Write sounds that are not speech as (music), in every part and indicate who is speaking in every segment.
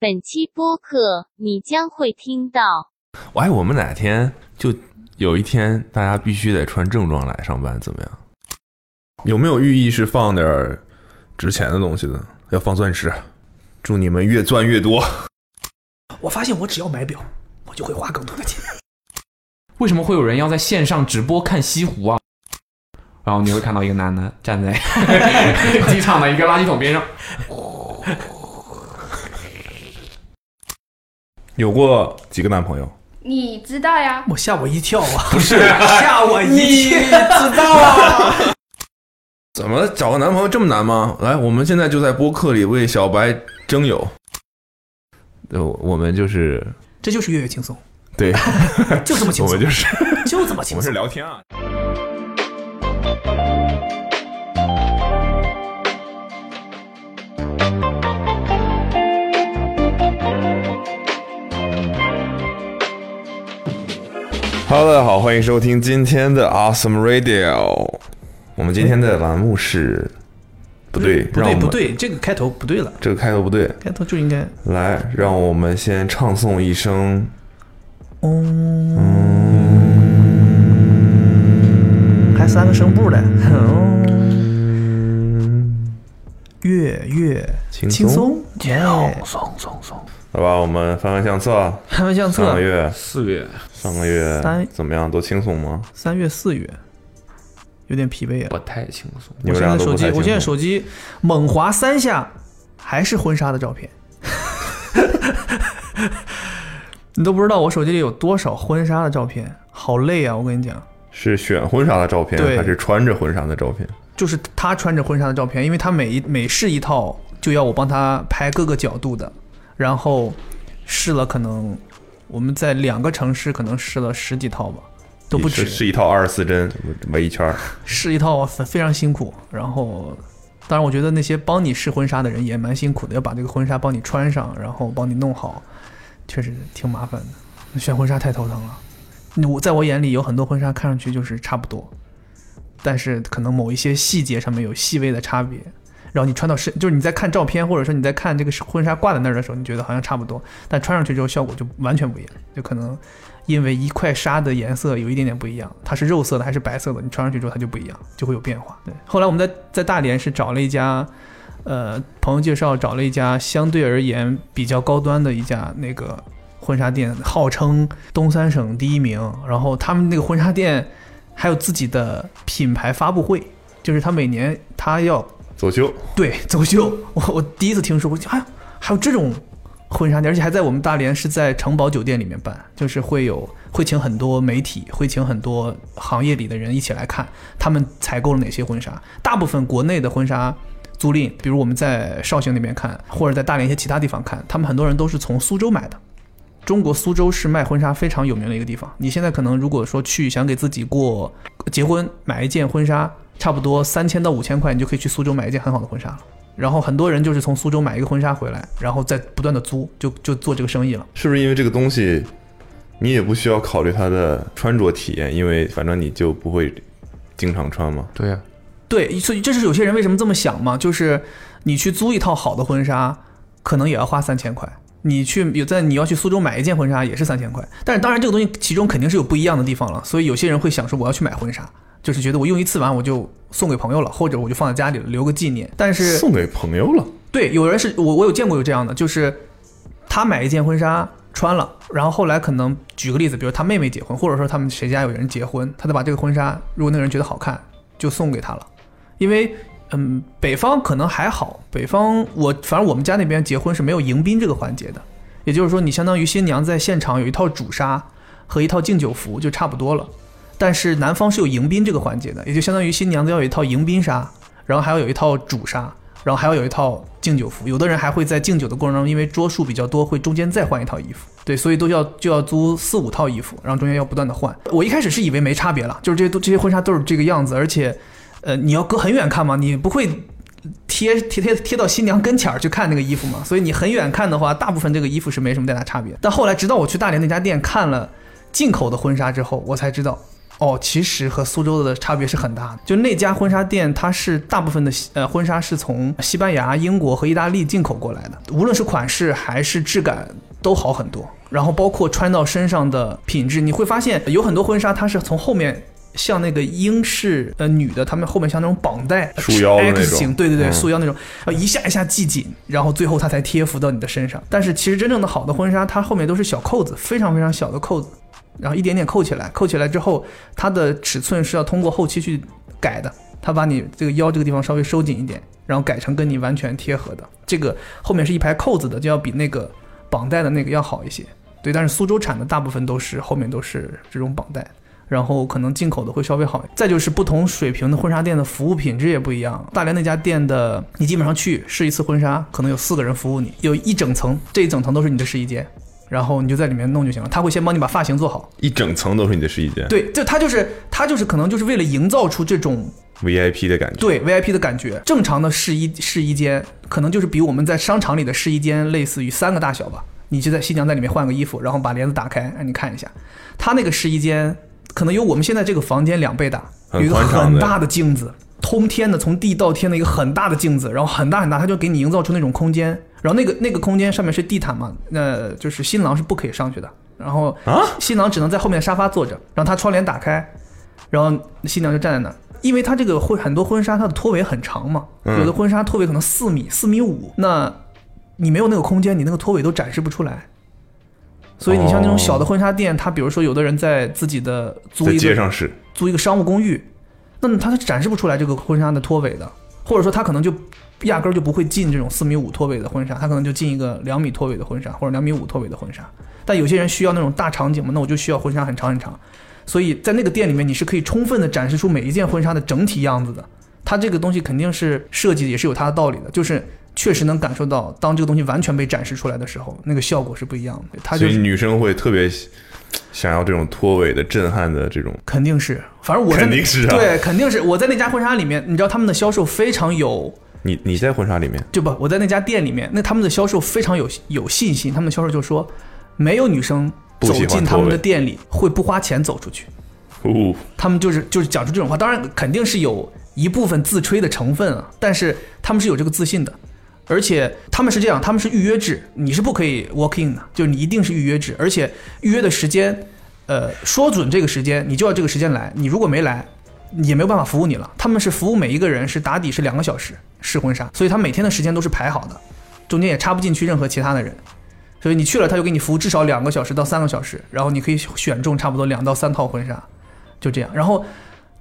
Speaker 1: 本期播客你将会听到
Speaker 2: 哎，我们哪天就有一天大家必须得穿正装来上班，怎么样？
Speaker 3: 有没有寓意是放点儿值钱的东西的？要放钻石。祝你们越赚越多。
Speaker 4: 我发现我只要买表，我就会花更多的钱。
Speaker 5: 为什么会有人要在线上直播看西湖啊？然后你会看到一个男的站 (laughs) 在机场的一个垃圾桶边上，
Speaker 3: 有过几个男朋友？
Speaker 6: 你知道呀？
Speaker 4: 我吓我一跳啊！
Speaker 3: (laughs)
Speaker 4: 不是吓我一跳，
Speaker 3: 啊怎么找个男朋友这么难吗？来，我们现在就在播客里为小白征友。
Speaker 2: 呃，我们就是
Speaker 4: 这就是月
Speaker 3: (laughs)
Speaker 4: 月轻松，
Speaker 2: 对，
Speaker 4: 就这么轻松，
Speaker 2: 我们就是
Speaker 4: 就这么轻松。
Speaker 3: 聊天啊。Hello，大家好，欢迎收听今天的 Awesome Radio。我们今天的栏目是不对，
Speaker 4: 不
Speaker 3: 让我
Speaker 4: 对
Speaker 3: 们
Speaker 4: 不对，这个开头不对了，
Speaker 3: 这个开头不对。
Speaker 4: 开头就应该
Speaker 3: 来，让我们先唱诵一声
Speaker 4: 嗯，还三个声部嘞。嗯月月
Speaker 3: 轻
Speaker 4: 轻
Speaker 3: 松，
Speaker 4: 松，耶！
Speaker 5: 松松松。
Speaker 3: 好吧？我们翻翻相册，
Speaker 4: 开玩相
Speaker 3: 上
Speaker 4: 册
Speaker 3: 个，月
Speaker 5: 四月，
Speaker 3: 上个月
Speaker 4: 三
Speaker 3: 怎么样？都轻松吗？
Speaker 4: 三月四月，有点疲惫啊。
Speaker 5: 不太轻松。
Speaker 3: 你
Speaker 4: 我
Speaker 3: 们
Speaker 4: 现
Speaker 3: 俩
Speaker 4: 在
Speaker 3: 啊都
Speaker 4: 手
Speaker 3: 不
Speaker 4: 机
Speaker 3: 太，
Speaker 4: 我现在
Speaker 3: 轻松
Speaker 4: 手机猛滑三下，还是婚纱的照片。 (laughs) 你都不知道我手机里有多少婚纱的照片，好累啊！我跟你讲，
Speaker 3: 是选婚纱的照片，
Speaker 4: 对
Speaker 3: 还是穿着婚纱的照片？
Speaker 4: 就是他穿着婚纱的照片，因为他每一每试一套就要我帮他拍各个角度的，然后试了可能我们在两个城市可能试了十几套吧，都不止
Speaker 3: 是是一套二十四针围一圈儿。
Speaker 4: 试一套非非常辛苦，然后。当然，我觉得那些帮你试婚纱的人也蛮辛苦的，要把这个婚纱帮你穿上，然后帮你弄好，确实挺麻烦的。选婚纱太头疼了。我在我眼里有很多婚纱看上去就是差不多，但是可能某一些细节上面有细微的差别。然后你穿到身，就是你在看照片，或者说你在看这个婚纱挂在那儿的时候，你觉得好像差不多，但穿上去之后效果就完全不一样，就可能因为一块纱的颜色有一点点不一样，它是肉色的还是白色的，你穿上去之后它就不一样，就会有变化。对，后来我们在在大连是找了一家，呃，朋友介绍找了一家相对而言比较高端的一家那个婚纱店，号称东三省第一名，然后他们那个婚纱店还有自己的品牌发布会，就是他每年他要
Speaker 3: 走秀，
Speaker 4: 对，走秀，我我第一次听说，我就哎呦，还有这种婚纱店，而且还在我们大连是在城堡酒店里面办，就是会有会请很多媒体，会请很多行业里的人一起来看他们采购了哪些婚纱。大部分国内的婚纱租赁，比如我们在绍兴那边看，或者在大连一些其他地方看，他们很多人都是从苏州买的。中国苏州是卖婚纱非常有名的一个地方。你现在可能如果说去想给自己过结婚买一件婚纱，差不多三千到五千块，你就可以去苏州买一件很好的婚纱了。然后很多人就是从苏州买一个婚纱回来，然后再不断的租，就就做这个生意了。
Speaker 3: 是不是因为这个东西，你也不需要考虑它的穿着体验，因为反正你就不会经常穿嘛。
Speaker 5: 对呀、
Speaker 4: 对，所以这是有些人为什么这么想嘛，就是你去租一套好的婚纱，可能也要花三千块。你去有在你要去苏州买一件婚纱也是三千块，但是当然这个东西其中肯定是有不一样的地方了，所以有些人会想说我要去买婚纱，就是觉得我用一次完我就送给朋友了，或者我就放在家里了留个纪念。但是
Speaker 3: 送给朋友了，
Speaker 4: 对，有人是我我有见过有这样的，就是他买一件婚纱穿了，然后后来可能举个例子，比如他妹妹结婚，或者说他们谁家有人结婚，他再把这个婚纱，如果那个人觉得好看，就送给他了，因为。嗯，北方可能还好，北方我反正我们家那边结婚是没有迎宾这个环节的，也就是说你相当于新娘在现场有一套主纱和一套敬酒服就差不多了，但是南方是有迎宾这个环节的，也就相当于新娘子要有一套迎宾纱，然后还要有一套主纱，然后还要有一套敬酒服。有的人还会在敬酒的过程中，因为桌数比较多，会中间再换一套衣服。对，所以都要就要租四五套衣服，然后中间要不断的换。我一开始是以为没差别了，就是这些都这些婚纱都是这个样子，而且，呃，你要隔很远看嘛，你不会。贴贴贴贴到新娘跟前儿去看那个衣服嘛，所以你很远看的话，大部分这个衣服是没什么太大差别。但后来直到我去大连那家店看了进口的婚纱之后，我才知道哦，其实和苏州的差别是很大的。就那家婚纱店，它是大部分的西呃婚纱是从西班牙、英国和意大利进口过来的，无论是款式还是质感都好很多。然后包括穿到身上的品质，你会发现有很多婚纱它是从后面。像那个英式呃女的，她们后面像那种绑带
Speaker 3: 束腰的那种
Speaker 4: X 型，对对对，
Speaker 3: 嗯
Speaker 4: 束腰那种，然后一下一下系紧，然后最后它才贴服到你的身上。但是其实真正的好的婚纱，它后面都是小扣子，非常非常小的扣子，然后一点点扣起来，扣起来之后，它的尺寸是要通过后期去改的，它把你这个腰这个地方稍微收紧一点，然后改成跟你完全贴合的。这个后面是一排扣子的，就要比那个绑带的那个要好一些。对，但是苏州产的大部分都是后面都是这种绑带，然后可能进口的会稍微好。再就是不同水平的婚纱店的服务品质也不一样。大连那家店的，你基本上去试一次婚纱，可能有四个人服务你，有一整层，这一整层都是你的试衣间，然后你就在里面弄就行了。他会先帮你把发型做好，
Speaker 3: 一整层都是你的试衣间
Speaker 4: 对，就他就是他就是可能就是为了营造出这种
Speaker 3: ，VIP 的感觉。
Speaker 4: 对 VIP 的感觉。正常的试衣试衣间可能就是比我们在商场里的试衣间类似于三个大小吧。你就在新娘在里面换个衣服，然后把帘子打开哎让你看一下。他那个试衣间可能有我们现在这个房间两倍大，有
Speaker 3: 很
Speaker 4: 一个
Speaker 3: 宽敞
Speaker 4: 很
Speaker 3: 的
Speaker 4: 大的镜子，通天的，从地到天的一个很大的镜子，然后很大很大，它就给你营造出那种空间。然后那个那个空间上面是地毯嘛，那就是新郎是不可以上去的，然后
Speaker 3: 啊
Speaker 4: 新郎只能在后面的沙发坐着，然后他窗帘打开，然后新娘就站在那儿。因为他这个婚很多婚纱，它的拖尾很长嘛，
Speaker 3: 嗯
Speaker 4: 有的婚纱拖尾可能四米、四米五，那你没有那个空间，你那个拖尾都展示不出来。所以你像那种小的婚纱店，它比如说有的人在自己的租
Speaker 3: 在
Speaker 4: 一
Speaker 3: 街
Speaker 4: 个
Speaker 3: 上是
Speaker 4: 租一个商务公寓，那么他是展示不出来这个婚纱的拖尾的，或者说他可能就压根儿就不会进这种四米五拖尾的婚纱，他可能就进一个两米拖尾的婚纱或者两米五拖尾的婚纱。但有些人需要那种大场景嘛，那我就需要婚纱很长很长。所以在那个店里面，你是可以充分的展示出每一件婚纱的整体样子的。它这个东西肯定是设计也是有它的道理的，就是确实能感受到，当这个东西完全被展示出来的时候，那个效果是不一样的。它就
Speaker 3: 所以
Speaker 4: 是
Speaker 3: 女生会特别想要这种拖尾的震撼的这种。
Speaker 4: 肯定是，反正我在那
Speaker 3: 肯定是啊
Speaker 4: 对，肯定是我在那家婚纱里面，你知道他们的销售非常有
Speaker 3: 你你在婚纱里面，
Speaker 4: 就不，我在那家店里面，那他们的销售非常有有信心，他们的销售就说，没有女生
Speaker 3: 不
Speaker 4: 走
Speaker 3: 喜欢
Speaker 4: 进他
Speaker 3: 脱
Speaker 4: 们
Speaker 3: 尾
Speaker 4: 的店里会不花钱走出去，
Speaker 3: 哦，
Speaker 4: 他们就是就是讲出这种话，当然肯定是有一部分自吹的成分啊，但是他们是有这个自信的，而且他们是这样，他们是预约制，你是不可以 walk in 的，就是你一定是预约制，而且预约的时间，呃，说准这个时间，你就要这个时间来，你如果没来，也没有办法服务你了。他们是服务每一个人是打底是两个小时试婚纱，所以他每天的时间都是排好的，中间也插不进去任何其他的人。所以你去了，他就给你服务至少两个小时到三个小时，然后你可以选中差不多两到三套婚纱，就这样。然后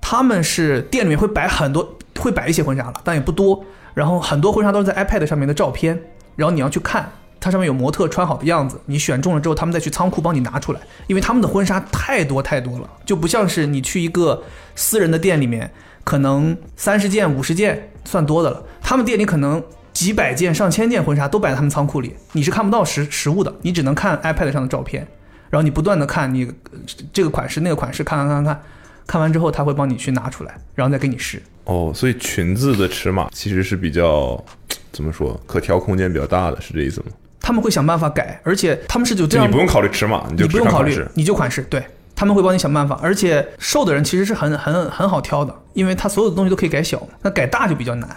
Speaker 4: 他们是店里面会摆很多，会摆一些婚纱了，但也不多。然后很多婚纱都是在 iPad 上面的照片，然后你要去看，它上面有模特穿好的样子，你选中了之后，他们再去仓库帮你拿出来，因为他们的婚纱太多太多了，就不像是你去一个私人的店里面，可能三十件五十件算多的了，他们店里可能。几百件、上千件婚纱都摆在他们仓库里，你是看不到实实物的，你只能看 iPad 上的照片，然后你不断的看你呃这个款式、那个款式，看看看看，看完之后他会帮你去拿出来，然后再给你试。
Speaker 3: 哦，所以裙子的尺码其实是比较怎么说，可调空间比较大的，是这意思吗？
Speaker 4: 他们会想办法改，而且他们是有这
Speaker 3: 就
Speaker 4: 样，
Speaker 3: 你不用考虑尺码，你就
Speaker 4: 你不
Speaker 3: 只
Speaker 4: 用
Speaker 3: 看
Speaker 4: 考
Speaker 3: 款
Speaker 4: 虑
Speaker 3: 式。，
Speaker 4: 你就款式，对他们会帮你想办法。而且瘦的人其实是很很很好挑的，因为他所有的东西都可以改小，那改大就比较难。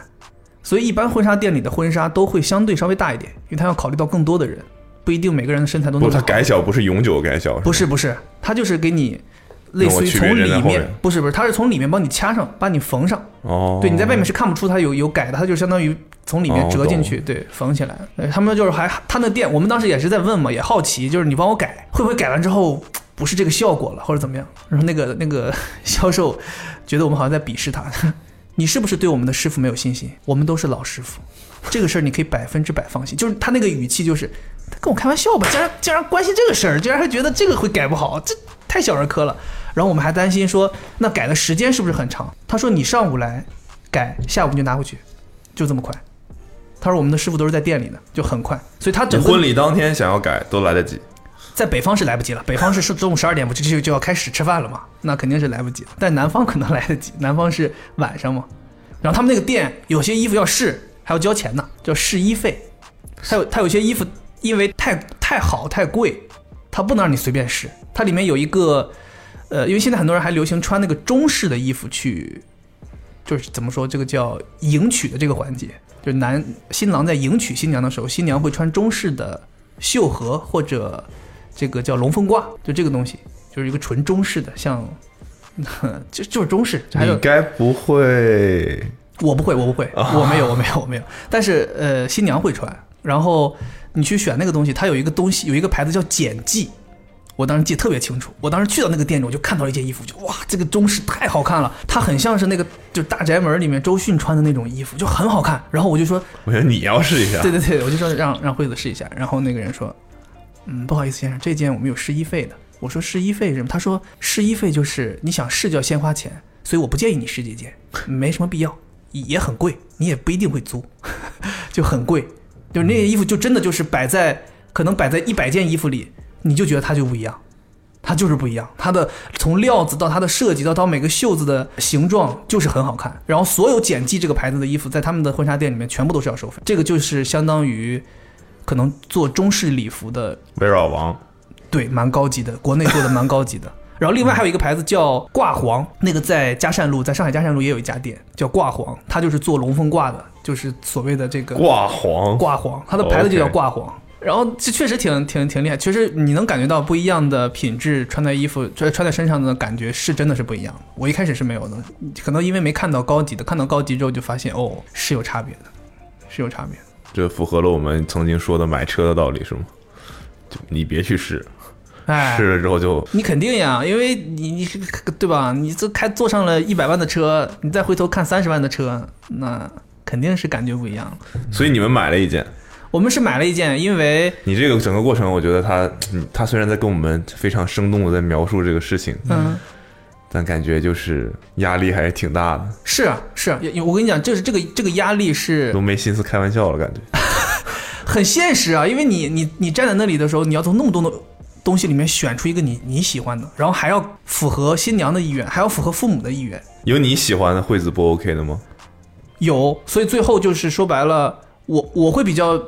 Speaker 4: 所以一般婚纱店里的婚纱都会相对稍微大一点，因为他要考虑到更多的人，不一定每个人的身材都那
Speaker 3: 不，
Speaker 4: 么
Speaker 3: 它
Speaker 4: 好。
Speaker 3: 改小不是永久改小，
Speaker 4: 不
Speaker 3: 是
Speaker 4: 是不是，他就是给你类似
Speaker 3: 那我
Speaker 4: 于
Speaker 3: 区
Speaker 4: 从
Speaker 3: 别人在
Speaker 4: 里
Speaker 3: 后
Speaker 4: 面
Speaker 3: 面，
Speaker 4: 不是不是，他是从里面帮你掐上，把你缝上。
Speaker 3: 吗哦，
Speaker 4: 对，你在外面是看不出它有有改的，它就相当于从里面折进去，对，缝起来。呃他们就是还他那店，我们当时也是在问嘛，也好奇，就是你帮我改，会不会改完之后不是这个效果了，或者怎么样？然后那个那个销售觉得我们好像在鄙视他， (laughs) 你是不是对我们的师傅没有信心？我们都是老师傅，这个事儿你可以百分之百放心。就是他那个语气就是，他跟我开玩笑吧，竟然竟然关心这个事儿，竟然还觉得这个会改不好，这太小儿科了。然后我们还担心说，那改的时间是不是很长？他说你上午来改，下午你就拿回去，就这么快。他说我们的师傅都是在店里的，就很快，所以他
Speaker 3: 你
Speaker 4: 整个
Speaker 3: 婚礼当天想要改都来得及。
Speaker 4: 在北方是来不及了，北方是是中午十二点不就就就要开始吃饭了嘛，那肯定是来不及。但南方可能来得及，南方是晚上嘛。然后他们那个店有些衣服要试，还要交钱呢，叫试衣费。还有他有些衣服因为太太好太贵，他不能让你随便试，它里面有一个呃，因为现在很多人还流行穿那个中式的衣服去，就是怎么说这个叫迎娶的这个环节，就是男新郎在迎娶新娘的时候，新娘会穿中式的绣荷或者这个叫龙凤褂，就这个东西，就是一个纯中式的，像 (laughs) 就就是中式，还有
Speaker 3: 你该不会
Speaker 4: 我不会，我不会，我没有，我没有，我没有。但是呃，新娘会穿。然后你去选那个东西，它有一个东西，有一个牌子叫简记，我当时记得特别清楚。我当时去到那个店里，我就看到一件衣服，就哇，这个中式太好看了，它很像是那个就大宅门里面周迅穿的那种衣服，就很好看。然后我就说，
Speaker 3: 我觉得你要试一下。
Speaker 4: 对对对，我就说让让惠子试一下。然后那个人说，嗯，不好意思先生，这件我们有试衣费的。我说试衣费是什么？他说试衣费就是你想试就要先花钱，所以我不建议你试这件，没什么必要，也也很贵，你也不一定会租， (laughs) 就很贵。就是那件衣服就真的就是摆在可能摆在一百件衣服里，你就觉得它就不一样。它就是不一样，它的从料子到它的设计到到每个袖子的形状就是很好看。然后所有简记这个牌子的衣服，在他们的婚纱店里面全部都是要收费，这个就是相当于可能做中式礼服的，
Speaker 3: 围绕王，
Speaker 4: 对，蛮高级的，国内做的蛮高级的。然后另外还有一个牌子叫挂黄，那个在嘉善路，在上海嘉善路也有一家店叫挂黄，它就是做龙凤褂的，就是所谓的这个
Speaker 3: 挂黄，
Speaker 4: 挂黄，它的牌子就叫挂黄。然后这确实挺挺挺厉害，确实你能感觉到不一样的品质，穿在衣服穿穿在身上的感觉是真的是不一样的。我一开始是没有的，可能因为没看到高级的，看到高级之后就发现哦是有差别的，是有差别的。
Speaker 3: 这符合了我们曾经说的买车的道理是吗？就你别去试，
Speaker 4: 哎，
Speaker 3: 试了之后就
Speaker 4: 你肯定呀，因为你你是对吧？你这开坐上了一百万的车，你再回头看三十万的车，那肯定是感觉不一样了。
Speaker 3: 所以你们买了一件。
Speaker 4: 我们是买了一件，因为
Speaker 3: 你这个整个过程，我觉得他，嗯他虽然在跟我们非常生动的在描述这个事情，
Speaker 4: 嗯
Speaker 3: 但感觉就是压力还是挺大的，
Speaker 4: 是啊是啊，也我跟你讲，就是这个这个压力是
Speaker 3: 都没心思开玩笑了，感觉。
Speaker 4: 很现实啊，因为你你你站在那里的时候，你要从那么多的东西里面选出一个你你喜欢的，然后还要符合新娘的意愿，还要符合父母的意愿。
Speaker 3: 有你喜欢的惠子不 OK 的吗？
Speaker 4: 有，所以最后就是说白了，我我会比较，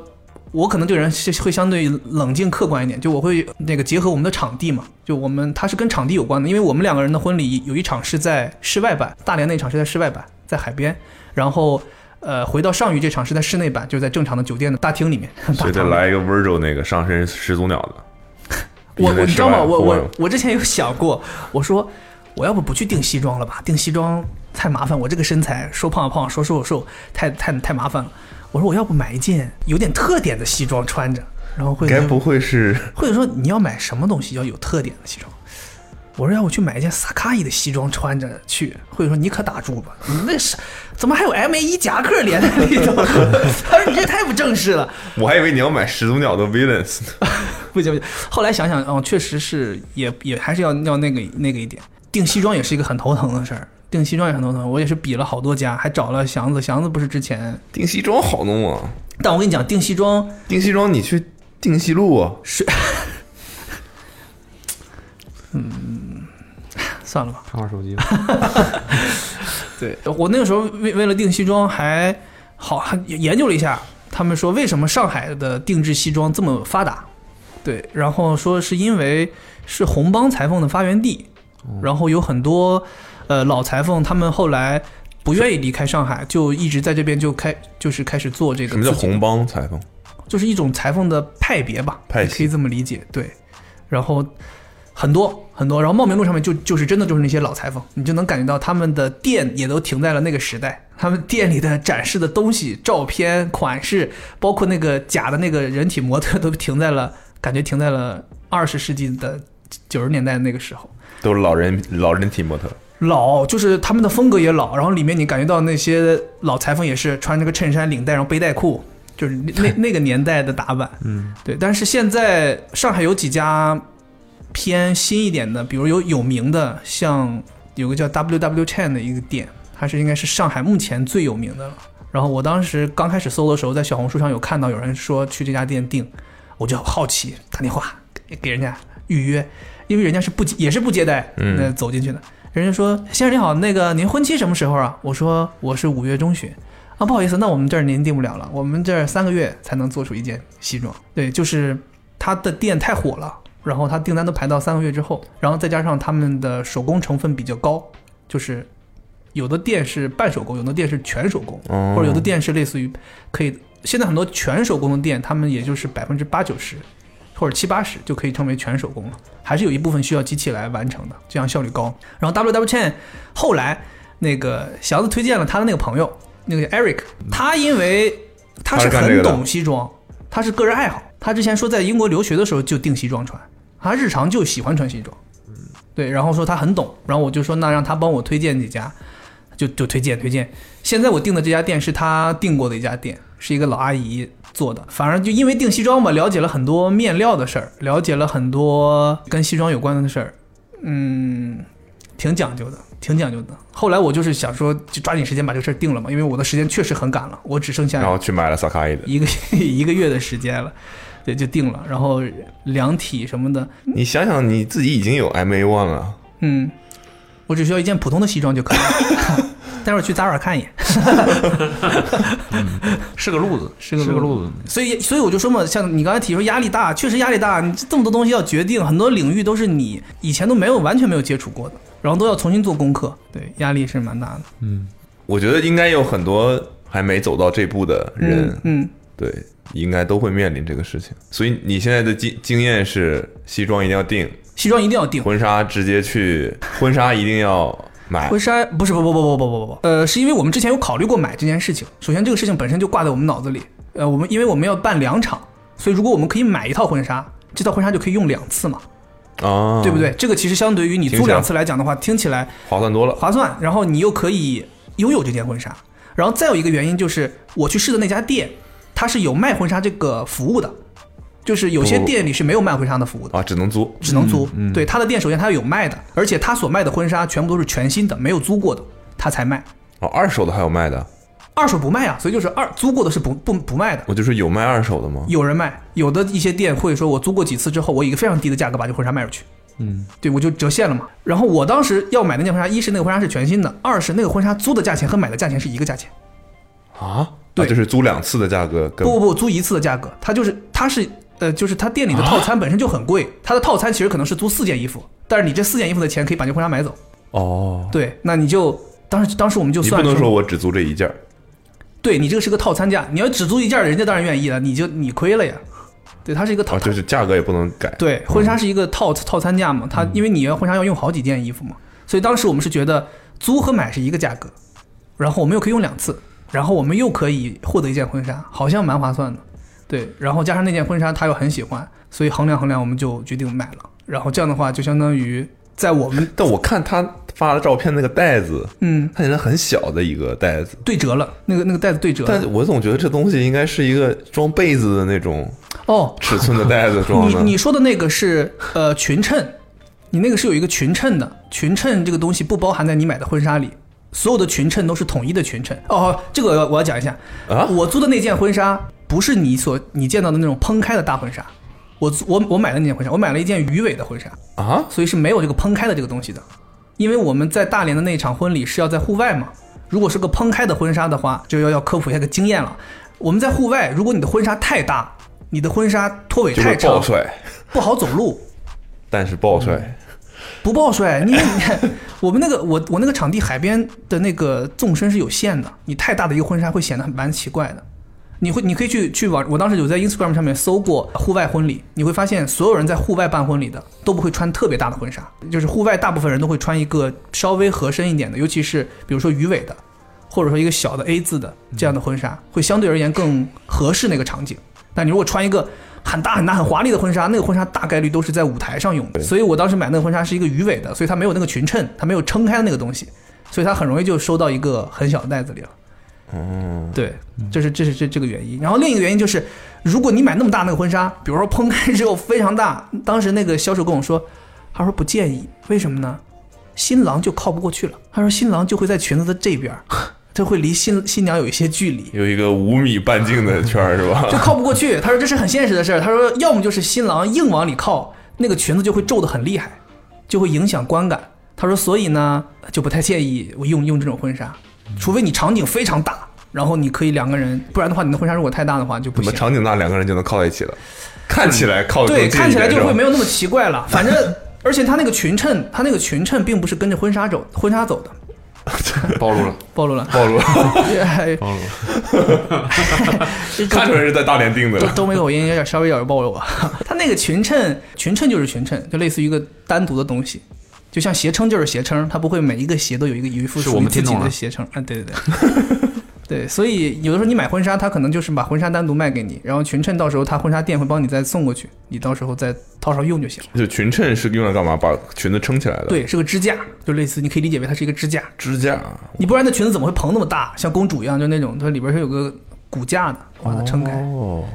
Speaker 4: 我可能这个人是会相对冷静客观一点，就我会那个结合我们的场地嘛，就我们它是跟场地有关的，因为我们两个人的婚礼有一场是在室外办，大连那场是在室外办，在海边，然后呃回到上虞这场是在室内办，就是在正常的酒店的大厅里面。 (laughs)
Speaker 3: 所以
Speaker 4: 大
Speaker 3: 得
Speaker 4: 堂
Speaker 3: 来一个 Virgil 那个上身始祖鸟的。
Speaker 4: 我我你知道吗？我
Speaker 3: 毕竟在室外
Speaker 4: 我我之前有想过，我说我要不不去订西装了吧？订西装太麻烦，我这个身材说胖胖，说瘦瘦，太太太麻烦了。我说我要不买一件有点特点的西装穿着，然后会
Speaker 3: 该不会是
Speaker 4: 或者说你要买什么东西要有特点的西装？我说让我去买一件萨卡伊的西装穿着去，或者说你可打住吧，你那是怎么还有 M A 一夹克连在里头？ (laughs) 他说你这太不正式了。
Speaker 3: 我还以为你要买始祖鸟的 Villains 呢。
Speaker 4: 不行不行。后来想想，哦，确实是也也还是要要那个那个一点。订西装也是一个很头疼的事儿，订西装也很头疼。我也是比了好多家，还找了祥子，祥子不是之前，
Speaker 3: 订西装好弄啊，
Speaker 4: 但我跟你讲，订西装
Speaker 3: 订西装你去订西路啊，
Speaker 4: 算了吧。
Speaker 5: 看会儿手机吧。
Speaker 4: 对我那个时候为为了订西装还好还研究了一下，他们说为什么上海的定制西装这么发达？对，然后说是因为是红帮裁缝的发源地，
Speaker 3: 哦
Speaker 4: 然后有很多呃老裁缝，他们后来不愿意离开上海，就一直在这边就开就是开始做这个。
Speaker 3: 什么叫红？帮裁缝？
Speaker 4: 就是一种裁缝的派别吧，
Speaker 3: 派
Speaker 4: 也
Speaker 3: 系
Speaker 4: 可以这么理解。对，然后很多很多，然后茂名路上面就就是真的就是那些老裁缝，你就能感觉到他们的店也都停在了那个时代，他们店里的展示的东西、照片、款式，包括那个假的那个人体模特，都停在了，感觉停在了二十世纪的九十年代那个时候。
Speaker 3: 都是老人老人体模特，
Speaker 4: 老就是他们的风格也老，然后里面你感觉到那些老裁缝也是穿这个衬衫、领带，然后背带裤，就是那那那个年代的打扮。嗯，对。但是现在上海有几家偏新一点的，比如有有名的，像有个叫 WW Chain 的一个店，它是应该是上海目前最有名的了。然后我当时刚开始搜的时候，在小红书上有看到有人说去这家店订，我就好奇打电话给给人家预约，因为人家是不接也是不接待，
Speaker 3: 嗯
Speaker 4: 那走进去的。人家说：“先生您好，那个您婚期什么时候啊？”我说：“我是五月中旬。”啊，不好意思，那我们这儿您订不了了，我们这儿三个月才能做出一件西装。对，就是他的店太火了，然后他订单都排到三个月之后，然后再加上他们的手工成分比较高，就是有的店是半手工，有的店是全手工，
Speaker 3: 哦
Speaker 4: 或者有的店是类似于可以，现在很多全手工的店，他们也就是百分之八九十或者七八十就可以称为全手工了，还是有一部分需要机器来完成的，这样效率高。然后 W W Chain 后来那个祥子推荐了他的那个朋友，那个 Eric，他因为他是
Speaker 3: 他是干这
Speaker 4: 很
Speaker 3: 个的
Speaker 4: 懂西装，他是个人爱好，他之前说在英国留学的时候就订西装穿，他日常就喜欢穿西装，对，然后说他很懂，然后我就说那让他帮我推荐几家，就就推荐推荐。现在我订的这家店是他订过的一家店，是一个老阿姨做的。反正就因为订西装嘛，了解了很多面料的事儿，了解了很多跟西装有关的事儿，嗯，挺讲究的，挺讲究的。后来我就是想说，就抓紧时间把这个事儿定了嘛，因为我的时间确实很赶了，我只剩下
Speaker 3: 然后去买了萨卡伊的。
Speaker 4: 一个一个月的 (laughs) 时间了，对，就定了。然后量体什么的，
Speaker 3: 你想想，你自己已经有 MA one 了，
Speaker 4: 嗯，我只需要一件普通的西装就可以了。 (laughs) 待会儿去 Zara 看一眼，
Speaker 5: (laughs) 是个路子，
Speaker 4: 是个
Speaker 5: 是个
Speaker 4: 路
Speaker 5: 路子。
Speaker 4: 所以，所以我就说嘛，像你刚才提出压力大，确实压力大。你这么多东西要决定，很多领域都是你以前都没有完全没有接触过的，然后都要重新做功课，对，压力是蛮大的。
Speaker 3: 我觉得应该有很多还没走到这步的人，
Speaker 4: 嗯，嗯
Speaker 3: 对，应该都会面临这个事情。所以你现在的经经验是，西装一定要定，
Speaker 4: 西装一定要定。
Speaker 3: 婚纱直接去，婚纱一定要买
Speaker 4: 婚。纱不是不不不不不不不，呃，是因为我们之前有考虑过买这件事情。首先，这个事情本身就挂在我们脑子里。呃，我们因为我们要办两场，所以如果我们可以买一套婚纱，这套婚纱就可以用两次嘛，
Speaker 3: 啊，
Speaker 4: 对不？对？这个其实相对于你
Speaker 3: 听起
Speaker 4: 租
Speaker 3: 来
Speaker 4: 两次来讲的话，听起来
Speaker 3: 划算多了。
Speaker 4: 划算，然后你又可以拥有这件婚纱。然后再有一个原因就是，我去试的那家店，它是有卖婚纱这个服务的，就是有些
Speaker 3: 不
Speaker 4: 店里是没有卖婚纱的服务的，
Speaker 3: 啊，只能租。
Speaker 4: 只能租。对，他的店首先他有卖的，而且他所卖的婚纱全部都是全新的，没有租过的，他才卖。
Speaker 3: 哦，二手的还有卖的，
Speaker 4: 二手不卖啊，所以就是二租过的是不不不卖的。
Speaker 3: 我就说有卖二手的吗？
Speaker 4: 有人卖，有的一些店会说，我租过几次之后，我以一个非常低的价格把这婚纱卖出去。嗯，对，我就折现了嘛。然后我当时要买那件婚纱，一是那个婚纱是全新的，二是那个婚纱租的价钱和买的价钱是一个价钱。
Speaker 3: 啊，
Speaker 4: 对
Speaker 3: 啊就是租两次的价格跟
Speaker 4: 不不不，租一次的价格，它就是它是呃，就是它店里
Speaker 3: 啊
Speaker 4: 的套餐本身就很贵，它的套餐其实可能是租四件衣服，但是你这四件衣服的钱可以把这婚纱买走。
Speaker 3: 哦，
Speaker 4: 对，那你就当时当时我们就
Speaker 3: 你
Speaker 4: 算
Speaker 3: 不能
Speaker 4: 说
Speaker 3: 说我只租这一件儿
Speaker 4: 对你这个是个套餐价，你要只租一件儿，人家当然愿意了，你就你亏了呀。对，它是一个套，
Speaker 3: 啊，就是价格也不能改。
Speaker 4: 对，婚纱是一个套套餐价嘛，它因为你要婚纱要用好几件衣服嘛，所以当时我们是觉得租和买是一个价格，然后我们又可以用两次，然后我们又可以获得一件婚纱，好像蛮划算的。对，然后加上那件婚纱他又很喜欢，所以衡量衡量，我们就决定买了。然后这样的话，就相当于在我们
Speaker 3: 但我看他发的照片，那个袋子，
Speaker 4: 嗯
Speaker 3: 看起来很小的一个袋子，
Speaker 4: 对折了，那个那个袋子对折了。
Speaker 3: 但我总觉得这东西应该是一个装被子的那种
Speaker 4: 哦，
Speaker 3: 尺寸的袋子装
Speaker 4: 你
Speaker 3: 的。
Speaker 4: 你说的那个是呃裙衬，你那个是有一个裙衬的，裙衬这个东西不包含在你买的婚纱里，所有的裙衬都是统一的裙衬。哦，这个我要讲一下，
Speaker 3: 啊，
Speaker 4: 我租的那件婚纱不是你所你见到的那种蓬开的大婚纱，我租我我买的那件婚纱，我买了一件鱼尾的婚纱，
Speaker 3: 啊，
Speaker 4: 所以是没有这个蓬开的这个东西的，因为我们在大连的那场婚礼是要在户外嘛，如果是个蓬开的婚纱的话，就要要科普一下个经验了。我们在户外，如果你的婚纱太大，你的婚纱拖尾
Speaker 3: 就
Speaker 4: 太
Speaker 3: 是
Speaker 4: 长
Speaker 3: 暴，帅，
Speaker 4: 不好走路，
Speaker 3: 但是暴帅，
Speaker 4: 嗯不抱摔。你我们那个 (laughs) 我我那个场地海边的那个纵深是有限的，你太大的一个婚纱会显得很蛮奇怪的。你会，你可以去去网，我当时有在 Instagram 上面搜过户外婚礼，你会发现所有人在户外办婚礼的都不会穿特别大的婚纱，就是户外大部分人都会穿一个稍微合身一点的，尤其是比如说鱼尾的，或者说一个小的 A 字的这样的婚纱，会相对而言更合适那个场景。但你如果穿一个很大很大很华丽的婚纱，那个婚纱大概率都是在舞台上用的。所以我当时买那个婚纱是一个鱼尾的，所以它没有那个裙衬，它没有撑开的那个东西，所以它很容易就收到一个很小的袋子里了。对，这是这是这这个原因。然后另一个原因就是，如果你买那么大那个婚纱，比如说蓬开之后非常大，当时那个销售跟我说，他说不建议，为什么呢？新郎就靠不过去了。他说新郎就会在裙子的这边儿， (laughs) 这会离新新娘有一些距离，
Speaker 3: 有一个五米半径的圈儿是
Speaker 4: 就 (laughs)
Speaker 3: 吧？
Speaker 4: 靠不过去。他说这是很现实的事儿。他说要么就是新郎硬往里靠，那个裙子就会皱得很厉害，就会影响观感。他说所以呢就不太建议我用用这种婚纱，除非你场景非常大。然后你可以两个人，不然的话，你的婚纱如果太大的话就不
Speaker 3: 怎么
Speaker 4: 行。
Speaker 3: 场景大，两个人就能靠在一起了？看起来靠得更
Speaker 4: 对，
Speaker 3: 近
Speaker 4: 看起来
Speaker 3: 一点
Speaker 4: 就会没
Speaker 3: 是吧
Speaker 4: 有那么奇怪了。反正，而且他那个裙衬，他那个裙衬并不是跟着婚纱走，婚纱走的，
Speaker 5: 暴露了，
Speaker 4: 暴露了， (laughs)
Speaker 3: 暴露，
Speaker 4: 哎
Speaker 5: 暴露了。
Speaker 4: 这
Speaker 3: 看出
Speaker 4: 这
Speaker 3: 来是在大连定的
Speaker 5: (laughs)
Speaker 4: 东
Speaker 3: 了。
Speaker 4: 东北口音有点稍微有点暴露 (laughs) 啊。他那个裙衬，裙衬就是裙衬，就类似于一个单独的东西。就像鞋撑就是鞋撑，它不会每一个鞋都有一个有一副
Speaker 5: 是
Speaker 4: 属
Speaker 5: 我
Speaker 4: 于
Speaker 5: 们
Speaker 4: 自
Speaker 5: 听
Speaker 4: 己
Speaker 5: 懂
Speaker 4: 的
Speaker 5: 了
Speaker 4: 鞋撑。啊，对对对， (laughs) 对，所以有的时候你买婚纱，他可能就是把婚纱单独卖给你，然后裙衬到时候他婚纱店会帮你再送过去，你到时候再套上用就行了。
Speaker 3: 就裙衬是用来干嘛？把裙子撑起来的。，
Speaker 4: 对，是个支架，就类似你可以理解为它是一个支架，
Speaker 3: 支架。
Speaker 4: 你不然那裙子怎么会蓬那么大，像公主一样，就那种它里边是有个骨架的，把它撑开。
Speaker 3: 哦，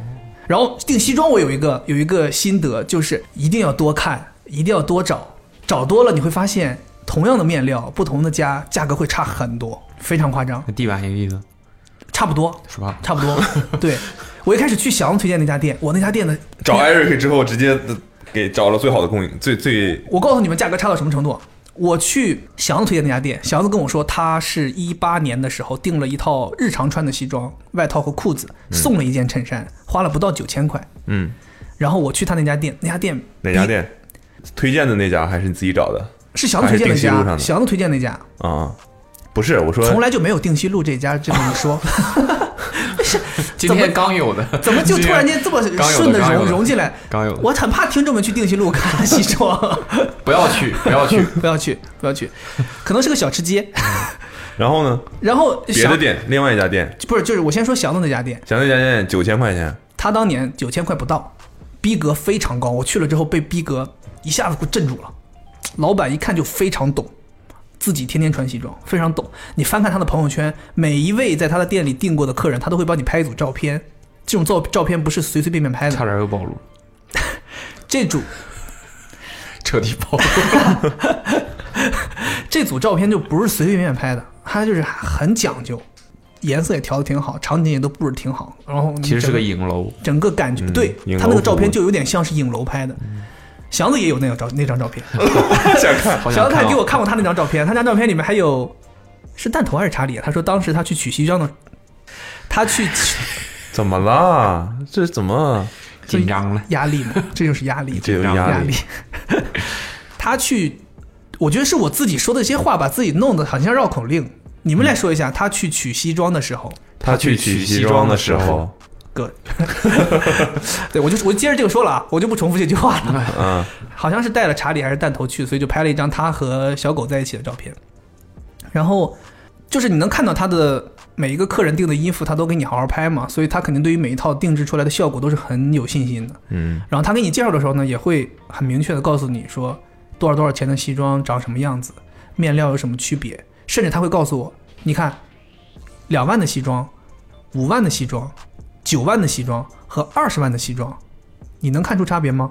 Speaker 4: 然后订西装，我有一个有一个心得，就是一定要多看，一定要多找，找多了你会发现，同样的面料，不同的家价格会差很多，非常夸张，
Speaker 5: 那地板一个意思，
Speaker 4: 差不多，
Speaker 5: 是吧？
Speaker 4: 差不多。对我一开始去祥子推荐那家店，我那家店的，
Speaker 3: 找 Eric 之后，直接给找了最好的供应，最最
Speaker 4: 我告诉你们价格差到什么程度。我去祥子推荐那家店，祥子跟我说，他是一八年的时候订了一套日常穿的西装、外套和裤子，送了一件衬衫，花了不到九千块。
Speaker 3: 嗯
Speaker 4: 然后我去他那家店，那家店
Speaker 3: 哪家
Speaker 4: 比
Speaker 3: 店？推荐的那家还是你自己找的
Speaker 4: 是祥子推
Speaker 3: 还是
Speaker 4: 荐那
Speaker 3: 定西路上
Speaker 4: 家，
Speaker 3: 的哎
Speaker 4: 祥子推荐那家，
Speaker 3: 啊？不是，我说
Speaker 4: 从来就没有定西路这家这么一
Speaker 3: (laughs)
Speaker 4: 说，
Speaker 5: 今天刚有的，
Speaker 4: 怎么就突然间这么顺的
Speaker 5: 刚有
Speaker 4: 融
Speaker 5: 的
Speaker 4: 融进来？
Speaker 5: 刚有的
Speaker 4: 我很怕听众们去定西路看西装， (laughs)
Speaker 5: 不要去，不要去，
Speaker 4: 不要去，不要去，可能是个小吃街。
Speaker 3: 然后呢？
Speaker 4: 然后
Speaker 3: 别的
Speaker 4: 祥
Speaker 3: 店，另外一家店，
Speaker 4: 不是，就是我先说祥子那家店，
Speaker 3: 想那家店九千块钱，
Speaker 4: 他当年九千块不到，逼格非常高。我去了之后被逼格一下子给我镇住了，老板一看就非常懂。自己天天穿西装，非常懂。你翻看他的朋友圈，每一位在他的店里订过的客人，他都会帮你拍一组照片。这种照照片不是随随便便拍
Speaker 5: (laughs) 差
Speaker 4: 的，
Speaker 5: 点又暴露了，
Speaker 4: 这组
Speaker 5: 彻底暴露。
Speaker 4: 这组照片就不是随随便便拍的，他就是很讲究，颜色也调的挺好，场景也都布置挺好，然后你
Speaker 5: 其实是
Speaker 4: 整
Speaker 5: 个影 (laughs) 楼，
Speaker 4: 整个感觉，
Speaker 3: 嗯
Speaker 4: 对
Speaker 3: 影楼
Speaker 4: 他那个照片
Speaker 3: 服务
Speaker 4: 就有点像是影楼拍的。祥子也有那个照那张照片，
Speaker 3: 想看
Speaker 5: 好
Speaker 4: 小
Speaker 5: 想
Speaker 4: 子还
Speaker 5: 看哦
Speaker 4: 给我看过他那张照片，他那张照片里面还有是弹头还是查理啊？他说当时他去取西装的，他去取，
Speaker 3: 怎么啦？这怎么？
Speaker 5: 紧张了
Speaker 4: 压力嘛， (laughs) 这就是压力，
Speaker 3: 这有
Speaker 5: 张
Speaker 3: 压力。
Speaker 4: (laughs) 他去，我觉得是我自己说的一些话，把自己弄得很像绕口令。你们来说一
Speaker 3: 嗯
Speaker 4: 下，他去取西装的时候，
Speaker 3: 他去取西装的时候，
Speaker 4: 哥， (laughs) 对我就我接着这个说了啊，我就不重复这句话了。
Speaker 3: 嗯，
Speaker 4: 好像是带了查理还是弹头去，所以就拍了一张他和小狗在一起的照片。然后就是你能看到他的每一个客人订的衣服，他都给你好好拍嘛，所以他肯定对于每一套定制出来的效果都是很有信心的。
Speaker 3: 嗯，
Speaker 4: 然后他给你介绍的时候呢，也会很明确的告诉你说多少多少钱的西装长什么样子，面料有什么区别，甚至他会告诉我，你看，两万的西装、五万的西装、九万的西装和二十万的西装，你能看出差别吗？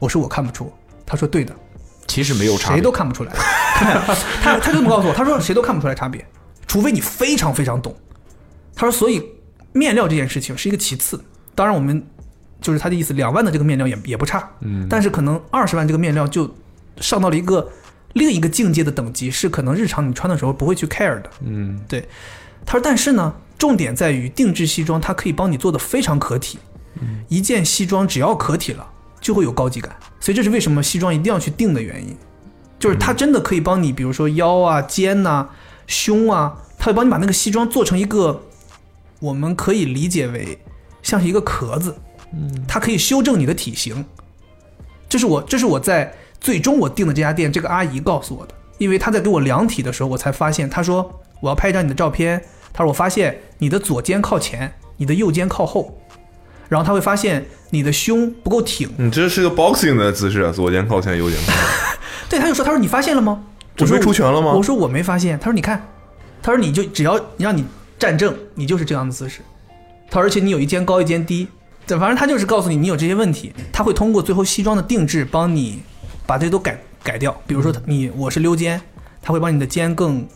Speaker 4: 我说我看不出。他说对的，
Speaker 5: 其实没有差别，
Speaker 4: 谁都看不出来。他他就这么告诉我，他说谁都看不出来差别，除非你非常非常懂。他说，所以面料这件事情是一个其次。当然，我们就是他的意思，两万的这个面料也也不差，嗯，但是可能二十万这个面料就上到了一个另一个境界的等级，是可能日常你穿的时候不会去 care 的，
Speaker 5: 嗯，
Speaker 4: 对。他说，但是呢，重点在于定制西装，它可以帮你做的非常可体。
Speaker 5: 嗯
Speaker 4: 一件西装只要可体了，就会有高级感，所以这是为什么西装一定要去定的原因。就是它真的可以帮你，比如说腰啊、肩呐、胸啊，它会帮你把那个西装做成一个，我们可以理解为像是一个壳子，嗯，它可以修正你的体型。这是我，这是我在最终我订的这家店，这个阿姨告诉我的，因为她在给我量体的时候，我才发现，她说我要拍一张你的照片，她说我发现你的左肩靠前，你的右肩靠后，然后她会发现你的胸不够挺，
Speaker 3: 你这是个 boxing 的姿势啊，左肩靠前，右肩靠前，
Speaker 4: 对，他就说，他说你发现了吗？我
Speaker 3: 准备
Speaker 4: 说
Speaker 3: 出拳了吗
Speaker 4: 我说我没发现。他说你看，他说你就只要你让你站正，你就是这样的姿势。他说而且你有一肩高一肩低，对，反正他就是告诉你你有这些问题，他会通过最后西装的定制帮你把这些都改改掉。比如
Speaker 3: 嗯
Speaker 4: 说你我是溜肩，他会帮你的肩更。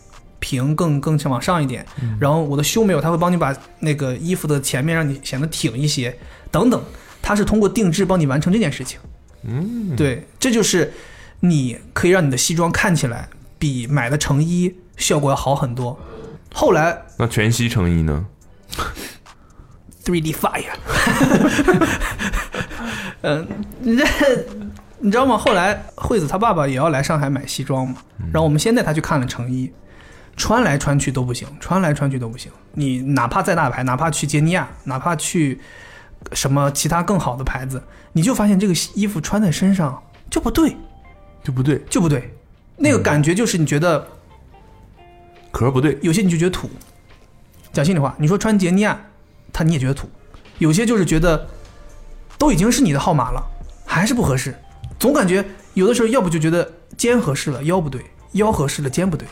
Speaker 4: 平更更往上一点，
Speaker 3: 嗯
Speaker 4: 然后我的胸没有，他会帮你把那个衣服的前面让你显得挺一些，等等，他是通过定制帮你完成这件事情。嗯，对，这就是你可以让你的西装看起来比买的成衣效果要好很多。后来
Speaker 2: 那全息成衣呢？
Speaker 4: 3D Fire， (laughs) 嗯，你这你知道吗？后来惠子她爸爸也要来上海买西装嘛，
Speaker 2: 嗯
Speaker 4: 然后我们先带她去看了成衣，穿来穿去都不行，穿来穿去都不行。你哪怕再大牌，哪怕去杰尼亚，哪怕去什么其他更好的牌子，你就发现这个衣服穿在身上就不对，
Speaker 3: 就不对，
Speaker 4: 就不对。那个感觉就是你觉得
Speaker 3: 壳儿不对，
Speaker 4: 有些你就觉得土。讲心里话，你说穿杰尼亚，他你也觉得土；有些就是觉得都已经是你的号码了，还是不合适。总感觉有的时候，要不就觉得肩合适了，腰不对；腰合适了，肩不对。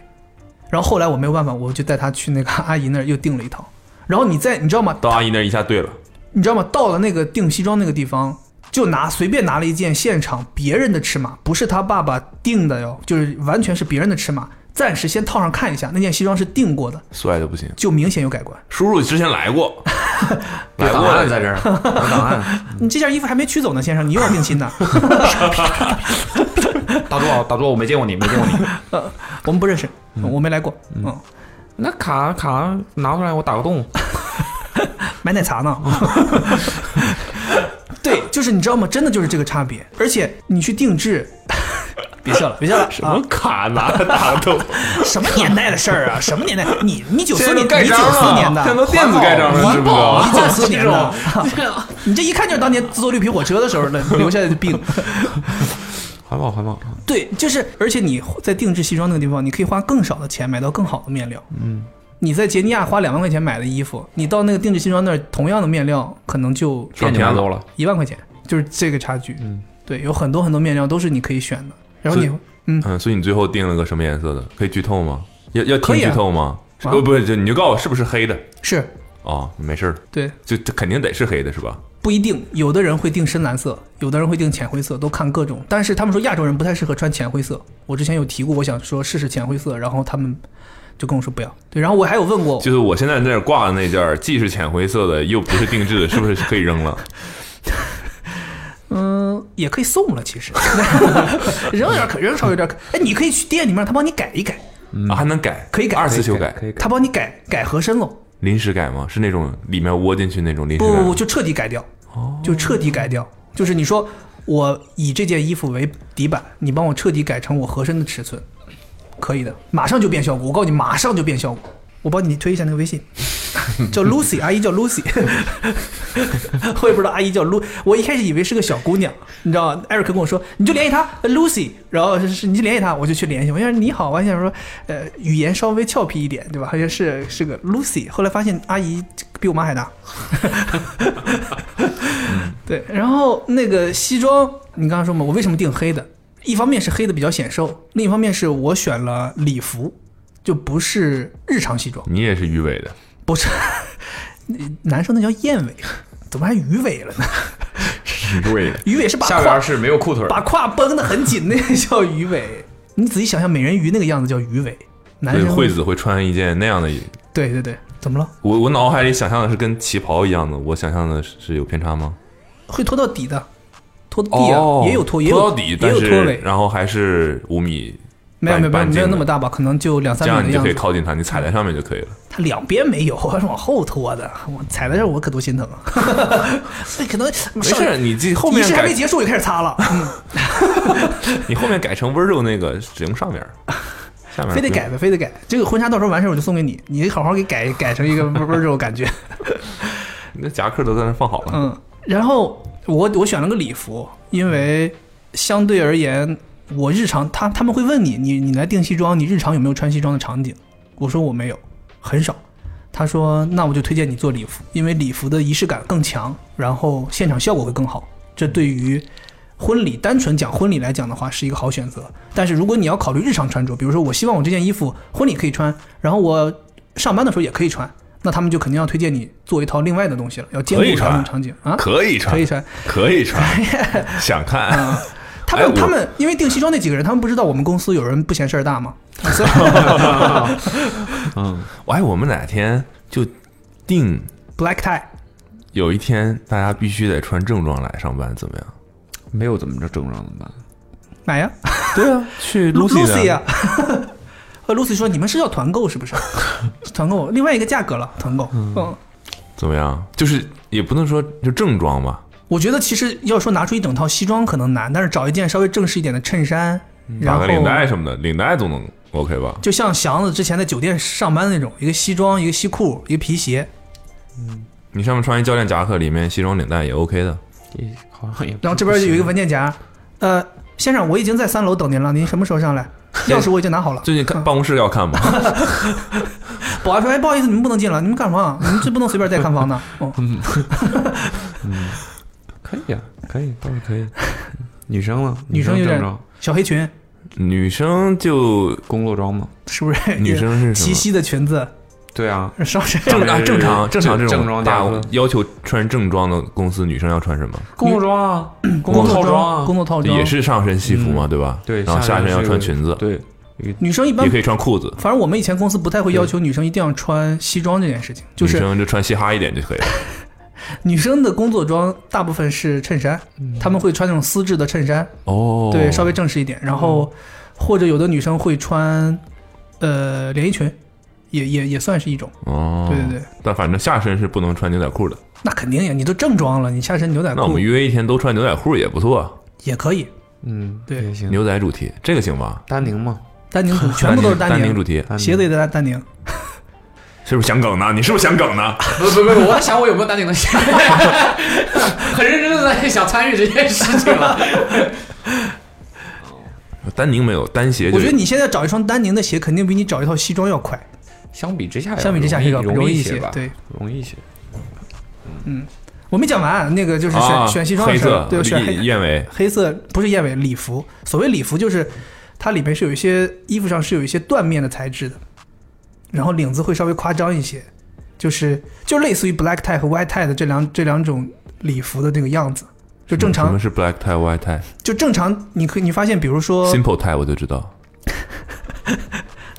Speaker 4: 然后后来我没有办法，我就带他去那个阿姨那儿又订了一套。然后你在你知道吗？
Speaker 3: 到阿姨那儿一下对了，
Speaker 4: 你知道吗？到了那个订西装那个地方，就拿随便拿了一件现场别人的尺码，不是他爸爸订的哟，就是完全是别人的尺码。暂时先套上看一下，那件西装是订过的，
Speaker 3: 帅的不行。
Speaker 4: 就明显有改观。
Speaker 3: 叔叔之前来过，来
Speaker 5: 档
Speaker 3: 过
Speaker 5: 案
Speaker 3: 了
Speaker 5: 在这儿，有档 (laughs) 案，
Speaker 3: 嗯
Speaker 4: 你这件衣服还没取走呢，先生，你又要定
Speaker 3: (laughs)
Speaker 4: 新的？
Speaker 5: 大壮，大壮，我没见过你，没见过你。
Speaker 4: 我们不认识，我没来过。嗯，
Speaker 5: (laughs) 那卡卡拿出来，我打个洞。
Speaker 4: 买奶茶呢？ (laughs) 对，就是你知道吗？真的就是这个差别。而且你去定制， (laughs) 别笑了，别笑
Speaker 3: (laughs)
Speaker 4: 了，
Speaker 3: 什
Speaker 4: 啊
Speaker 3: 么卡拿着打斗，
Speaker 4: 什么年代的事儿啊？什么年代？你你九四
Speaker 3: 现在
Speaker 4: 年，
Speaker 3: 都盖
Speaker 4: 你九
Speaker 3: 章啊
Speaker 4: 四
Speaker 3: 了
Speaker 4: 年的，
Speaker 3: 现在都电子盖章了知不知道
Speaker 4: (laughs) 你啊九四年的，
Speaker 5: 这种
Speaker 4: (laughs) 你这一看就是当年自坐绿皮火车的时候的留下来的 (laughs) 病。
Speaker 3: 环保环保，
Speaker 4: 对，就是而且你在定制西装那个地方，你可以花更少的钱买到更好的面料。嗯，你在杰尼亚花两万块钱买的衣服，你到那个定制西装那儿，同样的面料可能就
Speaker 5: 店就拿走了。
Speaker 4: 一万块钱，就是这个差距。嗯，对，有很多很多面料都是你可以选的，然后你
Speaker 3: 所以
Speaker 4: 嗯，
Speaker 3: 嗯，所以你最后定了个什么颜色的？可以剧透吗？要要
Speaker 4: 可
Speaker 3: 听
Speaker 4: 以啊
Speaker 3: 剧透吗？
Speaker 4: 啊
Speaker 3: 哦，不是，就你就告诉我是不是黑的
Speaker 4: 是
Speaker 3: 哦，没事儿的，
Speaker 4: 对，
Speaker 3: 就这肯定得是黑的是吧？
Speaker 4: 不一定，有的人会定深蓝色，有的人会定浅灰色，都看各种。但是他们说亚洲人不太适合穿浅灰色，我之前有提过，我想说试试浅灰色，然后他们就跟我说不要。对，然后我还有问过，
Speaker 3: 就是我现在在那儿挂的那件儿，既是浅灰色的，又不是定制的，是不是可以扔了？
Speaker 4: 嗯，也可以送了，
Speaker 5: (laughs)
Speaker 4: 其实扔有点可，扔稍微有点可。哎，你可以去店里面，他帮你改一改，
Speaker 3: 啊，还能改，
Speaker 4: 可以改
Speaker 3: 二次修改，
Speaker 5: 可以改
Speaker 4: 他帮你改改合身喽。
Speaker 3: 临时改吗？是那种里面窝进去那种临时啊哦
Speaker 4: 不
Speaker 3: 改吗？
Speaker 4: 不不，就彻底改掉，就彻底改掉。就是你说我以这件衣服为底板，你帮我彻底改成我合身的尺寸，可以的，马上就变效果。我告诉你，马上就变效果。我帮你推一下那个微信， (laughs) 叫 Lucy，阿姨叫 Lucy，我也不知道阿姨叫 Lu，我一开始以为是个小姑娘，你知道吗？艾瑞克跟我说，你就联系她呃 Lucy，然后是是你就联系她，我就去联系。我想你好，我还想说，呃，语言稍微俏皮一点，对吧？好像是是个 Lucy，后来发现阿姨比我妈还大， (laughs) 对，然后那个西装，你刚刚说嘛，我为什么定黑的？一方面是黑的比较显瘦，另一方面是我选了礼服，就不是日常西装，
Speaker 3: 你也是鱼尾的，
Speaker 4: 不是男生那叫燕尾，怎么还鱼尾了呢？
Speaker 5: 鱼
Speaker 4: (laughs)
Speaker 5: 尾的，
Speaker 4: 鱼尾是把
Speaker 5: 下
Speaker 4: 胯
Speaker 5: 边是没有裤腿儿，
Speaker 4: 把胯绷得很紧，那个叫鱼尾。你仔细想想，美人鱼那个样子叫鱼尾，男
Speaker 3: 所以
Speaker 4: 生
Speaker 3: 惠子会穿一件那样的。
Speaker 4: 对对对，怎么了？
Speaker 3: 我我脑海里想象的是跟旗袍一样的，我想象的是是有偏差吗？哦
Speaker 4: 会拖到底的，拖到底啊，
Speaker 5: 哦
Speaker 4: 也有拖，也有
Speaker 3: 拖到底，
Speaker 4: 也
Speaker 3: 但
Speaker 4: 有
Speaker 3: 是
Speaker 4: 拖尾，
Speaker 3: 然后还是五米，
Speaker 4: 没有没有没有
Speaker 3: 半
Speaker 4: 没有
Speaker 3: 径
Speaker 4: 那
Speaker 3: 的
Speaker 4: 么大吧，可能就两
Speaker 3: 这
Speaker 4: 三
Speaker 3: 样
Speaker 4: 米
Speaker 3: 你
Speaker 4: 的
Speaker 3: 就
Speaker 4: 样
Speaker 3: 可以
Speaker 4: 子。
Speaker 3: 靠近它，你踩在上面就可以了。
Speaker 4: 它两边没有，我是往后拖的，我踩在这儿我可多心疼啊！ (laughs) 所以可能
Speaker 3: 没
Speaker 4: 没
Speaker 3: 事，你这后
Speaker 4: 仪
Speaker 3: 面
Speaker 4: 式还
Speaker 3: 改
Speaker 4: 没，结束我就开始擦了，嗯，
Speaker 3: 你后面改成温柔那个，只用上面儿，下面儿
Speaker 4: (laughs) 非得
Speaker 3: 不用
Speaker 4: 改呗，非得改。这个婚纱到时候完事儿我就送给你，你好好给改改成一个 (laughs) 味儿肉感觉，
Speaker 3: 那夹克都在那放好了。
Speaker 4: 嗯。然后我我选了个礼服，因为相对而言，我日常他他们会问你，你你来订西装，你日常有没有穿西装的场景？我说我没有，很少。他说：“那我就推荐你做礼服，因为礼服的仪式感更强，然后现场效果会更好。这对于婚礼单纯讲婚礼来讲的话，是一个好选择。但是如果你要考虑日常穿着，比如说我希望我这件衣服婚礼可以穿，然后我上班的时候也可以穿，那他们就肯定要推荐你做一套另外的东西了，要兼顾
Speaker 3: 可以
Speaker 4: 两种
Speaker 3: 穿
Speaker 4: 场景啊，
Speaker 3: 可以穿，
Speaker 4: 可以嗯穿。
Speaker 3: 可以穿，
Speaker 4: (laughs)
Speaker 3: 想看，
Speaker 4: 他们、
Speaker 3: 哎我
Speaker 4: 他们因为订西装那几个人，他们不知道我们公司有人不嫌事
Speaker 3: (laughs)
Speaker 4: 儿大吗？啊所以
Speaker 3: 哎，我们哪天就定
Speaker 4: black tie
Speaker 3: 有一天大家必须得穿正装来上班，怎么样？
Speaker 5: 没有怎么着正装怎么办？
Speaker 4: 买
Speaker 3: (laughs)
Speaker 4: 呀
Speaker 3: 对啊，去
Speaker 4: Lucy 呀、
Speaker 3: 的，
Speaker 4: 呃，Lucy 说：“你们是要团购是不是？ (laughs) 团购，另外一个价格了，团购。嗯，
Speaker 3: 怎么样？就是也不能说就正装吧，
Speaker 4: 我觉得其实要说拿出一整套西装可能难，但是找一件稍微正式一点的衬衫，然
Speaker 3: 嗯打
Speaker 4: 后
Speaker 3: 个领带什么的，领带总能 OK 吧？
Speaker 4: 就像祥子之前在酒店上班的那种，一个西装，一个西裤，一个皮鞋，
Speaker 3: 你上面穿一教练夹克，里面西装领带也 OK 的。
Speaker 5: 也好像也不
Speaker 4: (laughs) 然后这边有一个文件夹，呃，先生，我已经在三楼等您了，您什么时候上
Speaker 3: (laughs)
Speaker 4: 来？钥匙我已经拿好了。
Speaker 3: 最近看办公室要看吗？ (laughs)
Speaker 4: 保安说：“哎，不好意思，你们不能进了，你们干嘛？你们这不能随便带看房的。哦，
Speaker 5: 可以啊，可以，倒是可以。 (laughs) 女生呢？
Speaker 4: 女生
Speaker 5: 生
Speaker 4: 有
Speaker 5: 正
Speaker 4: 点
Speaker 5: 装，
Speaker 4: 小黑裙
Speaker 3: 女生就
Speaker 5: 工作装嘛。
Speaker 4: 是不是？
Speaker 3: (laughs) 女生是什么
Speaker 4: 齐膝的裙子，
Speaker 5: 对啊，
Speaker 4: 上身
Speaker 3: 正
Speaker 5: 对
Speaker 3: 啊
Speaker 5: 对
Speaker 3: 正常
Speaker 5: 对
Speaker 3: 正常这
Speaker 5: 正
Speaker 3: 种
Speaker 5: 装
Speaker 3: 大
Speaker 5: 夹克
Speaker 3: 要求穿正装的公司，女生要穿什么？
Speaker 5: 工作装啊，
Speaker 4: 工
Speaker 5: 工
Speaker 4: 作
Speaker 5: 作装啊
Speaker 4: 工作套装
Speaker 3: 也。是上身西服嘛，对吧？
Speaker 5: 对，
Speaker 3: 然后下身要穿裙子，
Speaker 5: 对，
Speaker 4: 女生一般
Speaker 3: 也，可以穿裤子。
Speaker 4: 反正我们以前公司不太会要求女生一定要穿西装这件事情，就
Speaker 3: 女
Speaker 4: 是
Speaker 3: 生就穿嘻哈一点就可以了。
Speaker 4: 女生的工作装大部分是衬衫，她们会穿那种丝质的衬衫，
Speaker 3: 嗯哦，
Speaker 4: 对，稍微正式一点。然后或者有的女生会穿呃连衣裙，也也也算是一种。
Speaker 3: 哦，
Speaker 4: 对对对，
Speaker 3: 但反正下身是不能穿牛仔裤的。
Speaker 4: 那肯定呀，你都正装了，你下身牛仔
Speaker 3: 那我
Speaker 4: 裤
Speaker 3: 们约一天都穿牛仔裤也不错啊，
Speaker 4: 也可以，
Speaker 5: 嗯，
Speaker 4: 对
Speaker 5: 也行。
Speaker 3: 牛仔主题这个行吧？
Speaker 5: 丹宁嘛，
Speaker 4: 丹宁组全部都是
Speaker 3: 丹宁丹
Speaker 4: 宁
Speaker 3: 宁主，题，
Speaker 5: 丹宁
Speaker 4: 鞋子也在丹宁。
Speaker 3: 是不是想梗呢？你是不是想梗呢？
Speaker 5: 不不不，我在想我有没有丹宁的鞋， (laughs) 很认真的在想参与这件事
Speaker 4: (laughs)
Speaker 5: 情了。
Speaker 3: 丹宁没有单鞋就
Speaker 4: 我
Speaker 3: 有，
Speaker 4: 觉得你现在找一双丹宁的鞋，肯定比你找一套西装要快。
Speaker 5: 相比之下，
Speaker 4: 相比之下，要
Speaker 5: 要
Speaker 4: 容
Speaker 5: 哎易
Speaker 4: 一
Speaker 5: 些
Speaker 4: 些
Speaker 5: 吧，。
Speaker 4: 对，
Speaker 5: 容易一些。
Speaker 4: 我没讲完，那个就是选、
Speaker 3: 啊
Speaker 4: 选西装
Speaker 3: 黑
Speaker 4: 的事
Speaker 3: 色
Speaker 4: 儿，对，选
Speaker 3: 燕
Speaker 4: 黑
Speaker 3: 燕尾
Speaker 4: 黑色不是燕尾礼服。所谓礼服，就是它里面是有一些衣服上是有一些缎面的材质的，然后领子会稍微夸张一些，就是就类似于 black tie 和 white tie 的这两这两种礼服的这个样子，就正
Speaker 3: 什
Speaker 4: 常
Speaker 3: 么是 black tie white tie
Speaker 4: 就正常，你可以你发现，比如说
Speaker 3: simple tie 我就知道。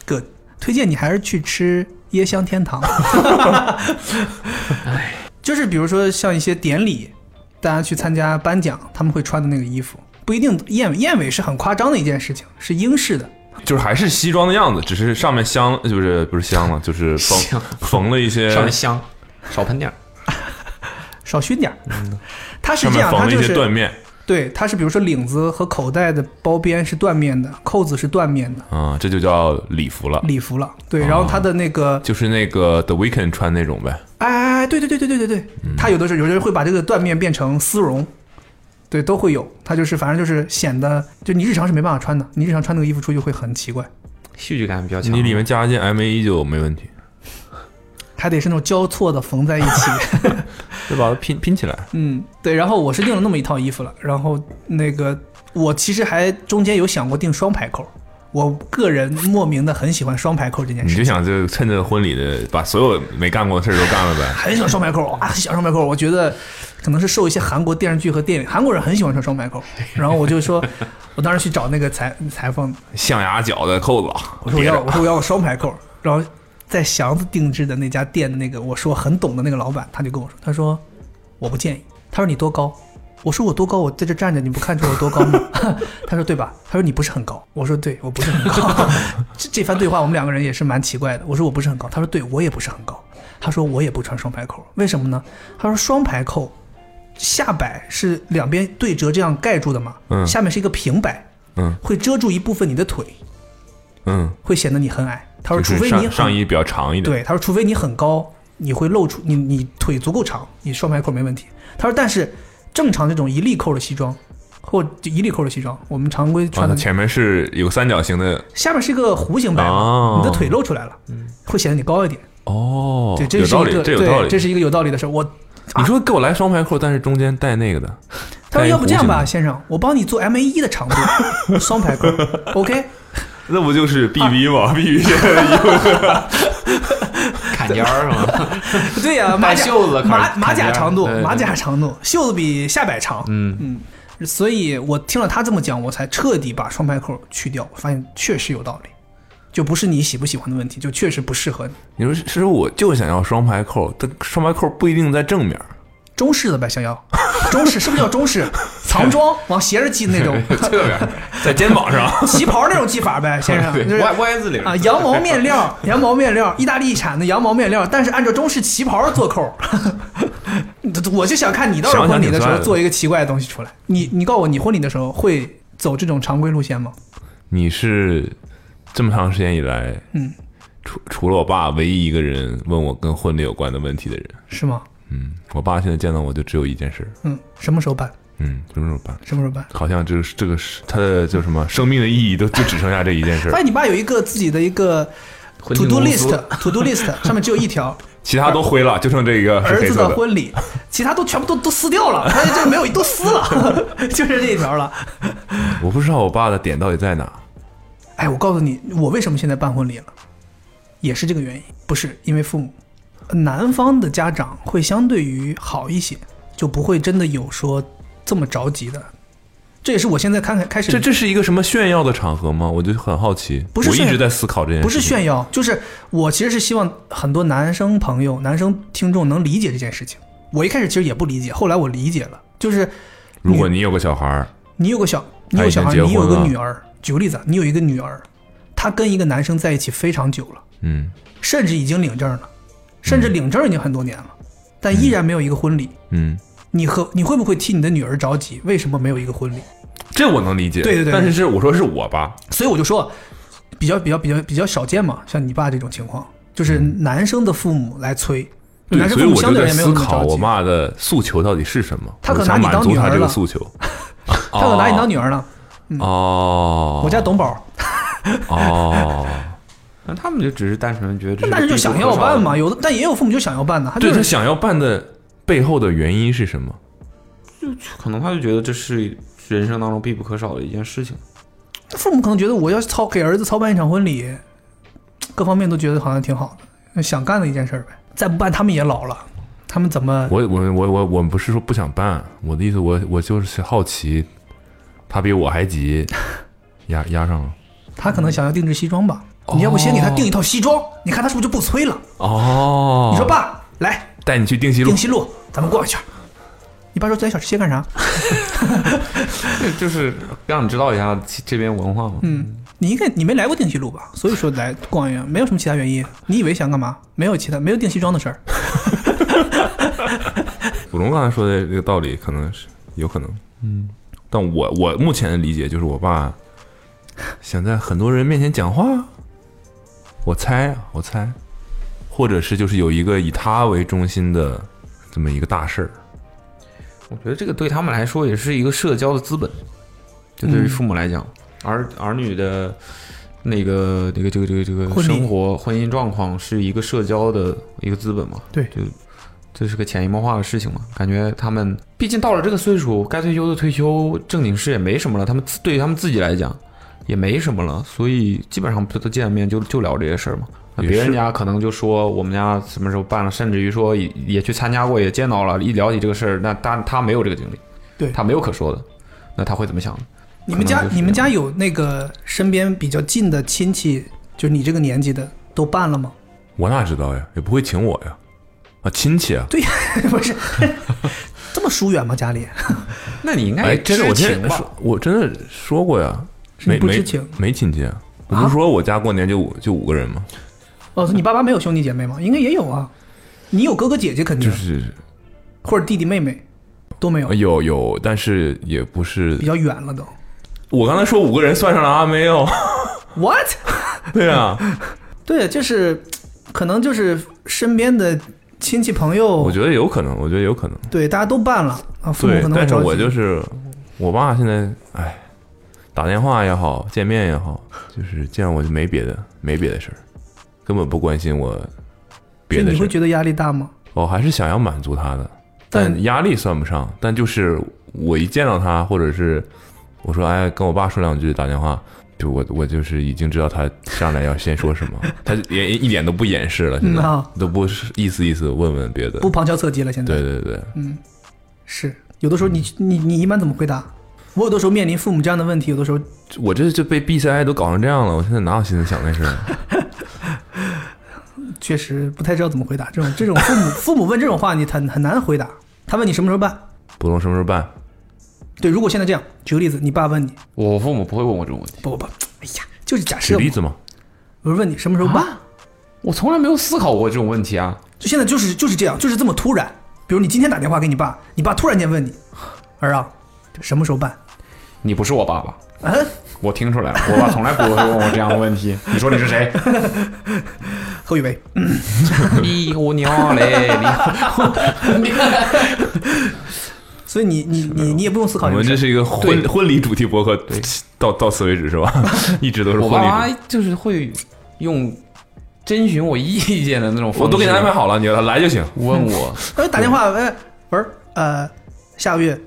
Speaker 4: 哥，推荐你还是去吃椰香天
Speaker 3: (laughs)
Speaker 4: 堂。就是比如说像一些典礼，大家去参加颁奖，他们会穿的那个衣服，不一定燕尾燕尾是很夸张的一件事情，是英式的。
Speaker 3: 就是还是西装的样子，只是上面镶呃不是不是镶了，就是
Speaker 4: (laughs)
Speaker 3: 缝
Speaker 5: 镶
Speaker 3: 缝了一些，
Speaker 5: 上面香，呃少喷点儿。
Speaker 4: 少熏点儿，它是
Speaker 3: 嗯上
Speaker 4: 这
Speaker 3: 面
Speaker 4: 样，
Speaker 3: 缝
Speaker 4: 它
Speaker 3: 了
Speaker 4: 啊就
Speaker 3: 一些缎
Speaker 4: 是
Speaker 3: 面
Speaker 4: 对，它是比如说领子和口袋的包边是缎面的，扣子是缎面的
Speaker 3: 啊、这就叫礼服了，
Speaker 4: 礼服了，对，然后它的那个，
Speaker 3: 就是那个 The Weeknd 穿那种呗。
Speaker 4: 哎哎哎，对对对对对对对，
Speaker 3: 嗯
Speaker 4: 它有的时候有的人会把这个缎面变成丝绒，对，都会有。它就是反正就是显得，就你日常是没办法穿的，你日常穿那个衣服出去会很奇怪，
Speaker 5: 戏剧感比较强。
Speaker 3: 你里面加一件 M A 衣就没问题，
Speaker 4: 还得是那种交错的缝在一起。
Speaker 3: 就把它拼拼起来。
Speaker 4: 嗯，对。然后我是订了那么一套衣服了，然后那个我其实还中间有想过订双排扣，我个人莫名的很喜欢双排扣这件
Speaker 3: 你
Speaker 4: 事。
Speaker 3: 就想就趁着婚礼的，把所有没干过的事儿都干了
Speaker 4: (laughs)
Speaker 3: 呗。
Speaker 4: 很喜欢双排扣啊，很喜欢双排扣。我觉得可能是受一些韩国电视剧和电影，韩国人很喜欢穿双排扣。然后我
Speaker 3: (laughs)
Speaker 4: 就说，我当时去找那个裁裁缝，
Speaker 3: 象牙脚的扣子，
Speaker 4: 我说我
Speaker 3: 别
Speaker 4: 要，
Speaker 3: 着
Speaker 4: 我说我要个双排扣，然后在祥子定制的那家店的那个，我说很懂的那个老板，他就跟我说，他说我不建议，他说你多高？我说我多高？我在这站着，你不看出我多高吗？ (laughs) 他说对吧？他说你不是很高。我说对，我不是很高。 (laughs) 这这番对话我们两个人也是蛮奇怪的。我说我不是很高，他说对我也不是很高。他说我也不穿双排扣，为什么呢？他说双排扣下摆是两边对折这样盖住的嘛，
Speaker 3: 嗯
Speaker 4: 下面是一个平摆，
Speaker 3: 嗯，
Speaker 4: 会遮住一部分你的腿，
Speaker 3: 嗯，
Speaker 4: 会显得你很矮。他说，
Speaker 3: 就
Speaker 4: 除
Speaker 3: 是
Speaker 4: 非你
Speaker 3: 上
Speaker 4: 很
Speaker 3: 上衣比较长一点。啊
Speaker 4: 对，他说除非你很高，你会露出你你腿足够长，你双排扣没问题。他说，但是正常这种一粒扣的西装，或就一粒扣的西装，我们常规
Speaker 3: 啊，
Speaker 4: 穿
Speaker 3: 它
Speaker 4: 的，
Speaker 3: 前面是有个三角形的
Speaker 4: 下面是一个弧形摆嘛，
Speaker 3: 哦
Speaker 4: 你的腿露出来了，会显得你高一点。
Speaker 3: 哦，
Speaker 4: 对，这
Speaker 3: 有
Speaker 4: 是
Speaker 3: 道
Speaker 4: 一
Speaker 3: 理，
Speaker 4: 个
Speaker 3: 这有道
Speaker 4: 对，
Speaker 3: 理。
Speaker 4: 这是一个有道理的事儿。我
Speaker 3: 你说给我来双排扣，但是中间带那个
Speaker 4: (laughs)
Speaker 3: 的，
Speaker 4: 他说
Speaker 3: 带一
Speaker 4: 要不这样
Speaker 3: 弧
Speaker 4: 吧，
Speaker 3: 形
Speaker 4: 先生，我帮你做 M A 一的长度，双排扣，OK。 (laughs)
Speaker 3: 的 (laughs) 那不就是 B B
Speaker 4: 啊
Speaker 3: 吗？B B
Speaker 5: 砍尖儿
Speaker 4: (laughs)
Speaker 5: 是吗？
Speaker 4: 对呀、马
Speaker 5: 带
Speaker 4: 甲
Speaker 5: 袖子开始
Speaker 4: 马
Speaker 5: 砍
Speaker 4: 马甲
Speaker 5: 肩
Speaker 4: 长度
Speaker 5: 对，对
Speaker 4: 马甲长度，袖子比下摆长。嗯所以我听了他这么讲，我才彻底把双排扣去掉，我发现确实有道理，就不是你喜不喜欢的问题，就确实不适合你。
Speaker 3: 你说师傅，我就想要双排扣，但双排扣不一定在正
Speaker 4: (laughs)
Speaker 3: 面儿，
Speaker 4: 中式的呗，想要中式是不是叫中
Speaker 5: (laughs)
Speaker 4: 式藏装往斜着系的那种
Speaker 5: 侧面
Speaker 3: (laughs) 在肩膀上。
Speaker 4: 旗袍那种系法呗，先生。就是
Speaker 5: 歪歪字领
Speaker 4: 啊，羊毛面料，羊毛面料，意大利产的羊毛面料，但是按照中式旗袍做扣儿， (laughs) 我就想看你到时候
Speaker 3: 想想
Speaker 4: 婚礼
Speaker 3: 挺
Speaker 4: 的时
Speaker 3: 帅
Speaker 4: 候
Speaker 3: 的
Speaker 4: 做一个奇怪的东西出来。你你告诉我，你婚礼的时候会走这种常规路线吗？
Speaker 3: 你是这么长时间以来，
Speaker 4: 嗯，
Speaker 3: 除除了我爸，唯一一个人问我跟婚礼有关的问题的人。
Speaker 4: 是吗？
Speaker 3: 嗯，我爸现在见到我就只有一件事儿，
Speaker 4: 嗯，什么时候办？
Speaker 3: 嗯，什么时候办？
Speaker 4: 什么时候办？
Speaker 3: 好像这个是这个是他的叫什么生命的意义都就只剩下这一件事
Speaker 4: 发
Speaker 3: 儿，
Speaker 4: (laughs) 现你爸有一个自己的一个 to
Speaker 5: 庆
Speaker 4: do
Speaker 5: 公司
Speaker 4: list，to do list
Speaker 5: (laughs)
Speaker 4: 上面只有一条
Speaker 3: 其他都灰了，就剩这个是
Speaker 4: 儿
Speaker 3: 黑
Speaker 4: 子
Speaker 3: 色
Speaker 4: 的
Speaker 3: 的。
Speaker 4: 婚礼，其他都全部都都撕掉了，发现这个没有都撕了， (laughs) 就是这一条了。
Speaker 3: 我不知道我爸的点到底在哪，
Speaker 4: 哎，我告诉你，我为什么现在办婚礼了，也是这个原因，不是因为父母。男方的家长会相对于好一些，就不会真的有说这么着急的。这也是我现在看看开始
Speaker 3: 这这是一个什么炫耀的场合吗？我就很好奇，
Speaker 4: 不是
Speaker 3: 我一
Speaker 4: 炫耀
Speaker 3: 直在思考这件事，
Speaker 4: 不是炫耀，就是我其实是希望很多男生朋友、男生听众能理解这件事情。我一开始其实也不理解，后来我理解了，就是
Speaker 3: 如果你有个小孩儿，
Speaker 4: 你有个小，你有个小
Speaker 3: 他已
Speaker 4: 孩，
Speaker 3: 经
Speaker 4: 你
Speaker 3: 结婚
Speaker 4: 有个
Speaker 3: 了
Speaker 4: 女儿。举个例子啊，你有一个女儿，她跟一个男生在一起非常久了，
Speaker 3: 嗯
Speaker 4: 甚至已经领证了，甚至领证已经很多年了，但依然没有一个婚礼。
Speaker 3: 嗯，
Speaker 4: 你和你会不会替你的女儿着急？为什么没有一个婚礼？
Speaker 3: 这我能理解，
Speaker 4: 对对对
Speaker 3: 但是是我说是我爸，
Speaker 4: 所以我就说，比较比较比较比较少见嘛，像你爸这种情况，就是男生的父母来催，
Speaker 3: 嗯对，
Speaker 4: 男生
Speaker 3: 所以
Speaker 4: 父母
Speaker 3: 我就
Speaker 4: 相对而
Speaker 3: 在
Speaker 4: 言没有
Speaker 3: 思
Speaker 4: 那么
Speaker 3: 考
Speaker 4: 着
Speaker 3: 我
Speaker 4: 急，
Speaker 3: 妈的诉求到底是什么，
Speaker 4: 他可
Speaker 3: 我
Speaker 4: 能
Speaker 3: 想
Speaker 4: 拿
Speaker 3: 满
Speaker 4: 你当
Speaker 3: 足
Speaker 4: 女
Speaker 3: 他
Speaker 4: 儿
Speaker 3: 这个
Speaker 4: 了
Speaker 3: 诉求。
Speaker 4: (laughs) 他可拿你当
Speaker 3: 女
Speaker 4: 女儿呢。
Speaker 3: 哦，
Speaker 4: 我家董宝， (laughs)
Speaker 3: 哦，
Speaker 5: 那他们就只是单纯觉得
Speaker 4: 那
Speaker 5: 这是
Speaker 4: 男人就
Speaker 5: 必不
Speaker 4: 想
Speaker 5: 可
Speaker 4: 要
Speaker 5: 少
Speaker 4: 办
Speaker 5: 的
Speaker 4: 嘛，有的，但也有父母就想要办的，他就
Speaker 3: 对他
Speaker 4: 是
Speaker 3: 想要办的背后的原因是什么？
Speaker 5: 可能他就觉得这是人生当中必不可少的一件事情。
Speaker 4: 父母可能觉得我要操给儿子操办一场婚礼，各方面都觉得好像挺好的，想干的一件事儿呗。再不办，他们也老了，他们怎么？
Speaker 3: 我我我我我不是说不想办，我的意思我我就是好奇，他比我还急，压压上了。
Speaker 4: 他可能想要定制西装吧？你要不先给他定一套西装，你看他是不是就不催了？
Speaker 3: 哦，
Speaker 4: 你说爸，来
Speaker 3: 带你去定西路
Speaker 4: 定，西路，咱们逛一圈。你爸说咱小吃街干啥？
Speaker 5: 就是让你知道一下这这边文化嘛。
Speaker 4: 嗯，你应该你没来过定西路吧？所以说来逛一逛，没有什么其他原因。你以为想干嘛？没有其他，没有定西装的事儿。
Speaker 3: 古龙刚才说的这个道理可能是有可能，嗯，但我我目前的理解就是我爸想在很多人面前讲话，我猜啊，我猜，或者是就是有一个以他为中心的这么一个大事儿，
Speaker 5: 我觉得这个对他们来说也是一个社交的资本，就对于
Speaker 4: 嗯
Speaker 5: 父母来讲，儿儿女的那个那个这个这个这个
Speaker 4: 婚礼
Speaker 5: 生活婚姻状况是一个社交的一个资本嘛。
Speaker 4: 对
Speaker 5: 就这是个潜移默化的事情嘛。感觉他们毕竟到了这个岁数，该退休的退休，正经事也没什么了。他们自对于他们自己来讲也没什么了，所以基本上不都见面就就聊这些事儿嘛。那
Speaker 3: 也
Speaker 5: 别
Speaker 3: 是
Speaker 5: 人家可能就说我们家什么时候办了，甚至于说也也去参加过，也见到了。一聊起这个事儿，那但他没有这个经历，
Speaker 4: 对
Speaker 5: 他没有可说的，那他会怎么想呢？
Speaker 4: 你们家
Speaker 5: 可能就是
Speaker 4: 你们家有那个身边比较近的亲戚，就是你这个年纪的都办了吗？ (laughs)
Speaker 3: 我哪知道呀，也不会请我呀，啊，亲戚啊，
Speaker 4: 对呀，不是这么疏远吗？家里
Speaker 5: 那你应该
Speaker 3: 哎，
Speaker 5: 也
Speaker 3: 真的，
Speaker 5: 知
Speaker 3: 我之
Speaker 5: 情
Speaker 3: 前
Speaker 5: 吧
Speaker 3: 说？我真的说过呀，
Speaker 4: 是你
Speaker 3: 没
Speaker 4: 不知
Speaker 3: 没
Speaker 4: 情
Speaker 3: 没亲戚啊，我不是说我家过年就五就五个人吗？
Speaker 4: 哦，你爸妈没有兄弟姐妹吗？应该也有啊，你有哥哥姐姐肯定，
Speaker 3: 就是
Speaker 4: 或者弟弟妹妹都没有
Speaker 3: 呃，有有，但是也不是
Speaker 4: 哦比较远了都。
Speaker 3: 我刚才说五个人算上了阿妹哦，
Speaker 4: What？
Speaker 3: (laughs) 对啊，
Speaker 4: 对，就是可能就是身边的亲戚朋友，
Speaker 3: 我觉得有可能，我觉得有可能，
Speaker 4: 对大家都办了啊，哦父母
Speaker 3: 对
Speaker 4: 可，能会
Speaker 3: 但是
Speaker 4: 着急。
Speaker 3: 我就是我爸现在，哎，打电话也好，见面也好，就是见我就没别的，没别的事儿，根本不关心我别
Speaker 4: 所以
Speaker 3: 的
Speaker 4: 你
Speaker 3: 事
Speaker 4: 会
Speaker 3: 儿，
Speaker 4: 觉得压力大吗？
Speaker 3: 我哦还是想要满足他的，
Speaker 4: 但
Speaker 3: 但压力算不上，但就是我一见到他，或者是我说哎，跟我爸说两句，打电话。就我我就是已经知道他上来要先说什么，
Speaker 4: (laughs)
Speaker 3: 他连一点都不掩饰了，现在
Speaker 4: 嗯啊
Speaker 3: 都不是意思意思问问别的，
Speaker 4: 不旁敲侧击了，现在
Speaker 3: 对对对，
Speaker 4: 是有的时候你你你一般怎么回答？我有的时候面临父母这样的问题，有的时候
Speaker 3: 我这就被 BCI 都搞成这样了，我现在哪有心思想那事儿？
Speaker 4: 确实不太知道怎么回答。这种这种父母父母问这种话，你很很难回答。他问你什么时候办？
Speaker 3: 不懂什么时候办？
Speaker 4: 对，如果现在这样，举个例子，你爸问你，
Speaker 5: 我父母不会问我这种问题，
Speaker 4: 不不不，哎呀，就是假
Speaker 3: 举
Speaker 4: 设嘛，
Speaker 3: 例子嘛。
Speaker 4: 我问你什么时候办，
Speaker 5: 我从来没有思考过这种问题啊。
Speaker 4: 就现在就是就是这样，就是这么突然。比如你今天打电话给你爸，你爸突然间问你，儿啊，这什么时候办？
Speaker 5: 你不是我爸爸，
Speaker 4: 啊，
Speaker 5: 我听出来了，我爸从来不会问我这样的问题。你说你是谁？
Speaker 4: 何雨薇，
Speaker 5: (laughs) 你我娘嘞！你
Speaker 4: 所以你你你你也不用思
Speaker 2: 我
Speaker 4: 考
Speaker 2: 们
Speaker 4: 哦这
Speaker 2: 这
Speaker 4: 个事
Speaker 2: 是一个婚婚礼主题博客，到到此为止
Speaker 3: (laughs)
Speaker 2: 是吧？一直都是
Speaker 5: 我
Speaker 2: 婚
Speaker 5: 爸
Speaker 2: 礼
Speaker 5: 妈
Speaker 2: 主题。
Speaker 5: 就是会用征询我意见的那种方式，
Speaker 2: 我都给你安排好了，你让他来就行。
Speaker 5: 问我
Speaker 4: 儿。哎，打电话，哎，不是，呃，下个月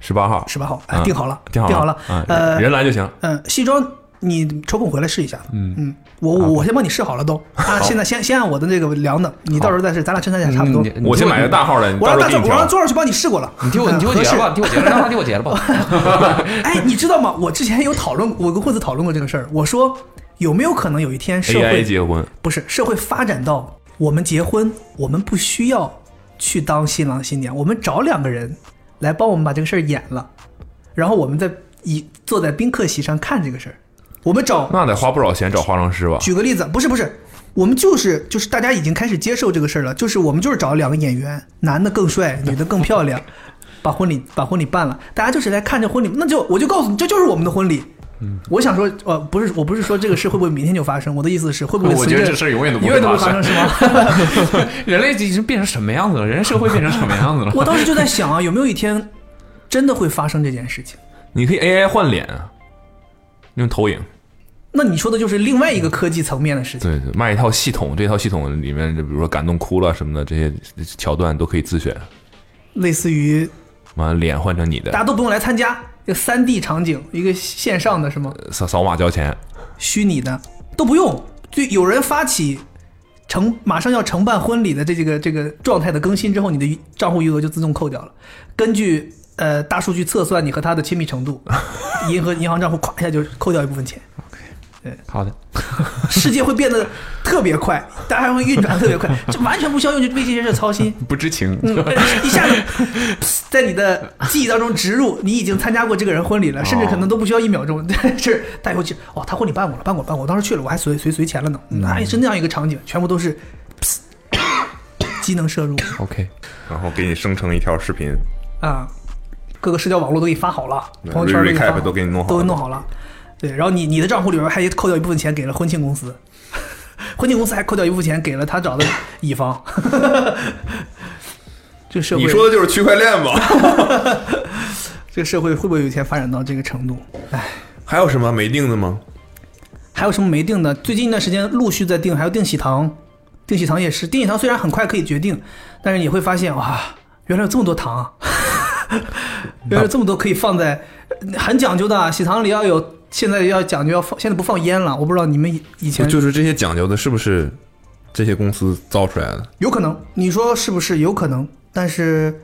Speaker 2: 十八号
Speaker 4: 十八号，哎，
Speaker 2: 嗯
Speaker 4: 定好了，
Speaker 2: 定
Speaker 4: 定
Speaker 2: 好
Speaker 4: 了，
Speaker 2: 嗯，
Speaker 4: 呃，
Speaker 2: 人来就行。
Speaker 4: 嗯，西装。你抽空回来试一下，嗯嗯，我我我先帮你试好了
Speaker 2: (laughs)
Speaker 4: 都啊，现在先先按我的那个量的，你到时候再试，咱俩身材也差不多。
Speaker 5: 你你
Speaker 2: 我先买个大号嗯的，你
Speaker 4: 我
Speaker 2: 到
Speaker 4: 让大
Speaker 2: 时候给
Speaker 4: 壮，我
Speaker 2: 你
Speaker 4: 让壮
Speaker 2: 挑。
Speaker 4: 壮去帮你试过了，
Speaker 5: (laughs) 你听我，你
Speaker 4: (laughs)
Speaker 5: 听我
Speaker 4: 合
Speaker 5: 结
Speaker 4: 适
Speaker 5: 了吧，你听我结了，让他听我结了
Speaker 4: (laughs)
Speaker 5: 吧。
Speaker 4: 哎，你知道吗？我之前有讨论，我跟惠子讨论过这个事儿。我说，有没有可能有一天社
Speaker 2: AI
Speaker 4: 会
Speaker 2: 结婚，
Speaker 4: 不是社会发展到我们结婚，我们不需要去当新郎新娘，我们找两个人来帮我们把这个事儿演了，然后我们在以坐在宾客席上看这个事儿。我们找
Speaker 2: 那得花不少钱找化妆师吧？
Speaker 4: 举个例子，不是不是，我们就是就是大家已经开始接受这个事儿了，就是我们就是找两个演员，男的更帅，女的更漂
Speaker 5: (laughs)
Speaker 4: 亮，把婚礼把婚礼办了，大家就是来看这婚礼，那就我就告诉你，这就是我们的婚礼。嗯，我想说，呃，不是，我不是说这个事会不会明天就发生，我的意思是会不会
Speaker 5: 我
Speaker 4: 随
Speaker 5: 觉
Speaker 4: 着
Speaker 5: 得这事儿永远都不
Speaker 4: 永
Speaker 5: 会
Speaker 4: 远都
Speaker 5: 发
Speaker 4: 会
Speaker 5: 生
Speaker 4: 发生，是吗？
Speaker 5: (laughs) 人类已经变成什么样子了？人类社会变成什么样子了？
Speaker 4: 我当时就在想啊，有没有一天真的会发生这件事情？
Speaker 2: 你可以 AI 换脸啊，用投影。
Speaker 4: 那你说的就是另外一个科技层面的事情。
Speaker 2: 对对，卖一套系统，这套系统里面，比如说感动哭了什么的，这些桥段都可以自选。
Speaker 4: 类似于
Speaker 2: 完，脸换成你的
Speaker 4: 大，家都不用来参加，一个三 D 场景，一个线上的是吗？
Speaker 2: 扫扫码交钱。
Speaker 4: 虚拟的都不用，就有人发起承马上要承办婚礼的这这个这个状态的更新之后，你的余账户余额就自动扣掉了。根据呃大数据测算你和他的亲密
Speaker 5: (laughs)
Speaker 4: 程度，银河银行账户咵一下就扣掉一部分钱。
Speaker 5: 好的，
Speaker 4: 世界会变得特别快，大家会运转得特别
Speaker 5: (laughs)
Speaker 4: 快，这完全不需要用为这些事操心。
Speaker 5: 不知情。
Speaker 4: 嗯， (laughs) 一下子在你的记忆当中植入，你已经参加过这个人婚礼了，
Speaker 3: 哦
Speaker 4: 甚至可能都不需要一秒钟。 (laughs) 但是带回去，哇，他婚礼办过了，办过了，办过了，我当时去了，我还随随随钱了呢。嗯，哎，是那样一个场景，全部都是 (coughs) 机能摄入
Speaker 3: 嗯
Speaker 5: OK，
Speaker 3: 然后给你生成一条视频，
Speaker 4: 啊，各个社交网络都给你发好了，
Speaker 3: 对
Speaker 4: 朋友圈都给你发
Speaker 3: 嗯 recap 都给你弄好了
Speaker 4: 都给弄好了。对，然后你你的账户里边还扣掉一部分钱给了婚庆公司， (laughs) 婚庆公司还扣掉一部分钱给了他找的乙方。 (laughs) 这个社会，
Speaker 3: 你说的就是区块链吧？
Speaker 4: 这个社会会不会有一天发展到这个程度？
Speaker 3: (laughs) 还有什么没定的吗？
Speaker 4: 还有什么没定的？最近一段时间陆续在定，还有定喜糖，定喜糖也是，定喜糖虽然很快可以决定，但是你会发现哇，原来有这么多糖啊， (laughs) 原来有这么多可以放在，呃很讲究的、啊，喜糖里要有，现在要讲究要放，现在不放烟了，我不知道你们以以前
Speaker 3: 就是这些讲究的，是不是这些公司造出来的？
Speaker 4: 有可能，你说是不是有可能？但是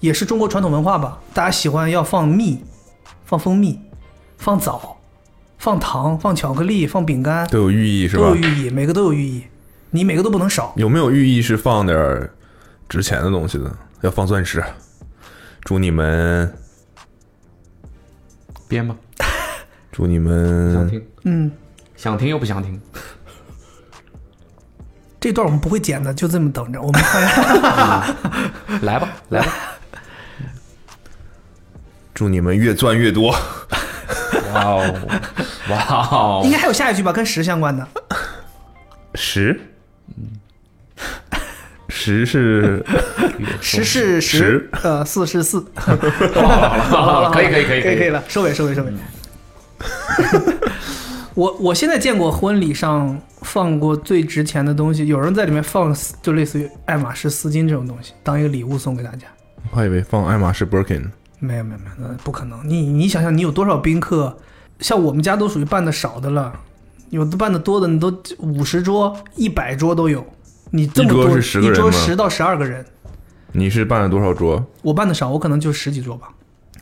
Speaker 4: 也是中国传统文化吧，大家喜欢要放蜜，放蜂蜜，放枣，放糖，放巧克力，放饼干，
Speaker 3: 都有寓意是
Speaker 4: 都
Speaker 3: 吧
Speaker 4: 有？寓意，每个都有寓意，你每个都不能少。
Speaker 3: 有没有寓意是放点儿值钱的东西的？要放钻石。啊祝你们，
Speaker 5: 编吧，
Speaker 2: 嗯
Speaker 3: 祝你
Speaker 5: 想
Speaker 3: 们
Speaker 5: 听，
Speaker 4: 嗯，
Speaker 5: 想听又不想听。
Speaker 4: 这段我们不会剪的，就这么等着。我们
Speaker 5: 来吧，来
Speaker 4: (laughs)
Speaker 5: 吧。
Speaker 3: 祝你们越赚越多。
Speaker 5: 哇哦，哇哦
Speaker 4: 应，该还有下一句吧，跟十相关的。
Speaker 3: 十， (laughs) 十是
Speaker 4: 十是十
Speaker 3: 十，
Speaker 4: 呃，四是四。
Speaker 5: 好了，可以，可以，可以，
Speaker 4: 可以可以。了，收尾收尾收尾。我我现在见过婚礼上放过最值钱的东西，有人在里面放就类似于爱马仕丝巾这种东西，当一个礼物送给大家。
Speaker 3: 我还以为放爱马仕 Birkin，
Speaker 4: 没有没有没有，那不可能。你你想想，你有多少宾客？像我们家都属于办的少的了，有的办的多的，你都五十桌、一百桌都有。你这么
Speaker 3: 一
Speaker 4: 多，
Speaker 3: 桌是10个人
Speaker 4: 一桌
Speaker 3: 吗
Speaker 4: 十到十二个人，
Speaker 3: 你是办了多少桌？
Speaker 4: 我办的少，我可能就十几桌吧，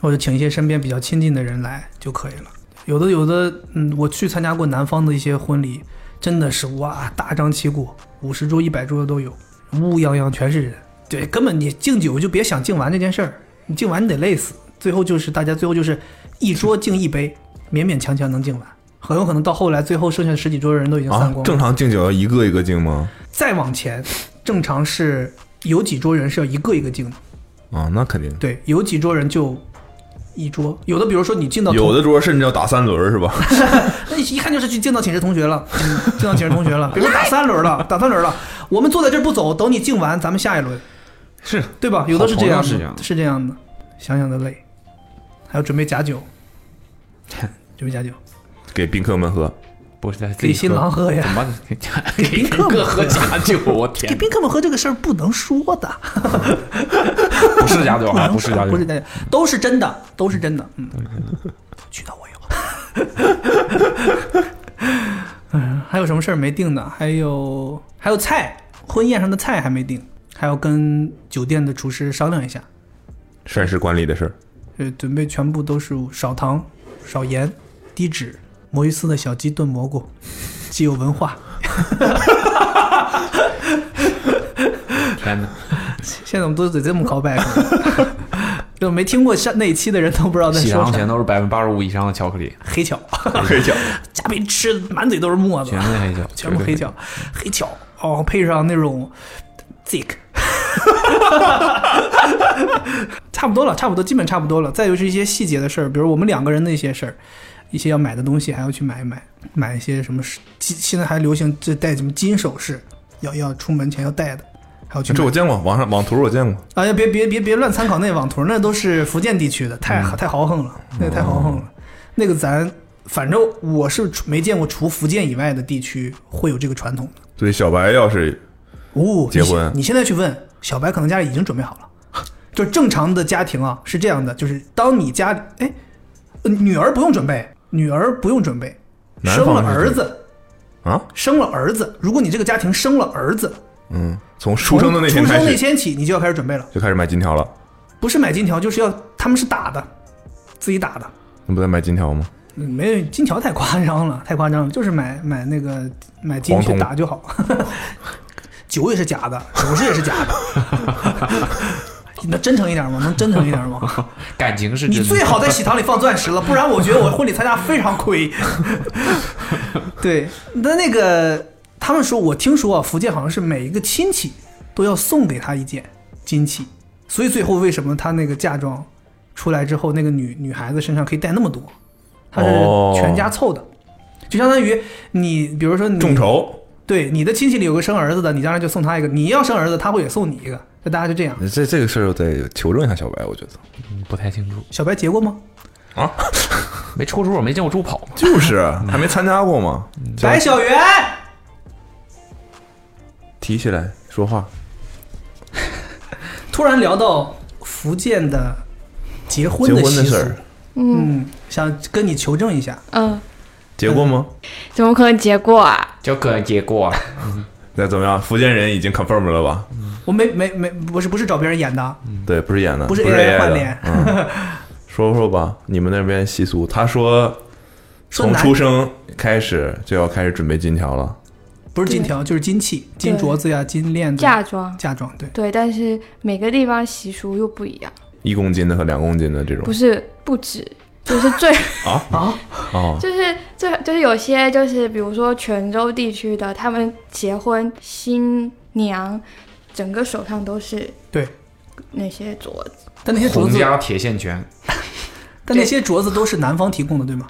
Speaker 4: 我就请一些身边比较亲近的人来就可以了。有的有的，嗯，我去参加过南方的一些婚礼，真的是哇，大张旗鼓，五十桌、一百桌的都有，乌泱泱全是人。对，根本你敬酒就别想敬完这件事儿，你敬完你得累死。最后就是大家最后就是一桌敬一杯，勉勉强强能敬完，很有可能到后来最后剩下十几桌的人都已经散
Speaker 3: 啊
Speaker 4: 光，了。
Speaker 3: 正常敬酒要一个一个敬吗？
Speaker 4: 再往前，正常是有几桌人是要一个一个敬的，
Speaker 2: 啊，那肯定。
Speaker 4: 对，有几桌人就一桌，有的比如说你敬到同
Speaker 3: 有的桌甚至要打三轮儿是吧？ (laughs)
Speaker 4: 那一看就是去敬到寝室同学了，嗯 (laughs) 敬到寝室同学了，比如说打三轮了，打三轮了，我们坐在这儿不走，等你敬完，咱们下一轮，
Speaker 5: 是
Speaker 4: 对吧？有的是这
Speaker 5: 好
Speaker 4: 样
Speaker 5: 朋友是这
Speaker 4: 的
Speaker 5: 样，的
Speaker 4: 是这样的，想想都累，还要准备假酒，准备假酒
Speaker 3: 给宾客们喝，
Speaker 5: 不是在自
Speaker 4: 给
Speaker 5: 己
Speaker 4: 新郎
Speaker 5: 喝
Speaker 4: 喝呀，
Speaker 5: 怎么给
Speaker 4: 给宾客们
Speaker 5: (laughs)
Speaker 4: (laughs)
Speaker 5: 各喝假酒？我
Speaker 4: 给
Speaker 5: 天，
Speaker 4: 宾客们喝这个事儿不能说的，
Speaker 5: 不是假酒啊，不是假酒
Speaker 4: 不是，假酒，都是真的，都是真的，嗯，渠道我有。 (laughs) 嗯，还有什么事儿没定的？还有还有菜，婚宴上的菜还没定，还要跟酒店的厨师商量一下，
Speaker 3: 膳食管理的事儿。
Speaker 4: 呃，准备全部都是少糖、少盐、低脂，魔芋丝的小鸡炖蘑菇，既有文化。
Speaker 5: 天哪！
Speaker 4: 现在我们都得这么 call back，了 (laughs) 就没听过 (laughs) 上那一期的人都不知道在
Speaker 5: 喜
Speaker 4: 说
Speaker 5: 糖
Speaker 4: 啥
Speaker 5: 全。都是百分之八十五以上的巧克力，
Speaker 4: 黑巧，
Speaker 3: (laughs) 黑巧，
Speaker 4: 加倍吃，满嘴都是沫子
Speaker 5: 全，是黑巧，
Speaker 4: 全部黑巧，黑巧哦，配上那种 thick，差不多了，差不多，基本差不多了。再就是一些细节的事儿，比如我们两个人的一些事儿，一些要买的东西还要去买一买，买一些什么手，金现在还流行这戴什么金首饰，要要出门前要戴的，还要去
Speaker 2: 这
Speaker 4: 买
Speaker 2: 我。见过，网上网图我见过，
Speaker 4: 哎呀，别别别别乱参考那网图，那都是福建地区的，
Speaker 2: 嗯
Speaker 4: 太、太豪横了，那个太豪横了。那个咱反正我是除没见过，除福建以外的地区会有这个传统的。
Speaker 3: 所以小白要是
Speaker 4: 哦，
Speaker 3: 结婚
Speaker 4: 你现你现在去问小白，可能家里已经准备好了。就是正常的家庭啊，是这样的，就是当你家里哎，呃女儿不用准备，女儿不用准备，
Speaker 2: 男
Speaker 4: 生
Speaker 2: 方
Speaker 4: 了
Speaker 2: 是
Speaker 4: 儿
Speaker 2: 准备
Speaker 4: 子，
Speaker 2: 啊，
Speaker 4: 生了儿子。如果你这个家庭生了儿子，
Speaker 2: 嗯，从出生的那
Speaker 4: 从
Speaker 2: 天
Speaker 4: 出
Speaker 2: 开
Speaker 4: 生那
Speaker 2: 始
Speaker 4: 天起，你就要开始准备了。
Speaker 3: 就开始买金条了，
Speaker 4: 不是买金条，就是要他们是打的，自己打的。
Speaker 3: 那不在买金条吗？
Speaker 4: 嗯没有金条太夸张了， (laughs) 太夸张了，就是买买那个买金
Speaker 3: 黄
Speaker 4: 去
Speaker 3: 铜
Speaker 4: 打就好。 (laughs) 酒也是假的，首饰也是假的， (laughs) 能真诚一点吗？能真诚一点吗？
Speaker 5: 感情是
Speaker 4: 你
Speaker 5: 真的
Speaker 4: 最好在喜糖里放钻石了，不然我觉得我婚礼参加非常亏。 (laughs) 对，那那个他们说，我听说啊，福建好像是每一个亲戚都要送给他一件金器，所以最后为什么他那个嫁妆出来之后，那个女女孩子身上可以带那么多，她
Speaker 3: 哦
Speaker 4: 是全家凑的，就相当于你，比如说你
Speaker 3: 众筹，
Speaker 4: 对你的亲戚里有个生儿子的，你将来就送他一个；你要生儿子，他会也送你一个，就大家就这样。
Speaker 3: 这这个事儿我得求证一下小白，我觉得
Speaker 5: 不太清楚，
Speaker 4: 小白结过吗？
Speaker 5: 没抽出，没见过猪跑。
Speaker 3: 就是啊 (laughs) 还没参加过嘛，
Speaker 4: 白小圆，
Speaker 3: 提起来说话，
Speaker 4: 突然聊到福建的结
Speaker 3: 结
Speaker 4: 婚
Speaker 3: 婚的
Speaker 4: 习俗，
Speaker 3: 事儿
Speaker 6: 嗯
Speaker 4: 嗯，想跟你求证一下，
Speaker 6: 嗯，
Speaker 3: 结过吗？
Speaker 6: 怎么可能结过啊？
Speaker 5: 就可能结过，
Speaker 3: 那怎么样？福建人已经 confirm 了吧？
Speaker 4: 我没没没，不是不是找别人演的，
Speaker 3: 对，不是演的，
Speaker 4: 嗯不
Speaker 3: 嗯不
Speaker 4: 是 AI
Speaker 3: AI
Speaker 4: 换
Speaker 3: 的
Speaker 4: 脸
Speaker 3: 嗯，说说吧，你们那边习俗。他说，
Speaker 4: 说
Speaker 3: 从
Speaker 4: 男
Speaker 3: 出生开始就要开始准备金条了。
Speaker 4: 不是金条就是金器、金镯子呀、金链子、
Speaker 6: 嫁妆。
Speaker 4: 嫁妆，对，
Speaker 6: 对，但是每个地方习俗又不一样，
Speaker 3: 一公斤的和两公斤的这种
Speaker 6: 不是不止，就是最
Speaker 3: 啊
Speaker 4: 啊
Speaker 3: 哦，
Speaker 6: 就是最就是有些就是比如说泉州地区的，他们结婚新娘整个手上都是
Speaker 4: 对
Speaker 6: 那些镯子，
Speaker 4: 但那些镯
Speaker 5: 洪
Speaker 4: 子，
Speaker 5: 家铁线拳，
Speaker 4: 但那些镯子都是男方提供的，对吗？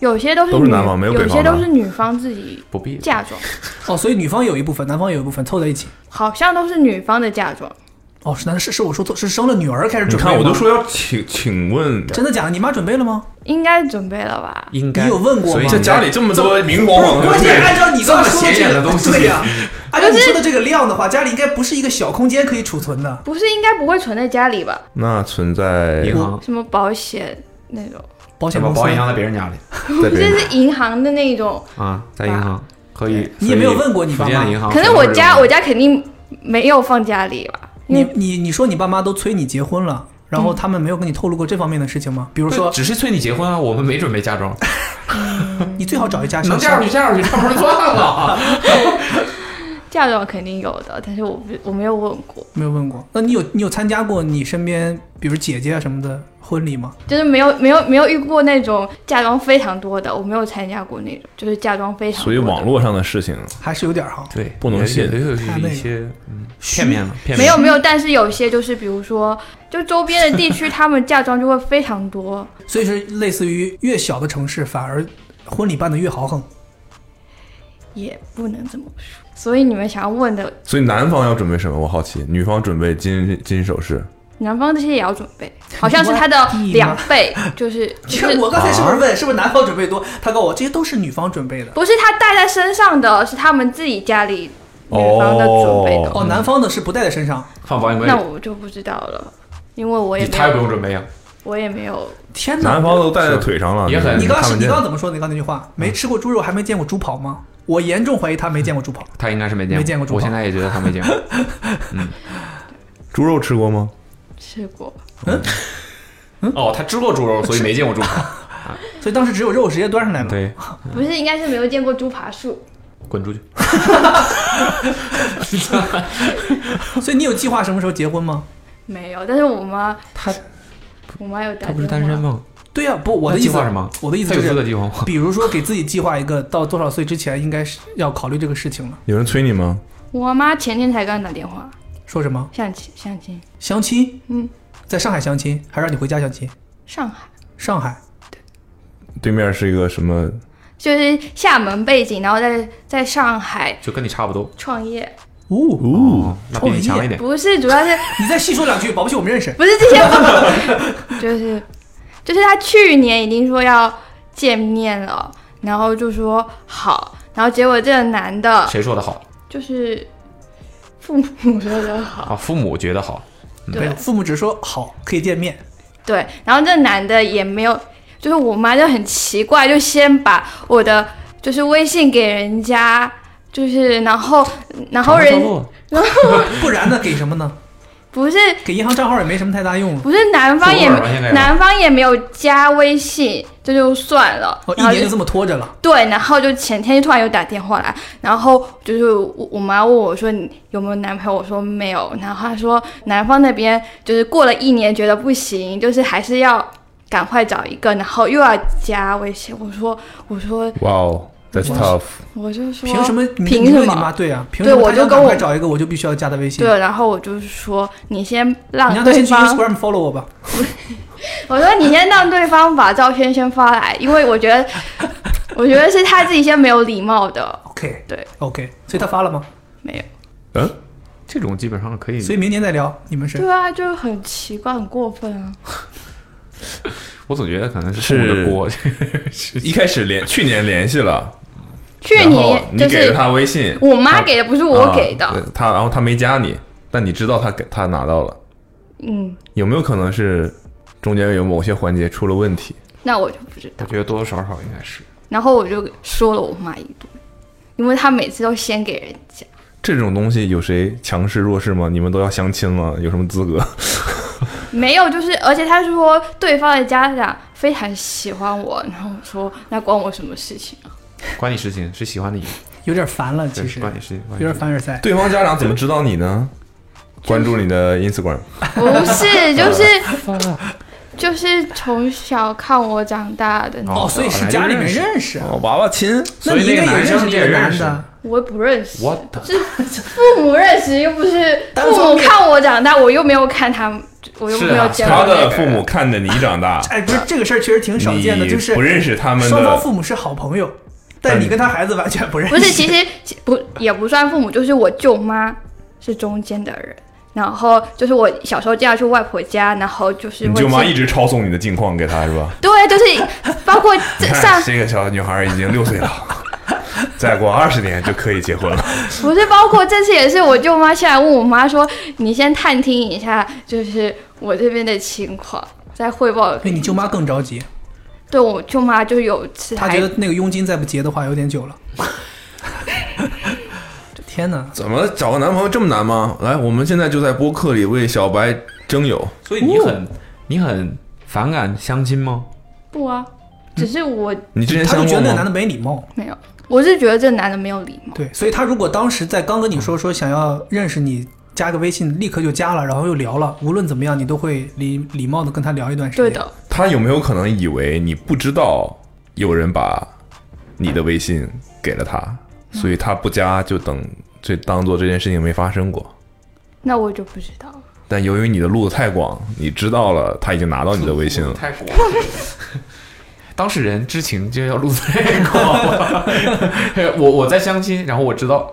Speaker 6: 有些都是
Speaker 3: 都是
Speaker 6: 女
Speaker 3: 男方没有
Speaker 6: 有
Speaker 3: 北
Speaker 6: 些
Speaker 3: 方
Speaker 6: 都
Speaker 3: 的
Speaker 6: 是女方自己
Speaker 5: 不必
Speaker 6: 嫁妆，
Speaker 4: 哦，所以女方有一部分，男方有一部分凑在一起。
Speaker 6: 好像都是女方的嫁妆。哦
Speaker 4: 哦，是男是是我说错，是生了女儿开始
Speaker 3: 你
Speaker 4: 准备吗。
Speaker 3: 看，我都说要请，请问
Speaker 4: 真的假的？你妈准备了吗？
Speaker 6: 应该准备了吧？
Speaker 5: 应
Speaker 4: 你有问过吗
Speaker 5: 所以
Speaker 4: 这
Speaker 3: 这
Speaker 5: 你
Speaker 3: 家里这么多明晃晃
Speaker 4: 关键按
Speaker 3: 的，
Speaker 4: 照你刚刚说
Speaker 5: 哦这么显
Speaker 4: 这
Speaker 5: 眼的
Speaker 4: 个
Speaker 5: 东，西
Speaker 4: 对呀、按照你说的这个量的话，家里应该不是一个小空间可以储存的。
Speaker 6: 不是应该不会存在家里吧？
Speaker 3: 那存在
Speaker 5: 银行
Speaker 6: 什么保险那种，
Speaker 4: 保险
Speaker 5: 怎么
Speaker 4: 公司
Speaker 5: 保险，箱在别人家里
Speaker 3: 在
Speaker 6: 不
Speaker 3: 别
Speaker 6: (laughs) 是
Speaker 3: 人
Speaker 6: 是银行的那种。
Speaker 5: 啊，在银行可以。
Speaker 4: 你也没有问过你爸
Speaker 5: 福
Speaker 4: 妈
Speaker 5: 建的银行，
Speaker 6: 可能我家
Speaker 5: 全
Speaker 6: 我
Speaker 5: 都是
Speaker 6: 家肯定没有放家里吧，因
Speaker 4: 你
Speaker 6: 为
Speaker 4: 你你说你爸妈都催你结婚了，然后他们没有跟你透露过这方面的事情吗？比如
Speaker 5: 这种
Speaker 4: 说
Speaker 5: 对，只是催你结婚啊，我们没准备嫁妆，
Speaker 4: 你最好找一家
Speaker 5: 能
Speaker 4: 像
Speaker 5: 嫁出去嫁出去，要不然算了。
Speaker 6: 嫁妆肯定有的，但是我不我没有问过，
Speaker 4: 没有问过。那你有你有参加过你身边，比如姐姐啊什么的婚礼吗？
Speaker 6: 就是没有没有没有遇过那种嫁妆非常多的，我没有参加过那种，就是嫁妆非常多
Speaker 2: 所以
Speaker 6: 的
Speaker 2: 网络上的事情，
Speaker 4: 还是有点儿哈，
Speaker 5: 对，
Speaker 2: 不能信
Speaker 5: 也也有
Speaker 4: 太那个
Speaker 5: 一些嗯片面了，片面
Speaker 6: 没有没有，但是有些就是比如说，就周边的地区，他们嫁妆就会非常多。
Speaker 4: 所以是类似于越小的城市反而婚礼办得越豪横。
Speaker 6: 也不能这么说。所以你们想要问的，
Speaker 3: 所以男方要准备什么？我好奇，女方准备金金首饰，
Speaker 6: 男方这些也要准备，好像是他的两倍，就是就
Speaker 4: (laughs)
Speaker 6: 是
Speaker 4: 我刚才是不是问，是不是男方准备多？他告诉我这些都是女方准备的。
Speaker 6: 不是他带在身上的，是他们自己家里女方的准备的。
Speaker 4: 哦，男方的是不带在身上。
Speaker 5: 放保险
Speaker 6: 那
Speaker 5: 柜，
Speaker 6: 我就不知道了，因为我也
Speaker 5: 你
Speaker 6: 没
Speaker 5: 他也不用
Speaker 6: 有，
Speaker 5: 准备啊，
Speaker 6: 我也没有。
Speaker 4: 天哪！
Speaker 2: 男方都戴在腿上了，
Speaker 5: 也很
Speaker 4: 你刚
Speaker 2: 看
Speaker 4: 是
Speaker 2: 不
Speaker 4: 你
Speaker 2: 见
Speaker 4: 刚怎么说的？你刚那句话，
Speaker 5: 嗯
Speaker 4: 没吃过猪肉还没见过猪跑吗？我严重怀疑他没见过猪跑。
Speaker 5: 他应该是没见
Speaker 4: 没见过中
Speaker 5: 我
Speaker 4: 国
Speaker 5: 现在也觉得他没见过。
Speaker 3: 猪肉吃过吗？
Speaker 6: 吃过，
Speaker 5: 哦，他吃过猪肉，所以没见过猪跑。
Speaker 4: 所以当时只有肉直接端上来了。
Speaker 5: 对，
Speaker 6: 不是应该是没有见过猪爬树，
Speaker 5: 滚出去！
Speaker 4: 所以你有计划什么时候结婚吗？
Speaker 6: 没有。但是我妈，
Speaker 5: 他
Speaker 6: 我妈有打
Speaker 5: 他不是单身
Speaker 6: 电话？
Speaker 5: 吗？
Speaker 4: 对呀、不，我的
Speaker 5: 他
Speaker 4: 意思
Speaker 5: 计划什么？
Speaker 4: 我的意思
Speaker 5: 他
Speaker 4: 就
Speaker 5: 有资格
Speaker 4: 是，
Speaker 5: 计划吗？
Speaker 4: 比如说给自己计划一个到多少岁之前应该是要考虑这个事情了。
Speaker 3: 有人催你吗？
Speaker 6: 我妈前天才刚打电话，
Speaker 4: 说什么
Speaker 6: 相亲相亲，
Speaker 4: 相亲？
Speaker 6: 嗯，
Speaker 4: 在上海相亲，还是让你回家相亲？
Speaker 6: 上海
Speaker 4: 上海
Speaker 3: 对面是一个什么？
Speaker 6: 就是厦门背景，然后在在上海
Speaker 5: 就跟你差不多
Speaker 6: 创业，
Speaker 4: 哦，
Speaker 5: 哦，那比你
Speaker 4: 创业
Speaker 5: 强一点。
Speaker 6: 不是，主要是。
Speaker 4: 你再细说两句，保不齐我们认识
Speaker 6: 不是这些，就是就是他去年已经说要见面了，然后就说好，然后结果这个男的
Speaker 5: 谁说的好
Speaker 6: 就是父母说的好，
Speaker 5: 啊？父母觉得好，
Speaker 4: 没
Speaker 6: 对啊
Speaker 4: 有，父母只说好可以见面，
Speaker 6: 对，然后这个男的也没有，就是我妈就很奇怪，就先把我的就是微信给人家，就是然后然后
Speaker 5: 长
Speaker 6: 人
Speaker 5: 话
Speaker 4: 不然呢给什么呢？
Speaker 6: 不是
Speaker 4: 给银行账号也没什么太大用啊了。
Speaker 6: 不是男方也
Speaker 5: 偶尔吧现在
Speaker 6: 男方也没有加微信，这就算了。
Speaker 4: 哦，一
Speaker 6: 然后
Speaker 4: 年
Speaker 6: 就
Speaker 4: 就这么拖着了。
Speaker 6: 对，然后就前天就突然有打电话来，然后就是我我妈问我说你有没有男朋友，我说没有，然后她说男方那边就是过了一年觉得不行，就是还是要赶快找一个，然后又要加微信，我说我说
Speaker 3: 哇哦，That's tough。
Speaker 6: 我就说
Speaker 4: 啊凭什么你？
Speaker 6: 凭
Speaker 4: 你问
Speaker 6: 什么
Speaker 4: 你妈对啊，凭
Speaker 6: 对
Speaker 4: 什么
Speaker 6: 我
Speaker 4: 她
Speaker 6: 就
Speaker 4: 想
Speaker 6: 跟
Speaker 4: 赶
Speaker 6: 我
Speaker 4: 快找一个，我就必须要加她微信。
Speaker 6: 对，然后我就是说你先
Speaker 4: 你
Speaker 6: 让
Speaker 4: 让她
Speaker 6: 对
Speaker 4: 先去
Speaker 6: 方
Speaker 4: Instagram follow 我吧。
Speaker 6: 我说你先让对方把照片先发来，因为我
Speaker 4: (laughs)
Speaker 6: 觉得，我觉得是他自己先没有礼貌的，
Speaker 4: OK，
Speaker 6: 对
Speaker 4: ，OK，所以她发了吗？
Speaker 6: 没有。
Speaker 5: 这种基本上可以。
Speaker 4: 所以明年再聊，你们是
Speaker 6: 对啊，就很奇怪，很过分啊。
Speaker 5: 我总觉得可能是父母的锅，
Speaker 3: 一开始联去年联系了，
Speaker 6: 去
Speaker 3: 然后
Speaker 6: 年
Speaker 3: 你
Speaker 6: 就
Speaker 3: 给了
Speaker 6: 是
Speaker 3: 他微信，
Speaker 6: 我妈给的，不是我给的。
Speaker 3: 啊对他然后他没加你，但你知道他给他拿到了，
Speaker 6: 嗯，
Speaker 3: 有没有可能是中间有某些环节出了问题？
Speaker 6: 那我就不知
Speaker 5: 我
Speaker 6: 道。
Speaker 5: 觉得多多少少应该是。
Speaker 6: 然后我就说了我妈一顿，因为她每次都先给人家。
Speaker 3: 这种东西有谁强势弱势吗？你们都要相亲吗？有什么资格？
Speaker 6: 没有，就是而且她说对方的家长非常喜欢我，然后我说那关我什么事情啊？关
Speaker 5: 关你事情是喜欢你，
Speaker 4: 有点烦了，
Speaker 5: 对
Speaker 4: 其实
Speaker 5: 关你事情，
Speaker 4: 有
Speaker 5: 关你
Speaker 4: 点
Speaker 5: 事情
Speaker 4: 凡尔赛。
Speaker 3: 对方家长怎么知道你呢？关注你的 Instagram，
Speaker 6: 不是，
Speaker 3: 呃
Speaker 6: 就是就是从小看我长大的那种，
Speaker 4: 哦，所以是家里面认识啊。
Speaker 3: 哦娃娃亲，
Speaker 4: 那你应该也认识这个男
Speaker 5: 所以那个男生你也认识
Speaker 4: 的，
Speaker 6: 我也不认识。
Speaker 5: What the-
Speaker 6: 是父母认识，又不是
Speaker 4: 单
Speaker 6: 父
Speaker 4: 方
Speaker 6: 母
Speaker 4: 面
Speaker 6: 看我长大，我又没有看他们，我又
Speaker 5: 是啊
Speaker 6: 没有见
Speaker 3: 他
Speaker 6: 过那
Speaker 3: 的
Speaker 6: 个
Speaker 3: 父
Speaker 6: 人
Speaker 3: 母看着你长大，
Speaker 4: 哎，不是这个事儿确实挺 (laughs) 少见的，
Speaker 3: 你
Speaker 4: 就是
Speaker 3: 不认识他们
Speaker 4: 双方
Speaker 3: 的，
Speaker 4: 父母是好朋友，但你跟他孩子完全不认识。
Speaker 6: (laughs) 不是，其实其不也不算父母，就是我舅妈是中间的人。然后就是我小时候嫁去外婆家，然后就是
Speaker 3: 你
Speaker 6: 会
Speaker 3: 舅妈
Speaker 6: 见
Speaker 3: 一直抄送你的近况给他是吧？
Speaker 6: 对，就是包括
Speaker 3: (laughs) 你
Speaker 6: 这
Speaker 3: 看
Speaker 6: 上
Speaker 3: 这个小女孩已经六岁
Speaker 4: (laughs)
Speaker 3: 了，再过二十年就可以结婚了。
Speaker 6: 不是包括这次也是我舅妈下来问我妈说，你先探听一下，就是我这边的情况，再汇报给
Speaker 4: 对你舅妈更着急，
Speaker 6: 对我舅妈就有次
Speaker 4: 哎她
Speaker 6: 还
Speaker 4: 觉得那个佣金再不结的话有点
Speaker 6: (laughs)
Speaker 4: 久了。天哪！
Speaker 3: 怎么找个男朋友这么难吗？来，我们现在就在播客里为小白征友。
Speaker 5: 所以你很你很反感相亲吗？
Speaker 4: 嗯
Speaker 6: 不啊，只是我
Speaker 2: 你之前
Speaker 4: 他
Speaker 2: 相
Speaker 4: 就觉
Speaker 2: 过
Speaker 4: 得那个男的
Speaker 2: 吗？
Speaker 4: 没礼貌。
Speaker 6: 没有，我是觉得这男的没有礼貌。
Speaker 4: 对，所以他如果当时在刚跟你说说想要认识你，加个微信，立刻就加了，然后又聊了，无论怎么样，你都会礼礼貌的跟他聊一段时间。
Speaker 6: 对，的，
Speaker 3: 他有没有可能以为你不知道有人把你的微信给了他，所以他不加就等这当做这件事情没发生过？
Speaker 6: 那我就不知道了。
Speaker 3: 但由于你的路子太广，你知道了他已经拿到你的微信了，
Speaker 5: 太广了。 (laughs) 当事人知情就要路太广了。 (laughs) 我我在相亲，然后我知道，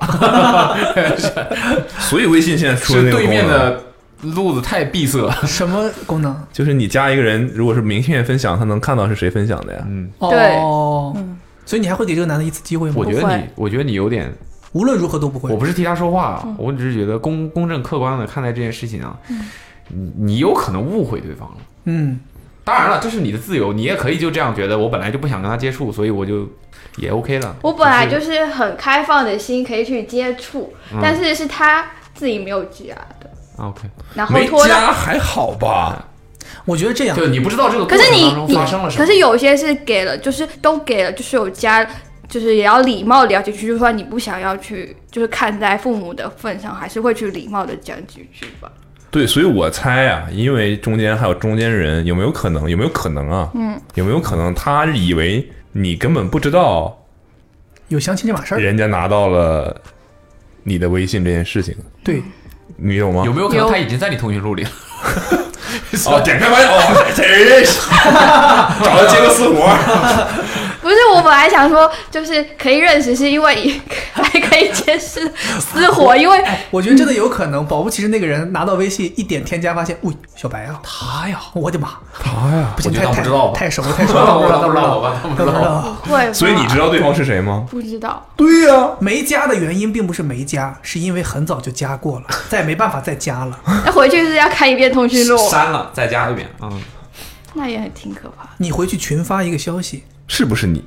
Speaker 3: 所以微信现在出了
Speaker 5: 是
Speaker 3: 那个
Speaker 5: 对
Speaker 3: 功
Speaker 5: 面
Speaker 3: 能，
Speaker 5: 的路子太闭塞。
Speaker 4: 什么功能？
Speaker 3: 就是你加一个人，如果是明确分享，他能看到是谁分享的呀。
Speaker 5: 嗯，
Speaker 6: 对嗯
Speaker 4: 哦，所以你还会给这个男的一次机会吗？
Speaker 5: 我觉
Speaker 6: 不
Speaker 5: 得
Speaker 6: 会
Speaker 5: 你，我觉得你有点，
Speaker 4: 无论如何都不会。
Speaker 5: 我不是替他说话，啊
Speaker 6: 嗯
Speaker 5: 我只是觉得公公正客观的看待这件事情啊，你你有可能误会对方了。
Speaker 4: 嗯，
Speaker 5: 当然了，这是你的自由，你也可以就这样觉得。我本来就不想跟他接触，所以我就也 OK 了。
Speaker 6: 我本来就是很开放的心，可以去接触，
Speaker 5: 嗯
Speaker 6: 但是是他自己没有加的，
Speaker 5: 啊 OK，
Speaker 6: 然后
Speaker 3: 没
Speaker 6: 拖到。
Speaker 3: 加还好吧？
Speaker 4: 我觉得这样
Speaker 5: 就你不知道这个过
Speaker 6: 可
Speaker 5: 程
Speaker 6: 是你
Speaker 5: 当中
Speaker 6: 你
Speaker 5: 发生了什么。
Speaker 6: 可是有些是给了，就是都给了，就是有加，就是也要礼貌地了解进去，就是说你不想要去，就是看在父母的份上，还是会去礼貌的讲几句
Speaker 5: (laughs)
Speaker 6: 吧。
Speaker 3: 对，所以我猜啊，因为中间还有中间人，有没有可能？有没有可能啊？嗯，有没有可能他以为你根本不知道
Speaker 4: 有相亲这码事儿，
Speaker 3: 人家拿到了你的微信这件事情，
Speaker 4: 对，
Speaker 6: 嗯
Speaker 3: 你懂吗？
Speaker 5: 有没有可能
Speaker 6: 有
Speaker 5: 他已经在你通讯录里了？
Speaker 3: 哦，点开发现哦，这人认识，找他接个私活。
Speaker 6: 不是，我本来想说，就是可以认识，是因为 (laughs) 还可以接私私活，因为
Speaker 4: 我觉得真的有可能。保不齐是那个人拿到微信一点添加，发现，喂，小白啊，
Speaker 5: 哎
Speaker 4: 他呀，我的妈，
Speaker 3: 他呀，
Speaker 4: 不行，
Speaker 5: 我觉得
Speaker 4: 太
Speaker 5: 当不知道吧
Speaker 4: 太太熟了，太熟了，
Speaker 5: (laughs) 我当不知道，
Speaker 4: 道
Speaker 5: 我当不
Speaker 4: 不
Speaker 5: 知
Speaker 4: 知
Speaker 5: 道。
Speaker 4: 道。
Speaker 6: 会吧
Speaker 3: 所以你知道对方是谁吗？
Speaker 6: 不知道？
Speaker 3: 对呀、
Speaker 4: 没加的原因并不是没加，是因为很早就加过了，再也没办法再加了。
Speaker 6: 那回去是要看一遍
Speaker 5: (laughs)
Speaker 6: 通讯录，
Speaker 5: 删了，再加一遍。嗯，
Speaker 6: 那也很挺可怕的。
Speaker 4: 你回去群发一个消息，
Speaker 3: 是不是你？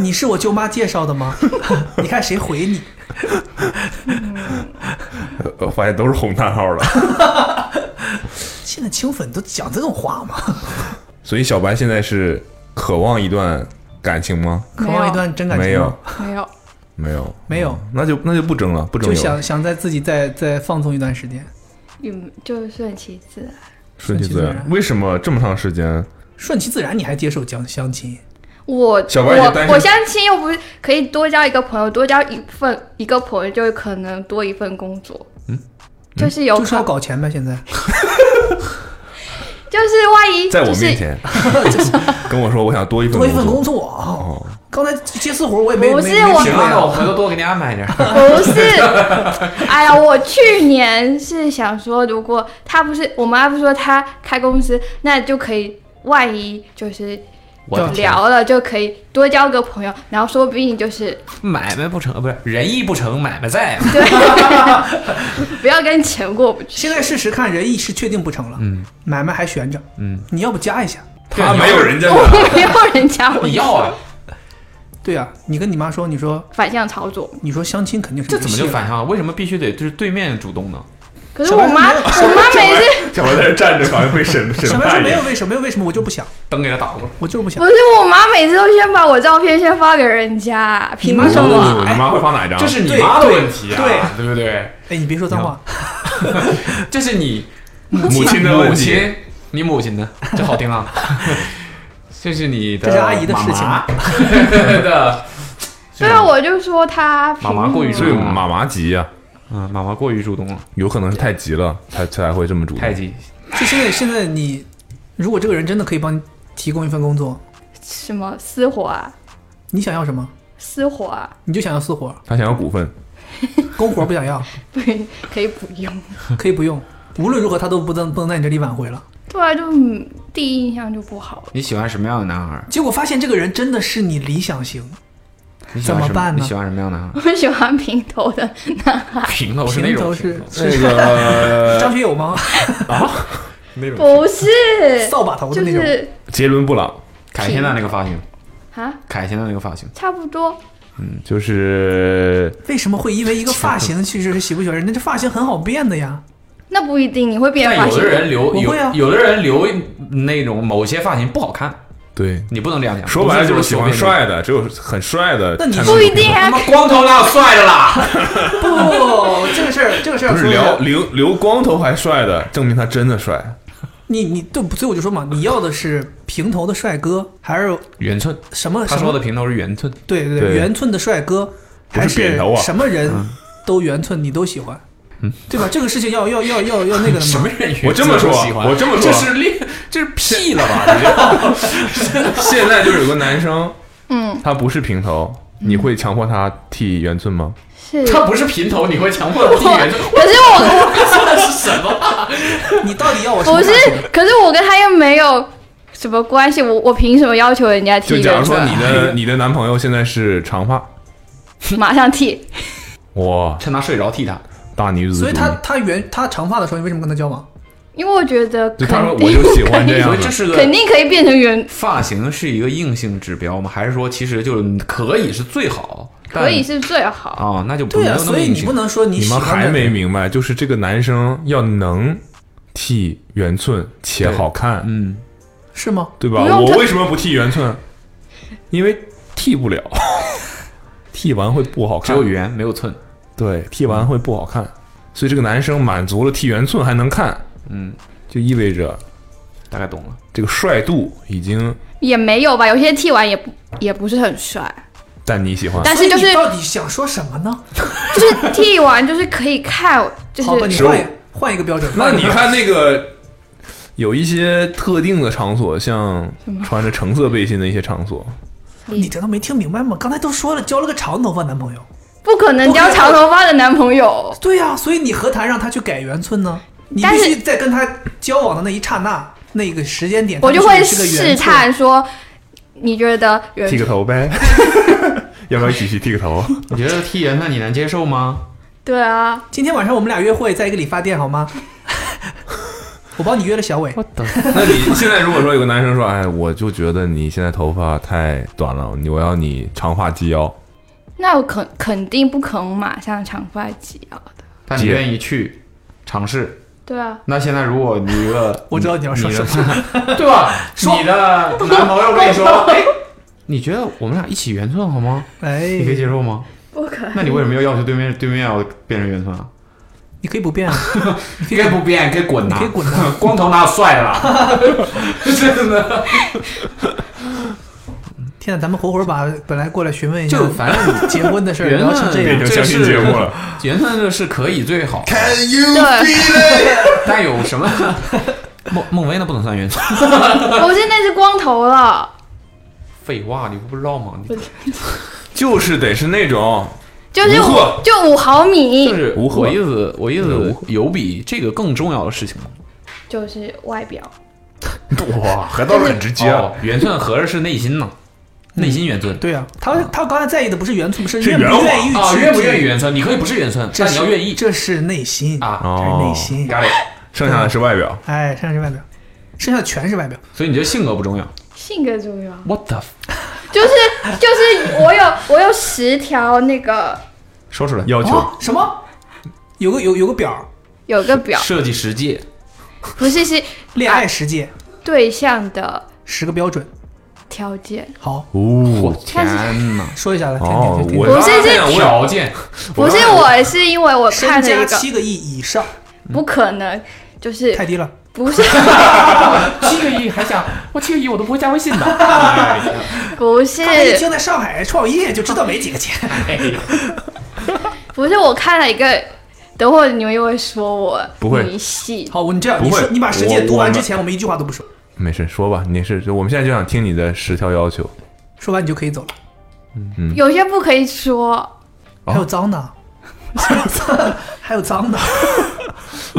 Speaker 4: 你是我舅妈介绍的吗？ (laughs) 你看谁回你？
Speaker 3: 呃我发现都是红叹号了。
Speaker 4: (laughs) 现在清粉都讲这种话吗？
Speaker 3: 所以小白现在是渴望一段感情吗？
Speaker 6: 没
Speaker 4: 渴
Speaker 6: 有
Speaker 4: 望一段真感
Speaker 3: 没
Speaker 4: 情
Speaker 3: 有
Speaker 4: 吗？，
Speaker 6: 没有，
Speaker 3: 没有，
Speaker 4: 没有
Speaker 3: 嗯那就那就不争了，不争
Speaker 4: 就
Speaker 3: 有了
Speaker 4: 想想在自己再再放纵一段时间。
Speaker 6: 嗯，就是顺其自然。
Speaker 3: 顺其
Speaker 4: 顺
Speaker 3: 自
Speaker 4: 其自
Speaker 3: 然。
Speaker 4: 然
Speaker 3: 为什么这么长时间？
Speaker 4: 顺其自然，你还接受讲相亲？
Speaker 6: 我
Speaker 3: 小白你单身
Speaker 6: 我我相亲又不是可以多交一个朋友，多交一份一个朋友就可能多一份工作，嗯，就是有
Speaker 4: 就是
Speaker 6: 可
Speaker 4: 要搞钱呗。现在
Speaker 6: 就是万一
Speaker 3: 在我
Speaker 6: 就是 (laughs)
Speaker 3: 面前、跟我说，我想多一份
Speaker 4: 多一份
Speaker 3: 工
Speaker 4: 工
Speaker 3: 作。
Speaker 4: 作啊！刚才接私活我也没
Speaker 6: 不
Speaker 4: 没
Speaker 6: 是
Speaker 4: 没
Speaker 6: 我
Speaker 4: 体
Speaker 5: 行
Speaker 4: 会
Speaker 5: 了，哦那我
Speaker 4: 啊。
Speaker 5: 回头多给你安排一点。
Speaker 6: (laughs) 不是，
Speaker 3: (laughs)
Speaker 6: 哎呀，我去年是想说，如果他不是我妈不是说他开公司，那就可以万一就是
Speaker 5: 我的天，
Speaker 6: 聊了就可以多交个朋友，然后说不定就是
Speaker 5: 买卖不成，呃不是仁义不成，买卖在。啊 (laughs)
Speaker 3: (laughs)
Speaker 6: 对，不要跟钱过不去。 (laughs)
Speaker 4: 现在事实看，仁义是确定不成了，
Speaker 5: 嗯
Speaker 4: 买卖还悬着。
Speaker 5: 嗯，
Speaker 4: 你要不加一下？
Speaker 3: 他没有人家的，
Speaker 6: 我没有人家我
Speaker 5: (laughs) 你要啊？
Speaker 4: 对啊，你跟你妈说，你说
Speaker 6: 反向操作，
Speaker 4: 你说相亲肯定是
Speaker 5: 这怎么就
Speaker 4: 没戏了
Speaker 5: 反？向了？为什么必须得就是对面主动呢？
Speaker 6: 可是我妈，我妈每次
Speaker 3: 小白在这站着，好像被
Speaker 4: (laughs)
Speaker 3: 审审
Speaker 4: 小白说
Speaker 3: 判一
Speaker 4: 没有
Speaker 3: 样。
Speaker 4: 为什么，没有为什么，我就不想，
Speaker 5: 灯给他打过。
Speaker 4: 我就是不想
Speaker 6: 不。是我妈每次都先把我照片先发给人家，凭
Speaker 4: 妈
Speaker 6: 什
Speaker 4: 说
Speaker 6: 么？
Speaker 3: 哦你妈会发哪一张？
Speaker 5: 这是你
Speaker 4: 对
Speaker 5: 妈的
Speaker 4: 对
Speaker 5: 问题啊，
Speaker 4: 对
Speaker 5: 对不对？
Speaker 4: 哎，你别说脏话，
Speaker 5: 这是你
Speaker 3: 母亲的问
Speaker 5: 母
Speaker 3: 题。
Speaker 5: 亲，你母亲呢？这好听啊！ (laughs) 这是你的，
Speaker 4: 这是阿姨的事情 (laughs)
Speaker 5: 妈妈的，
Speaker 6: 对啊，我就说她凭
Speaker 5: 妈妈过于
Speaker 6: 什
Speaker 3: 所
Speaker 6: 么
Speaker 3: 以妈妈急呀、
Speaker 5: 嗯，妈妈过于主动了，
Speaker 3: 有可能是太急了，才才会这么主动。
Speaker 5: 太极
Speaker 4: 就现在现在你，如果这个人真的可以帮你提供一份工作，
Speaker 6: 什么私活啊，
Speaker 4: 你想要什么？
Speaker 6: 私活啊， (laughs)
Speaker 4: 你就想要私活，
Speaker 3: 他想要股份，
Speaker 4: 公活不想要，
Speaker 6: 不可以不用。
Speaker 4: 可以不用。无论如何，他都不能不能在你这里挽回了。
Speaker 6: 对啊，就嗯第一印象就不好了。 (laughs)
Speaker 5: 你喜欢什么样的男孩？
Speaker 4: 结果发现这个人真的是你理想型，
Speaker 5: 你喜欢什
Speaker 4: 怎么办呢
Speaker 5: 你喜欢什么样
Speaker 4: (laughs)
Speaker 5: 的男孩？
Speaker 6: 我喜欢平头的，
Speaker 5: 平头是那
Speaker 4: 平
Speaker 5: 种
Speaker 4: 头是
Speaker 3: 那
Speaker 4: (laughs)
Speaker 3: 个
Speaker 4: 张学友
Speaker 6: (laughs)
Speaker 4: 吗？
Speaker 5: 那种
Speaker 6: 不是，
Speaker 4: 扫把头的
Speaker 6: 就
Speaker 4: 那种。
Speaker 6: 是
Speaker 3: 杰伦布朗
Speaker 5: 凯现在那个发型，
Speaker 6: 啊，
Speaker 5: 凯现在那个发型，
Speaker 6: 差不多。
Speaker 3: 就是
Speaker 4: 为什么会因为一个发型其实是喜不喜欢人？那这发型很好变的呀。
Speaker 6: 那不一定，你会变
Speaker 5: 但
Speaker 6: 发
Speaker 5: 有
Speaker 6: 型
Speaker 5: 的。人留
Speaker 4: 我
Speaker 5: 有
Speaker 4: 会啊
Speaker 5: 有的人留那种某些发型不好看，
Speaker 2: 对，
Speaker 5: 你不能这样讲。
Speaker 3: 说白了就是喜
Speaker 5: 喜
Speaker 3: 欢
Speaker 5: 欢
Speaker 3: 帅的，只有很帅的
Speaker 4: 那你
Speaker 3: 才能
Speaker 6: 不一定
Speaker 5: 他
Speaker 6: 啊
Speaker 5: 妈，光头哪有帅的啦？
Speaker 4: 不，这个事儿，这个事儿要
Speaker 3: 不是
Speaker 4: 说一
Speaker 3: 留
Speaker 4: 下。
Speaker 3: 留留光头还帅的，证明他真的帅。
Speaker 4: 你你对，所以我就说嘛，你要的是平头的帅哥，还是
Speaker 5: 圆寸，
Speaker 4: 什么？
Speaker 5: 他
Speaker 4: 什
Speaker 5: 说
Speaker 4: 么
Speaker 5: 的平头是圆 (laughs) 寸，
Speaker 4: 对对
Speaker 3: 对
Speaker 4: 对，圆寸的帅哥，
Speaker 3: 不是
Speaker 4: 还
Speaker 3: 扁头啊
Speaker 4: 什么人都圆寸，你都喜欢，对吧？这个事情要要要要要那个的
Speaker 5: 什
Speaker 4: 嘛
Speaker 5: 么。人圆寸
Speaker 3: 我这么说
Speaker 5: 都喜欢
Speaker 3: 我这么说
Speaker 5: 这是 (laughs) 练，这是屁了吧？这就
Speaker 3: (laughs) 现在就是有个男生，
Speaker 6: 嗯，
Speaker 3: 他不是平头，你会强迫他剃圆寸吗？
Speaker 6: 是。
Speaker 5: 他不是平头，你会强迫他剃 (laughs) 圆寸？
Speaker 6: 可是我
Speaker 5: 说的是什么？ (laughs)
Speaker 4: 你到底要我什么样
Speaker 6: 不是
Speaker 4: 的人？，
Speaker 6: 可是我跟他又没有什么关系，我我凭什么要求人家
Speaker 3: 就
Speaker 6: 剃
Speaker 3: 假
Speaker 6: 人
Speaker 3: 如说你
Speaker 6: 寸？
Speaker 3: 的 (laughs) 你的男朋友现在是长发，
Speaker 6: (laughs) 马上剃，
Speaker 3: 哇，
Speaker 5: 趁他睡着剃 (laughs) 他。
Speaker 3: 大女子主义，
Speaker 4: 所以他他圆他长发的时候，你为什么跟他交往？
Speaker 6: 因为我觉得
Speaker 3: 就
Speaker 6: 肯
Speaker 3: 他说我
Speaker 6: 定
Speaker 3: 就喜欢这
Speaker 5: 所
Speaker 3: 样
Speaker 5: 以这
Speaker 3: 的，
Speaker 5: 是个
Speaker 6: 肯定可以变成圆，
Speaker 5: 发型是一个硬性指标吗？还是说其实就是可以是最好？但
Speaker 6: 可以是最好。
Speaker 5: 啊，那就不
Speaker 4: 对
Speaker 5: 没
Speaker 4: 啊，
Speaker 5: 有那
Speaker 4: 所
Speaker 5: 么
Speaker 4: 以
Speaker 5: 硬
Speaker 4: 你不
Speaker 5: 性。
Speaker 4: 能说你
Speaker 3: 你
Speaker 4: 喜
Speaker 3: 们
Speaker 4: 欢
Speaker 3: 还
Speaker 4: 的
Speaker 3: 没
Speaker 4: 人
Speaker 3: 明白，就是这个男生要能剃圆寸且
Speaker 5: 对
Speaker 3: 好看，
Speaker 5: 嗯，
Speaker 4: 是吗？
Speaker 3: 对吧？
Speaker 6: 不用
Speaker 3: 我
Speaker 6: 特
Speaker 3: 为什么不剃圆寸？因为剃不了， (laughs) 剃完会不好
Speaker 5: 只
Speaker 3: 看
Speaker 5: 有。圆没有寸。
Speaker 3: 对，剃完会不好看，所以这个男生满足了剃圆寸还能看，
Speaker 5: 嗯，
Speaker 3: 就意味着
Speaker 5: 大概懂了。
Speaker 3: 这个帅度已经
Speaker 6: 也没有吧，有些剃完也不也不是很帅，
Speaker 3: 但你喜欢。
Speaker 6: 但是就
Speaker 4: 啊所以
Speaker 6: 是
Speaker 4: 你到底想说什么呢？
Speaker 6: 就是剃完就是可以看，就
Speaker 4: 好吧，你
Speaker 6: 是
Speaker 4: 换一换一个标准。
Speaker 3: (laughs) 那
Speaker 4: 换一
Speaker 3: 你
Speaker 4: 个标准
Speaker 3: 看那个有一些特定的场所，像穿着橙色背心的一些场所，
Speaker 4: 你这都没听明白吗？刚才都说了，交了个长头发男朋友。
Speaker 6: 不可能交长头发的男朋友。
Speaker 4: 对呀、所以你何谈让他去改圆寸呢？你
Speaker 6: 但
Speaker 4: 必
Speaker 6: 是
Speaker 4: 须在跟他交往的那一刹那，那个时间点，
Speaker 6: 我就
Speaker 4: 他必
Speaker 6: 会
Speaker 4: 须是个
Speaker 6: 试
Speaker 4: 圆寸
Speaker 6: 探。说，你觉得圆
Speaker 3: 剃
Speaker 4: 啊
Speaker 3: 个头呗， (laughs) 要不要一起去剃个头？
Speaker 5: 你觉得剃圆寸你能接受 (laughs) 吗？
Speaker 6: 对啊，
Speaker 4: 今天晚上我们俩约会，在一个理发店好吗？ (laughs) 我帮你约了小伟，
Speaker 3: (laughs) 那你现在如果说有个男生说，哎，我就觉得你现在头发太短了，你我要你长发及腰，
Speaker 6: 那我肯肯定不可能马上长发及腰的。
Speaker 5: 但你
Speaker 3: 接
Speaker 5: 愿意去尝试？
Speaker 6: 对啊，
Speaker 5: 那现在如果你一个，
Speaker 4: 我知道你要说
Speaker 5: 你
Speaker 4: 什
Speaker 5: 的
Speaker 4: 么。
Speaker 5: (laughs) 对吧？你的男朋友 (laughs) 跟你说，哎，你觉得我们俩一起圆寸好吗？
Speaker 4: (laughs) 哎，
Speaker 5: 你可以接受吗？
Speaker 6: 不可能。
Speaker 5: 那你为什么要要求对面对面要变成圆寸啊？
Speaker 4: 你可以不变啊，
Speaker 5: 应该不变，可以滚呐、
Speaker 4: 你可以滚呐
Speaker 5: (laughs) 光头哪有帅的啦？ (laughs) 真的，
Speaker 4: 天哪，咱们活活把本来过来询问一下
Speaker 5: 就反正
Speaker 4: 结婚的事儿
Speaker 5: 圆
Speaker 4: 聊成这
Speaker 5: 寸
Speaker 3: 变
Speaker 4: 样
Speaker 3: 成，相亲节目了。
Speaker 5: 圆寸这是可以最好，
Speaker 6: 对， (laughs)
Speaker 5: 但有什么？孟孟薇那不能算圆寸。
Speaker 6: 不是那是光头了，
Speaker 5: 废话，你不知道吗？你
Speaker 3: 就是得是那种
Speaker 6: 就是
Speaker 3: 无货
Speaker 6: 五就五毫
Speaker 5: 就
Speaker 6: 米，
Speaker 5: 是
Speaker 3: 无
Speaker 5: 我
Speaker 3: 货
Speaker 5: 意思，我意
Speaker 3: 无
Speaker 5: 思
Speaker 3: 货
Speaker 5: 有比这个更重要的事情吗？
Speaker 6: 就是外表。
Speaker 3: 哇，还倒是很直接啊。
Speaker 5: 哦，圆寸合着是内心呢，内心圆寸。
Speaker 4: 对啊，他他刚才在意的不是圆寸，是
Speaker 3: 是
Speaker 4: 愿不
Speaker 3: 圆滑
Speaker 4: 愿 (laughs) 意
Speaker 5: 啊，
Speaker 4: 去
Speaker 5: 愿不愿意圆寸？你可以不是圆寸，
Speaker 4: 这
Speaker 5: 但
Speaker 4: 是
Speaker 5: 你要愿意
Speaker 4: 这是内心，
Speaker 5: 啊。
Speaker 4: 这是内心。
Speaker 5: 咖喱，
Speaker 3: 剩下的是外表。
Speaker 4: 哎，剩下是外表，剩下的全是外表。
Speaker 5: 所以你觉得性格不重要
Speaker 6: 性格重要，
Speaker 5: ？What the？
Speaker 6: 就是就是我有我有十条那个
Speaker 5: 说出来。
Speaker 3: 要求、
Speaker 4: 啊？什么？有个有有个表，
Speaker 6: 有
Speaker 5: (laughs)
Speaker 6: 个表，
Speaker 5: 设计实际，
Speaker 6: 不是是
Speaker 4: 恋
Speaker 5: 哎
Speaker 4: 爱十戒，
Speaker 6: 对象的
Speaker 4: 十个标准。
Speaker 6: 条件，
Speaker 4: 好，
Speaker 5: 我
Speaker 3: 哦，
Speaker 5: 天哪！
Speaker 4: 说一下来听听
Speaker 3: 哦
Speaker 4: 听，听。
Speaker 3: 我
Speaker 6: 不是
Speaker 5: 这
Speaker 6: 是
Speaker 5: 条件，
Speaker 6: 不是我是因为我
Speaker 4: 身
Speaker 6: 看了
Speaker 4: 家
Speaker 6: 一个，
Speaker 4: 七个亿以上，
Speaker 6: 不可能，就是
Speaker 4: 太低了。
Speaker 6: 不是
Speaker 5: 七个亿还想我七个亿我都不会加微信的。
Speaker 6: 不是
Speaker 4: 他一听在上海创业就知道没几
Speaker 5: (laughs)
Speaker 4: 个钱。
Speaker 6: 不是我看了一个。等会儿你们又会说我
Speaker 3: 不会
Speaker 6: 迷信，
Speaker 4: 好，我们这样，
Speaker 3: 不
Speaker 4: 你
Speaker 3: 会
Speaker 4: 说你把十戒读
Speaker 3: 我我
Speaker 4: 完之前，我们一句话都不说，
Speaker 3: 没事，说吧，你是我们现在就想听你的十条要
Speaker 4: (laughs)
Speaker 3: 求。
Speaker 4: 说完你就可以走了。
Speaker 6: 有些不可以说，
Speaker 3: 啊
Speaker 4: 还有脏的，还有脏的，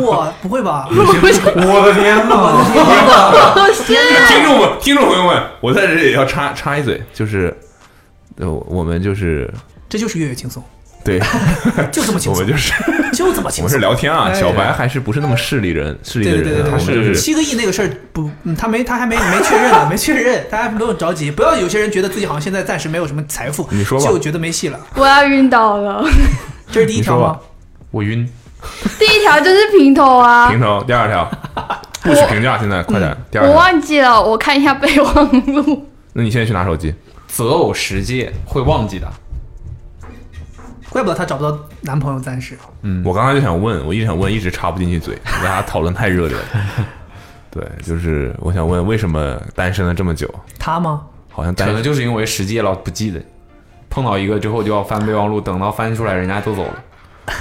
Speaker 4: 哇，不
Speaker 3: (laughs)
Speaker 4: 会吧？
Speaker 3: 我的天哪！
Speaker 6: 不是
Speaker 3: 听众们，听众朋友们，我在这里也要插插一嘴，就是，呃，我们就是
Speaker 4: (laughs) 这就是越越轻松，
Speaker 3: 对，
Speaker 4: 就这么轻
Speaker 3: 我
Speaker 4: 松
Speaker 3: 们，就是
Speaker 4: 就这么
Speaker 3: 我
Speaker 4: 轻
Speaker 3: 们是
Speaker 4: 松。
Speaker 3: 聊天啊，
Speaker 4: (laughs) 哎
Speaker 3: 小白还是不是那么势利人，势利的
Speaker 4: 对对对
Speaker 3: 人
Speaker 4: 对
Speaker 3: 啊，我们就
Speaker 4: 对，
Speaker 3: 是
Speaker 4: 七个亿那个事儿不，嗯他没他还没没确认呢，没确认，大家不用着急，不要有些人觉得自己好像现在暂时没有什么财富，
Speaker 3: 你说吧
Speaker 4: 就觉得没戏了。
Speaker 6: 我要晕倒了。
Speaker 4: 这是第一条
Speaker 3: 你说
Speaker 4: 吗
Speaker 3: 吧？
Speaker 5: 我晕，
Speaker 6: 第一条就是平头啊， (laughs)
Speaker 3: 平头。第二条，不许评价，现在快点，第二
Speaker 6: 我
Speaker 3: 条。
Speaker 6: 忘记了，我看一下备忘录。
Speaker 3: 那你现在去拿手机，
Speaker 5: 择偶十戒会忘记的，
Speaker 4: 怪不得她找不到男朋友，暂时。
Speaker 6: 嗯
Speaker 3: 我刚才就想问，我一直想问，一直插不进去嘴，大家讨论太热
Speaker 6: (laughs)
Speaker 3: 烈了。对，就是我想问，为什么单身了这么久？
Speaker 4: 她吗？
Speaker 3: 好像
Speaker 5: 可
Speaker 3: 单
Speaker 5: 能就是因为十戒了不记得，碰到一个之后就要翻备忘录，等到翻出来人家都走了。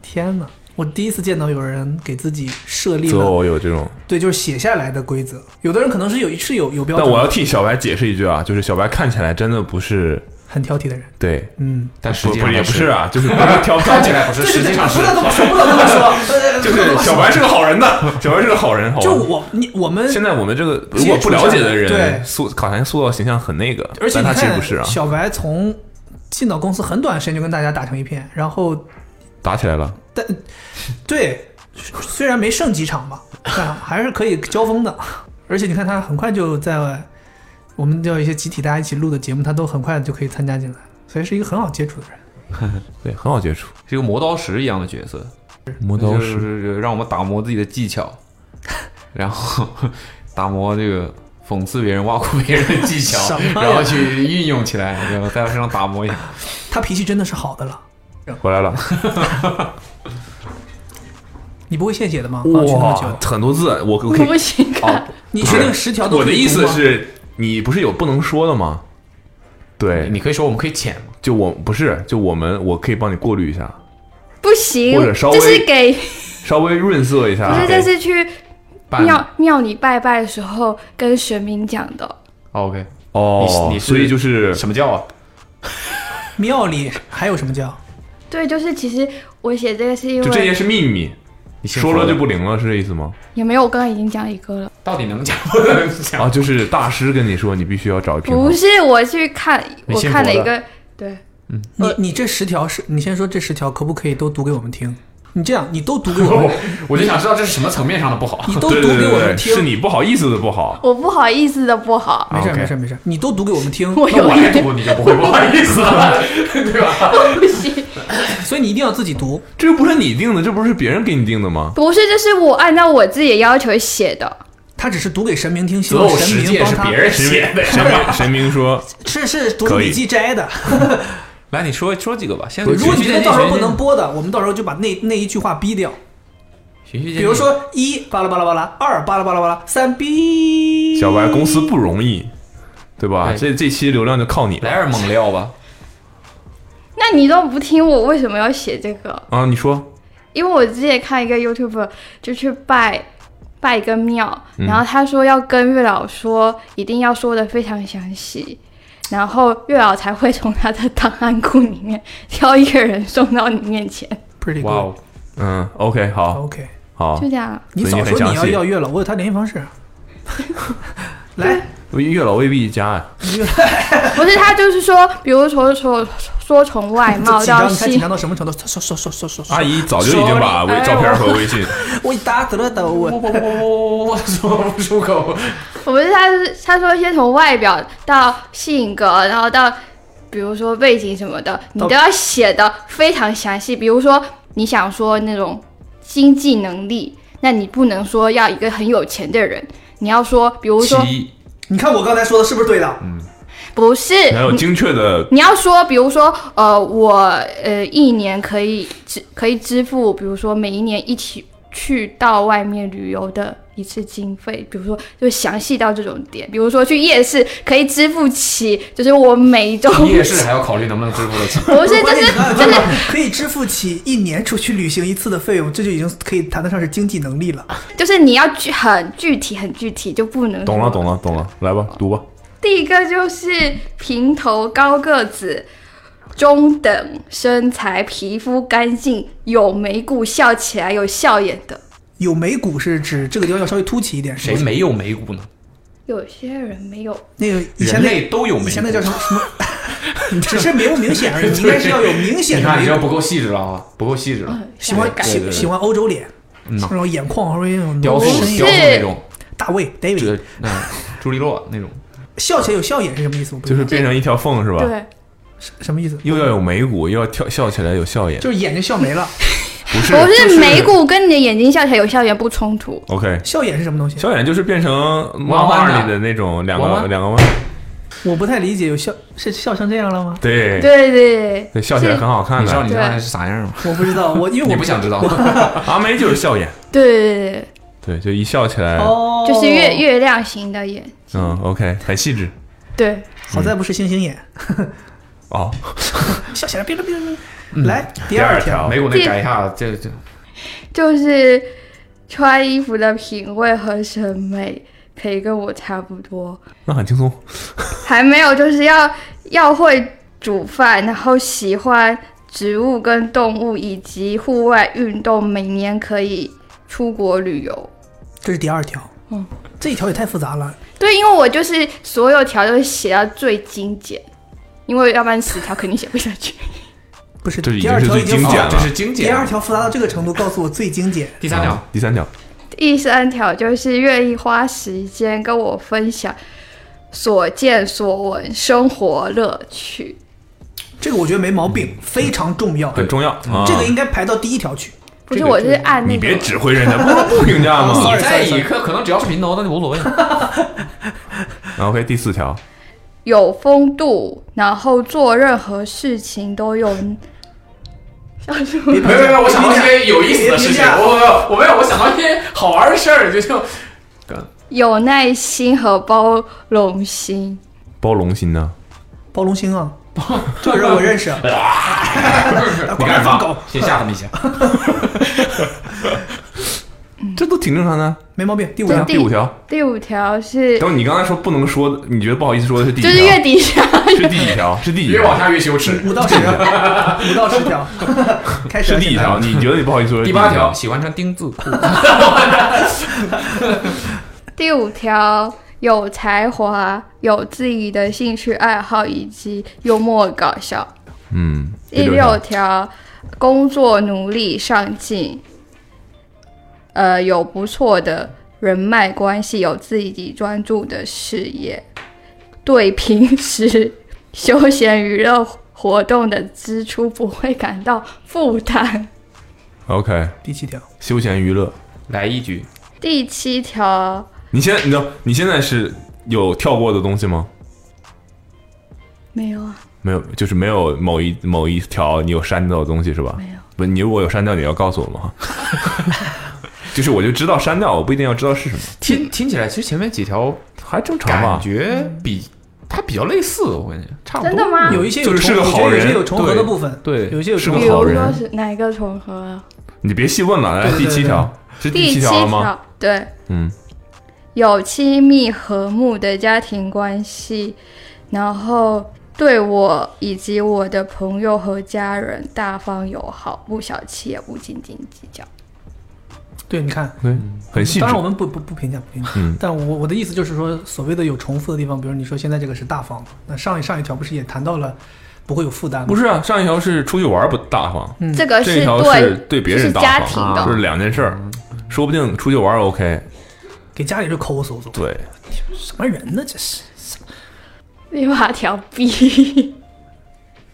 Speaker 4: 天哪！我第一次见到有人给自己设立
Speaker 3: 择
Speaker 4: 了，
Speaker 3: 偶有这种。
Speaker 4: 对，就是写下来的规则。有的人可能是有是有有标
Speaker 3: 但
Speaker 4: 准的，
Speaker 3: 我要替小白解释一句啊，就是小白看起来真的不是
Speaker 4: 很挑剔的人。
Speaker 3: 对，
Speaker 4: 嗯，
Speaker 5: 但实
Speaker 3: 不
Speaker 5: 际
Speaker 3: 不
Speaker 5: 上
Speaker 3: 也
Speaker 5: 他
Speaker 3: 不是，啊，就是不是
Speaker 4: (laughs)
Speaker 3: 挑
Speaker 5: 看起来不是，实际上是
Speaker 4: 不。能这么说，不能这么说。
Speaker 3: (laughs) 就是小白是个好人的，
Speaker 4: (laughs)
Speaker 3: 小白是个好人，好吧
Speaker 4: 就我你我们
Speaker 3: 现在我们这个
Speaker 4: 接
Speaker 3: 如果不了解的
Speaker 4: 触一下对
Speaker 3: 人，塑卡坛塑造形象很那个，
Speaker 4: 而
Speaker 3: 但
Speaker 4: 且你
Speaker 3: 他
Speaker 4: 看，
Speaker 3: 其实不是啊，
Speaker 4: 小白从进到公司很短时间就跟大家打成一片，然后
Speaker 3: 打起来了。
Speaker 4: 但对，虽然没胜几场吧， (laughs) 但还是可以交锋的。而且你看他很快就在我们叫一些集体大家一起录的节目，他都很快就可以参加进来，所以是一个很好接触的人。
Speaker 3: 对，很好接触。
Speaker 5: 是一个磨刀石一样的角色，
Speaker 3: 磨
Speaker 5: 就是就是让我们打磨自己的技巧，然后 (laughs) 打磨这个讽刺别人、挖苦别人的技巧，
Speaker 4: 什么呀
Speaker 5: 然后去运用起来，然后在他身上打磨一下。
Speaker 4: 他脾气真的是好的了，
Speaker 3: 回来了，
Speaker 4: 你不会献血的吗？放学那么
Speaker 3: 哇，
Speaker 4: 久，
Speaker 3: 很多字，我我可以
Speaker 6: 不行
Speaker 3: 哦
Speaker 6: 看，
Speaker 4: 你确定十条都
Speaker 3: 我
Speaker 4: 可
Speaker 3: 的
Speaker 4: 以
Speaker 3: 意
Speaker 4: 读
Speaker 3: 思
Speaker 4: 吗，
Speaker 3: 是，你不是有不能说的吗？对，
Speaker 5: 你可以说我们可以潜嘛，
Speaker 3: 就我不是，就我们，我可以帮你过滤一下，
Speaker 6: 不行
Speaker 3: 或者，稍微啊
Speaker 6: 这是给
Speaker 3: 稍微润色一下。
Speaker 6: 不是这是去
Speaker 5: 半
Speaker 6: 庙庙里拜拜的时候跟神明讲的。
Speaker 5: 哦 OK，
Speaker 3: 哦，
Speaker 5: 你你是
Speaker 3: 所以就是
Speaker 5: 什么叫啊？
Speaker 4: 庙里还有什么叫？
Speaker 6: 对，就是其实我写这个是因
Speaker 3: 就这些
Speaker 6: 为
Speaker 3: 是秘密，
Speaker 5: 你先
Speaker 3: 说了就
Speaker 5: 吧
Speaker 3: 不灵了，是这意思吗？
Speaker 6: 也没有，我刚刚已经讲一个了。
Speaker 5: 到底能讲不能讲？
Speaker 3: 啊，就是大师跟你说，你必须要找平衡
Speaker 6: 不。是，我去看，
Speaker 5: 你
Speaker 6: 我
Speaker 5: 信
Speaker 6: 看
Speaker 5: 佛
Speaker 6: 了一
Speaker 5: 的
Speaker 6: 个，对，
Speaker 4: 你
Speaker 6: 呃
Speaker 4: 你这十条是你先说这十条可不可以都读给我们听？你这样你都读
Speaker 3: (laughs)
Speaker 4: 给我们，
Speaker 5: 我就想知道这是什么层面上的不好。
Speaker 4: 你都
Speaker 3: 哦对
Speaker 4: 读
Speaker 3: 对
Speaker 4: 给我
Speaker 3: 对
Speaker 4: 们
Speaker 3: 对，
Speaker 4: 听。
Speaker 3: 是你不好意思的不好。
Speaker 6: 我不好意思的不好，
Speaker 4: 没事儿
Speaker 3: OK
Speaker 4: 没事儿没事儿，你都读给我们听，
Speaker 6: (laughs) 我有
Speaker 5: 我来
Speaker 6: 一
Speaker 5: 读你就不会不好意思了，对吧？
Speaker 6: 不行，
Speaker 4: 所以你一定要自己读。
Speaker 3: 这又不是你定的，这不是别人给你定的吗？
Speaker 6: 不是，这是我按照我自己的要求写的。
Speaker 4: 他只是读给神明听，希
Speaker 5: 择
Speaker 4: 望
Speaker 3: 哦
Speaker 5: 偶
Speaker 4: 神
Speaker 5: 十
Speaker 4: 明
Speaker 5: 戒
Speaker 4: 帮
Speaker 5: 是
Speaker 4: 他
Speaker 5: 别。人写的。
Speaker 3: 神明神明说，
Speaker 4: 是是读
Speaker 3: 可以
Speaker 4: 笔记摘的，
Speaker 5: (laughs) 来，你说说几个吧。先
Speaker 4: 如果你觉得到时候不能
Speaker 5: 播，
Speaker 4: 播的，我们到时候就把那那一句话逼掉。
Speaker 5: 循序渐
Speaker 4: 比如说一巴拉巴拉巴拉，二巴拉巴拉巴拉，三逼。
Speaker 3: 小
Speaker 6: 嗯
Speaker 3: 白公司不容易，对吧？
Speaker 5: 对
Speaker 3: 这这期流量就靠你
Speaker 5: 来
Speaker 3: 了
Speaker 5: 点猛料吧。
Speaker 6: 那你都不听我，为什么要写这个？
Speaker 3: 啊！你说，
Speaker 6: 因为我之前看一个 YouTube，就去拜拜一个庙，
Speaker 4: 嗯
Speaker 6: 然后他说要跟月老说，一定要说的非常详细，然后月老才会从他的档案库里面 (laughs) 挑一个人送到你面前，
Speaker 4: pretty
Speaker 5: 哇
Speaker 4: good。
Speaker 5: 哦，
Speaker 3: 嗯，OK，好，
Speaker 4: OK，
Speaker 3: 好
Speaker 6: 就，这样。
Speaker 4: 你
Speaker 3: 所以你
Speaker 4: 早
Speaker 3: 很
Speaker 4: 说
Speaker 3: 详
Speaker 4: 你要
Speaker 3: 细
Speaker 4: 要月老，我有他联系方式。来，
Speaker 3: 月老未必加啊呀，
Speaker 6: 不是，他就是说，比如说说说从外
Speaker 4: (laughs) 这
Speaker 6: 貌
Speaker 4: 紧
Speaker 6: 哎到
Speaker 4: 张，你看紧
Speaker 6: 性，
Speaker 4: 张到什么程度？说说说说说说，
Speaker 3: 阿姨早就已经把
Speaker 6: 哎
Speaker 3: 微照片和微
Speaker 6: (laughs)
Speaker 3: 信，
Speaker 4: 我打得了啊的
Speaker 5: 我
Speaker 4: 我。
Speaker 5: 我我我我说不出口。
Speaker 6: 我不是他是他说先从外表到性格，然后到比如说背景什么的，你
Speaker 4: 到
Speaker 6: 都要写的非常详细。比如说你想说那种经济能力，那你不能说要一个很有钱的人，你要说，比如说
Speaker 5: 一，
Speaker 4: 你看我刚才说的是不是对的？
Speaker 6: 不是，
Speaker 3: 你要有精确的，
Speaker 6: 你要说，比如说，呃，我呃一年可以支可以支付，比如说每一年一起去到外面旅游的一次经费，比如说就详细到这种点，比如说去夜市可以支付起，就是我每一周
Speaker 5: (laughs) 夜市还要考虑能不能支付得起。
Speaker 6: (laughs) 不是，
Speaker 4: 关
Speaker 6: 就
Speaker 4: 键
Speaker 6: 是
Speaker 4: 你看
Speaker 6: 就
Speaker 4: 看
Speaker 6: 是
Speaker 4: 可以支付起一年出去旅行一次的费用，这就已经可以谈得上是经济能力了。
Speaker 6: 就是你要具很具体很具体，就不能
Speaker 3: 懂了，
Speaker 6: 说
Speaker 3: 懂了，懂了，来吧，读吧，
Speaker 6: 第一个就是平头高个子，中等身材，皮肤干净，有眉骨，笑起来有笑眼的。
Speaker 4: 有眉骨是指这个地方要稍微凸起一点，是
Speaker 5: 谁
Speaker 4: 吗？
Speaker 5: 没有眉骨呢？
Speaker 6: 有些人没有
Speaker 4: 那个以前
Speaker 5: 人
Speaker 4: 那
Speaker 5: 类都有
Speaker 4: 以
Speaker 5: 眉
Speaker 4: 前那
Speaker 5: 骨
Speaker 4: 叫。什么什么？只是明不明显而已，你应该是要有明显
Speaker 5: 你
Speaker 4: 的
Speaker 5: 看，你这
Speaker 4: 眉骨。
Speaker 5: 不够细致了啊，不够细致了。
Speaker 4: 喜
Speaker 6: 欢
Speaker 4: 欢喜喜欢欧洲脸，那种眼眶稍微有
Speaker 5: 雕塑
Speaker 4: 深一
Speaker 5: 雕
Speaker 4: 点
Speaker 5: 塑那种，
Speaker 4: 大卫
Speaker 5: 这
Speaker 4: David
Speaker 5: 嗯，朱莉洛那种，
Speaker 4: 笑起来有笑眼是什么意思？我不
Speaker 3: 就
Speaker 4: 知
Speaker 3: 是
Speaker 4: 道
Speaker 3: 变成一条缝是吧？
Speaker 6: 对，
Speaker 4: 什么意思？
Speaker 3: 又要有眉骨，又要跳笑起来有笑眼，
Speaker 4: 就是眼睛笑没了，
Speaker 3: 不是，
Speaker 6: 我
Speaker 3: 就是
Speaker 6: 眉骨跟你的眼睛笑起来有校园不冲突。
Speaker 3: OK。
Speaker 4: 笑眼是什么东西？
Speaker 3: 小眼就是变成漫
Speaker 5: 弯
Speaker 3: 画
Speaker 5: 弯的
Speaker 3: 里的那种两个
Speaker 5: 弯弯
Speaker 3: 两个弯，
Speaker 4: 我不太理解，有笑是笑成这样了吗？
Speaker 3: 对
Speaker 6: 对对
Speaker 3: 对，笑起来很好看
Speaker 5: 你知道
Speaker 3: 的。
Speaker 5: 你
Speaker 6: 对
Speaker 5: 刚才是啥样吗？
Speaker 4: 我不知道，我 (laughs) 因为
Speaker 5: 你
Speaker 4: 我
Speaker 5: 不想知道，
Speaker 3: 阿妹就是笑眼，
Speaker 6: 对对
Speaker 3: 对，就一笑起来，
Speaker 4: 哦，
Speaker 6: 对，就是月月亮型的眼，
Speaker 3: 嗯，OK，很细致
Speaker 6: 对，
Speaker 4: 好在不是星星眼，
Speaker 3: 哦。
Speaker 4: 笑起来哔哩哔哩哔哩。来第二条，
Speaker 5: 眉骨那改一下，这这
Speaker 6: 就是穿衣服的品味和审美可以跟我差不多，
Speaker 3: 那很轻松，
Speaker 6: 还没有就是要要会煮饭，然后喜欢植物跟动物以及户外运动，每年可以出国旅游。
Speaker 4: 这是第二条。嗯，这一条也太复杂了。
Speaker 6: 对，因为我就是所有条都写到最精简，因为要不然十条肯定写不下去。 (laughs)
Speaker 4: 不是，
Speaker 3: 这已
Speaker 4: 第
Speaker 3: 经
Speaker 4: 二
Speaker 3: 是
Speaker 4: 条
Speaker 3: 最
Speaker 4: 已经
Speaker 3: 精简
Speaker 4: 复杂
Speaker 3: 了
Speaker 5: 哦这是精
Speaker 4: 第
Speaker 5: 简。
Speaker 4: 二条复杂到这个程度，告诉我最精简。
Speaker 5: 第三条，
Speaker 3: 第三条，
Speaker 6: 第三条就是愿意花时间跟我分享所见所闻、生活乐趣。
Speaker 4: 这个我觉得没毛病，非常重要。
Speaker 3: 很重要。啊
Speaker 4: 这个应该排到第一条去。
Speaker 6: 不是，我是按那
Speaker 3: 你别
Speaker 6: 个，
Speaker 3: 指挥人家，不不评价
Speaker 4: Sorry
Speaker 3: 吗
Speaker 5: 你在一个可能只要是平头，那就无所谓。
Speaker 3: ？OK，第四条，
Speaker 6: 有风度，然后做任何事情都有。笑什么？
Speaker 5: 没有没有，我想到一些有意思的事情，
Speaker 4: 别评价
Speaker 5: 我我没有，我想到一些好玩的事儿，就就
Speaker 6: 有耐心和包容心。
Speaker 3: 包容心呢？
Speaker 4: 包龙星啊，这人我认识。
Speaker 5: 你
Speaker 4: 滚蛋放狗，
Speaker 5: 先吓他们一下。
Speaker 3: 这都挺正常的。啊
Speaker 4: 没毛病。第五
Speaker 6: 对
Speaker 4: 条，
Speaker 3: 第五条，
Speaker 6: 第五条是，
Speaker 3: 等你刚才说不能说的，你觉得不好意思说的是第几
Speaker 6: 就
Speaker 3: 条？
Speaker 6: 是月底下
Speaker 3: 是第几条？是第几
Speaker 5: 越往
Speaker 3: 条？
Speaker 5: 下越羞耻。
Speaker 4: 五到十，五到
Speaker 3: (laughs)
Speaker 4: 十条，开始
Speaker 3: 是
Speaker 4: 了。
Speaker 3: 第几条？
Speaker 4: 现在？
Speaker 3: 你觉得你不好意思说的是
Speaker 5: (laughs) 第
Speaker 3: 几
Speaker 5: 八条，？喜欢穿丁字裤。
Speaker 6: 第五条有才华，有自己的兴趣爱好以及幽默搞笑。
Speaker 3: 嗯，
Speaker 6: 第
Speaker 3: 条
Speaker 6: 六条工作努力上进，呃，有不错的人脉关系，有自己专注的事业，对平时休闲娱乐活动的支出不会感到负担。
Speaker 3: OK，
Speaker 4: 第七条，
Speaker 3: 休闲娱乐。
Speaker 5: 来一局，
Speaker 6: 第七条
Speaker 3: 你现在，你等，你现在是有跳过的东西吗？
Speaker 6: 没有啊，
Speaker 3: 没有，就是没有某一某一条你有删掉的东西是吧？
Speaker 6: 没有。
Speaker 3: 不，你如果有删掉，你要告诉我们哈。 (laughs) 就是我就知道删掉，我不一定要知道是什么，
Speaker 5: 听听起来其实前面几条
Speaker 3: 还正常
Speaker 5: 感
Speaker 3: 吧？
Speaker 5: 觉比它比较类似，我感觉差不多。
Speaker 6: 真的？吗？
Speaker 4: 有一些有
Speaker 3: 就是
Speaker 4: 重
Speaker 3: 个
Speaker 4: 我觉
Speaker 3: 好
Speaker 4: 得有
Speaker 3: 人
Speaker 4: 些有重合的
Speaker 5: 对
Speaker 4: 部分，
Speaker 5: 对
Speaker 4: 有一些有
Speaker 3: 是个
Speaker 4: 重合
Speaker 6: 比
Speaker 4: 的
Speaker 3: 好
Speaker 4: 部
Speaker 6: 如
Speaker 4: 分。
Speaker 3: 人
Speaker 6: 说是哪一个重合啊？
Speaker 3: 你别细问了，来
Speaker 4: 对对
Speaker 3: 第七条是
Speaker 6: 第
Speaker 3: 七
Speaker 6: 七
Speaker 3: 条了吗？
Speaker 6: 条，对，
Speaker 3: 嗯，
Speaker 6: 有亲密和睦的家庭关系，然后对我以及我的朋友和家人大方友好，不小气也不斤斤计较。
Speaker 4: 对，你看，
Speaker 3: 对，很细致
Speaker 4: 当然我们不不不评价不评价，
Speaker 3: 嗯
Speaker 4: 但我我的意思就是说，所谓的有重复的地方，比如你说现在这个是大方，那上一上一条不是也谈到了不会有负担吗？
Speaker 3: 不是啊，上一条是出去玩不大方，
Speaker 4: 嗯
Speaker 6: 这个
Speaker 3: 这一
Speaker 6: 是
Speaker 3: 条
Speaker 6: 对
Speaker 3: 对别人
Speaker 6: 是
Speaker 3: 大
Speaker 6: 家
Speaker 3: 方，
Speaker 6: 庭
Speaker 5: 啊
Speaker 6: 的，
Speaker 3: 就是两件事儿，说不定出去玩 OK，
Speaker 4: 给家里就抠搜搜，
Speaker 3: 对，
Speaker 4: 什么人呢？这是
Speaker 6: 第八条
Speaker 4: (laughs)
Speaker 6: B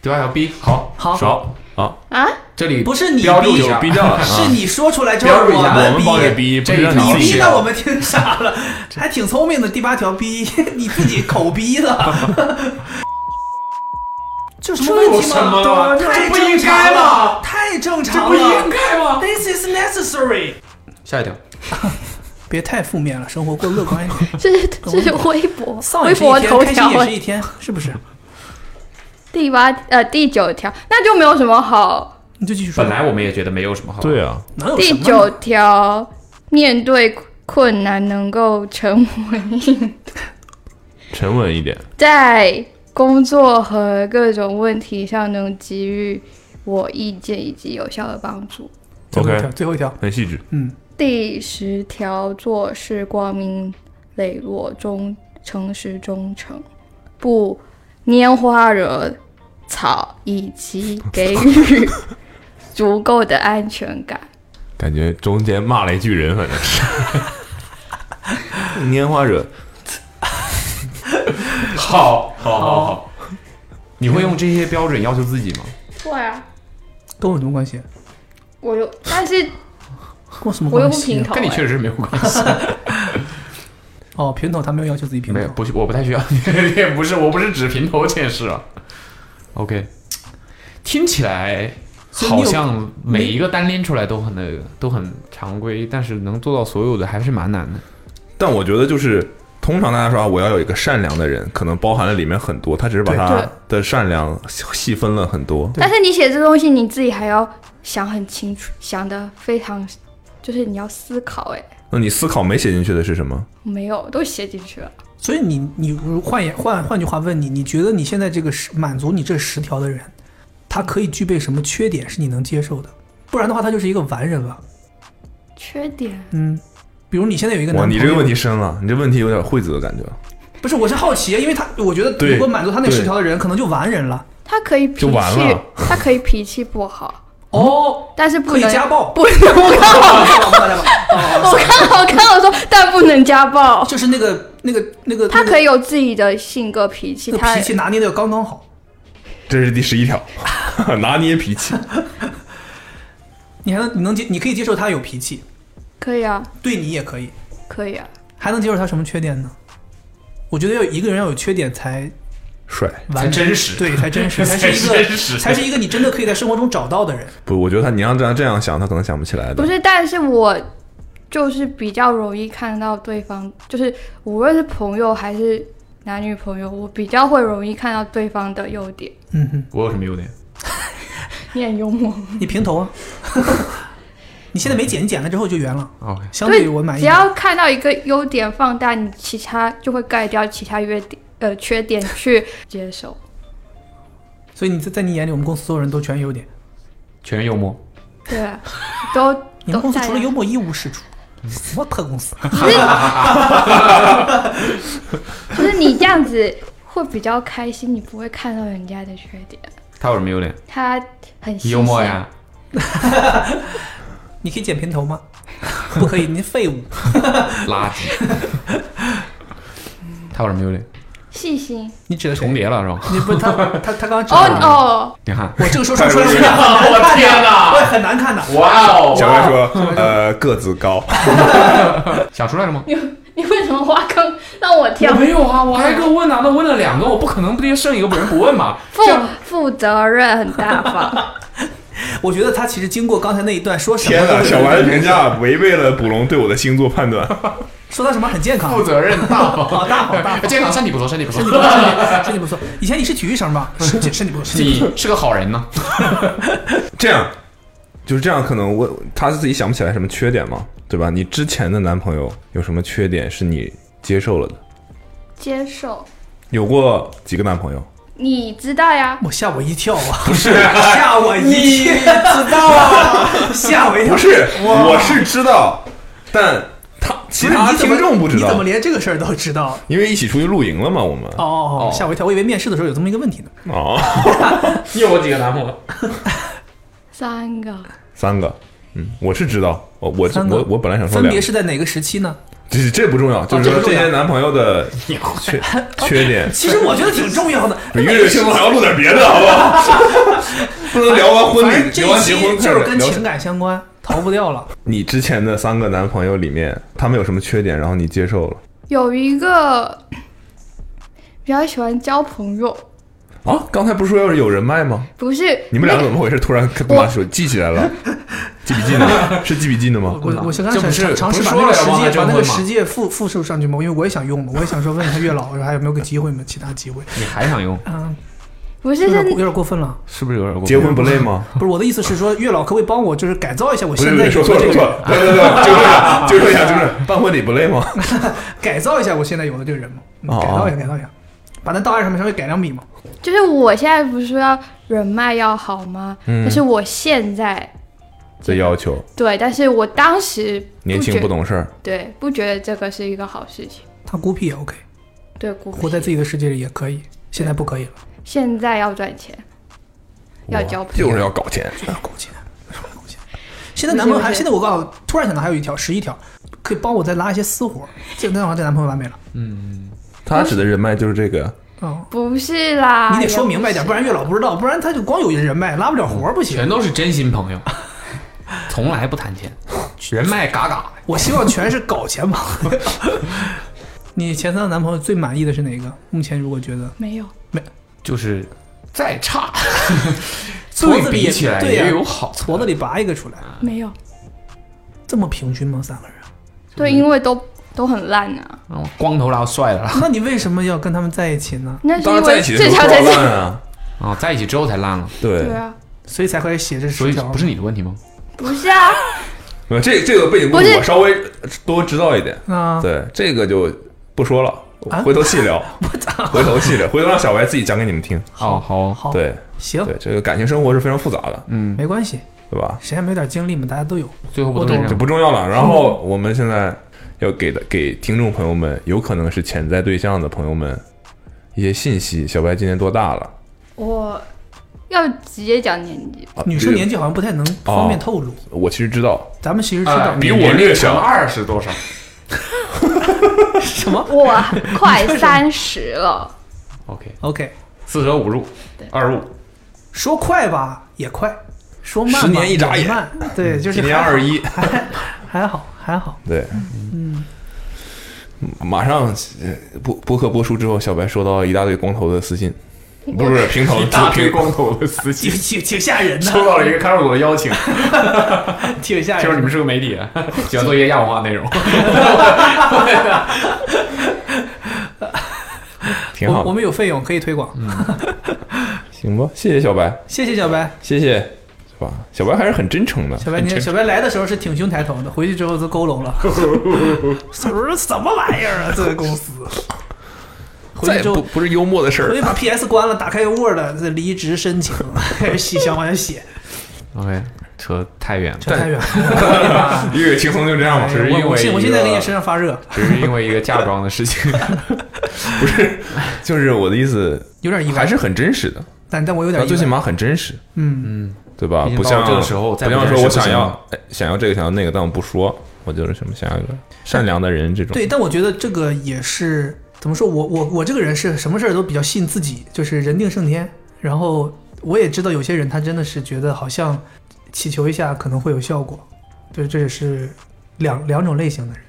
Speaker 5: 第八条 B，好，
Speaker 4: 好
Speaker 6: 哦
Speaker 3: 少啊，
Speaker 6: 啊，
Speaker 5: 这里
Speaker 4: 不是你
Speaker 5: 标注
Speaker 4: 逼
Speaker 5: 一下
Speaker 3: 有逼掉
Speaker 5: (laughs)
Speaker 3: 了，
Speaker 4: 是
Speaker 3: 啊
Speaker 4: 你说出来之后，
Speaker 5: 标注一下
Speaker 3: 我
Speaker 4: 逼
Speaker 3: 们帮你逼，不
Speaker 5: 这
Speaker 3: 是
Speaker 5: 一
Speaker 3: 让
Speaker 5: 条
Speaker 3: 你
Speaker 4: 你
Speaker 3: 自己
Speaker 4: 逼
Speaker 5: 逼
Speaker 4: 的我们听傻了，还挺聪明的。第八条逼，你自己口逼的，这有什么问题
Speaker 5: 这有什么
Speaker 4: 吗？对啊
Speaker 5: 这
Speaker 4: 太
Speaker 5: 不应
Speaker 4: 正
Speaker 5: 该
Speaker 4: 常
Speaker 5: 吗
Speaker 4: 了，太正
Speaker 5: 这
Speaker 4: 常
Speaker 5: 不应
Speaker 4: 了。
Speaker 5: 该吗？
Speaker 4: This is necessary。
Speaker 5: 下一条，
Speaker 4: 别太负面了，生活过得乐观一点。
Speaker 6: 这是这是微博
Speaker 4: 丧也
Speaker 6: 微
Speaker 4: 是一
Speaker 6: 博
Speaker 4: 天，
Speaker 6: 头
Speaker 4: 开心
Speaker 6: 条
Speaker 4: 也
Speaker 6: 哎
Speaker 4: 是。一天，是不是？
Speaker 6: 第八呃第九条，那就没有什么好
Speaker 4: 你就继续说。
Speaker 5: 本来我们也觉得没有什么好。
Speaker 3: 对，啊，
Speaker 4: 能有哦什
Speaker 6: 第
Speaker 4: 么呢
Speaker 6: 九条，面对困难能够沉稳，
Speaker 3: 沉稳一点，
Speaker 6: 在工作和各种问题上能给予我意见以及有效的帮助。
Speaker 4: 最后一条，
Speaker 3: OK
Speaker 4: 最后一条，
Speaker 3: 很细致，
Speaker 4: 嗯，
Speaker 6: 第十条，做事光明磊落、忠诚实、忠诚，不拈花惹草，以及给予 (laughs) 足够的安全感。
Speaker 3: 感觉中间骂了一句人，反正是。 (laughs) 拈花惹，
Speaker 5: 好，好，好，好。你会用这些标准要求自己吗？
Speaker 6: 对啊，
Speaker 4: 跟我有什么关系？
Speaker 6: 我又，但是
Speaker 4: 跟我什么
Speaker 6: 我又
Speaker 4: 关
Speaker 6: 不
Speaker 4: 系
Speaker 6: 平
Speaker 4: 啊？
Speaker 6: 头、
Speaker 5: 跟你确
Speaker 6: 哎，
Speaker 5: 实是没有关系，
Speaker 4: 哦，平头他没有要求自己平
Speaker 5: 没有，
Speaker 4: 头，
Speaker 5: 不，我不太需要， (laughs) 也不是，我不是指平头这件事啊。OK，听起来
Speaker 4: 所以你
Speaker 5: 好
Speaker 4: 有
Speaker 5: 像每一个单拎出来都很那个，都很常规，但是能做到所有的还是蛮难的。
Speaker 2: 但我觉得就是
Speaker 3: 通常大家说啊，我要有一个善良的人，可能包含了里面很多，他只是把
Speaker 4: 对
Speaker 3: 他的善良细分了很多。
Speaker 4: 对
Speaker 6: 但是你写这东西你自己还要想很清楚，想的非常，就是你要思考、哎，
Speaker 3: 那你思考没写进去的是什么？
Speaker 6: 没有，都写进去了。
Speaker 4: 所以你你如换言换换句话问你，你觉得你现在这个十满足你这十条的人，他可以具备什么缺点是你能接受的？不然的话，他就是一个完人了。
Speaker 6: 缺点
Speaker 4: 嗯，比如你现在有一个男
Speaker 3: 哇，
Speaker 4: 朋
Speaker 3: 你
Speaker 4: 友，
Speaker 3: 这个问题深了，你这问题有点惠子的感觉，
Speaker 4: 不是我是好奇，因为他我觉得
Speaker 3: 对
Speaker 4: 如果满足他那
Speaker 3: 对
Speaker 4: 十条的人，可能就完人了。
Speaker 6: 他可以脾
Speaker 3: 就完
Speaker 6: 气
Speaker 3: 了，
Speaker 6: 他可以脾气不好，
Speaker 4: 哦，
Speaker 6: 但是不
Speaker 4: 可以
Speaker 6: 能
Speaker 4: 家暴，
Speaker 6: 嗯不能。我刚好，我刚好刚好说，但不能家暴。
Speaker 4: 哦就是那个那个那个，
Speaker 6: 他
Speaker 4: 那个
Speaker 6: 可以有自己的性格脾气，
Speaker 4: 那个
Speaker 6: 他
Speaker 4: 脾气拿捏的刚刚好。
Speaker 3: 这是第十一条，拿捏脾气。
Speaker 4: 你还能你能接，你可以接受他有脾气，
Speaker 6: 可以啊，
Speaker 4: 对你也可以，
Speaker 6: 可以啊。
Speaker 4: 还能接受他什么缺点呢？我觉得要一个人要有缺点才
Speaker 3: 帅
Speaker 4: 完
Speaker 5: 才真实
Speaker 4: 对，才
Speaker 5: (laughs)
Speaker 4: 真实，才是一
Speaker 5: 才
Speaker 4: 个
Speaker 5: 真实
Speaker 4: 才是一个你真的可以在生活中找到的人。
Speaker 3: 不，我觉得他你让他这样想，他可能想不起来的。
Speaker 6: 不是，但是我就是比较容易看到对方，就是无论是朋友还是男女朋友，我比较会容易看到对方的优点。
Speaker 4: 嗯哼，
Speaker 5: 我有什么优点？
Speaker 6: 你很幽默，
Speaker 4: 你平头啊， (laughs) 你现在没剪，你剪了之后就圆了，
Speaker 5: 哦 OK，
Speaker 4: 相对于我满意
Speaker 6: 只。要看到一个优点放大，你其他就会盖掉其他优点呃缺点去接
Speaker 4: (laughs)
Speaker 6: 受。
Speaker 4: 所以你在在你眼里，我们公司所有人都全优点，
Speaker 5: 全是幽默。
Speaker 6: 对啊，都
Speaker 4: 你们
Speaker 6: 都
Speaker 4: 公司
Speaker 6: 在
Speaker 4: 除了
Speaker 6: 啊
Speaker 4: 幽默一无是处。什么特公司？
Speaker 6: 就是你这样子会比较开心，你不会看到人家的缺点。
Speaker 5: 他有什么优点？
Speaker 6: 他很细心
Speaker 5: 幽默，呀。
Speaker 4: 你可以剪平头吗？不可以，你废物。
Speaker 5: 垃圾。 (laughs) 他有什么优点？
Speaker 6: 细心。
Speaker 4: 你指的谁
Speaker 5: 重？叠了是吧？ (laughs)
Speaker 4: 你不是他他他刚刚指
Speaker 6: 哦
Speaker 4: 的
Speaker 6: 哦，
Speaker 5: 你看，
Speaker 4: 我
Speaker 5: (laughs)
Speaker 4: 这个说出来说出来，我天哪，会很难看的。
Speaker 5: 哇哦
Speaker 3: 小白说，呃，个子高，
Speaker 5: 想出来了吗？
Speaker 6: 你你为什么挖坑让我跳
Speaker 5: 我？没有啊，我挨个问啊，那问了两个，我不可能不剩一个人不问吧？
Speaker 6: 负负责任很
Speaker 5: (laughs)
Speaker 6: 大方，
Speaker 4: 我觉得他其实经过刚才那一段说什
Speaker 3: 天
Speaker 4: 么
Speaker 3: 哪！
Speaker 4: 都是，
Speaker 3: 小白的评价违背了捕龙对我的星座判断。
Speaker 4: 说他什么很健康
Speaker 5: 负，责任大方，
Speaker 4: 好大好大方
Speaker 5: 健康，身体不错，身体不错，
Speaker 4: 身体不错。以前你是体育生吧？身体身体不错，身体不错。
Speaker 5: (laughs) 你是个好人呢。
Speaker 3: 这样，就是这样，可能我他自己想不起来什么缺点嘛，对吧？你之前的男朋友有什么缺点是你接受了的？
Speaker 6: 接受。
Speaker 3: 有过几个男朋友？
Speaker 6: 你知道呀？
Speaker 4: 我吓我一跳啊！不是 (laughs) 吓我一跳，知道啊？吓我一跳！
Speaker 3: 不是，我是知道，但他其
Speaker 4: 不是
Speaker 3: 他
Speaker 4: 你怎
Speaker 3: 听
Speaker 4: 么
Speaker 3: 众不知
Speaker 4: 你怎
Speaker 3: 道
Speaker 4: 么，连这个事儿都知道？
Speaker 3: 因为一起出去露营了嘛，我们
Speaker 4: 哦哦哦！吓我一跳，我以为面试的时候有这么一个问题呢。
Speaker 3: 哦，
Speaker 5: 你有过几个男朋友？
Speaker 6: 三个，
Speaker 3: 三个，嗯，我是知道，我我
Speaker 4: 三个
Speaker 3: 我我本来想说
Speaker 4: 分
Speaker 3: 两
Speaker 4: 别
Speaker 3: 个，
Speaker 4: 是在哪个时期呢？
Speaker 3: 这这不重要，就是
Speaker 4: 哦这
Speaker 3: 说
Speaker 4: 不重
Speaker 3: 这
Speaker 4: 要
Speaker 3: 些男朋友的缺 (laughs) 缺
Speaker 4: (laughs)
Speaker 3: 点。
Speaker 4: 其实我觉得挺重要的。
Speaker 3: 一个月星座还要录点别的，好不好？
Speaker 4: (laughs)
Speaker 3: 不能聊完婚
Speaker 4: 反正
Speaker 3: 礼，
Speaker 4: 这
Speaker 3: 聊嗯
Speaker 4: 一
Speaker 3: 完结
Speaker 4: 期
Speaker 3: 婚
Speaker 4: 就是跟情
Speaker 3: 感。
Speaker 4: 感相关，逃不掉了。
Speaker 3: 你之前的三个男朋友里面，他们有什么缺点，然后你接受了
Speaker 6: 有一个比较喜欢交朋友，
Speaker 3: 啊？刚才不是说要是有人脉吗？
Speaker 6: 不是
Speaker 3: 你们
Speaker 6: 那
Speaker 3: 俩
Speaker 6: 个
Speaker 3: 怎么回事？突然 (laughs) 把手记起来
Speaker 4: (laughs)
Speaker 3: 了，记笔记 (laughs) 呢？是记笔记呢吗？
Speaker 4: 我我是刚
Speaker 5: 这
Speaker 4: 才
Speaker 5: 不是
Speaker 4: 想尝
Speaker 5: 不
Speaker 4: 试
Speaker 5: 是
Speaker 4: 把
Speaker 5: 说
Speaker 4: 那个
Speaker 5: 了要
Speaker 4: 时
Speaker 5: 帮他
Speaker 4: 间把
Speaker 5: 征
Speaker 4: 那
Speaker 5: 婚
Speaker 4: 个
Speaker 5: 吗
Speaker 4: 时间复复述上去嘛，因为我也想用嘛，我也想说问一下月老，还有没有个机会嘛，其他机会。
Speaker 5: 你还想用？
Speaker 4: 嗯，
Speaker 6: 不
Speaker 4: 有
Speaker 6: 是
Speaker 4: 点过有
Speaker 6: 是
Speaker 4: 点过分了。
Speaker 5: 是不是有点过分
Speaker 3: 结婚不累吗？
Speaker 4: (laughs) 不是我的意思是说，月老可不可以帮我就是改造一下我
Speaker 3: 不
Speaker 4: 现
Speaker 3: 对
Speaker 4: 在
Speaker 3: 不对，
Speaker 4: 有
Speaker 3: 说
Speaker 4: 的
Speaker 3: 错了啊
Speaker 4: 这
Speaker 3: 说
Speaker 4: 个
Speaker 3: 错了，对对对，纠正一下，纠正一下，纠 (laughs) 正。办婚礼不累吗？
Speaker 4: 改造一下我现在有的这个人嘛，嗯
Speaker 3: 哦
Speaker 4: 改造一下改造一下，把那档案上面稍微改两笔嘛。
Speaker 6: 就是我现在不是说要人脉要好吗？
Speaker 3: 嗯
Speaker 6: 就是我现在
Speaker 3: 这要求，
Speaker 6: 对，但是我当时
Speaker 3: 年轻
Speaker 6: 觉
Speaker 3: 不，懂事儿。
Speaker 6: 对，不觉得这个是一个好事情，
Speaker 4: 他孤僻也 OK，
Speaker 6: 对，孤僻
Speaker 4: 活在自己的世界里也可以，现在不可以了，
Speaker 6: 现在要赚钱，要交朋友，
Speaker 3: 就是要搞钱，
Speaker 4: 不要勾结，不要勾结。啊现在男朋友还，
Speaker 6: 不行不行
Speaker 4: 现在我告诉你，突然想到还有一条，十一条，可以帮我再拉一些私活。这那我这男朋友完美了，
Speaker 3: 他指的人脉就是这个。
Speaker 4: 哦，
Speaker 6: 不是啦，
Speaker 4: 你得说明白点，不然月老不知道，不然他就光有人脉拉不了活儿不行
Speaker 5: (laughs) 全。都是真心朋友，从来不谈钱，人脉嘎嘎。
Speaker 4: 我希望全是搞钱朋友。 (laughs) 你前三个男朋友最满意的是哪个？目前如果觉得
Speaker 6: 没有，
Speaker 3: 啊
Speaker 5: 就是再差，
Speaker 4: 矬
Speaker 5: 对
Speaker 4: 子里
Speaker 5: 比起来
Speaker 4: 对呀
Speaker 5: 也有好的。
Speaker 4: 矬子里拔一个出来，
Speaker 6: 没有，
Speaker 4: 这么平均吗？三个人？
Speaker 6: 对，因为都都很烂啊。
Speaker 5: 啊光头佬帅的了
Speaker 4: 那你为什么要跟他们在一起呢？
Speaker 6: 那是
Speaker 3: 当
Speaker 6: 因
Speaker 3: 然在
Speaker 6: 为
Speaker 3: 一起的
Speaker 6: 这
Speaker 3: 时候
Speaker 6: 条
Speaker 3: 多
Speaker 6: 才
Speaker 3: 浪
Speaker 6: 是
Speaker 3: 漫啊！ (laughs)
Speaker 5: 啊，在一起之后才烂了，
Speaker 3: 对
Speaker 6: 对，啊，
Speaker 4: 所以才开始写这
Speaker 5: 所
Speaker 4: 十
Speaker 5: 以
Speaker 4: 条。
Speaker 5: 不是啊你的问题吗？
Speaker 6: 不是啊，
Speaker 3: 没有这这个背景故
Speaker 6: 不
Speaker 3: 事
Speaker 6: 是
Speaker 3: 我稍微多知道一点，
Speaker 4: 啊，
Speaker 3: 对这个就不说了，
Speaker 4: 啊
Speaker 3: 回头细
Speaker 4: (laughs)
Speaker 3: 聊，回头细聊，回头让小白自己讲给你们听。
Speaker 5: 哦，好哦，
Speaker 4: 好，，
Speaker 3: 对
Speaker 4: 行，
Speaker 3: 对，这个感情生活是非常复杂的，
Speaker 5: 嗯，
Speaker 4: 没关系，
Speaker 3: 对吧？
Speaker 4: 谁还没有点经历嘛？大家都有。
Speaker 5: 最后不
Speaker 4: 我
Speaker 5: 都是
Speaker 4: 懂
Speaker 5: 这
Speaker 3: 这
Speaker 5: 样吗？
Speaker 3: 不重要了。然后我们现在要给的给听众朋友们，有可能是潜在对象的朋友们一些信息。小白今年多大了？
Speaker 6: 我要直接讲年纪，
Speaker 3: 啊
Speaker 4: 女生
Speaker 3: 这个
Speaker 4: 年纪好像不太能方便透露，
Speaker 3: 我其实知道，
Speaker 4: 咱们其实知
Speaker 5: 啊
Speaker 4: 道
Speaker 3: 比
Speaker 5: 比
Speaker 3: 我
Speaker 5: 我
Speaker 3: 略
Speaker 5: 略
Speaker 3: 小
Speaker 5: 小二十多少？
Speaker 4: 什么。
Speaker 6: 我
Speaker 3: (laughs)
Speaker 6: 快三十了，
Speaker 5: OK，
Speaker 4: OK，
Speaker 5: 四舍五入
Speaker 6: 对，
Speaker 5: 二十五，
Speaker 4: 说快吧也快，说慢吧
Speaker 3: 十年一眨眼
Speaker 4: 也慢，对，就是
Speaker 3: 今年
Speaker 4: 还好
Speaker 3: 二十，一，
Speaker 4: 还还好还好。
Speaker 3: 对，嗯， (laughs) 马上呃播播客播出之后，小白收到一大堆光头的私信，不是平头，平
Speaker 5: 光头的私
Speaker 4: 挺挺挺吓人的，
Speaker 5: 收到了一个看守所的邀 (laughs) 请，
Speaker 4: 挺吓人的。
Speaker 5: 听说你们是个媒体， (laughs) 喜欢做一些亚文化内容。
Speaker 3: 挺好
Speaker 4: 我我
Speaker 3: 的，
Speaker 4: 们有费用可以推广，
Speaker 3: 行吧？谢谢小白，
Speaker 4: 谢谢小白。
Speaker 3: 谢谢，是吧？小白还是很真诚的，
Speaker 4: 小白，
Speaker 3: 很
Speaker 4: 你
Speaker 3: 真
Speaker 4: 小白来的时候是挺胸抬头的，回去之后都
Speaker 3: (laughs)
Speaker 4: 佝偻了。什么什么玩意儿啊？这个公司，回
Speaker 3: 再
Speaker 4: 去
Speaker 3: 也
Speaker 4: 之
Speaker 3: 不
Speaker 4: 后
Speaker 3: 不是幽默的事
Speaker 4: 回
Speaker 3: 儿
Speaker 4: 去。把 PS 关了，打开 Word，这离职申请， (laughs) 开始写想往下写，
Speaker 5: (laughs) OK，扯太远了，
Speaker 4: 扯太远了。
Speaker 3: 因为轻松就这样吧，
Speaker 4: 哎
Speaker 5: 只是因为
Speaker 4: 我我现我现
Speaker 5: 一
Speaker 4: 在
Speaker 5: 个
Speaker 4: 给你身上发热，
Speaker 5: 只是因为一个嫁妆的事情。
Speaker 3: 就是我的意思，
Speaker 4: 有点意外，
Speaker 3: 还是很真实的。
Speaker 4: 但但我有点
Speaker 3: 那
Speaker 4: 意外
Speaker 3: 最起码很真实，
Speaker 4: 嗯，
Speaker 3: 对吧
Speaker 5: 毕？竟
Speaker 3: 不
Speaker 5: 到
Speaker 3: 像
Speaker 5: 这个时候再
Speaker 3: 不
Speaker 5: 不
Speaker 3: 像说
Speaker 5: 真实
Speaker 3: 我
Speaker 5: 不
Speaker 3: 想
Speaker 5: 行
Speaker 3: 要
Speaker 5: 了
Speaker 3: 哎想要这个想要那个，但我不说，我就是什么想要一个善良的人这种。
Speaker 4: 对，但我觉得这个也是怎么说，我我我这个人是什么事儿都比较信自己，就是人定胜天。然后我也知道有些人他真的是觉得好像祈求一下可能会有效果，对，这也是两两种类型的人。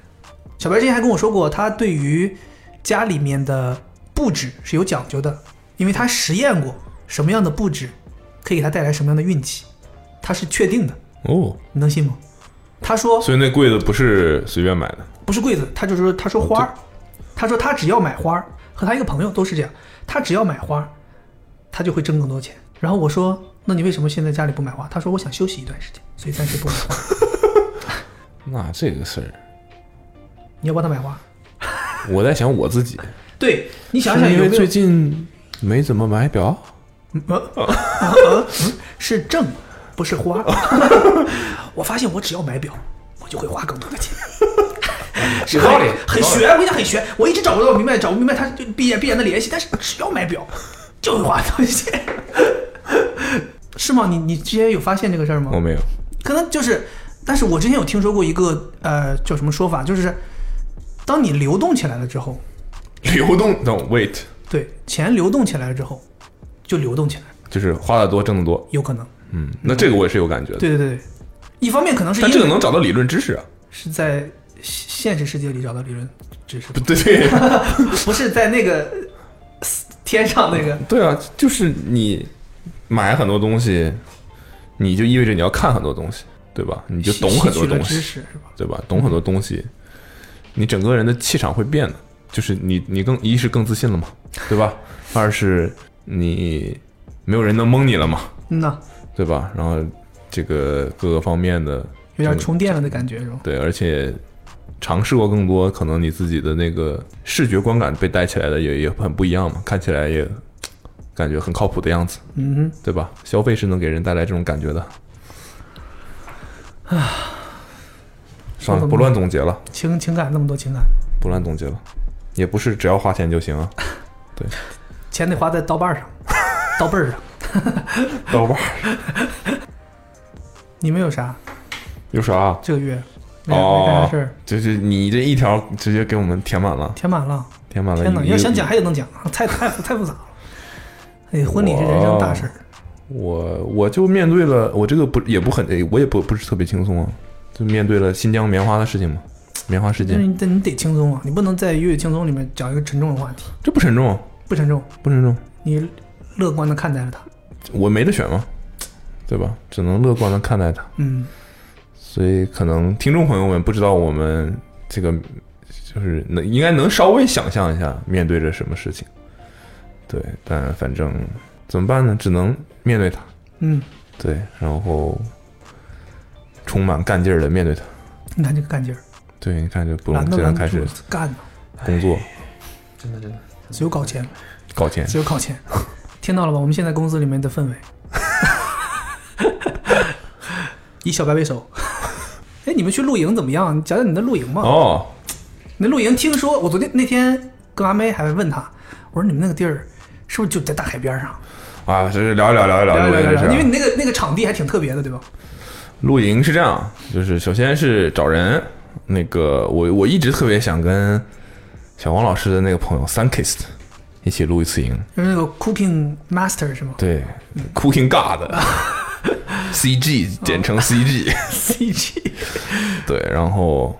Speaker 4: 小白之前还跟我说过，他对于家里面的布置是有讲究的，因为他实验过什么样的布置可以给他带来什么样的运气，他是确定的，
Speaker 3: 哦，
Speaker 4: 你能信吗？他说
Speaker 3: 所以那柜子不是随便买的，
Speaker 4: 不是柜子，他就是他说花儿，他说他只要买花儿，和他一个朋友都是这样，他只要买花儿，他就会挣更多钱。然后我说，那你为什么现在家里不买花？他说我想休息一段时间，所以暂时不买花。
Speaker 3: 那这个事儿，
Speaker 4: 你要帮他买花？
Speaker 3: 我在想我自
Speaker 5: (laughs)
Speaker 3: 己，
Speaker 4: (laughs) 对你想想
Speaker 3: 是因
Speaker 4: 有
Speaker 3: 为
Speaker 4: 没
Speaker 3: 最
Speaker 4: 有？
Speaker 3: 近没怎么买表，
Speaker 4: 是挣，不是
Speaker 5: (laughs)
Speaker 4: 花。我发现我只要买表，我就会花更多的钱。
Speaker 5: 有道理，
Speaker 4: 很玄，我跟你讲很玄，我一直找不到明白，找不明白它就必然必然的联系，但是只要买表，就会花东西。是吗？你你之前有发现这个事儿吗
Speaker 3: 我？没有。 (laughs)
Speaker 4: 可能就是，但是我之前有听说过一个呃叫什么说法，就是当你流动起来了之后，
Speaker 3: 流动等 wait，
Speaker 4: 对钱流动起来了之后，就流动起来，
Speaker 3: 就是花的多挣得多，
Speaker 4: 有可能。
Speaker 3: 嗯，那这个我也是有感觉的。
Speaker 4: 对对对对，一方面可能是
Speaker 3: 但
Speaker 4: 因
Speaker 3: 这个
Speaker 4: 为
Speaker 3: 能找到理论知识啊？ (laughs)
Speaker 4: 是在现实世界里找到理论知识，
Speaker 3: 不对对
Speaker 4: 不是在那个呃天上那个。
Speaker 3: (laughs) 对啊，就是你买很多东西，你就意味着你要看很多东西，对吧？你就懂
Speaker 4: 吸
Speaker 3: 很
Speaker 4: 取
Speaker 3: 多
Speaker 4: 了
Speaker 3: 东
Speaker 4: 知
Speaker 3: 西。
Speaker 4: 识是吧？
Speaker 3: 对吧？懂很多东西，你整个人的气场会变的，就是你你更一是更自信了嘛，对吧？二是你没有人能蒙你了嘛，
Speaker 4: 嗯呐，
Speaker 3: 对吧？然后这个各个方面的
Speaker 4: 有点充电了的感觉是吧？
Speaker 3: 对，而且尝试过更多，可能你自己的那个视觉观感被带起来的也也很不一样嘛，看起来也感觉很靠谱的样子，
Speaker 4: 嗯哼，
Speaker 3: 对吧？消费是能给人带来这种感觉的。算了，不乱总结了。
Speaker 4: 情情感那么多情感，
Speaker 3: 不乱总结了，也不是只要花钱就行啊，
Speaker 4: 钱得花在刀把上， (laughs) 刀背儿上。
Speaker 3: 刀把
Speaker 4: 你们有啥？
Speaker 3: 有啥？
Speaker 4: 这个月没啥没干啥
Speaker 3: 哦
Speaker 4: 事儿，，
Speaker 3: 就是你这一条直接给我们填满了，
Speaker 4: 填满了。
Speaker 3: 填满了。
Speaker 4: 啊哎天哪，要想讲，还得能讲，太太太复杂了。哎，婚礼是人生大事儿，
Speaker 3: 我我就面对了我这个不也不很，我也不不是特别轻松啊，就面对了新疆棉花的事情嘛，棉花事
Speaker 4: 但是
Speaker 3: 件，
Speaker 4: 你但你得轻松啊，你不能在越轻松里面讲一个沉重的话题，
Speaker 3: 这不沉重，啊
Speaker 4: 不沉重，
Speaker 3: 不沉重，
Speaker 4: 你乐观的看待了它。
Speaker 3: 我没得选嘛，对吧？只能乐观的看待它。
Speaker 4: 嗯，
Speaker 3: 所以可能听众朋友们不知道我们这个就是能应该能稍微想象一下面对着什么事情，对，但反正怎么办呢？只能面对它，
Speaker 4: 嗯，
Speaker 3: 对，然后充满干劲儿的面对它，
Speaker 4: 你看这个干劲儿，
Speaker 3: 对，你看就不
Speaker 4: 难
Speaker 3: 用
Speaker 4: 都
Speaker 3: 这样
Speaker 4: 难
Speaker 3: 开
Speaker 4: 不
Speaker 3: 始
Speaker 4: 住，干呢，
Speaker 3: 工作
Speaker 5: 真的真的，
Speaker 4: 只有搞钱，
Speaker 3: 搞钱，
Speaker 4: 只有搞钱。 (laughs) 听到了吧？我们现在公司里面的氛围， (laughs) 以小白为首。 (laughs) 哎，你们去露营怎么样？你讲讲你的露营吧。
Speaker 3: 哦，
Speaker 4: 那露营，听说我昨天那天跟阿妹还问她，我说你们那个地儿是不是就在大海边上？
Speaker 3: 啊，这是聊一聊聊一聊
Speaker 4: 聊
Speaker 3: 露
Speaker 4: 聊
Speaker 3: 营
Speaker 4: 聊
Speaker 3: 这事
Speaker 4: 聊，因为
Speaker 3: 儿。
Speaker 4: 你那个那个场地还挺特别的，对吧？
Speaker 3: 露营是这样，就是首先是找人，那个我我一直特别想跟小王老师的那个朋友 Sunkist 一起露一次营。
Speaker 4: 就是那个 Cooking Master 是吗 (laughs)
Speaker 3: 对，Cooking God (laughs) CG 简称 CG，
Speaker 4: ？CG
Speaker 3: 对，然后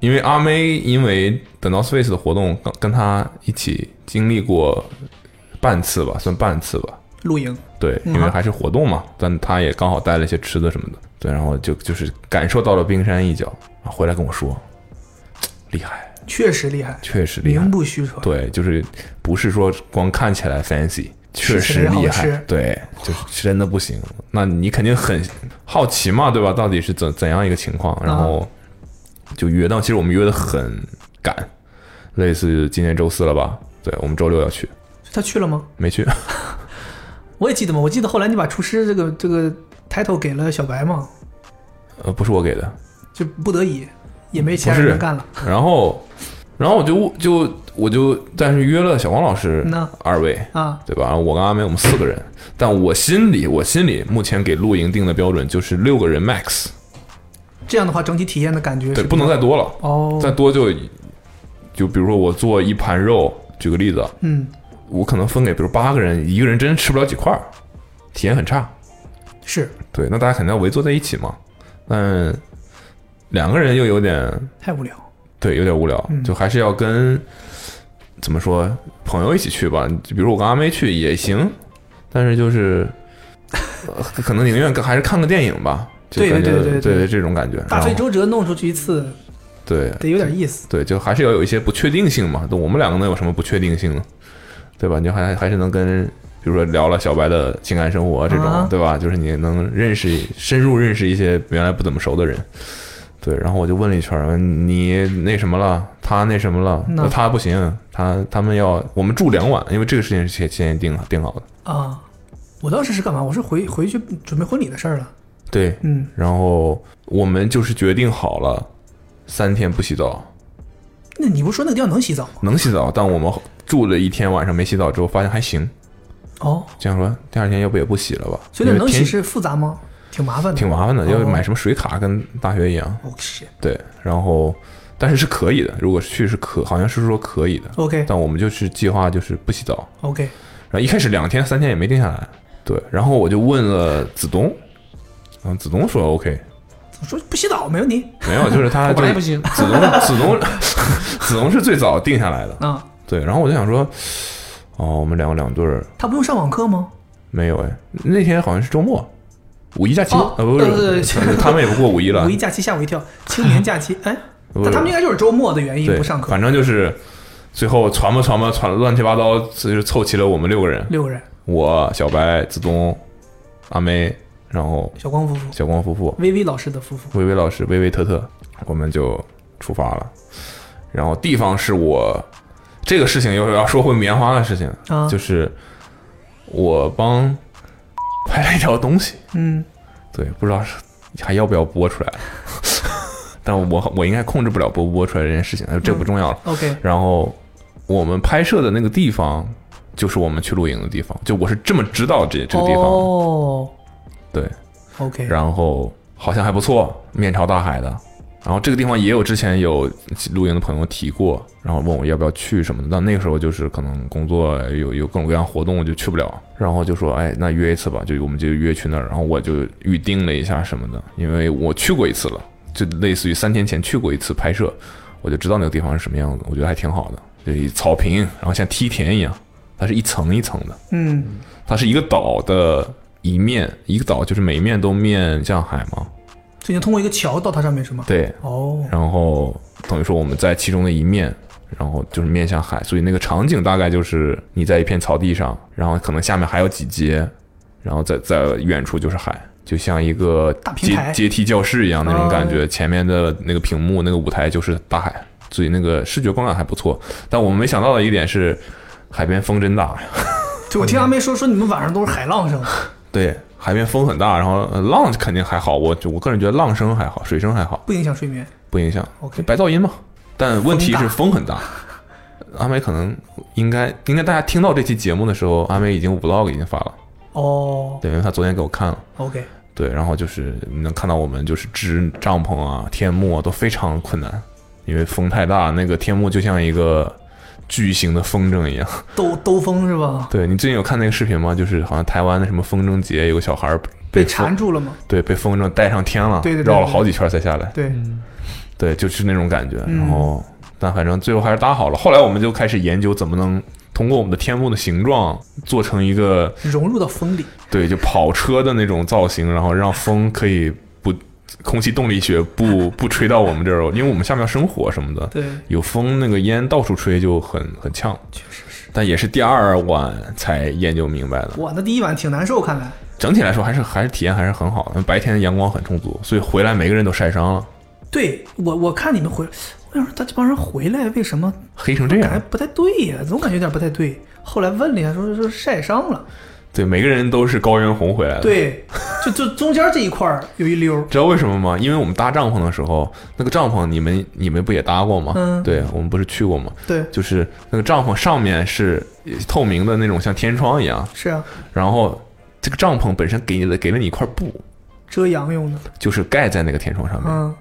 Speaker 3: 因为阿妹因为 The North Face 的活动跟跟他一起经历过半次吧，算半次吧，
Speaker 4: 露营，
Speaker 3: 对，
Speaker 4: 嗯
Speaker 3: 因为还是活动嘛，但他也刚好带了一些吃的什么的，对，然后就就是感受到了冰山一角，啊回来跟我说，嘖厉害，
Speaker 4: 确实厉害，
Speaker 3: 确实厉害
Speaker 4: 名，不虚传。
Speaker 3: 对，就是不是说光看起来 fancy，确
Speaker 4: 起
Speaker 3: 实
Speaker 4: 来
Speaker 3: 厉
Speaker 4: 好吃
Speaker 3: 害，
Speaker 4: (laughs)
Speaker 3: 对，就是真的不行。那你肯定很好奇嘛，对吧？到底是怎怎样一个情况？
Speaker 4: 嗯
Speaker 3: 然后就约，但其实我们约的很赶，类似今天周四了吧？对，我们周六要去，
Speaker 4: 他去了吗？
Speaker 3: 没去。
Speaker 4: 我也记得嘛，我记得后来你把厨师这个这个 title 给了小白嘛，
Speaker 3: 呃，不是我给的，
Speaker 4: 就不得已也没其他人能干了。 (laughs)
Speaker 3: 然后，然后我就就我就，但是约了小王老师
Speaker 4: 那
Speaker 3: 二位，
Speaker 4: 啊，
Speaker 3: 对吧？我跟阿梅我们四个人，但我心里我心里目前给露营定的标准就是六个人 max，
Speaker 4: 这样的话整体体验的感觉是
Speaker 3: 对，不能再多了，
Speaker 4: 哦，
Speaker 3: 再多就就比如说我做一盘肉，举个例子，
Speaker 4: 嗯，
Speaker 3: 我可能分给比如八个人，一个人真吃不了几块儿，体验很差。
Speaker 4: 是
Speaker 3: 对，那大家肯定要围坐在一起嘛，但两个人又有点
Speaker 4: 太无聊。
Speaker 3: 对，有点无聊，
Speaker 4: 嗯
Speaker 3: 就还是要跟怎么说朋友一起去吧。就比如我跟阿妹去也行，但是就是、呃可能宁愿跟还是看个电影吧。就
Speaker 4: 对
Speaker 3: 感觉
Speaker 4: 对对对对
Speaker 3: 这种感觉。
Speaker 4: 大费
Speaker 3: 然后
Speaker 4: 周折弄出去一次
Speaker 3: 对
Speaker 4: 得有点意思，
Speaker 3: 对，就还是要有一些不确定性嘛。那我们两个能有什么不确定性呢？对吧？你就还还是能跟，比如说聊了小白的情感生活这种，
Speaker 4: 啊
Speaker 3: 对吧？就是你能认识深入认识一些原来不怎么熟的人。对，然后我就问了一圈儿，你那什么了？他那什么了？
Speaker 4: 那
Speaker 3: 他不行，他他们要我们住两晚，因为这个事情是先先定定好的。
Speaker 4: 啊。我当时是干嘛？我是回回去准备婚礼的事儿了。
Speaker 3: 对，
Speaker 4: 嗯，
Speaker 3: 然后我们就是决定好了，三天不洗澡，
Speaker 4: 那你不是说那个地方能洗澡吗？
Speaker 3: 能洗澡，但我们住了一天晚上没洗澡之后，发现还行。
Speaker 4: 哦，
Speaker 3: 这样说，第二天要不也不洗了吧？
Speaker 4: 所以
Speaker 3: 因
Speaker 4: 那
Speaker 3: 为
Speaker 4: 能洗
Speaker 3: 天
Speaker 4: 是复杂吗？挺麻烦的。
Speaker 3: 挺麻烦的，
Speaker 4: 哦
Speaker 3: 要买什么水卡，跟大学一样。
Speaker 4: 哦是
Speaker 3: 对，然后但是是可以的，如果去是可，好像是说可以的。
Speaker 4: OK
Speaker 3: 但我们就是计划就是不洗澡，
Speaker 4: OK，
Speaker 3: 然后一开始两天三天也没定下来。对，然后我就问了子东，然后子东说 OK，
Speaker 4: 我说不洗澡没问题
Speaker 3: 没有，就是
Speaker 4: (laughs)
Speaker 3: 他就
Speaker 5: 本来
Speaker 3: 是
Speaker 5: 不行，
Speaker 3: 子东子东 (laughs) 子东是最早定下来的。
Speaker 4: 啊。
Speaker 3: 对，然后我就想说，哦，我们两个两对儿
Speaker 4: 他不用上网课吗？
Speaker 3: 没有哎，那天好像是周末，五一假期
Speaker 4: 哦
Speaker 3: 呃不是，
Speaker 4: 对对对
Speaker 3: 他们也不过五一了，
Speaker 4: 五一假期吓我一跳， (laughs) 青年假期，
Speaker 3: (laughs)
Speaker 4: 哎，
Speaker 3: 不
Speaker 4: 但他们应该就是周末的原因
Speaker 3: 对
Speaker 4: 不上课
Speaker 3: 反，正就是最后传吧传吧传乱七八糟，就是凑齐了我们六个人，
Speaker 4: 六个人，
Speaker 3: 我小白、子东、阿梅，然后
Speaker 4: 小光夫妇
Speaker 3: 小光夫妇、
Speaker 4: ，VV 老师的夫妇，
Speaker 3: 薇薇老师、薇薇特特，我们就出发了。然后地方是我这个事情又要说回棉花的事情，
Speaker 4: 啊
Speaker 3: 就是我帮拍了一条东西。
Speaker 4: 嗯，
Speaker 3: 对，不知道是还要不要播出来， (laughs) 但我我应该控制不了播不播出来这件事情，这不重要了。
Speaker 4: OK，
Speaker 3: 然后我们拍摄的那个地方，就是我们去露营的地方，就我是这么知道这这个地方的，
Speaker 4: 哦
Speaker 3: 对，
Speaker 4: ，OK，
Speaker 3: 然后好像还不错，面朝大海的，然后这个地方也有之前有露营的朋友提过，然后问我要不要去什么的。但那个时候就是可能工作有有各种各样活动，我就去不了。然后就说，哎，那约一次吧，就我们就约去那儿。然后我就预定了一下什么的，因为我去过一次了，就类似于三天前去过一次拍摄，我就知道那个地方是什么样子，我觉得还挺好的，就一草坪，然后像梯田一样，它是一层一层的。
Speaker 4: 嗯，
Speaker 3: 它是一个岛的一面，一个岛就是每一面都面向海嘛。
Speaker 4: 所以你通过一个桥到它上面是吗？，
Speaker 3: 对，
Speaker 4: 哦，
Speaker 3: 然后等于说我们在其中的一面，然后就是面向海，所以那个场景大概就是你在一片草地上，然后可能下面还有几阶，然后在在远处就是海，就像一个
Speaker 4: 大平
Speaker 3: 阶
Speaker 4: 台
Speaker 3: 阶梯教室一样那种感觉，
Speaker 4: 哦
Speaker 3: 前面的那个屏幕那个舞台就是大海，所以那个视觉观感还不错。但我们没想到的一点是，海边风真大。
Speaker 4: 对，我听阿妹说说你们晚上都是
Speaker 3: (laughs)
Speaker 4: 海浪声，
Speaker 3: 对，海边风很大，然后呃浪肯定还好，我就我个人觉得浪声还好，水声还好，
Speaker 4: 不影响睡眠。
Speaker 3: 不影响。
Speaker 4: OK
Speaker 3: 白噪音嘛。但问题是
Speaker 4: 风
Speaker 3: 风很大。 (laughs) 阿梅可能应该应该大家听到这期节目的时候，阿梅已经 vlog 已经发了，
Speaker 4: 哦
Speaker 3: 对，因为她昨天给我看了。
Speaker 4: ，OK，
Speaker 3: 对，然后就是你能看到我们就是支帐篷啊、天幕啊都非常困难，因为风太大，那个天幕就像一个巨型的风筝一样。 (laughs)
Speaker 4: 兜兜风是吧？
Speaker 3: 对你最近有看那个视频吗？就是好像台湾的什么风筝节，有个小孩儿
Speaker 4: 被
Speaker 3: 风
Speaker 4: 缠住了吗？
Speaker 3: 对，被风筝带上天了，
Speaker 4: 对对对
Speaker 3: 绕了
Speaker 4: 对
Speaker 3: 好几圈才下来。
Speaker 4: 对，
Speaker 3: 对，就是那种感觉。
Speaker 4: 嗯
Speaker 3: 然后，但反正最后还是搭好了。后来我们就开始研究怎么能通过我们的天幕的形状做成一个
Speaker 4: 融入到风里。
Speaker 3: 对，就跑车的那种造型，然后让风可以不空气动力学不不吹到我们这儿，哦因为我们下面要生火什么的。
Speaker 4: 对，
Speaker 3: 有风，那个烟到处吹就很很呛，
Speaker 4: 确实是。
Speaker 3: 但也是第二晚才研究明白的。
Speaker 4: 哇，那第一晚挺难受，看来。
Speaker 3: 整体来说还是还是体验还是很好的，白天阳光很充足，所以回来每个人都晒伤了，
Speaker 4: 对我，我看你们回，我想说他这帮人回来为什么
Speaker 3: 黑成这
Speaker 4: 感觉
Speaker 3: 样。
Speaker 4: 不太对呀、总感觉有点不太对。后来问了一下，说说晒伤了。
Speaker 3: 对，每个人都是高原红回来的。
Speaker 4: 对，就就中间这一块儿有一溜儿。
Speaker 3: 知道为什么吗？因为我们搭帐篷的时候，那个帐篷你们你们不也搭过吗？
Speaker 4: 嗯
Speaker 3: 对，我们不是去过吗？
Speaker 4: 对，
Speaker 3: 就是那个帐篷上面是透明的那种像天窗一样，
Speaker 4: 是啊，
Speaker 3: 然后这个帐篷本身给你了给了你一块布，
Speaker 4: 遮阳用的。
Speaker 3: 就是盖在那个天窗上面。
Speaker 4: 嗯，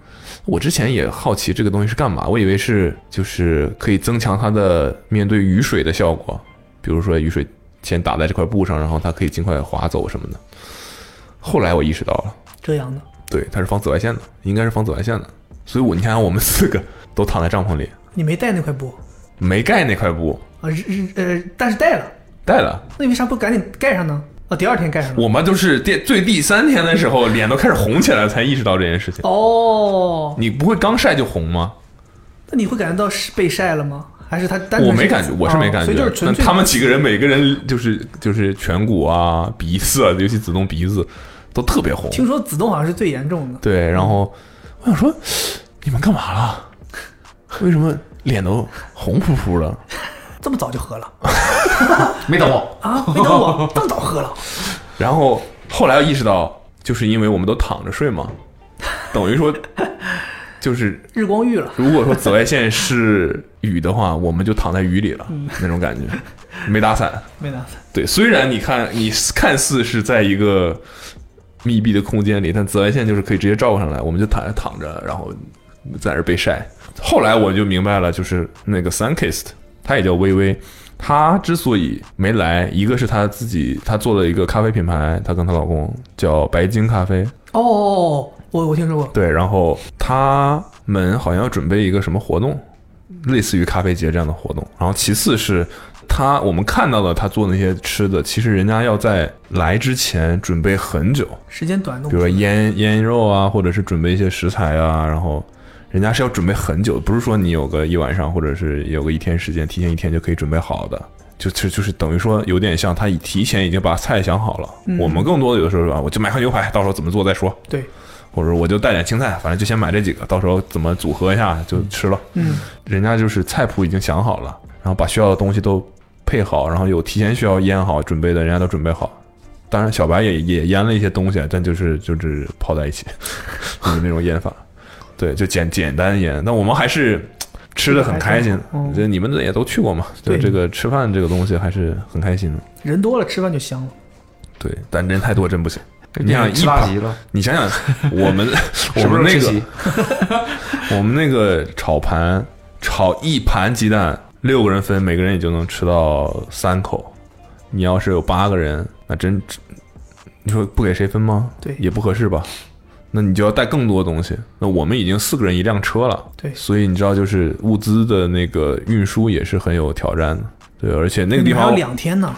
Speaker 3: 我之前也好奇这个东西是干嘛，我以为是就是可以增强它的面对雨水的效果，比如说雨水先打在这块布上，然后它可以尽快滑走什么的。后来我意识到了。
Speaker 4: 遮阳的。
Speaker 3: 对，它是防紫外线的，应该是防紫外线的。所以我你看，我们四个都躺在帐篷里，
Speaker 4: 你没带那块布
Speaker 3: 没盖那块布，
Speaker 4: 啊？日日呃，但是带了，
Speaker 3: 带了。
Speaker 4: 那你为啥不赶紧盖上呢？啊，第二天盖上了。
Speaker 3: 我们都是第最第三天的时候，脸都开始红起来了，才意识到这件事情。
Speaker 4: 哦，
Speaker 3: 你不会刚晒就红吗？
Speaker 4: 那你会感觉到是被晒了吗？还哎是他单纯
Speaker 3: 我没感觉，我是没感
Speaker 4: 哦所以就是
Speaker 3: 觉。那
Speaker 4: 纯粹
Speaker 3: 他们几个人，每个人就是就是颧骨啊、鼻子啊，尤其子东鼻子都特别红。
Speaker 4: 听说子栋好像是最严重的，
Speaker 3: 对，然后我想说，你们干嘛了？为什么脸都红扑扑的？
Speaker 4: 这么早就喝了
Speaker 5: (laughs) 没等我，
Speaker 4: 啊？没
Speaker 3: (laughs)
Speaker 4: 等我，这么早喝了，
Speaker 3: 然后后来意识到，就是因为我们都躺着睡嘛，等于说，就是
Speaker 4: 日光浴了。
Speaker 3: 如果说紫外线是雨的话，我们就躺在雨里了，那种感觉，没打伞。
Speaker 4: 没拿伞，
Speaker 3: 对，虽然你看你看似是在一个密闭的空间里，但紫外线就是可以直接照上来，我们就躺着躺着，然后在那儿被晒。后来我就明白了，就是那个 Sunkist，她也叫薇薇，她之所以没来，一个是她自己，她做了一个咖啡品牌，她跟她老公叫白金咖啡，
Speaker 4: 哦，我我听说过，
Speaker 3: 对，然后他们好像要准备一个什么活动，类似于咖啡节这样的活动。然后其次是他，我们看到了他做那些吃的，其实人家要在来之前准备很久，
Speaker 4: 时间短的，
Speaker 3: 比如说腌腌肉啊，或者是准备一些食材啊，然后。人家是要准备很久，不是说你有个一晚上，或者是有个一天时间，提前一天就可以准备好的，就就就是等于说有点像他已提前已经把菜想好了。
Speaker 4: 嗯
Speaker 3: 我们更多的有的时候是吧，我就买块牛排，到时候怎么做再说。
Speaker 4: 对，
Speaker 3: 或者我就带点青菜，反正就先买这几个，到时候怎么组合一下就吃了。
Speaker 4: 嗯，
Speaker 3: 人家就是菜谱已经想好了，然后把需要的东西都配好，然后有提前需要腌好准备的，人家都准备好。当然，小白也也腌了一些东西，但就是就是泡在一起，就是那种腌法。对，就简简单腌。那我们还是吃的很开心
Speaker 4: 还挺好嗯。
Speaker 3: 就你们也都去过嘛，就
Speaker 4: 对
Speaker 3: 这个吃饭这个东西还是很开心的。
Speaker 4: 人多了吃饭就香了。
Speaker 3: 对，但人太多真不行。你想
Speaker 5: 吃
Speaker 3: 一
Speaker 5: 大
Speaker 3: 盘
Speaker 5: 吉了，
Speaker 3: 你想想，我们我
Speaker 5: 什么
Speaker 3: 们那
Speaker 5: 时候
Speaker 3: 个
Speaker 5: 吃席
Speaker 3: (laughs) 我们那个炒盘炒一盘鸡蛋，六个人分，每个人也就能吃到三口。你要是有八个人，那真你说不给谁分吗？
Speaker 4: 对
Speaker 3: 也不合适吧。那你就要带更多东西。那我们已经四个人一辆车了，
Speaker 4: 对
Speaker 3: 所以你知道，就是物资的那个运输也是很有挑战的。对，而且那个
Speaker 4: 你
Speaker 3: 地
Speaker 4: 还有
Speaker 3: 方
Speaker 4: 两天呢，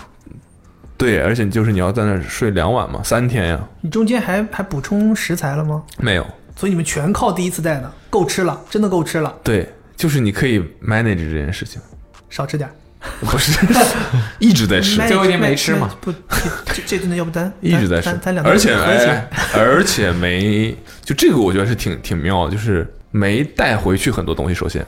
Speaker 3: 对，而且就是你要在那儿睡两晚嘛，三天呀，
Speaker 4: 你中间还还补充食材了吗？
Speaker 3: 没有。
Speaker 4: 所以你们全靠第一次带的，够吃了，真的够吃了，
Speaker 3: 对，就是你可以 manage 这件事情，
Speaker 4: 少吃点儿。
Speaker 3: 不是 (laughs) 一直在吃，
Speaker 4: 麦
Speaker 5: 最后一天没吃嘛？
Speaker 4: 麦麦不，这这顿要不咱
Speaker 3: (laughs) 一直在吃
Speaker 4: 咱咱咱，两个
Speaker 3: 而且
Speaker 4: 合起来
Speaker 3: 哎，而且没就这个，我觉得是挺挺妙的，就是没带回去很多东西，首先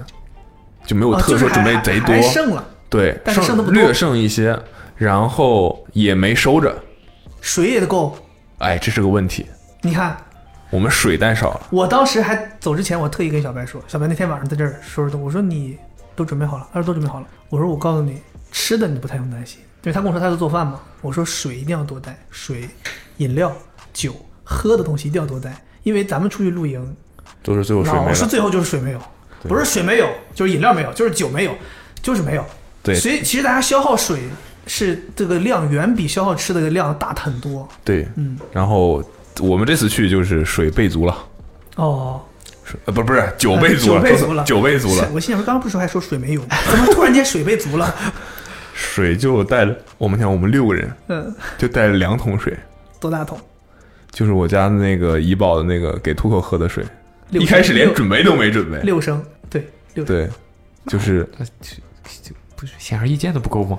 Speaker 3: 就没有
Speaker 4: 啊
Speaker 3: 特
Speaker 4: 就是
Speaker 3: 说
Speaker 4: 还
Speaker 3: 准备贼
Speaker 4: 还还
Speaker 3: 多，
Speaker 4: 剩了，
Speaker 3: 对，
Speaker 4: 但是剩得不多
Speaker 3: 略剩一些，然后也没收着，
Speaker 4: 水也得够。
Speaker 3: 哎，这是个问题，
Speaker 4: 你看，
Speaker 3: 我们水带少了，
Speaker 4: 我当时还走之前，我特意跟小白说，小白那天晚上在这儿收拾东西，我说你都准备好了，他说都准备好了，我说我告诉你，吃的你不太用担心，因为他跟我说他在做饭嘛，我说水一定要多带，水、饮料、酒、喝的东西一定要多带，因为咱们出去露营，
Speaker 3: 都是最后水没
Speaker 4: 老是
Speaker 3: 了，
Speaker 4: 最后就是水没有，不是水没有，就是饮料没有，就是酒没有，就是没有。
Speaker 3: 对
Speaker 4: 所以其实大家消耗水是这个量远比消耗吃的量大很多。
Speaker 3: 对，
Speaker 4: 嗯，
Speaker 3: 然后我们这次去就是水备足了，
Speaker 4: 哦，
Speaker 3: 水呃不不是酒备足
Speaker 4: (laughs) 酒
Speaker 3: 了，
Speaker 4: 备足
Speaker 3: (laughs)
Speaker 4: 了，
Speaker 3: 酒备足了
Speaker 4: (laughs) 是，我心想，刚刚不是说还说水没有吗？怎么突然间水备足了？
Speaker 3: 水就带了，我们想我们六个人
Speaker 4: 嗯，
Speaker 3: 就带了两桶水，
Speaker 4: 多大桶？
Speaker 3: 就是我家的那个怡宝的那个给兔口喝的水，
Speaker 4: 六
Speaker 3: 一开始连
Speaker 4: 六
Speaker 3: 准备都没准备，
Speaker 4: 六升，对，六升。
Speaker 3: 对，
Speaker 4: (laughs)
Speaker 3: 就是
Speaker 5: 呃不是显而易见的不够吗？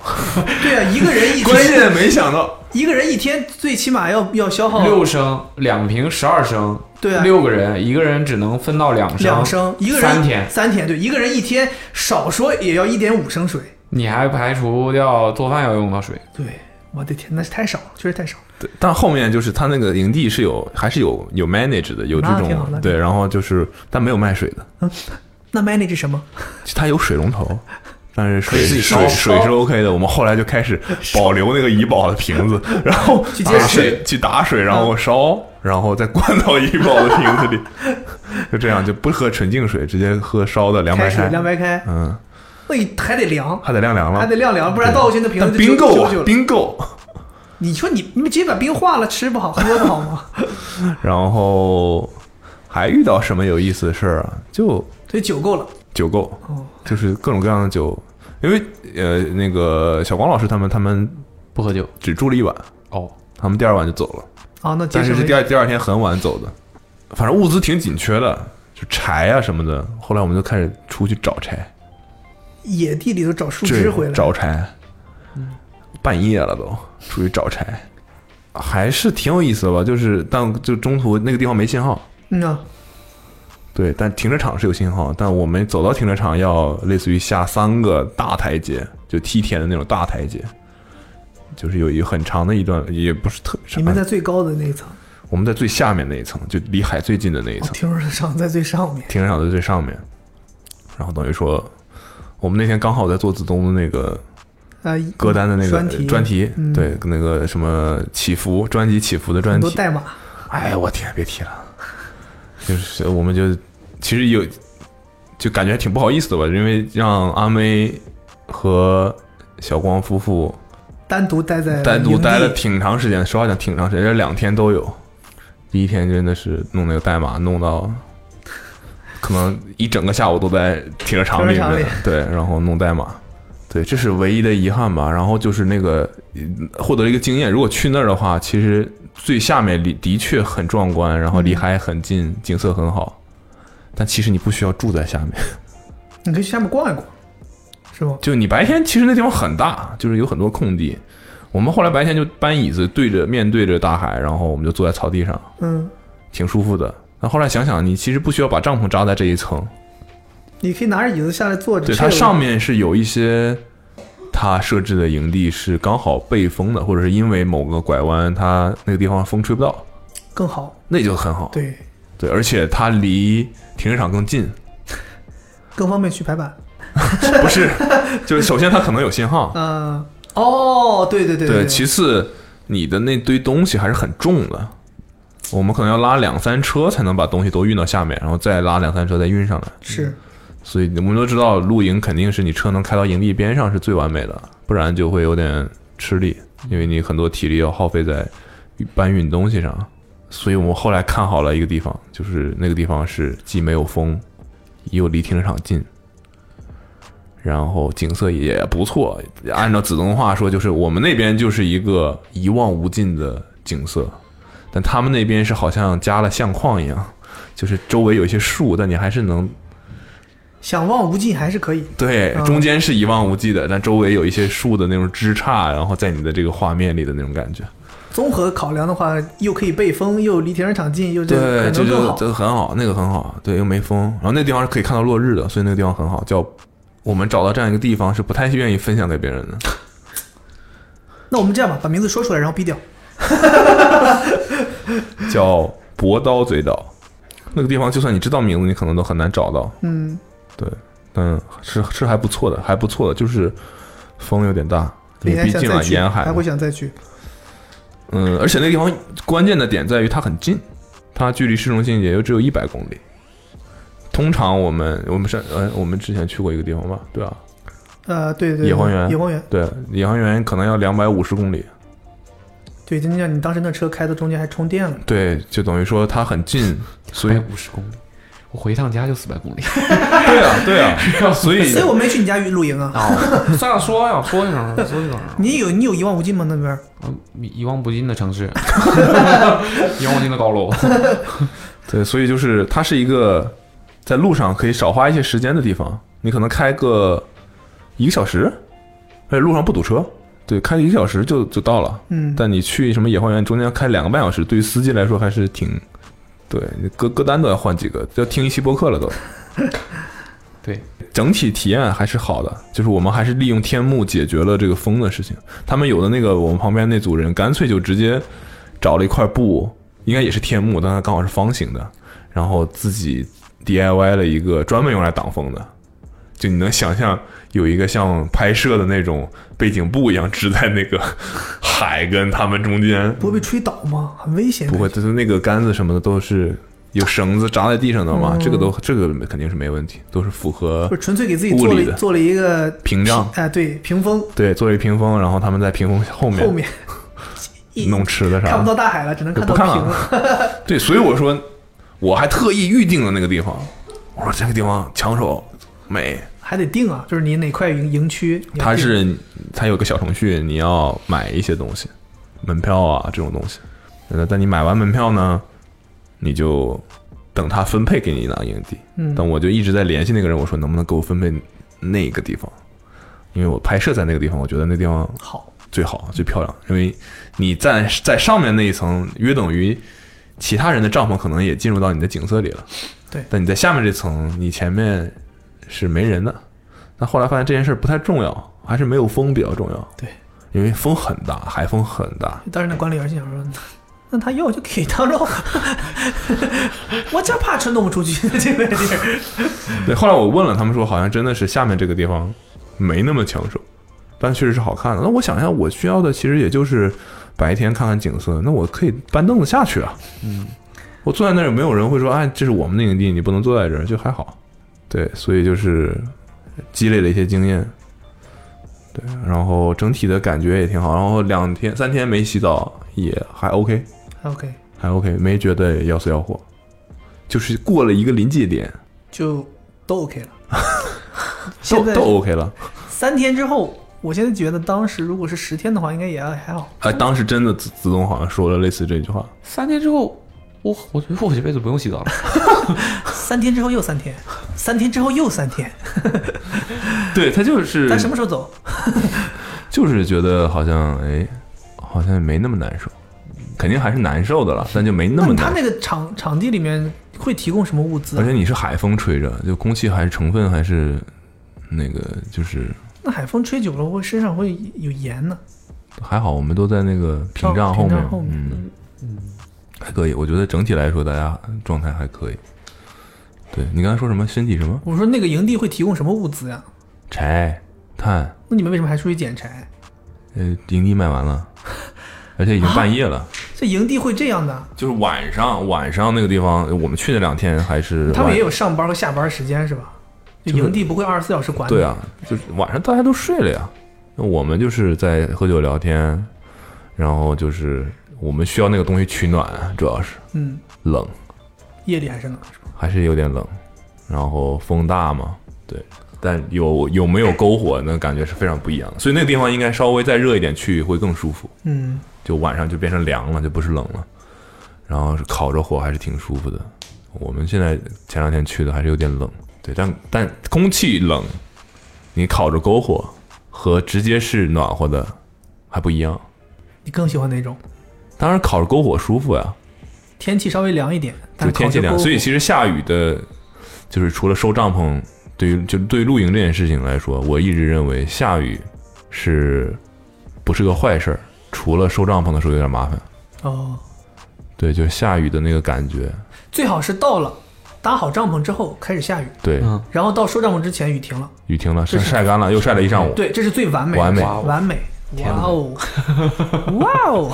Speaker 4: 对啊，一个人一
Speaker 3: 关键
Speaker 4: 天，
Speaker 3: 没想到，
Speaker 4: 一个人一天最起码要要消耗
Speaker 5: 六升，两瓶十二升，
Speaker 4: 哦对啊
Speaker 5: 六个人，一个人只能分到两升，
Speaker 4: 两升，一个人
Speaker 5: 三天，
Speaker 4: 三天，对，一个人一天少说也要一点五升水。
Speaker 5: 你还排除掉做饭要用到水，
Speaker 4: 对，我的天，那是太少了，确实太少了。
Speaker 3: 对但后面就是他那个营地是有还是有有 manage 的，有这
Speaker 4: 那挺好那挺好
Speaker 3: 种对，然后就是但没有卖水的，
Speaker 4: 那 manage 什么？
Speaker 3: 它有水龙头。但是水
Speaker 5: 自己烧
Speaker 3: 水水是 OK 的，我们后来就开始保留那个怡宝的瓶子，然后
Speaker 4: 去接
Speaker 3: 打
Speaker 4: 水嗯
Speaker 3: 去打水，然后烧，然后再灌到怡宝的瓶子里， (laughs) 就这样就不喝纯净水，直接喝烧的凉白
Speaker 4: 开水
Speaker 3: 开，
Speaker 4: 凉白开，
Speaker 3: 嗯，
Speaker 4: 那你还得凉，
Speaker 3: 还得晾凉了，
Speaker 4: 还得晾凉，不然倒过去那瓶
Speaker 3: 但
Speaker 4: 子就
Speaker 3: 冰
Speaker 4: 就
Speaker 3: 够
Speaker 4: 就
Speaker 3: 啊
Speaker 4: 就，了。
Speaker 3: 冰够。
Speaker 4: 你说你你们直接把冰化了，吃不好喝不好
Speaker 3: (laughs)
Speaker 4: 吗？
Speaker 3: 然后还遇到什么有意思的事儿啊？就
Speaker 4: 所以酒够了，
Speaker 3: 酒够，
Speaker 4: 哦，
Speaker 3: 就是各种各样的酒。因为呃，那个小光老师他们他们
Speaker 5: 不喝酒
Speaker 3: 只住了一晚，
Speaker 5: 哦。
Speaker 3: 他们第二晚就走了，
Speaker 4: 好，那节
Speaker 3: 但
Speaker 4: 省
Speaker 3: 是是
Speaker 4: 了
Speaker 3: 第二第二天很晚走的。反正物资挺紧缺的，就柴啊什么的。后来我们就开始出去找柴，
Speaker 4: 野地里头找树枝
Speaker 3: 这
Speaker 4: 回来，嗯
Speaker 3: 找柴，半夜了都出去找柴，还是挺有意思的吧？就是但就中途那个地方没信号，
Speaker 4: 嗯啊，
Speaker 3: 对，但停车场是有信号，但我们走到停车场要类似于下三个大台阶，就梯田的那种大台阶，就是有一很长的一段，也不是特别
Speaker 4: 你
Speaker 3: 长。
Speaker 4: 们在最高的那一层，
Speaker 3: 我们在最下面那一层，就离海最近的那一
Speaker 4: 我
Speaker 3: 层，
Speaker 4: 哦听说上在最上
Speaker 3: (laughs)
Speaker 4: 面，
Speaker 3: 停车场在最上面。然后等于说，我们那天刚好在做子东的那个
Speaker 4: 啊，
Speaker 3: 歌单的那个
Speaker 4: 专题
Speaker 3: 专题
Speaker 4: 嗯
Speaker 3: 对，那个什么起伏专辑起伏的专
Speaker 4: 很
Speaker 3: 题
Speaker 4: 多，代码，
Speaker 3: 哎，我天，别提了，就是我们就其实有就感觉挺不好意思的吧，因为让阿妹和小光夫妇
Speaker 4: 单独待在
Speaker 3: 单独
Speaker 4: 营地
Speaker 3: 待了挺长时间，实话讲挺长时间，这两天都有。第一天真的是弄那个代码弄到，可能一整个下午都在停车场里
Speaker 4: 停车场里
Speaker 3: 面，对，然后弄代码，对，这是唯一的遗憾吧。然后就是那个嗯获得了一个经验，如果去那儿的话，其实最下面离的确很壮观，然
Speaker 4: 嗯
Speaker 3: 后离海很近，景色很好，但其实你不需要住在下面。
Speaker 4: 你可以去下面逛一逛，是吗？
Speaker 3: 就你白天其实那地方很大，就是有很多空地。我们后来白天就搬椅子对着面对着大海，然后我们就坐在草地上，
Speaker 4: 嗯，
Speaker 3: 挺舒服的。那后来想想，你其实不需要把帐篷扎在这一层，
Speaker 4: 你可以拿着椅子下来坐着，
Speaker 3: 对，
Speaker 4: 这
Speaker 3: 它
Speaker 4: 有
Speaker 3: 上面是有一些它设置的营地是刚好背风的，或者是因为某个拐弯，它那个地方风吹不到，
Speaker 4: 更好，
Speaker 3: 那就很好。
Speaker 4: 对，
Speaker 3: 对，而且它离停车场更近，
Speaker 4: 更方便去排版，
Speaker 3: 不是，就是首先它可能有信号，
Speaker 4: 呃嗯，哦，对对对
Speaker 3: 对，
Speaker 4: 对，
Speaker 3: 其次你的那堆东西还是很重的，我们可能要拉两三车才能把东西都运到下面，然后再拉两三车再运上来。
Speaker 4: 是
Speaker 3: 所以我们都知道，露营肯定是你车能开到营地边上是最完美的，不然就会有点吃力，因为你很多体力要耗费在搬运东西上。所以我们后来看好了一个地方，就是那个地方是既没有风，又离停车场近，然后景色也不错。按照子东的话说，就是我们那边就是一个一望无尽的景色，但他们那边是好像加了相框一样，就是周围有一些树，但你还是能
Speaker 4: 想望无尽还是可以。
Speaker 3: 对，
Speaker 4: 嗯
Speaker 3: 中间是一望无际的，但周围有一些树的那种枝杈，然后在你的这个画面里的那种感觉，
Speaker 4: 综合考量的话，又可以背风，又离停车场近，又这可
Speaker 3: 对，这
Speaker 4: 能更
Speaker 3: 就
Speaker 4: 好
Speaker 3: 这。个很好，那个很好，对，又没风，然后那地方是可以看到落日的，所以那个地方很好，叫我们找到这样一个地方是不太愿意分享给别人的，
Speaker 4: 那我们这样吧，把名字说出来，然后逼掉。
Speaker 3: 叫博刀嘴岛，那个地方就算你知道名字，你可能都很难找到，
Speaker 4: 嗯，
Speaker 3: 对，但是是还不错的，还不错的，就是风有点大，因为
Speaker 4: 应该
Speaker 3: 毕
Speaker 4: 想
Speaker 3: 竟
Speaker 4: 再
Speaker 3: 啊
Speaker 4: 去，
Speaker 3: 沿海
Speaker 4: 还
Speaker 3: 嘛
Speaker 4: 会想再去。
Speaker 3: 嗯，而且那个地方关键的点在于它很近，它距离市中心也就只有一百公里。通常我们我们是呃我们之前去过一个地方吧，对啊，
Speaker 4: 呃，对对对，
Speaker 3: 野荒原
Speaker 4: 野荒原，
Speaker 3: 对，颐和园可能要两百五十公里，
Speaker 4: 对，就像你当时那车开到中间还充电了，
Speaker 3: 对，就等于说它很近，所以
Speaker 5: (laughs) 五十公里，我回一趟家就四百公里。
Speaker 3: 对啊对啊，所以
Speaker 4: 所以我没去你家露营啊。
Speaker 5: 哦， (laughs) 算了，说呀，说一声，说一声。啊
Speaker 4: 你有你有一望无尽吗？那边
Speaker 5: 嗯一望不尽的城市， (laughs) 一望无尽的高楼。
Speaker 3: 对，所以就是它是一个在路上可以少花一些时间的地方，你可能开个一个小时，而且路上不堵车，对，开一个小时就就到了。
Speaker 4: 嗯，
Speaker 3: 但你去什么野花园，中间要开两个半小时，对于司机来说还是挺，对，你歌歌单都要换几个，要听一期播客了都。
Speaker 5: 对，
Speaker 3: 整体体验还是好的，就是我们还是利用天幕解决了这个风的事情。他们有的那个我们旁边那组人，干脆就直接找了一块布，应该也是天幕，但它刚好是方形的，然后自己 DIY 了一个专门用来挡风的。就你能想象有一个像拍摄的那种背景布一样支在那个海跟他们中间，
Speaker 4: 不会被吹倒吗？很危险。
Speaker 3: 不会，就是那个杆子什么的都是有绳子扎在地上的嘛，
Speaker 4: 嗯
Speaker 3: 这个都这个肯定是没问题，都是符合
Speaker 4: 不是纯粹给自己
Speaker 3: 物
Speaker 4: 做
Speaker 3: 理
Speaker 4: 了
Speaker 3: 的
Speaker 4: 做了一个
Speaker 3: 屏障。
Speaker 4: 哎，对，屏风
Speaker 3: 对，作为屏风，然后他们在屏风后面 (laughs)
Speaker 4: 后面一
Speaker 3: 弄吃的
Speaker 4: 看
Speaker 3: 啥
Speaker 4: 不
Speaker 3: 的
Speaker 4: 到。大海了，只能看
Speaker 3: 不
Speaker 4: 到
Speaker 3: 看
Speaker 4: 屏
Speaker 3: 了。对，所以我说，我还特意预定了那个地方，我说这个地方抢手美。
Speaker 4: 还得定啊，就是你哪块营营区，你要
Speaker 3: 它
Speaker 4: 定
Speaker 3: 是它有个小程序，你要买一些东西，门票啊这种东西。呃，但你买完门票呢，你就等他分配给你一档营地。
Speaker 4: 嗯
Speaker 3: 但我就一直在联系那个人，我说能不能给我分配那个地方，因为我拍摄在那个地方，我觉得那地方
Speaker 4: 好，
Speaker 3: 最好最漂亮，因为你在在上面那一层，约等于其他人的帐篷可能也进入到你的景色里了。
Speaker 4: 对
Speaker 3: 但你在下面这层，你前面是没人的。但后来发现这件事不太重要，还是没有风比较重要。
Speaker 4: 对，
Speaker 3: 因为风很大，海风很大。
Speaker 4: 当时那管理员心想说。那他要就给他肉， (laughs) 我就怕车弄不出去 (laughs) 这个地儿。
Speaker 3: 对，后来我问了，他们说好像真的是下面这个地方没那么抢手，但确实是好看的。那我想一下，我需要的其实也就是白天看看景色，那我可以搬凳子下去啊。嗯，我坐在那儿也没有人会说，哎，这是我们那个地，你不能坐在这儿，就还好。对，所以就是积累了一些经验。对，然后整体的感觉也挺好。然后两天三天没洗澡也还 OK，
Speaker 4: OK，
Speaker 3: 还 OK，没觉得要死要活，就是过了一个临界点，
Speaker 4: 就都 OK 了。
Speaker 3: 都
Speaker 4: 现
Speaker 3: (laughs)
Speaker 4: 在
Speaker 3: 都 OK 了。
Speaker 4: 三天之后，我现在觉得当时如果是十天的话，应该也还好。
Speaker 3: 啊，当时真的子子东好像说了类似这句话，
Speaker 5: 三天之后，我我觉得我这辈子不用洗澡了。
Speaker 4: 三天之后又三天，三天之后又三天，
Speaker 3: 对他就是
Speaker 4: 咱什么时候走？
Speaker 3: 就是觉得好像哎，好像也没那么难受，肯定还是难受的了，但就没那么
Speaker 4: 他
Speaker 3: 难
Speaker 4: 那
Speaker 3: 受。
Speaker 4: 个场场地里面会提供什么物资啊、
Speaker 3: 而且你是海风吹着，就空气还是成分还是那个，就是
Speaker 4: 那海风吹久了会身上会有盐呢。
Speaker 3: 还好，我们都在那个屏障后
Speaker 4: 哦屏
Speaker 3: 面
Speaker 4: 障，后面
Speaker 3: 嗯，还可以。我觉得整体来说，大家状态还可以。对你刚才说什么身体什么
Speaker 4: 我说那个营地会提供什么物资呀、
Speaker 3: 柴炭，
Speaker 4: 那你们为什么还出去捡柴？
Speaker 3: 呃，营地卖完了，而且已经半夜了。
Speaker 4: 这营地会这样的，
Speaker 3: 就是晚上晚上那个地方，我们去那两天还是
Speaker 4: 他们
Speaker 3: 晚
Speaker 4: 也有上班和下班时间是吧？就营地不会二十四小时管你。
Speaker 3: 对啊，就是晚上大家都睡了呀，那我们就是在喝酒聊天，然后就是我们需要那个东西取暖，主要是
Speaker 4: 嗯，
Speaker 3: 冷
Speaker 4: 夜里还是冷是吧？
Speaker 3: 还是有点冷，然后风大嘛，对，但有有没有篝火，那感觉是非常不一样的，所以那个地方应该稍微再热一点去会更舒服，
Speaker 4: 嗯，
Speaker 3: 就晚上就变成凉了，就不是冷了，然后是烤着火还是挺舒服的。我们现在前两天去的还是有点冷，对，但但空气冷，你烤着篝火和直接是暖和的还不一样。
Speaker 4: 你更喜欢哪种？
Speaker 3: 当然烤着篝火舒服呀，
Speaker 4: 天气稍微凉一点，但
Speaker 3: 就天气凉，
Speaker 4: 烤着篝火
Speaker 3: 所以其实下雨的，就是除了收帐篷，对于就对于露营这件事情来说，我一直认为下雨是不是个坏事儿，除了收帐篷的时候有点麻烦。
Speaker 4: 哦，
Speaker 3: 对，就是下雨的那个感觉，
Speaker 4: 最好是到了搭好帐篷之后开始下雨，
Speaker 3: 对，
Speaker 5: 嗯，
Speaker 4: 然后到收帐篷之前雨停了。
Speaker 3: 雨停了，晒
Speaker 4: 这是
Speaker 3: 晒干了，又晒了一上午。
Speaker 4: 对，这是最完美的
Speaker 3: 完美
Speaker 4: 完美。哇
Speaker 5: (laughs)
Speaker 4: 哦，哇哦，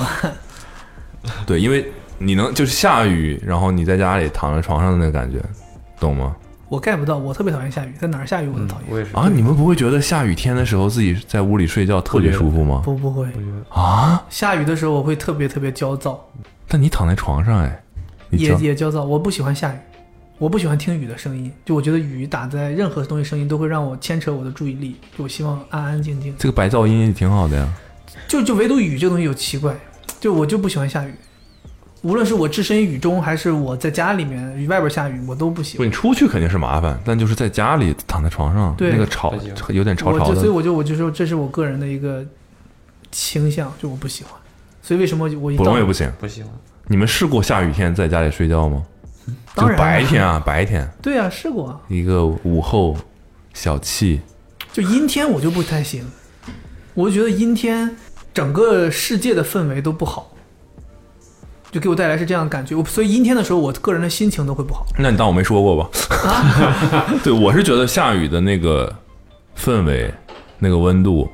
Speaker 3: 对，因为你能就是下雨，然后你在家里躺在床上的那个感觉，懂吗？
Speaker 4: 我 get 不到，我特别讨厌下雨，在哪儿下雨我都
Speaker 5: (laughs)
Speaker 4: 讨厌。
Speaker 5: 嗯我也是，
Speaker 3: 啊，你们不会觉得下雨天的时候自己在屋里睡觉特别舒服吗？
Speaker 4: 不不会，
Speaker 3: 啊，
Speaker 4: 下雨的时候我会特别特别焦躁，
Speaker 3: 但你躺在床上哎，你
Speaker 4: 也
Speaker 3: 知道
Speaker 4: 也焦躁。我不喜欢下雨，我不喜欢听雨的声音，就我觉得雨打在任何东西声音都会让我牵扯我的注意力，就我希望安安静静。
Speaker 3: 这个白噪音也挺好的呀。
Speaker 4: 就就唯独雨这个东西有奇怪，就我就不喜欢下雨，无论是我置身雨中，还是我在家里面外边下雨，我都不喜
Speaker 3: 不，
Speaker 4: 欢。
Speaker 3: 你出去肯定是麻烦，但就是在家里躺在床上，
Speaker 4: 对
Speaker 3: 那个吵
Speaker 5: 不行
Speaker 3: 有点吵
Speaker 4: 我
Speaker 3: 吵
Speaker 4: 就所以
Speaker 3: 的。
Speaker 4: 我就我就说这是我个人的一个倾向，就我不喜欢。所以为什么我一
Speaker 3: 不
Speaker 4: 到
Speaker 3: 容也不行，
Speaker 5: 不喜欢。
Speaker 3: 你们试过下雨天在家里睡觉吗？就
Speaker 4: 当然啊
Speaker 3: 白天啊，白天
Speaker 4: 对啊试过啊，
Speaker 3: 一个午后小憩，
Speaker 4: 就阴天我就不太行，我就觉得阴天整个世界的氛围都不好，就给我带来是这样的感觉。我所以阴天的时候，我个人的心情都会不好。
Speaker 3: 那你当我没说过吧？ (laughs) 对，我是觉得下雨的那个氛围、那个温度，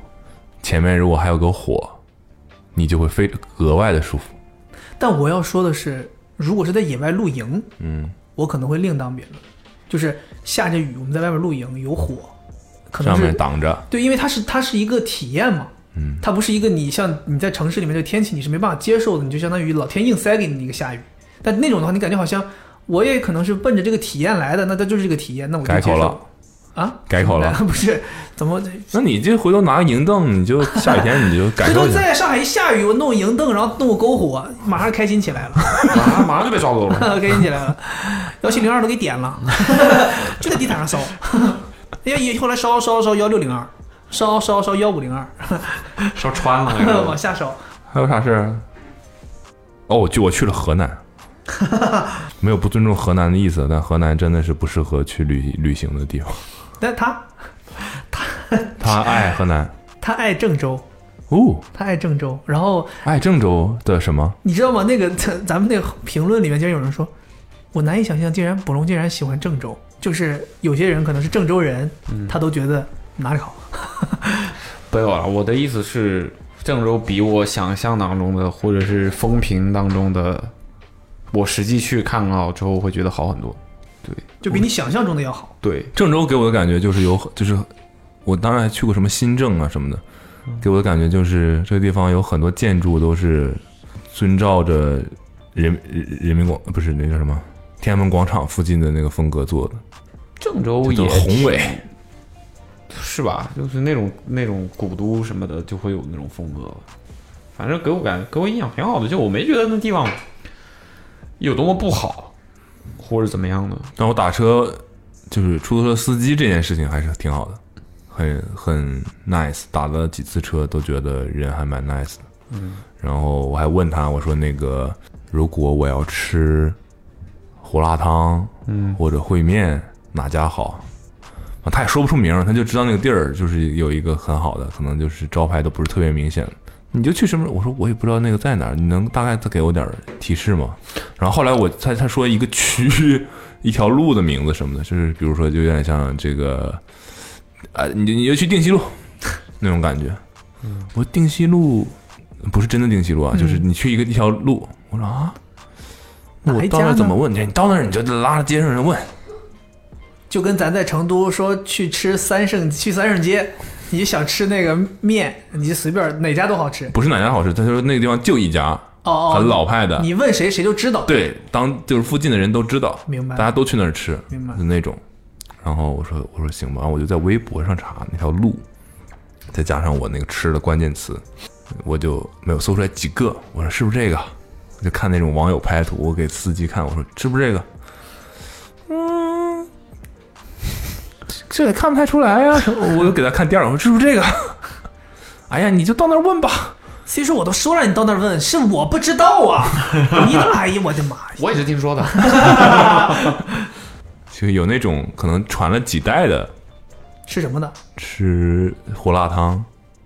Speaker 3: 前面如果还有个火，你就会非格外的舒服。
Speaker 4: 但我要说的是，如果是在野外露营，
Speaker 3: 嗯，
Speaker 4: 我可能会另当别论，就是下着雨，我们在外面露营，有火，可能
Speaker 3: 上面
Speaker 4: 是
Speaker 3: 挡着，
Speaker 4: 对，因为它是它是一个体验嘛，
Speaker 3: 嗯，
Speaker 4: 它不是一个你像你在城市里面这个天气你是没办法接受的，你就相当于老天硬塞给你一个下雨，但那种的话，你感觉好像我也可能是奔着这个体验来的，那它就是这个体验，那我就
Speaker 3: 改
Speaker 4: 接
Speaker 3: 口
Speaker 4: 受
Speaker 3: 了
Speaker 4: 啊，
Speaker 3: 改口了
Speaker 4: (laughs) 不是怎么？
Speaker 3: 那你就回头拿个营凳，
Speaker 4: (laughs)
Speaker 3: 你就下雨天你就感
Speaker 4: 这
Speaker 3: 受
Speaker 4: 都
Speaker 3: 一下。
Speaker 4: 在上海一下雨，我弄营凳，然后弄个篝火，马上开心起来了。 (laughs)
Speaker 5: 马上啊马上就被抓走 (laughs) 了。
Speaker 4: 开心起来了，幺七零二都给点了， (laughs) 就在地毯上烧，哎呀，后来烧烧烧幺六零二，烧烧烧幺五零二，
Speaker 5: 烧穿了
Speaker 3: 哎
Speaker 5: 那
Speaker 4: (laughs) 往
Speaker 5: (laughs) 个，
Speaker 4: 下烧。
Speaker 3: 还有啥事儿？啊哦，我去我去了河
Speaker 4: (laughs)
Speaker 3: 南，没有不尊重河南的意思，但河南真的是不适合去旅旅行的地方。
Speaker 4: 但他
Speaker 3: 他爱河南，
Speaker 4: 他爱郑州，
Speaker 3: 哦，
Speaker 4: 他爱郑州。然后
Speaker 3: 爱郑州的什么？
Speaker 4: 你知道吗？那个 (laughs) 咱咱们那个评论里面竟然有人说，我难以想象，竟然卜龙竟然喜欢郑州。就是有些人可能是郑州人，
Speaker 3: 嗯
Speaker 4: 他都觉得哪里好。
Speaker 5: 没有了。我的意思是，郑州比我想象当中的，或者是风评当中的，我实际去看到之后会觉得好很多。
Speaker 4: 就比你想象中的要好，
Speaker 5: 对，
Speaker 3: 郑州给我的感觉就是有，就是我当然还去过什么新郑啊什么的，给我的感觉就是这个地方有很多建筑都是遵照着人人人民广不是那叫什么天安门广场附近的那个风格做的，
Speaker 5: 郑州
Speaker 3: 就
Speaker 5: 也
Speaker 3: 都是宏伟，
Speaker 5: 是吧？就是那种那种古都什么的，就会有那种风格。反正给我感给我印象挺好的，就我没觉得那地方有多么不好，或者怎么样的。
Speaker 3: 但我打车就是出租车司机这件事情还是挺好的，很很 nice，打了几次车都觉得人还蛮 nice 的。嗯，然后我还问他，我说那个如果我要吃胡辣汤，嗯，或者烩面哪家好？啊，他也说不出名儿，他就知道那个地儿就是有一个很好的，可能就是招牌都不是特别明显。你就去什么？我说我也不知道那个在哪儿，你能大概再给我点儿提示吗？ (laughs) 然后后来我他他说一个区，一条路的名字什么的，就是比如说就有点像这个，啊，你你就去定西路那种感觉。我说定西路不是真的定西路啊，就是你去一个一条路，我说啊，那
Speaker 4: 哪
Speaker 3: 我
Speaker 4: 一
Speaker 3: 到
Speaker 4: 家
Speaker 3: 那儿怎
Speaker 4: 呢
Speaker 3: 么问你？你到那儿你就拉着街上人问，
Speaker 4: 就跟咱在成都说去吃三圣，去三圣街，你想吃那个面，你就随便哪家都好吃。
Speaker 3: 不是哪家好吃，他说那个地方就一家，
Speaker 4: 哦哦，
Speaker 3: 很老派的，
Speaker 4: 你问谁谁就
Speaker 3: (laughs)
Speaker 4: 知道。，
Speaker 3: 对，当就是附近的人都知道，
Speaker 4: 明白
Speaker 3: 大家都去那儿吃，
Speaker 4: 明白
Speaker 3: 就那种。然后我说我说行吧，然后我就在微博上查那条路，再加上我那个吃的关键词，我就没有搜出来几个。我说是不是这个？我就看那种网友拍图，我给司机看，我说是不是这个？嗯，这也看不太出来呀、我又给他看第二个，我说是不是这个？ (laughs) 哎呀，你就到那儿问吧。
Speaker 4: 所以说我都说了，你到那儿问，是我不知道啊。 (laughs) 你怎么？哎呀，我的妈呀！
Speaker 5: 我也是听说的。
Speaker 3: 就有那种可能传了几代的
Speaker 4: 吃什么的？
Speaker 3: 吃胡辣汤，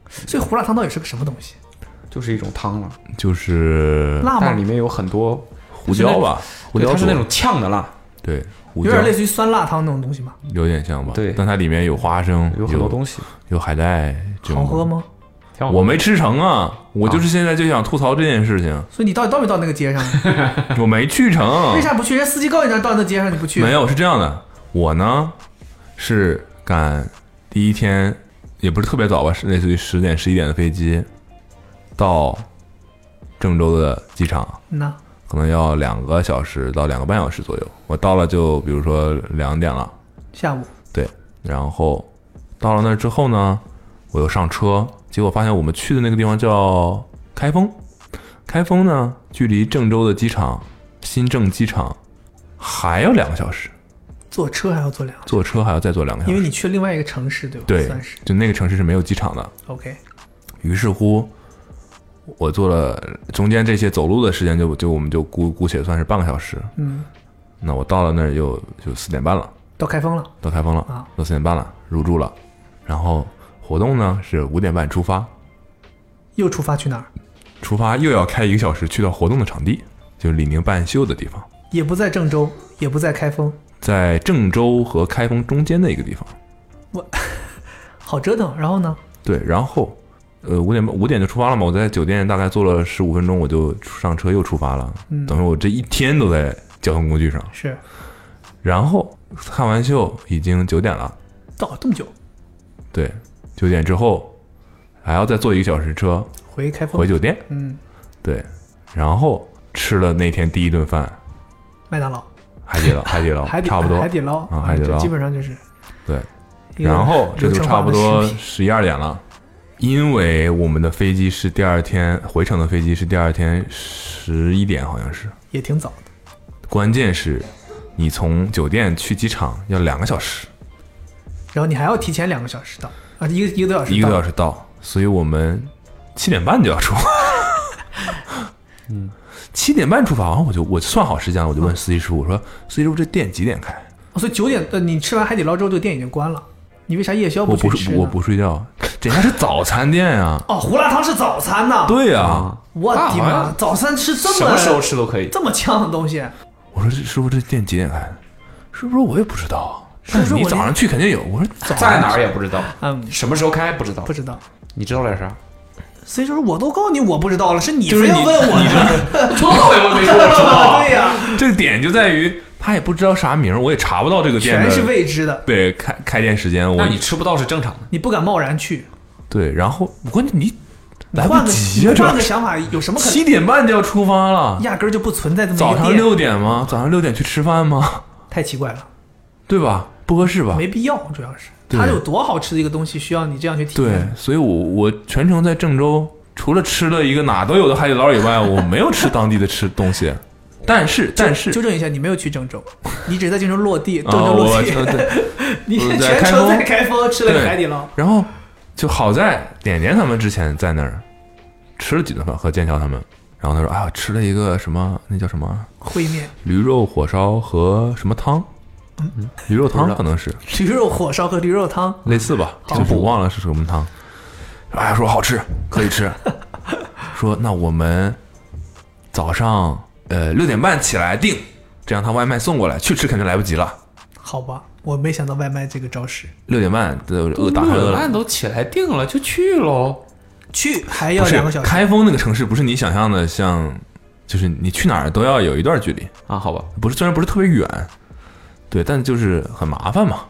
Speaker 4: 所以胡辣汤到底是个什么东
Speaker 3: (laughs)
Speaker 4: 西？
Speaker 5: (laughs) 就是一种汤了，
Speaker 3: 就是
Speaker 4: 辣
Speaker 5: 但是
Speaker 4: 吗
Speaker 5: 里？面有很多
Speaker 3: 胡椒吧，胡
Speaker 5: 对
Speaker 3: 椒
Speaker 5: 它是
Speaker 3: 做
Speaker 5: 那种呛的辣，
Speaker 3: 对，胡
Speaker 4: 有
Speaker 3: 椒
Speaker 4: 点类似于酸辣汤那种东西吗？
Speaker 3: 有点像吧，
Speaker 5: 对
Speaker 3: 但它里面有花生，
Speaker 5: 有很多东西，
Speaker 3: 有海带，这种
Speaker 4: 好喝？吗？
Speaker 5: 挺好
Speaker 3: 我没吃成啊，我就是现在就想吐槽这件事情，
Speaker 4: 所以你到底到没到那
Speaker 3: (laughs)
Speaker 4: 个街上？
Speaker 3: 我没去成，
Speaker 4: (laughs) 为啥不去？人家司机告诉你那到那街上你不去，
Speaker 3: 没有，是这样的，我呢是赶第一天，也不是特别早吧，是类似于十点十一点的飞机，到郑州的机场，
Speaker 4: 那
Speaker 3: 可能要两个小时到两个半小时左右。我到了就比如说两点了，
Speaker 4: 下午
Speaker 3: 对，然后到了那儿之后呢，我又上车，结果发现我们去的那个地方叫开封，开封呢距离郑州的机场新郑机场还要两个小时，
Speaker 4: 坐车还要坐两个小时，
Speaker 3: 坐车还要再坐两个小
Speaker 4: 因为
Speaker 3: 时。
Speaker 4: 你去另外一个城市对吧？
Speaker 3: 哎对
Speaker 4: 算是，
Speaker 3: 就那个城市是没有机场的，
Speaker 4: OK。
Speaker 3: 于是乎，我做了中间这些走路的时间就就我们就姑姑且算是半个小时。
Speaker 4: 嗯，
Speaker 3: 那我到了那儿又就四点半了，
Speaker 4: 到开封了，
Speaker 3: 到开封了
Speaker 4: 啊，
Speaker 3: 到四点半了，入住了。然后活动呢是五点半出发，
Speaker 4: 又出发去哪儿？
Speaker 3: 出发又要开一个小时去到活动的场地，就是李宁办秀的地方，
Speaker 4: 也不在郑州，也不在开封，
Speaker 3: 在郑州和开封中间的一个地方。
Speaker 4: 好折腾。然后呢？
Speaker 3: 对，然后呃五点五点就出发了嘛，我在酒店大概坐了十五分钟，我就上车又出发了，
Speaker 4: 嗯
Speaker 3: 等于我这一天都在交通工具上。
Speaker 4: 是
Speaker 3: 然后看完秀已经九点了，
Speaker 4: 到这么久
Speaker 3: 对，九点之后还要再坐一个小时
Speaker 4: 哦
Speaker 3: 车
Speaker 4: 回开封
Speaker 3: 回，酒店，
Speaker 4: 嗯，
Speaker 3: 对，然后吃了那天第一顿饭，
Speaker 4: 麦当劳、
Speaker 3: 海
Speaker 4: (laughs)
Speaker 3: 底捞，海底捞，
Speaker 4: 海底
Speaker 3: 差不多
Speaker 4: 海，底捞嗯
Speaker 3: 啊海底捞
Speaker 4: 这基本上就是
Speaker 3: 对。
Speaker 4: 一个
Speaker 3: 然后这
Speaker 4: 流
Speaker 3: 就
Speaker 4: 程
Speaker 3: 差
Speaker 4: 化
Speaker 3: 不
Speaker 4: 的
Speaker 3: 多
Speaker 4: 食品
Speaker 3: 十一二点了，因为我们的飞机是第二天回程的飞机是第二天十一点，好像是。
Speaker 4: 也挺早的，
Speaker 3: 关键是，你从酒店去机场要两个小时，
Speaker 4: 然后你还要提前两个小时到啊，一个一个多小时，
Speaker 3: 一个多小，时到，所以我们七点半就要出发。嗯，七点半出发，然后我就我算好时间了，我就问司机师傅，我说司机师傅这店几点开？
Speaker 4: 哦所以九点呃，你吃完海底捞之后，这个店已经关了，你为啥夜宵
Speaker 3: 我
Speaker 4: 去
Speaker 3: 不
Speaker 4: 吃
Speaker 3: 是
Speaker 4: 呢？。
Speaker 3: 我不睡觉，这家是早餐店啊
Speaker 4: 哦，胡辣汤是早餐呐，
Speaker 3: 对呀、啊，
Speaker 5: 啊，
Speaker 4: 我的
Speaker 5: 啊好
Speaker 4: 妈，
Speaker 5: 像
Speaker 4: 早餐吃这
Speaker 5: 什
Speaker 4: 么
Speaker 5: 么时候吃都可以。
Speaker 4: 这么呛的东西，
Speaker 3: 我说这师傅这店几点开？师傅说我也不知道啊。
Speaker 4: 傅说
Speaker 3: 你
Speaker 4: 我
Speaker 3: 早上去肯定有。我说
Speaker 5: 在哪儿也不知道，
Speaker 4: 嗯，
Speaker 5: 什么时候开不知道
Speaker 4: 不。知道。
Speaker 5: 你知道点啥？
Speaker 4: 所以说我都告诉你我不知道了，是你
Speaker 3: 就是
Speaker 4: 非要
Speaker 3: 你
Speaker 4: 问我的，
Speaker 5: 从头尾我没说我知道。
Speaker 4: (laughs) 对呀、
Speaker 3: (laughs) 这个点就在于他也不知道啥名儿，我也查不到这个店
Speaker 4: 全
Speaker 3: 的
Speaker 4: 是未知的，
Speaker 3: 对开开店时间。我
Speaker 5: 那你吃不到是正常的。
Speaker 4: 你不敢贸然去。
Speaker 3: 对，然后我关键你来不
Speaker 4: 换个
Speaker 3: 及啊，
Speaker 4: 你
Speaker 3: 这
Speaker 4: 换个想法，有什么可
Speaker 3: 七点半就要出发了，
Speaker 4: 压根儿就不存在这么
Speaker 3: 早
Speaker 4: 一
Speaker 3: 上
Speaker 4: 个店，
Speaker 3: 六点吗？早上六点去吃饭吗？ (laughs)
Speaker 4: 太奇怪了，
Speaker 3: 对吧？不合适吧？
Speaker 4: 没必要，主要是
Speaker 3: 啊对
Speaker 4: 它有多好吃的一个东西，需要你这样去体
Speaker 3: 对
Speaker 4: 验。，
Speaker 3: 所以我我全程在郑州，除了吃了一个哪都有的海底捞以外，
Speaker 4: (laughs)
Speaker 3: 我没有吃当地的吃东西。但是但是
Speaker 4: 纠正一下，你没有去郑州，你只是在郑州落地，
Speaker 3: 啊，
Speaker 4: 郑州落
Speaker 3: 我
Speaker 4: 地， (laughs)
Speaker 3: 对，
Speaker 4: 你
Speaker 3: 我在
Speaker 4: 全
Speaker 3: 开
Speaker 4: 程
Speaker 3: 封
Speaker 4: 在开封吃了个
Speaker 3: 对
Speaker 4: 海底捞，
Speaker 3: 然后就好在点点他们之前在那儿吃了几顿饭，和剑桥他们。然后他说：“啊，吃了一个什么，那叫什么
Speaker 4: 烩面、
Speaker 3: 驴肉火烧和什么汤，
Speaker 4: 嗯
Speaker 3: 驴肉汤可能是
Speaker 4: 驴肉火烧和驴肉汤，
Speaker 3: 类似吧，
Speaker 4: 好
Speaker 3: 就是我忘了是什么汤。哎呀，说好吃，可以
Speaker 4: (laughs)
Speaker 3: 吃。说那我们早上呃六点半起来订，这样他外卖送过来，去吃肯定来不及了。
Speaker 4: 好吧，我没想到外卖这个招式，
Speaker 3: 六点半呃饿打开饿了
Speaker 5: 按。都起来定了，就去喽。
Speaker 4: 去还要
Speaker 3: 不是
Speaker 4: 两个小时，
Speaker 3: 开封那个城市不是你想象的像就是你去哪儿都要有一段距离，
Speaker 5: 啊，好吧，
Speaker 3: 不是虽然不是特别远，对，但就是很麻烦嘛。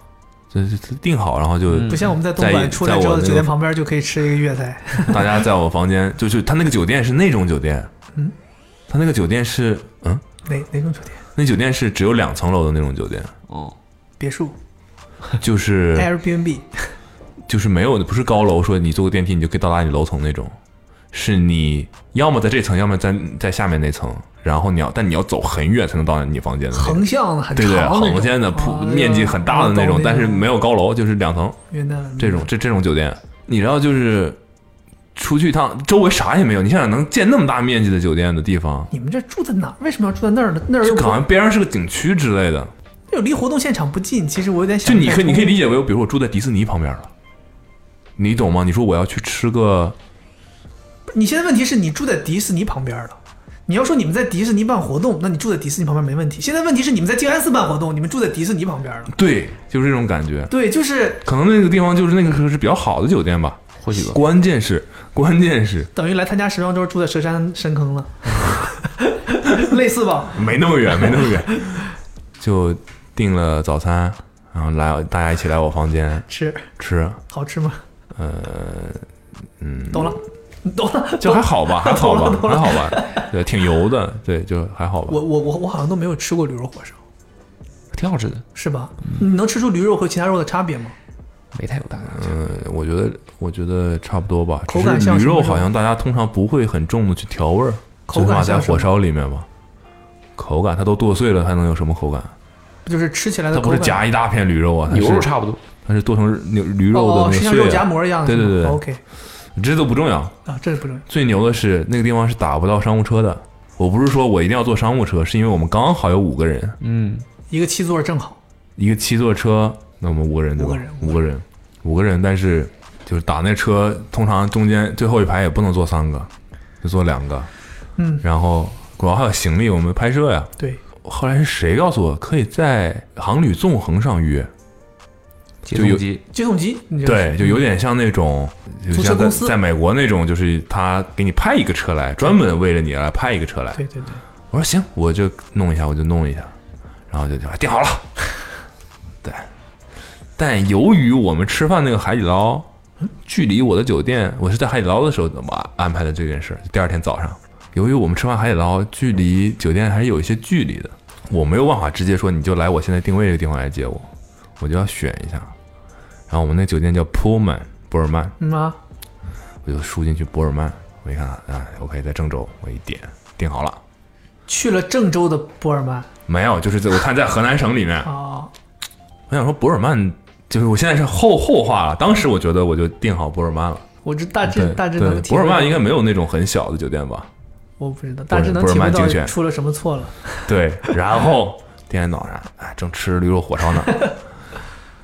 Speaker 3: 就是定好，然后就
Speaker 5: 嗯
Speaker 4: 不像我们在东
Speaker 3: 在
Speaker 4: 莞出来之
Speaker 3: 在我
Speaker 4: 后，
Speaker 3: 那个
Speaker 4: 酒店旁边就可以吃一个粤菜，
Speaker 3: 大家在我房间，就是他那个酒店是那种酒店，
Speaker 4: 嗯，
Speaker 3: 他那个酒店是嗯，
Speaker 4: 哪哪种酒店？
Speaker 3: 那酒店是只有两层楼的那种酒店，
Speaker 5: 哦，
Speaker 4: 别墅
Speaker 3: 就是
Speaker 4: (laughs) 哎 Airbnb
Speaker 3: 就是没有不是高楼，说你坐个电梯你就可以到达你楼层那种，是你要么在这层，要么在在下面那层，然后你要但你要走很远才能到你房间的那种，
Speaker 4: 横向的很
Speaker 3: 对
Speaker 4: 长
Speaker 3: 对，
Speaker 4: 那种
Speaker 3: 横间的铺
Speaker 4: 啊
Speaker 3: 面积很大的那种，但是没有高楼，就是两层
Speaker 4: 云南
Speaker 3: 这种这这种酒店，你知道就是出去一趟，周围啥也没有，你想想能建那么大面积的酒店的地方，
Speaker 4: 你们这住在哪儿？为什么要住在那儿呢？那儿又
Speaker 3: 就
Speaker 4: 不
Speaker 3: 好像边上是个景区之类的，
Speaker 4: 又离活动现场不近。其实我有点
Speaker 3: 就
Speaker 4: 想，
Speaker 3: 你可以你可以理解为，比如我住在迪士尼旁边了，你懂吗？你说我要去吃个。
Speaker 4: 你现在问题是你住在迪士尼旁边了。你要说你们在迪士尼办活动，那你住在迪士尼旁边没问题。现在问题是你们在静安寺办活动，你们住在迪士尼旁边了。
Speaker 3: 对，就是这种感觉。
Speaker 4: 对，就是
Speaker 3: 可能那个地方就是那个时候是比较好的酒店吧。
Speaker 5: 或许吧。
Speaker 3: 关键是，关键是
Speaker 4: 等于来他家石庄周住在佘山深坑了， (laughs) 类似吧？
Speaker 3: 没那么远，没那么远， (laughs) 就订了早餐，然后来大家一起来我房间
Speaker 4: 吃
Speaker 3: 吃，
Speaker 4: 好吃吗？呃，嗯，懂了，懂了。
Speaker 3: 就还好吧，还好吧，
Speaker 4: 懂
Speaker 3: 还好吧，对，挺油的，对，就还好吧
Speaker 4: 我。我我我好像都没有吃过驴肉火烧，
Speaker 5: 挺好吃的，
Speaker 4: 是吧？你能吃出驴肉和其他肉的差别吗？
Speaker 5: 没太有大感觉。
Speaker 3: 嗯，我觉得，我觉得差不多吧。只
Speaker 4: 口感
Speaker 3: 是
Speaker 4: 像
Speaker 3: 驴
Speaker 4: 什么
Speaker 3: 肉
Speaker 4: 肉
Speaker 3: 好像大家通常不会很重的去调味儿，
Speaker 4: 口
Speaker 3: 最起
Speaker 4: 感
Speaker 3: 码在
Speaker 4: 像什
Speaker 3: 火
Speaker 4: 么？
Speaker 3: 烧里面吧。口感它都剁碎了，还能有什么口感？
Speaker 4: 不就是吃起来的
Speaker 3: 它不
Speaker 4: 口感？
Speaker 3: 是夹一大片驴肉啊，它
Speaker 5: 牛
Speaker 3: 是
Speaker 5: 肉差不多，
Speaker 3: 它是剁成牛驴肉的
Speaker 4: 哦，
Speaker 3: 那个
Speaker 4: 是像肉
Speaker 3: 碎
Speaker 4: 夹
Speaker 3: 啊，
Speaker 4: 馍一样的
Speaker 3: 对
Speaker 4: 是吗。
Speaker 3: 对对对
Speaker 4: OK
Speaker 3: 这都不重要。
Speaker 4: 啊，这是不重要。
Speaker 3: 最牛的是那个地方是打不到商务车的。我不是说我一定要坐商务车，是因为我们刚好有五个人，
Speaker 5: 嗯，
Speaker 4: 一个七座正好，
Speaker 3: 一个七座车，那我们五个人对吧
Speaker 4: 五个人？
Speaker 3: 五个人，五个人，但是就是打那车，通常中间最后一排也不能坐三个，就坐两个。
Speaker 4: 嗯，
Speaker 3: 然后主要还有行李，我们拍摄呀。
Speaker 4: 对，
Speaker 3: 后来是谁告诉我可以在航旅纵横上预约？
Speaker 5: 接
Speaker 3: 就有
Speaker 5: 送机
Speaker 4: 接送机，你这个
Speaker 3: 对，就有点像那种，就
Speaker 4: 租车
Speaker 3: 像在
Speaker 4: 公司
Speaker 3: 在美国那种，就是他给你派一个车来，专门为了你来派一个车来。
Speaker 4: 对对对，
Speaker 3: 我说行，我就弄一下，我就弄一下，然后就就定好了。对，但由于我们吃饭那个海底捞距离我的酒店，我是在海底捞的时候怎么安安排的这件事儿，第二天早上，由于我们吃完海底捞距离酒店还是有一些距离的，我没有办法直接说你就来我现在定位这个地方来接我，我就要选一下。然后我们那酒店叫 Pullman 博尔曼，
Speaker 4: 嗯啊，
Speaker 3: 我就输进去博尔曼，我一看啊，OK，在郑州，我一点定好了。
Speaker 4: 去了郑州的博尔曼
Speaker 3: 没有，就是在我看在河南省里面，
Speaker 4: 啊，
Speaker 3: 我想说博尔曼，就是我现在是后后话了。当时我觉得我就定好博尔曼了。
Speaker 4: 我这大致
Speaker 3: 对
Speaker 4: 大致
Speaker 3: 对
Speaker 4: 能，体
Speaker 3: 博
Speaker 4: 会
Speaker 3: 尔
Speaker 4: 到
Speaker 3: 曼应该没有那种很小的酒店
Speaker 4: (laughs)
Speaker 3: 吧？
Speaker 4: 我不知道，大致能
Speaker 3: 博尔
Speaker 4: 体会
Speaker 3: 曼精
Speaker 4: 到
Speaker 3: 选
Speaker 4: 出了什么错了。
Speaker 3: 对，然后第二天早上，哎，正吃驴肉火烧呢，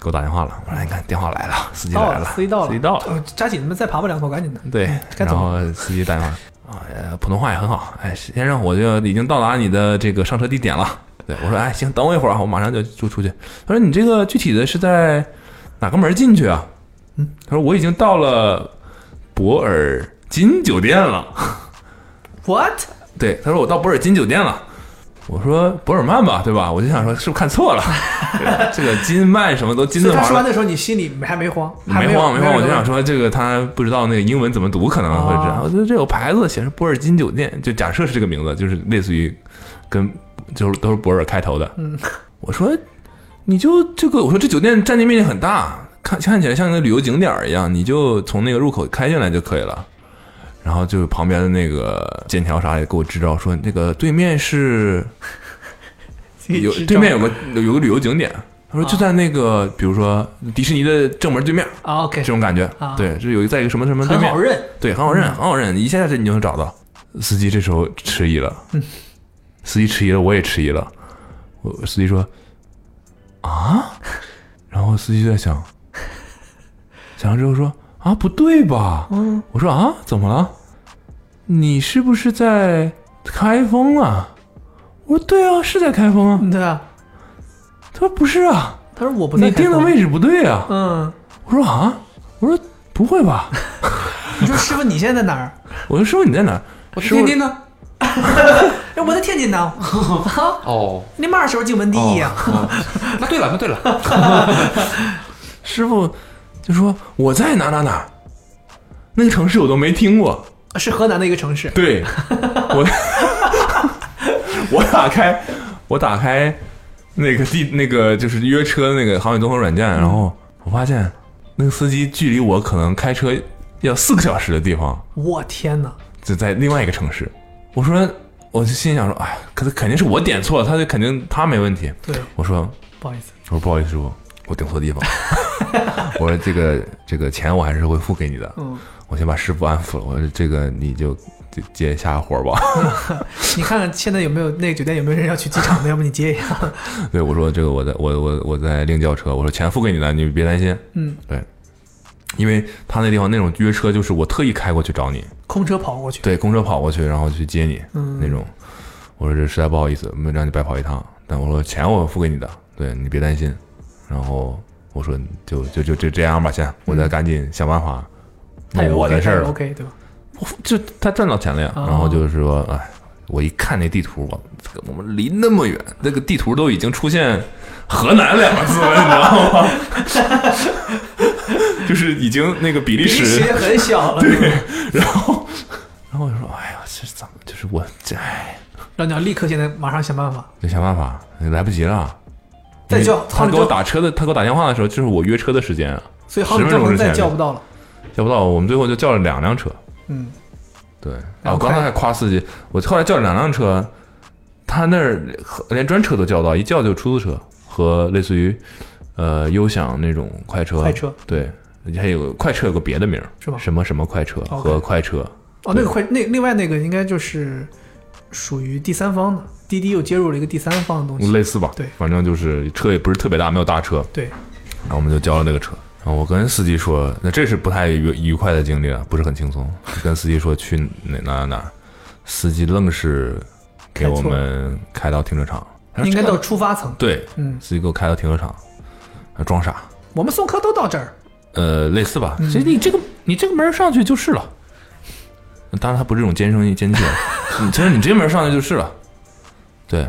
Speaker 3: 给我打电话了。我说你看电话来了，司机
Speaker 4: 到
Speaker 3: 来
Speaker 4: 了
Speaker 3: 了，
Speaker 4: 司机到了
Speaker 3: 司机到了。
Speaker 4: 呃，抓紧，你们再爬爬两口，赶紧的。
Speaker 3: 对，
Speaker 4: 嗯该
Speaker 3: 然
Speaker 4: 走
Speaker 3: 后司机打电话啊，呃普通话也很好。哎，先生，我就已经到达你的这个上车地点了。对我说，哎，行，等我一会儿啊，我马上就就出去。他说你这个具体的是在哪个门进去啊？嗯，他说我已经到了博尔金酒店了。
Speaker 4: What？
Speaker 3: 对，他说我到博尔金酒店了。我说博尔曼吧，对吧？我就想说是不是看错了？ (laughs) 这个金曼什么都金
Speaker 4: 所
Speaker 3: 的
Speaker 4: 以
Speaker 3: 嘛
Speaker 4: 他。说完的时候，你心里还没慌，还
Speaker 3: 没
Speaker 4: 有
Speaker 3: 慌没
Speaker 4: 有
Speaker 3: 慌，我就
Speaker 4: 人
Speaker 3: 想说这个他不知道那个英文怎么读，可能会这样。
Speaker 4: 哦
Speaker 3: 我觉得这有牌子显示波尔金酒店，就假设是这个名字，就是类似于跟就是都是博尔开头的。嗯，我说你就这个，我说这酒店占地面积很大，看看起来像一个旅游景点儿一样，你就从那个入口开进来就可以了。然后就旁边的那个剑桥啥也给我支招，说那个对面是
Speaker 4: 自己
Speaker 3: 有
Speaker 4: 支
Speaker 3: 对
Speaker 4: 招
Speaker 3: 面有个有个旅游景点，他说就在那个比如说迪士尼的正门对面，
Speaker 4: 啊，OK，
Speaker 3: 这种感觉
Speaker 4: 啊。
Speaker 3: 对，这有一在一个什么什么对
Speaker 4: 很
Speaker 3: 面
Speaker 4: 好，认，嗯
Speaker 3: 对，很好认，很好认，一下下你就能找到。司机这时候迟疑了，司机迟疑了，我也迟疑了。我司机说啊，然后司机在想， (laughs) 想了之后说啊，不对吧？我说啊，怎么了？你是不是在开封啊？我说对啊，是在开封啊。
Speaker 4: 对啊。
Speaker 3: 他说不是啊，
Speaker 4: 他说我不在
Speaker 3: 你
Speaker 4: 开
Speaker 3: 定的
Speaker 4: 封
Speaker 3: 位置不对啊。
Speaker 4: 嗯，
Speaker 3: 我说啊，我说不会吧？
Speaker 4: 你说师傅你现在在哪儿？
Speaker 3: 我就说你在哪儿？(laughs)
Speaker 5: 我
Speaker 3: 师傅
Speaker 4: (laughs)
Speaker 5: 天天呢，
Speaker 4: 哎，我在天津呢，
Speaker 5: 哦，
Speaker 4: 你嘛时候进门第哎一呀？
Speaker 5: 哦那对了，那
Speaker 3: (laughs)
Speaker 5: 对了，
Speaker 3: 师傅就说我在哪哪哪，那个城市我都没听过。
Speaker 4: 是河南的一个城市，
Speaker 3: 对，我我打开我打开那个地那个就是约车的那个航远东方软件，然后我发现那个司机距离我可能开车要四个小时的地方，
Speaker 4: 我天哪！
Speaker 3: 就在另外一个城市。我说，我就心想说，哎，可是肯定是我点错了，他就肯定他没问题。
Speaker 4: 对，
Speaker 3: 我说，
Speaker 4: 不好意思，
Speaker 3: 我说不好意思，师傅，我订错地方。 (laughs) 我说这个这个钱我还是会付给你的。
Speaker 4: 嗯，
Speaker 3: 我先把师傅安抚了。我说这个你就就接下活吧。 (laughs)
Speaker 4: 你看看现在有没有那个酒店有没有人要去机场的？要不你接一下？
Speaker 3: 对，我说这个我在我我我在另叫车。我说钱付给你了，你别担心。
Speaker 4: 嗯，
Speaker 3: 对，因为他那地方那种约车就是我特意开过去找你，
Speaker 4: 空车跑过去。
Speaker 3: 对，公车跑过去然后去接你、
Speaker 4: 嗯
Speaker 3: 那种。我说这实在不好意思，没让你白跑一趟，但我说钱我付给你的，对你别担心。然后我说就就就就这样吧，先，我再赶紧想办法
Speaker 4: 嗯他也
Speaker 3: 弄
Speaker 4: OK，
Speaker 3: 我的事儿
Speaker 4: 他也
Speaker 3: 了。
Speaker 4: ，OK 对吧？
Speaker 3: (laughs) 就他赚到钱了呀，
Speaker 4: 哦
Speaker 3: 然后就是说，哎，我一看那地图，我我们离那么远，那个地图都已经出现“河南”两个字了，你知道吗？ (laughs) 就是已经那个比利
Speaker 4: 平时
Speaker 3: 时，
Speaker 4: 也很小了，对，
Speaker 3: 然后，然后我就说，哎呀，这怎么就是我这，哎，
Speaker 4: 让你要立刻现在马上想办法。
Speaker 3: 得想办法，来不及了。
Speaker 4: 再叫
Speaker 3: 因为他给我打车的，他给我打电话的时候，就是我约车的时间，
Speaker 4: 所以好久
Speaker 3: 10分钟
Speaker 4: 可
Speaker 3: 之
Speaker 4: 能再
Speaker 3: 前
Speaker 4: 叫不到了。
Speaker 3: 叫不到，我们最后就叫了两辆车。
Speaker 4: 嗯，
Speaker 3: 对，啊，
Speaker 4: 然后
Speaker 3: 我刚才还夸司机，我后来叫了两辆车，他那儿连专车都叫不到，一叫就出租车和类似于呃优享那种快车，
Speaker 4: 快车
Speaker 3: 对，还有快车有个别的名儿
Speaker 4: 是吗
Speaker 3: 什么什么快车
Speaker 4: OK
Speaker 3: 和快车，
Speaker 4: 哦，那个快那另外那个应该就是属于第三方的，滴滴又接入了一个第三方的东西。
Speaker 3: 嗯类似吧？
Speaker 4: 对
Speaker 3: 反正就是车也不是特别大，没有大车，
Speaker 4: 对，
Speaker 3: 然后我们就交了那个车。然后我跟司机说，那这是不太愉愉快的经历了，不是很轻松。跟司机说去哪哪哪哪儿，司机愣是给
Speaker 4: 开错
Speaker 3: 我们开到停车场，他说
Speaker 4: 应该
Speaker 3: 这个
Speaker 4: 到出发层。
Speaker 3: 对，
Speaker 4: 嗯，
Speaker 3: 司机给我开到停车场，呃装傻，
Speaker 4: 我们送客都到这儿，
Speaker 3: 呃，类似
Speaker 4: 嗯
Speaker 3: 吧。所以你这个你这个门上去就是了。当然，他不是这种尖声音尖气，你 (laughs) 其实你这门上去就是了。对，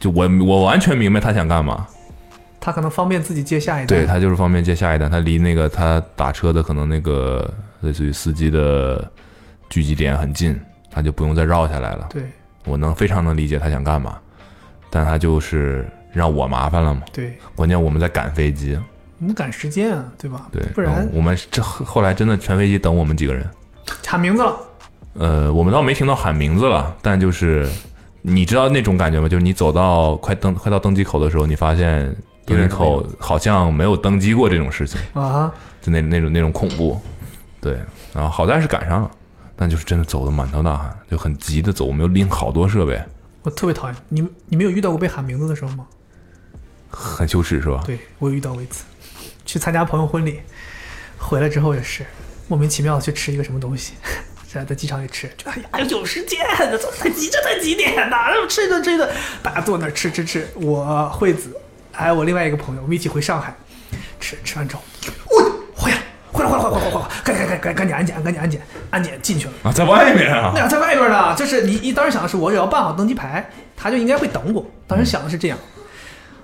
Speaker 3: 就我我完全明白他想干嘛。
Speaker 4: 他可能方便自己接下一
Speaker 3: 对
Speaker 4: 单。
Speaker 3: 他就是方便接下一单，他离那个他打车的可能那个类似于司机的聚集点很近，他就不用再绕下来了。
Speaker 4: 对
Speaker 3: 我能非常能理解他想干嘛，但他就是让我麻烦了嘛。
Speaker 4: 对，
Speaker 3: 关键我们在赶飞机，
Speaker 4: 我们赶时间啊，对吧？
Speaker 3: 对，
Speaker 4: 不然
Speaker 3: 后我们这后后来真的全飞机等我们几个人。
Speaker 4: 喊名字了。
Speaker 3: 呃，我们倒没听到喊名字了，但就是你知道那种感觉吗？就是你走到快登快到登机口的时候，你发现登机口好像没有登机过这种事情，
Speaker 4: 啊，
Speaker 3: 就那那种那种恐怖。对，然后好在是赶上了，但就是真的走的满头大汗，就很急的走，我们又拎好多设备，
Speaker 4: 我特别讨厌你，你们有遇到过被喊名字的时候吗？
Speaker 3: 很羞耻是吧？
Speaker 4: 对我有遇到过一次，去参加朋友婚礼，回来之后也是莫名其妙地去吃一个什么东西，在在机场里吃，就哎呀还有时间，这才几这才几点呢？吃一顿吃一顿，大家坐那儿吃吃吃，我惠子还有我另外一个朋友，我们一起回上海吃，吃完之后，我回来回来回来回来回来回来，赶紧赶紧赶紧赶紧安检赶紧安检安检进去了。
Speaker 3: 啊，在外面啊
Speaker 4: 那，俩在外边呢，就是你你当时想的是，我只要办好登机牌，他就应该会等我。当时想的是这样。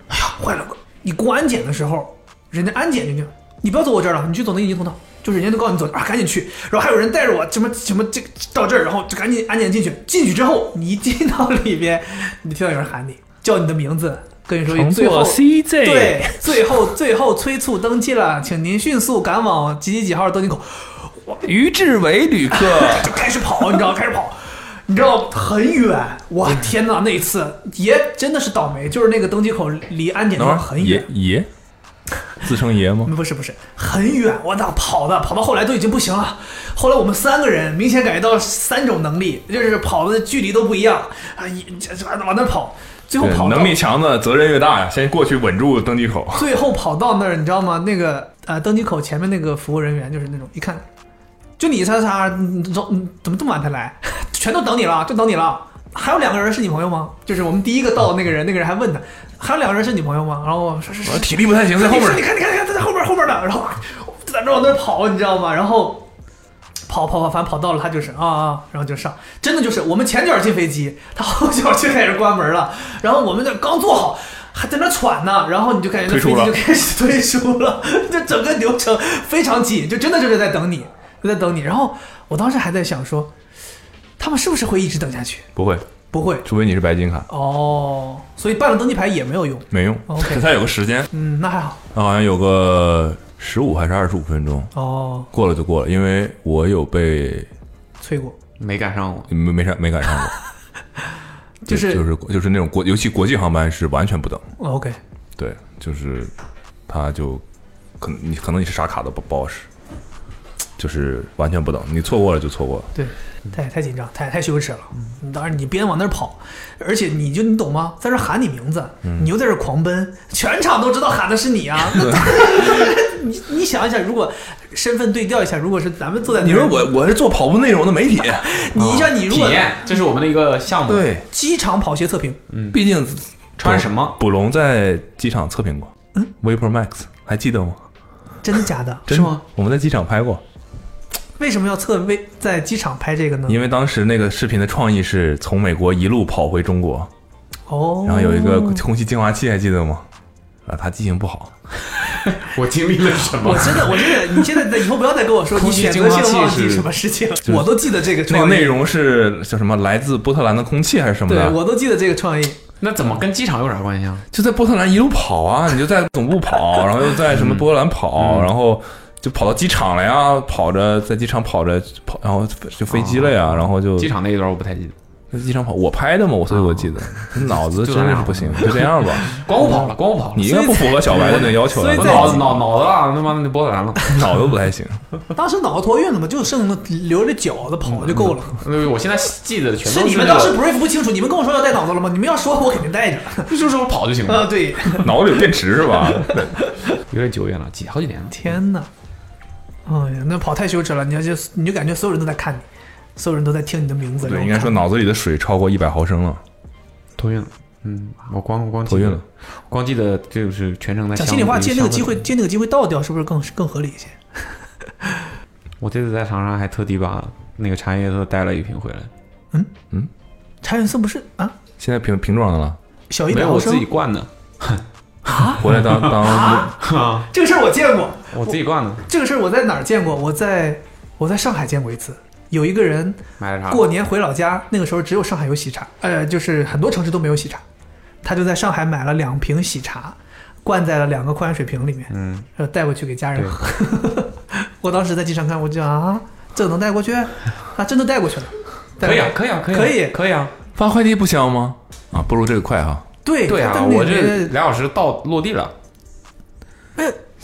Speaker 4: 哎呀，坏了！你过安检的时候，人家安检人家，你不要走我这儿了，你去走那应急通道。就是人家都告诉你走啊，赶紧去。然后还有人带着我什么什么这到这儿，然后就赶紧安检进去。进去之后，你一进到里边，你听到有人喊你，叫你的名字，跟你说一
Speaker 3: 乘
Speaker 4: 最后
Speaker 3: 坐 CJ
Speaker 4: 对，最后最后催促登机了，请您迅速赶往几几几号登机口。
Speaker 3: 于志伟旅 (laughs) 客，
Speaker 4: 就开始跑，你知道，开始跑， (laughs) 你知道很远，我天呐，那一次爷真的是倒霉，就是那个登机口离安检地
Speaker 3: 等会儿
Speaker 4: 方很
Speaker 3: 爷
Speaker 4: 远。
Speaker 3: 爷，自称爷吗？
Speaker 4: 不是不是，很远，我操，跑的跑到后来都已经不行了。后来我们三个人明显感觉到三种能力，就是跑的距离都不一样啊，一这这往那跑，最后
Speaker 3: 对
Speaker 4: 跑到
Speaker 3: 能力强的责任越大呀，先过去稳住登机口。
Speaker 4: 最后跑到那儿，你知道吗？那个呃，登机口前面那个服务人员就是那种一看，就你啥啥，啊你怎么怎么这么晚才来？ (laughs) 全都等你了，就等你了。还有两个人是你朋友吗？就是我们第一个到的那个人，那个人还问他，还有两个人是你朋友吗？然后我说是是
Speaker 3: 我体力不太行，在后
Speaker 4: 你
Speaker 3: 面
Speaker 4: 说。你看，你看，你看，他在后边，后边呢。然后我就在那往那跑，你知道吗？然后跑跑跑，反正跑到了，他就是啊啊，然后就上，真的就是我们前脚进飞机，他后脚就开始关门了，然后我们这刚坐好。还在那喘呢，然后你就感觉那
Speaker 7: 退出
Speaker 4: 飞机
Speaker 7: 了
Speaker 4: 就开始退出了， (laughs) 这整个流程非常紧，就真的就是在等你，就在等你。然后我当时还在想说，他们是不是会一直等下去？
Speaker 7: 不会，
Speaker 4: 不会
Speaker 7: 除非你是白金卡，
Speaker 4: 哦，所以办了登记牌也没有用。
Speaker 7: 没用。
Speaker 3: (laughs)
Speaker 4: OK
Speaker 3: 可它哦有个时间，
Speaker 4: 嗯，那还好。
Speaker 3: 啊好像有个十五还是二十五分钟，
Speaker 4: 哦，
Speaker 3: 过了就过了，因为我有被
Speaker 4: 催过，
Speaker 5: 没赶上我。
Speaker 3: 没没啥没赶上过，
Speaker 4: 就
Speaker 3: 对
Speaker 4: 是
Speaker 3: 就是就是那种国，尤其国际航班是完全不等，
Speaker 4: OK，
Speaker 3: 对，就是他就可能你可能你是啥卡都不不好使，就是完全不等，你错过了就错过了。
Speaker 4: 对，太
Speaker 3: 嗯
Speaker 4: 太紧张，太太羞耻了。嗯当然，你边往那儿跑，而且你就你懂吗？在这儿喊你名字，
Speaker 3: 嗯
Speaker 4: 你又在这儿狂奔，全场都知道喊的是你啊！
Speaker 3: (laughs)
Speaker 4: 那你你想一下，如果身份对调一下，如果是咱们坐在那儿，
Speaker 3: 你说我哦我是做跑步内容的媒体，
Speaker 4: 你像你如
Speaker 5: 体
Speaker 4: 果
Speaker 5: 验，这是我们的一个项
Speaker 3: (laughs)
Speaker 5: 目。，
Speaker 3: 对，
Speaker 4: 机场跑鞋
Speaker 3: (laughs)
Speaker 4: 测评，
Speaker 3: 嗯毕竟
Speaker 5: 穿什么？
Speaker 3: 捕龙在机场测评过，嗯，Vapor Max 还记得吗？
Speaker 4: 真的假的？
Speaker 3: 真
Speaker 5: 是吗？
Speaker 3: 我们在机场拍过，
Speaker 4: 为什么要测微在机场拍这个呢？
Speaker 3: 因为当时那个视频的创意是从美国一路跑回中国，
Speaker 4: 哦，
Speaker 3: 然后有一个空气净化器，还记得吗？啊，他记性不好，
Speaker 5: 我经历了什
Speaker 4: 我？真的，我真的，你现在在以后不要再跟我说你
Speaker 5: 空气
Speaker 4: 选
Speaker 5: 净
Speaker 4: 择
Speaker 5: 化
Speaker 4: 性
Speaker 5: 器
Speaker 4: 忘记
Speaker 5: 是
Speaker 4: 什么事情，
Speaker 3: 是
Speaker 4: 我都记得这个
Speaker 3: 那
Speaker 4: 创
Speaker 3: 个
Speaker 4: 意。
Speaker 3: 内容是叫什么？来自波特兰的空气还是什么
Speaker 4: 对，
Speaker 3: 的？
Speaker 4: 我都记得这个创意。
Speaker 5: 那怎么跟机场有啥关系啊？
Speaker 3: 就在波特兰一路跑啊，你就在总部跑，然后又在什么波兰跑，
Speaker 4: 嗯
Speaker 3: 然后就跑到机场了呀，跑着在机场跑着跑，然后就飞机了呀，
Speaker 4: 哦
Speaker 3: 然后就
Speaker 5: 机场那一段我不太记得，
Speaker 3: 在机场跑，我拍的嘛，我所以我记
Speaker 4: (laughs)
Speaker 3: 得，脑子真的是不行，就这样吧。
Speaker 5: 光顾跑了，光顾跑了。
Speaker 3: 你应该不符合小白的那个要求
Speaker 4: 所
Speaker 3: 了
Speaker 4: 以，
Speaker 3: (laughs)
Speaker 5: 我
Speaker 4: 在
Speaker 5: 脑子脑脑子啊，他妈的波兰了。
Speaker 3: 脑子不太行。
Speaker 4: 当时脑子托运了嘛，就剩那留着脚子跑就够了。
Speaker 5: 对，我现在记得全
Speaker 4: 是
Speaker 5: 都
Speaker 4: 你
Speaker 5: 那
Speaker 4: 们
Speaker 5: 个
Speaker 4: 当时 brief 不清楚，你们跟我说要带脑子了吗？你们要说，我肯定带着。
Speaker 5: 就是我跑就行
Speaker 4: 啊，
Speaker 5: 了。
Speaker 4: 对，
Speaker 3: 脑子有电池是吧？
Speaker 5: 有点久远了，几好几年了。
Speaker 4: 天哪！哎呀，那跑太羞耻了，你要就你就感觉所有人都在看你，所有人都在听你的名字。
Speaker 3: 对，
Speaker 4: 然后
Speaker 3: 应该说脑子里的水超过一百毫升了，
Speaker 5: 托运了，嗯，我光光记
Speaker 3: 头
Speaker 5: 得
Speaker 3: 晕了。，
Speaker 5: 光记得就是全程在
Speaker 4: 讲
Speaker 5: 香
Speaker 4: 心里话，
Speaker 5: 里
Speaker 4: 借那个
Speaker 5: 香
Speaker 4: 机
Speaker 5: 氛
Speaker 4: 会，借那个机会倒掉，是不是更更合理一些？
Speaker 5: 我这次在长沙还特地把那个茶叶色带了一瓶回来，
Speaker 4: 茶颜色不是啊，
Speaker 3: 现在瓶瓶装的了，
Speaker 4: 小一
Speaker 5: 没
Speaker 4: 百
Speaker 5: 有
Speaker 4: 毫
Speaker 5: 我自
Speaker 4: 升
Speaker 5: 己。灌的，
Speaker 4: 啊
Speaker 3: 回来当当
Speaker 4: 这个事儿我见过，
Speaker 5: 我自己灌的，
Speaker 4: 这个事儿我在哪儿见过？我在我在上海见过一次，有一个人
Speaker 5: 买的茶。
Speaker 4: 过年回老家，那个时候只有上海有喜茶，呃，就是很多城市都没有喜茶，他就在上海买了两瓶喜茶，灌在了两个矿泉水瓶里面，
Speaker 5: 嗯，
Speaker 4: 然后带过去给家人
Speaker 5: 对
Speaker 4: 喝。 (laughs) 我当时在机场看，我就想啊，这能带过去？啊，真的带过去了，带过
Speaker 5: 可以
Speaker 4: 去
Speaker 5: 啊，可以啊，可以啊，
Speaker 4: 可以
Speaker 5: 可以啊。
Speaker 3: 发快递不香吗？啊，不如这个快哈。
Speaker 4: 对
Speaker 5: 对啊，
Speaker 4: 哎但那
Speaker 5: 我
Speaker 4: 个
Speaker 5: 这俩小时到落地了，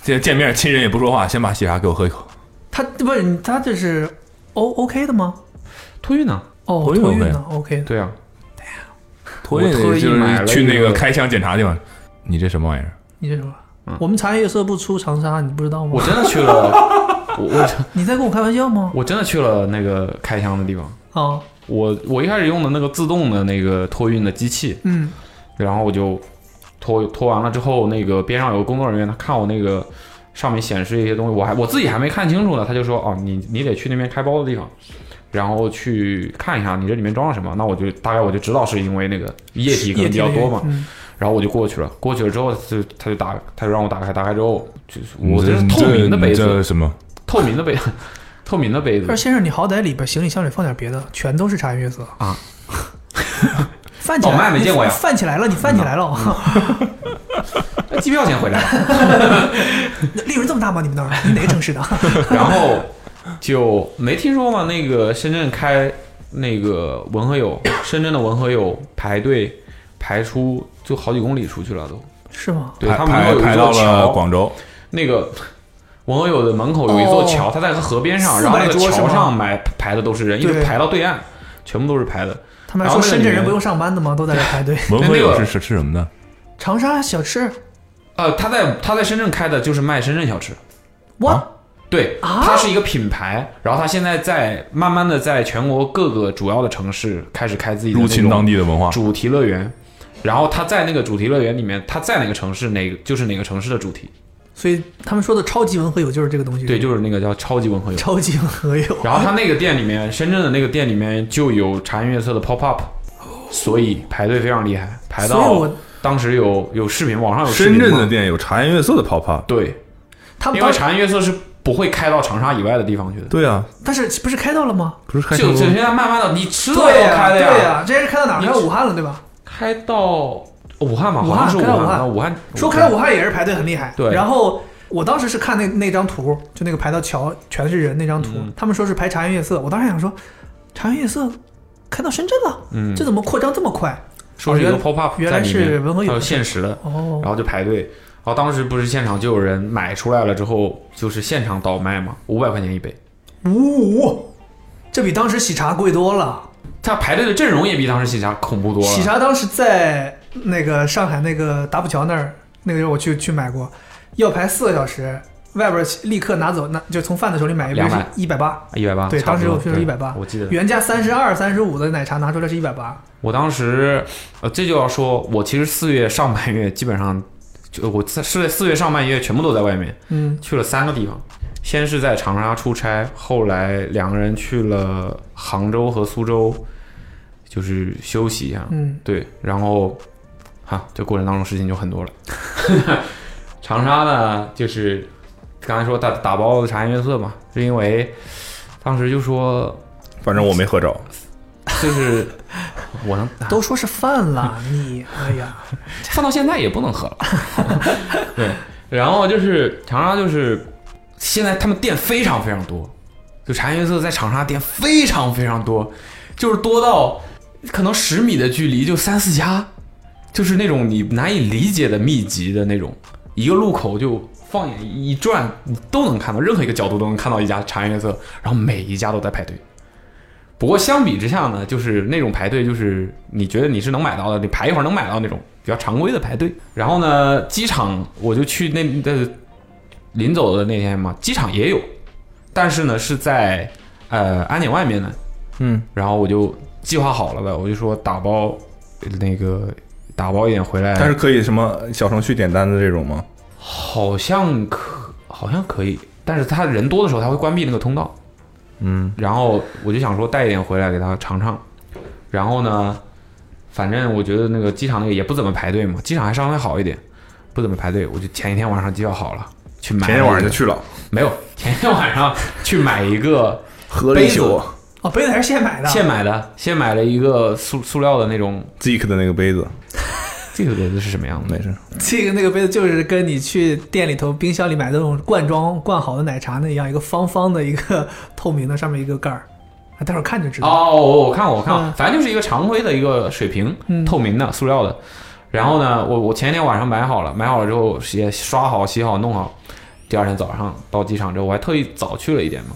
Speaker 3: 见见面亲人也不说话，先把喜茶给我喝一口。
Speaker 4: 他不是你他这是 O OK 的吗？
Speaker 5: 托运呢？
Speaker 4: 哦，
Speaker 3: 托运
Speaker 4: 托运
Speaker 3: OK
Speaker 4: 呢 OK
Speaker 5: 对啊，
Speaker 3: 托
Speaker 5: 我特意
Speaker 3: 就
Speaker 5: 买了
Speaker 3: 是去那
Speaker 5: 一个
Speaker 3: 个开箱检查地方，你这什么玩意儿？
Speaker 4: 你这什么？
Speaker 5: 嗯
Speaker 4: 我们茶颜悦色不出长沙，你不知道
Speaker 5: 我
Speaker 4: 吗？
Speaker 5: 真的去了，我我
Speaker 4: 你在跟我开玩笑吗？
Speaker 5: 我真的去了那个开箱的地方。
Speaker 4: 啊，
Speaker 5: 我我一开始用的那个自动的那个托运的机器，
Speaker 4: 嗯，
Speaker 5: 然后我就拖拖完了之后，那个边上有个工作人员，他看我那个上面显示一些东西，我还我自己还没看清楚呢，他就说哦，你你得去那边开包的地方，然后去看一下你这里面装了什么。那我就大概我就知道是因为那个液体可能比较多嘛，
Speaker 4: 嗯
Speaker 5: 然后我就过去了。过去了之后，他就他就打，他就让我打开，打开之后就是
Speaker 3: 你
Speaker 5: 我这是
Speaker 3: 你
Speaker 5: 透明的杯
Speaker 3: 嗯你这
Speaker 5: 子，
Speaker 3: 什么？
Speaker 5: 透明的杯，透明的杯子
Speaker 4: 但是先生，你好歹里边行李箱里放点别的，全都是茶颜悦色
Speaker 5: 啊。
Speaker 4: 泛起来
Speaker 5: 倒卖没
Speaker 4: 你
Speaker 5: 见过呀嗯
Speaker 4: 泛起来了，你泛起来了。
Speaker 5: 哎机票钱回来了。
Speaker 4: (laughs) 利润这么大吗？你们那儿？你哪个城市
Speaker 5: (laughs)
Speaker 4: 的？ (laughs)
Speaker 5: 然后就没听说嘛，那个深圳开那个文和
Speaker 4: (coughs)
Speaker 5: 友，深圳的文和友排队排出就好几公里出去了都。
Speaker 4: 是吗？
Speaker 5: 对
Speaker 3: 排
Speaker 5: 他们门
Speaker 3: 排
Speaker 5: 口有一
Speaker 3: 排
Speaker 5: 座
Speaker 3: 到了
Speaker 5: 桥，
Speaker 3: 广州，
Speaker 5: 那个文和友的门口有一座桥，它在个河边上，
Speaker 4: 400
Speaker 5: 然后那个
Speaker 4: 哦桌是吗
Speaker 5: 桥上埋排的都是人，一直
Speaker 4: 对
Speaker 5: 排到对岸，全部都是排的。
Speaker 4: 他们还
Speaker 5: 然后
Speaker 4: 说
Speaker 5: 那
Speaker 4: 深圳
Speaker 5: 个女
Speaker 4: 人
Speaker 5: 人
Speaker 4: 不用上班的吗？都在这排队。
Speaker 3: 文和
Speaker 5: 那
Speaker 3: 友
Speaker 5: 个
Speaker 3: 是是吃什么的？
Speaker 4: 长沙小吃
Speaker 5: 呃，他在他在深圳开的就是卖深圳小吃，
Speaker 4: ，what？
Speaker 5: 对，
Speaker 4: 啊
Speaker 5: 它是一个品牌，然后它现在在慢慢的在全国各个主要的城市开始开自己的
Speaker 3: 入
Speaker 5: 那
Speaker 3: 侵
Speaker 5: 种
Speaker 3: 当地的
Speaker 4: 啊
Speaker 3: 文化。
Speaker 5: 主题乐园，然后他在那个主题乐园里面，他在哪个城市，哪个就是哪个城市的主题，
Speaker 4: 所以他们说的超级文和友就是这个东西。
Speaker 5: 对，就是那个叫超级文和友。
Speaker 4: 嗯超级文和友。
Speaker 5: 然后他那个店里面，深圳的那个店里面就有茶颜悦色的 pop up，所以排队非常厉害，排
Speaker 4: 所以
Speaker 5: 到
Speaker 4: 我
Speaker 5: 当时有有视频，网上有视
Speaker 3: 深
Speaker 5: 频
Speaker 3: 圳
Speaker 5: 嘛
Speaker 3: 的店有茶颜悦色的 pop up，
Speaker 5: 对，
Speaker 4: 他们
Speaker 5: 因为
Speaker 4: 当
Speaker 5: 茶颜悦色是不会开到长沙以外的地方去的。
Speaker 3: 对啊，
Speaker 4: 但是不是开到了吗？
Speaker 3: 不是开
Speaker 5: 就
Speaker 3: 成
Speaker 5: 就
Speaker 3: 都
Speaker 5: 现在慢慢的，你吃了要开的
Speaker 4: 对
Speaker 5: 呀，
Speaker 4: 呀，这是开到哪儿？
Speaker 5: 你
Speaker 4: 开到武汉了对吧？
Speaker 5: 开到武汉嘛，
Speaker 4: 武
Speaker 5: 好
Speaker 4: 汉
Speaker 5: 像是武
Speaker 4: 开到武
Speaker 5: 汉，
Speaker 4: 汉
Speaker 5: 武汉
Speaker 4: 说开到武汉也是排队很厉害。
Speaker 5: 对
Speaker 4: 然后我当时是看那那张图，就那个排到桥全是人那张图，
Speaker 5: 嗯
Speaker 4: 他们说是排茶颜悦色，我当时想说，茶颜悦色开到深圳了，
Speaker 5: 嗯
Speaker 4: 这怎么扩张这么快？
Speaker 5: 说是一个 pop up，
Speaker 4: 哦原来
Speaker 5: 在里面
Speaker 4: 是文和友
Speaker 5: 还有限时的，
Speaker 4: 哦
Speaker 5: 然后就排队。然后当时不是现场就有人买出来了之后，就是现场倒卖嘛，五百块钱一杯。
Speaker 4: 五五，这比当时喜茶贵多了。
Speaker 5: 他排队的阵容也比当时喜茶恐怖多了。
Speaker 4: 喜茶当时在那个上海那个达浦桥那儿，那个时候我去去买过，要排四个小时，外边立刻拿走，那就从贩子手里买一杯是
Speaker 5: 200
Speaker 4: 一百八，
Speaker 5: 一百八，
Speaker 4: 对，
Speaker 5: 差
Speaker 4: 当
Speaker 5: 不
Speaker 4: 时
Speaker 5: 多
Speaker 4: 我去是
Speaker 5: 对
Speaker 4: 一百八，
Speaker 5: 我记得。
Speaker 4: 原价三十二、三十五的奶茶拿出来是一百八，
Speaker 5: 我当时，呃，这就要说，我其实四月上半月基本上，就我在是在四月上半月全部都在外面，
Speaker 4: 嗯，
Speaker 5: 去了三个地方，先是在长沙出差，后来两个人去了杭州和苏州，就是休息一下。
Speaker 4: 嗯，
Speaker 5: 对，然后，哈，这过程当中事情就很多了。 (laughs) 长沙呢，就是刚才说打打包茶颜悦色嘛，是因为当时就说，
Speaker 3: 反正我没喝着，
Speaker 5: 就是 (laughs) 我能
Speaker 4: 都说是饭 (laughs) 了，你哎呀，
Speaker 5: 放到现在也不能喝了。 (laughs) 对，然后就是长沙，就是现在他们店非常非常多，就茶颜悦色在长沙店非常非常多，就是多到可能十米的距离就三四家，就是那种你难以理解的密集的那种，一个路口就。放眼一转，你都能看到，任何一个角度都能看到一家茶颜悦色，然后每一家都在排队。不过相比之下呢，就是那种排队，就是你觉得你是能买到的，你排一会儿能买到那种比较常规的排队。然后呢，机场我就去那呃，临走的那天嘛，机场也有，但是呢是在呃安检外面呢。
Speaker 2: 嗯，
Speaker 5: 然后我就计划好了呗，我就说打包呃那个打包一点回来，
Speaker 3: 但是可以什么小程序点单的这种吗？
Speaker 5: 好像可好像可以，但是他人多的时候他会关闭那个通道。嗯，然后我就想说带一点回来给他尝尝，然后呢，反正我觉得那个机场那个也不怎么排队嘛，机场还稍微好一点，不怎么排队，我就前一天晚上计划好了去买了一
Speaker 3: 前
Speaker 5: 个，
Speaker 3: 天晚上就去了，
Speaker 5: 没有，前一天晚上去买
Speaker 3: (laughs)
Speaker 5: 一个
Speaker 3: 喝了一
Speaker 5: 杯
Speaker 3: 宿
Speaker 5: 子
Speaker 4: 哦，杯子还是现买的，
Speaker 5: 现买的，现买了一个塑塑料的那种，
Speaker 3: Zeek 的那个杯子，
Speaker 5: 这个杯子是什么样的？
Speaker 3: 没事，
Speaker 4: 这个那个杯子就是跟你去店里头冰箱里买的那种罐装灌好的奶茶那一样，一个方方的一个透明的，上面一个盖儿，啊待会儿看就知道。
Speaker 5: 哦，我看过，我看过，
Speaker 4: 嗯
Speaker 5: 反正就是一个常规的一个水瓶，
Speaker 4: 嗯
Speaker 5: 透明的塑料的。然后呢，我我前一天晚上买好了，买好了之后也刷好、洗好、弄好。第二天早上到机场之后，我还特意早去了一点嘛，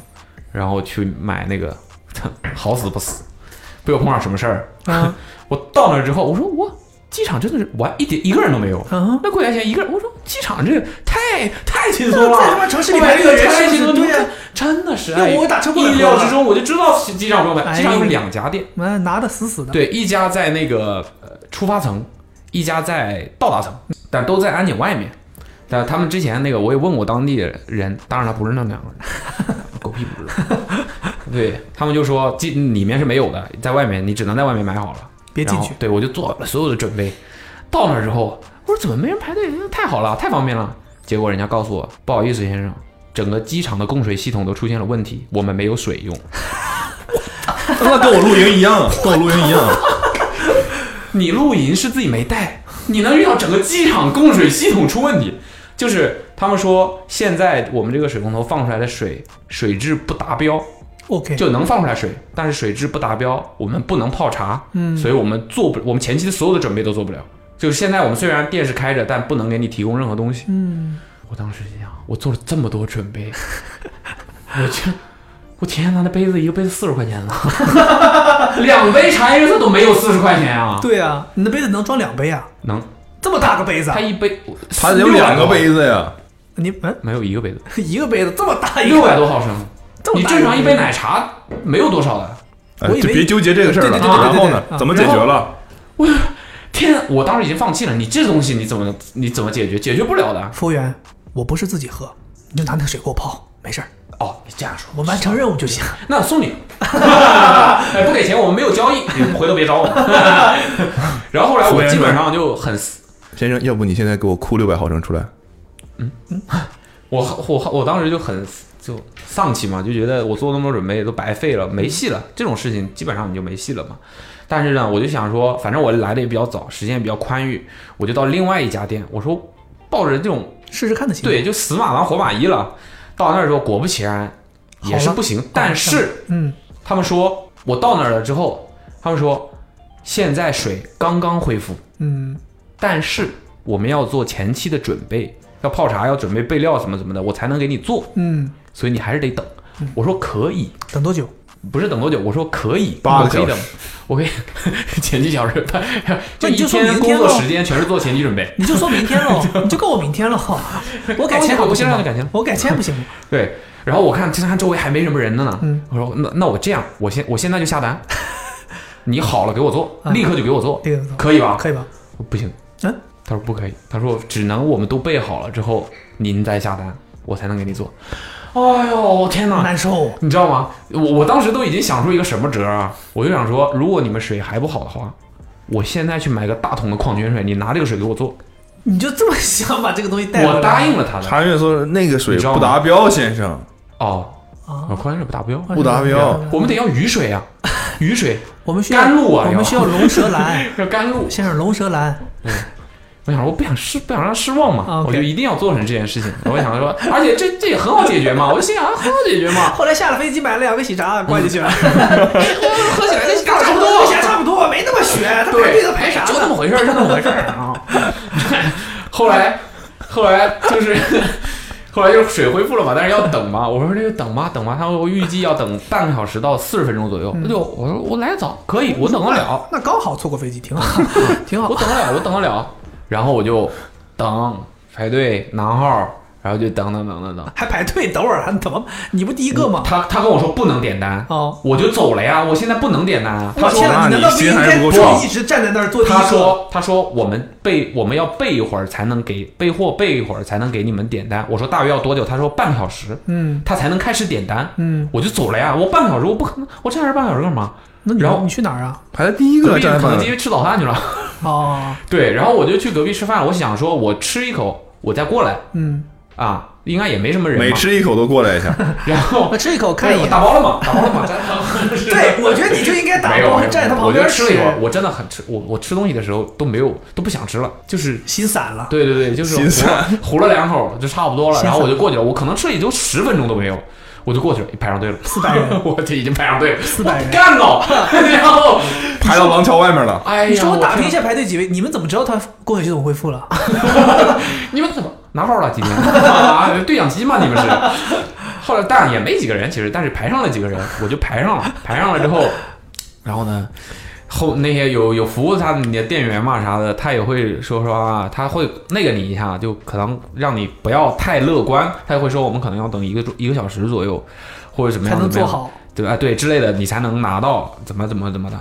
Speaker 5: 然后去买那个， (laughs) 好死不死，被我碰上什么事儿。
Speaker 4: (laughs) 啊
Speaker 5: 我到那儿之后，我说我机场真的是我还一点一个人都没有。
Speaker 4: 啊！
Speaker 5: 那柜台前一个人，我说机场这太 (laughs) 太轻松了，
Speaker 4: 在他妈城市里
Speaker 5: 买
Speaker 4: 排
Speaker 5: 这
Speaker 4: 队的
Speaker 5: 个
Speaker 4: 人
Speaker 5: 太
Speaker 4: 是
Speaker 5: 轻
Speaker 4: 不
Speaker 5: 松，
Speaker 4: 是对呀？
Speaker 5: 真的是
Speaker 4: 要
Speaker 5: 哎
Speaker 4: 我打车过来
Speaker 5: 意料之中，我就知道机场不用买，
Speaker 4: 哎
Speaker 5: 机场有两家店，
Speaker 4: 妈拿的死死的。，
Speaker 5: 对，一家在那个呃出发层，一家在到达层，但都在安检外面。但他们之前那个我也问过当地人，当然他不是那两个人，狗屁不知道。对他们就说机里面是没有的，在外面你只能在外面买好了，
Speaker 4: 别进
Speaker 5: 然后
Speaker 4: 去
Speaker 5: 对我就做了所有的准备，到那儿之后，我说怎么没人排队？太好了，太方便了。结果人家告诉我，不好意思，先生，整个机场的供水系统都出现了问题，我们没有水用。
Speaker 3: (laughs) 那跟我露营一样，啊跟我露营一样。
Speaker 5: (laughs) 你露营是自己没带，你能遇到整个机场供水系统出问题？就是他们说，现在我们这个水龙头放出来的水水质不达标，
Speaker 3: 嗯
Speaker 4: ，OK，
Speaker 5: 就能放出来水，但是水质不达标，我们不能泡茶，
Speaker 4: 嗯
Speaker 5: 所以我们做不，我们前期的所有的准备都做不了。就是现在我们虽然电是开着，但不能给你提供任何东西。
Speaker 4: 嗯，
Speaker 5: 我当时就想，我做了这么多准备， (laughs) 我去，我天呐，那杯子一个杯子四十块钱了，
Speaker 3: (laughs)
Speaker 5: 两杯茶颜悦色都没有四十块钱啊！
Speaker 4: 对啊，你的杯子能装两杯啊？
Speaker 5: 能，
Speaker 4: 这么大个杯子啊
Speaker 5: 他，一杯，
Speaker 3: 他有两个，杯子呀，
Speaker 4: 你嗯，
Speaker 5: 没有一个杯子，
Speaker 4: 一个杯子这么大一
Speaker 5: 六百
Speaker 4: 个，
Speaker 5: 多毫升，
Speaker 4: 这么
Speaker 5: 你
Speaker 4: 大
Speaker 5: 正常一
Speaker 4: 个
Speaker 5: 杯奶茶没有多少的。
Speaker 3: 哎
Speaker 4: 我以为
Speaker 3: 就别纠结这个事儿了。
Speaker 4: 对
Speaker 5: 对对对
Speaker 3: 然后呢
Speaker 4: 对对，对
Speaker 3: 怎么解决了？
Speaker 5: 天，我当时已经放弃了，你这东西你怎么你怎么解决？解决不了的。
Speaker 4: 服务员，我不是自己喝，你就拿那个水给我泡，没事儿，
Speaker 5: 哦，你这样说，
Speaker 4: 我完成任务就行。
Speaker 5: 那
Speaker 4: (laughs)
Speaker 5: 送你，哎不给钱，我们没有交易，你回头别找我 (laughs) 们。然后后来我基本上就很，
Speaker 3: 先生，要不你现在给我哭六百毫升出来？
Speaker 5: 我我我当时就很就丧气嘛，就觉得我做那么多准备都白费了，没戏了。这种事情基本上你就没戏了嘛。但是呢，我就想说，反正我来的也比较早，时间也比较宽裕，我就到另外一家店，我说抱着这种
Speaker 4: 试试看的心态。
Speaker 5: 对，，就死马当活马医了。到那儿之后，果不其然，也是
Speaker 4: 好了
Speaker 5: 不行。但是
Speaker 4: 嗯，
Speaker 5: 他们说我到那儿了之后，他们说现在水刚刚恢复，
Speaker 4: 嗯，
Speaker 5: 但是我们要做前期的准备，要泡茶，要准备备料什么什么的，我才能给你做，
Speaker 4: 嗯，
Speaker 5: 所以你还是得等。
Speaker 3: 嗯
Speaker 5: 我说可以，
Speaker 4: 等多久？
Speaker 5: 不是等多久，我说可以，
Speaker 3: 八个
Speaker 5: 我可以
Speaker 3: 小时
Speaker 5: 等，我可以 (laughs) 前几
Speaker 3: (laughs)
Speaker 5: 小时，就
Speaker 4: 你
Speaker 5: 一
Speaker 4: 就说明
Speaker 5: 工
Speaker 4: 天
Speaker 5: 作
Speaker 4: 咯
Speaker 5: 时间全是做前期准备。
Speaker 4: 你就说明天 (laughs) 喽，你就告我明天喽。啊我
Speaker 5: (laughs)
Speaker 4: 改签
Speaker 5: 我不
Speaker 4: 行
Speaker 5: 信
Speaker 4: 吗
Speaker 5: 让他改签
Speaker 4: 我改签不 (laughs) 行吗？
Speaker 5: 对，然后我看看周围还没什么人的呢，
Speaker 4: 嗯
Speaker 5: 我说那那我这样，我现我现在就
Speaker 4: (laughs)
Speaker 5: 下单，你好了给我做，
Speaker 4: 嗯
Speaker 5: 立刻就给我做，
Speaker 4: 这个怎么
Speaker 5: 可以吧？
Speaker 4: 可以吧？
Speaker 5: 我不行，
Speaker 4: 嗯，
Speaker 5: 他说不可以，他说只能我们都备好了之后您再下单，我才能给你做。哎呦天
Speaker 4: (laughs)
Speaker 5: 哪！
Speaker 4: 难受。哦
Speaker 5: 你知道吗？我我当时都已经想出一个什么辙啊！我就想说，如果你们水还不好的话，我现在去买个大桶的矿泉水，你拿这个水给我做。
Speaker 4: 你就这么想把这个东西带回来？
Speaker 5: 我答应了他的。
Speaker 3: 查院说那个水
Speaker 5: 你知道吗
Speaker 3: 不达标，先生
Speaker 5: 哦，我
Speaker 4: 啊，
Speaker 5: 矿泉水不达标，
Speaker 3: 不达标。
Speaker 5: 哦我们得要雨水 (laughs) 啊，雨水
Speaker 4: 我们需要
Speaker 5: 甘露啊
Speaker 4: 我
Speaker 5: 要
Speaker 4: 们需要龙舌 (laughs) 兰，
Speaker 5: 要甘露。
Speaker 4: 先生，龙舌兰。
Speaker 5: 我想说，我不想失，不想让他失望嘛，
Speaker 4: 啊，OK
Speaker 5: 我就一定要做成这件事情。我就想说， (laughs) 而且这这也很好解决嘛，我就心想啊很好解决嘛，
Speaker 4: 后来下了飞机买了两个喜茶，灌进去了，
Speaker 5: (laughs)
Speaker 4: (laughs)
Speaker 5: 喝起来跟
Speaker 4: 跟
Speaker 5: 差不
Speaker 4: 跟
Speaker 5: 多
Speaker 4: 龙，虾差不多，没那么悬，他排队
Speaker 5: 对，
Speaker 4: 都排啥
Speaker 5: 就那
Speaker 4: 呢？
Speaker 5: 么回事儿，就那么回事儿 (laughs) 啊。后来，后来就是， (laughs) 后来就是水恢复了嘛，但是要等嘛。我说这就等吧，等吧。他说我预计要等半个小时到四十分钟左右。那就我说我来得早，可以，我等得了。
Speaker 4: 那刚好错过飞机，挺 (laughs) 好，挺好
Speaker 5: 我。等得了，我等得了。然后我就等排队拿号，然后就等等等等等。
Speaker 4: 还排队，等会儿还怎么？你不第一个吗？
Speaker 5: 他他跟我说不能点单，
Speaker 4: 哦，
Speaker 5: 我就走了呀，我现在不能点单啊。他
Speaker 4: 我
Speaker 5: 说
Speaker 4: 天哪，你难道不应该
Speaker 3: 那你心还不够
Speaker 4: 就
Speaker 3: 壮
Speaker 4: 一直站在那儿做第一
Speaker 5: 他
Speaker 4: 个？
Speaker 5: 说他说我们备我们要备一会儿才能给备货备一会儿才能给你们点单。我说大约要多久？他说半个小时，
Speaker 4: 嗯
Speaker 5: 他才能开始点单。
Speaker 4: 嗯，
Speaker 5: 我就走了呀，我半个小时我不可能，我站这半个小时干嘛？
Speaker 4: 那你
Speaker 5: 然后
Speaker 4: 你去哪儿啊？
Speaker 3: 排在第一
Speaker 5: 隔
Speaker 3: 个
Speaker 5: 壁
Speaker 3: 站在
Speaker 5: 肯
Speaker 3: 半
Speaker 5: 德
Speaker 3: 个
Speaker 5: 基吃早饭去了。 (laughs)
Speaker 4: 哦，
Speaker 5: 对，然后我就去隔壁吃饭，我想说我吃一口我再过来
Speaker 4: 嗯，
Speaker 5: 啊，应该也没什么人嘛。
Speaker 3: 每吃一口都过来一下。
Speaker 5: (laughs) 然后
Speaker 4: 哎我吃一口看
Speaker 5: 看
Speaker 4: 一
Speaker 5: 我
Speaker 4: 眼。
Speaker 5: 打包
Speaker 4: (laughs)
Speaker 5: 了嘛，打包了嘛，
Speaker 4: 对，我觉得你就应该打
Speaker 5: 没有哎
Speaker 4: 包，，站在他旁
Speaker 5: 我就
Speaker 4: 边
Speaker 5: 吃了一会儿，我真的很吃，我我吃东西的时候都没有都不想吃了，就是
Speaker 4: 心散了。
Speaker 5: 对对对，就是
Speaker 3: 心
Speaker 5: 糊了
Speaker 3: 散
Speaker 5: 糊了两口就差不多了，
Speaker 4: 心散
Speaker 5: 然后我就过去了，我可能吃也就十分钟都没有。我就过去了，排上队了，四
Speaker 4: 百人
Speaker 5: 我这已经排上队了，
Speaker 4: 嗯四百人
Speaker 5: 我干了， (laughs) 然后，
Speaker 3: 排到廊桥外面了，
Speaker 5: (laughs) 哎呀，
Speaker 4: 你说我打听一
Speaker 5: 天，
Speaker 4: 下排队几位，你们怎么知道他供血系统恢复了？
Speaker 5: 你们怎么拿号了？今天啊，对讲机嘛，你们是。后来但也没几个人，其实，但是排上了几个人，我就排上了，排上了之后，然后呢，后那些有有服务他的你的店员嘛啥的，他也会说说啊，他会那个你一下，就可能让你不要太乐观，他也会说我们可能要等一个一个小时左右，或者怎么
Speaker 4: 才
Speaker 5: 样
Speaker 4: 能
Speaker 5: 怎么
Speaker 4: 做
Speaker 5: 样，
Speaker 4: 好。
Speaker 5: 对吧？对之类的，你才能拿到怎么怎么怎么的。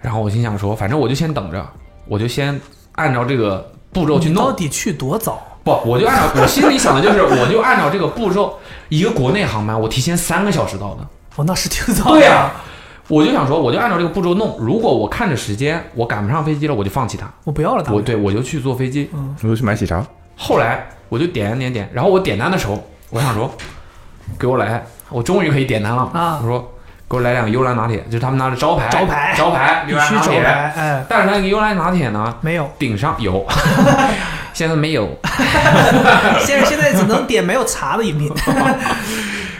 Speaker 5: 然后我心想说，反正我就先等着，我就先按照这个步骤去
Speaker 4: 你
Speaker 5: 弄
Speaker 4: 到。底去多早？
Speaker 5: 不，我就按照我心里想的就是，我就按照这个步骤，一个国内航班，我提前三个小时到的。
Speaker 4: 我那是挺早。
Speaker 5: 对呀、，我就想说，我就按照这个步骤弄。如果我看着时间，我赶不上飞机了，我就放弃它。
Speaker 4: 我不要了他
Speaker 5: 我
Speaker 4: 们。
Speaker 5: 对我就去坐飞机。
Speaker 4: 嗯
Speaker 3: 我就去买喜茶。
Speaker 5: 后来我就点点点，然后我点单的时候，我想说，给我来，我终于可以点单了
Speaker 4: 啊
Speaker 5: 我说，给我来两个幽兰拿铁，就是他们拿着招牌，
Speaker 4: 招牌
Speaker 5: 招牌，
Speaker 4: 必
Speaker 5: 幽兰
Speaker 4: 须
Speaker 5: 拿
Speaker 4: 找
Speaker 5: 铁。
Speaker 4: 来。哎，
Speaker 5: 但是那个幽兰拿铁呢，
Speaker 4: 没
Speaker 5: (laughs)
Speaker 4: 有，
Speaker 5: 顶上有，现在没有。
Speaker 4: 先生现在只能点没有茶的饮品。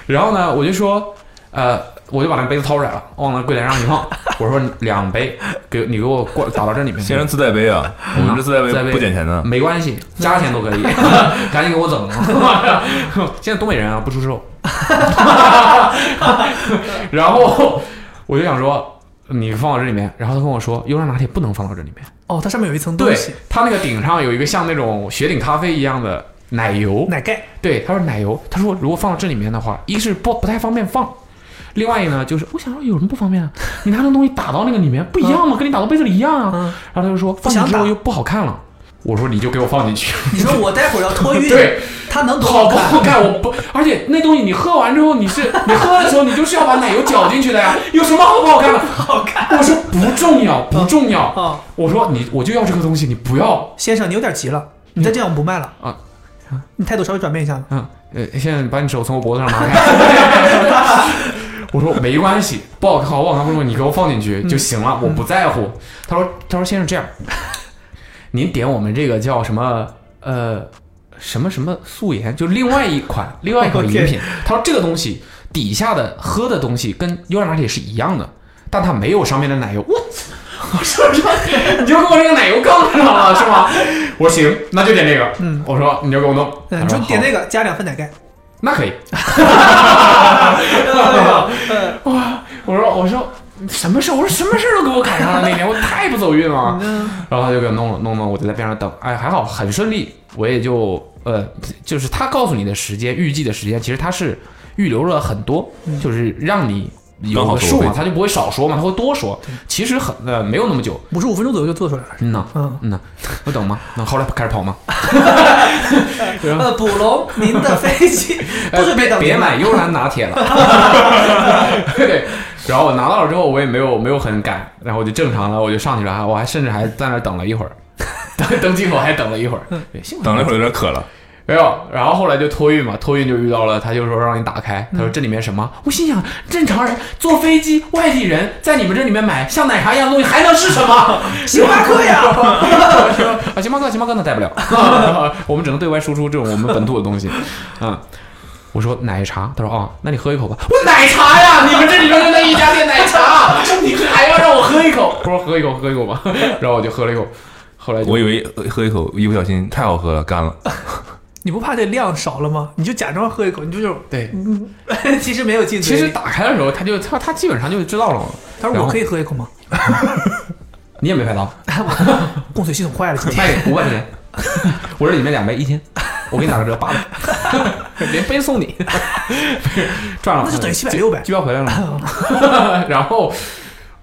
Speaker 5: 然后呢，我就说，呃，我就把那杯子掏出来了，往那柜台上一
Speaker 3: (laughs)
Speaker 5: 放，我说两杯，给你给我过打到这里面。嗯
Speaker 3: 先生自带杯啊，我们这自带杯不减钱的。
Speaker 5: 没关系，加钱
Speaker 3: (laughs)
Speaker 5: 都可以，赶紧给我整。 (laughs) 现在东北人啊不出售， (laughs) 然后我就想说，你放到这里面，然后他跟我说，优酪拿铁不能放到这里面，
Speaker 4: 哦，它上面有一层东
Speaker 5: 对
Speaker 4: 西，
Speaker 5: 他那个顶上有一个像那种雪顶咖啡一样的奶油，
Speaker 4: 奶盖。
Speaker 5: 对，他说奶油，他说如果放到这里面的话，一是不不太方便放，另外一呢就是我想说有什么不
Speaker 4: (laughs)
Speaker 5: 方便啊？你拿那东西打到那个里面不一样吗？跟你打到杯子里一样啊。
Speaker 4: 嗯
Speaker 5: 然后他就说放进
Speaker 4: 想
Speaker 5: 去之后
Speaker 4: 打
Speaker 5: 又不好看了。我说你就给我放
Speaker 4: (laughs)
Speaker 5: 进去，
Speaker 4: 你说我待会儿要托运，
Speaker 5: (laughs) 对，
Speaker 4: 它能多
Speaker 5: 好不
Speaker 4: 看？啊
Speaker 5: 好看？我不，而且那东西你喝完之后，你是 (laughs) 你喝的时候，你就是要把奶油搅进去的呀，有什么好不好看的？
Speaker 4: (laughs) 好看
Speaker 5: 我说不重要，不重要。
Speaker 4: 哦，
Speaker 5: 我说你，我就要这个东西，你不要
Speaker 4: 先生，你有点急了，你再这样我们不卖了
Speaker 5: 啊。
Speaker 4: 你态度稍微转变一下吧。
Speaker 5: 嗯，呃，现在把你手从我脖子上拿开。 (laughs) 我说没关系，不好看好不好看不重要，你给我放进去就行了，我不在乎。他说，他说先生这样，您点我们这个叫什么呃什么什么素颜，就另外一款另
Speaker 4: (laughs)
Speaker 5: 外一款饮品。他说这个东西底下的喝的东西跟优酪奶铁是一样的，但它没有上面的奶油。我操！ (laughs) 我说这你就给我这个奶油杠上了是吗？我说行，那就点这个。
Speaker 4: 嗯，
Speaker 5: 我说你就给我弄。
Speaker 4: 嗯，
Speaker 5: 他
Speaker 4: 你说
Speaker 5: 好
Speaker 4: 点那个加两份奶
Speaker 5: (laughs)
Speaker 4: 盖，
Speaker 5: 那可以。
Speaker 4: 嗯
Speaker 5: 我说我说什么事儿？我说什么事儿都给我赶上了那年，我太不走运了。然后他就给我弄了弄弄，我就在边上等。哎，还好很顺利，我也就呃，就是他告诉你的时间，预计的时间，其实他是预留了很多，就是让你。有个
Speaker 3: 刚
Speaker 5: 数
Speaker 3: 好
Speaker 5: 嘛
Speaker 3: 说，
Speaker 5: 他就不会少说嘛，他会多说。其实很呃没有那么久，
Speaker 4: 五十五分钟左右就做出来了。
Speaker 5: 嗯呐，
Speaker 4: 嗯，
Speaker 5: 嗯呐，我等嘛。那后来开始跑嘛，
Speaker 4: 呃，捕龙，您的飞 (laughs) 机不是
Speaker 5: 哎别
Speaker 4: 等
Speaker 5: 别
Speaker 4: 您
Speaker 5: (laughs) 买幽兰拿
Speaker 4: (laughs)
Speaker 5: 铁了。对，然后我拿到了之后，我也没有没有很赶，然后我就正常了，我就上去了，我还甚至还在那儿等了一会儿， (laughs) 登登机口还等了一会儿，
Speaker 4: 嗯
Speaker 5: 对，幸
Speaker 3: 等了一
Speaker 5: 儿
Speaker 3: 会儿有点渴了，
Speaker 5: 没有。然后后来就托运嘛，托运就遇到了，他就说让你打开，
Speaker 4: 嗯
Speaker 5: 他说这里面什么？我心想，正常人坐飞机，外地人在你们这里面买像奶茶一样的东西还能是什么？ (laughs)
Speaker 4: 星巴克呀，
Speaker 5: 啊，星巴克，星巴克那带不了， (laughs) 我们只能对外输出这种我们本土的东西。嗯，我说奶茶，他说啊、那你喝一口吧。我奶茶 (laughs) 呀，你们这里面就那一家店奶 (laughs) 茶，你还要让我喝一口？我说喝一口，喝一口吧。 (laughs) 然后我就喝了一口，后来就
Speaker 3: 我以为喝喝一口，一不小心太好喝了，干了。
Speaker 4: (laughs) 你不怕这量少了吗？你就假装喝一口，你就这种
Speaker 5: 对，
Speaker 4: 其实没有进
Speaker 5: 其
Speaker 4: 嘴
Speaker 5: 实
Speaker 4: 里。
Speaker 5: 打开的时候他就他他基本上就知道了嘛。
Speaker 4: 他说
Speaker 5: 然
Speaker 4: 我
Speaker 5: 后
Speaker 4: 可以喝一口吗？
Speaker 5: 你也没拍到，
Speaker 4: 供水系统坏了，今天
Speaker 5: (laughs) 卖给五百块钱，我这里面两杯一千，我给你打个折八百，连杯送你，赚了，
Speaker 4: 那就等于七百六呗。
Speaker 5: 机票回
Speaker 4: (laughs)
Speaker 5: 来了，然后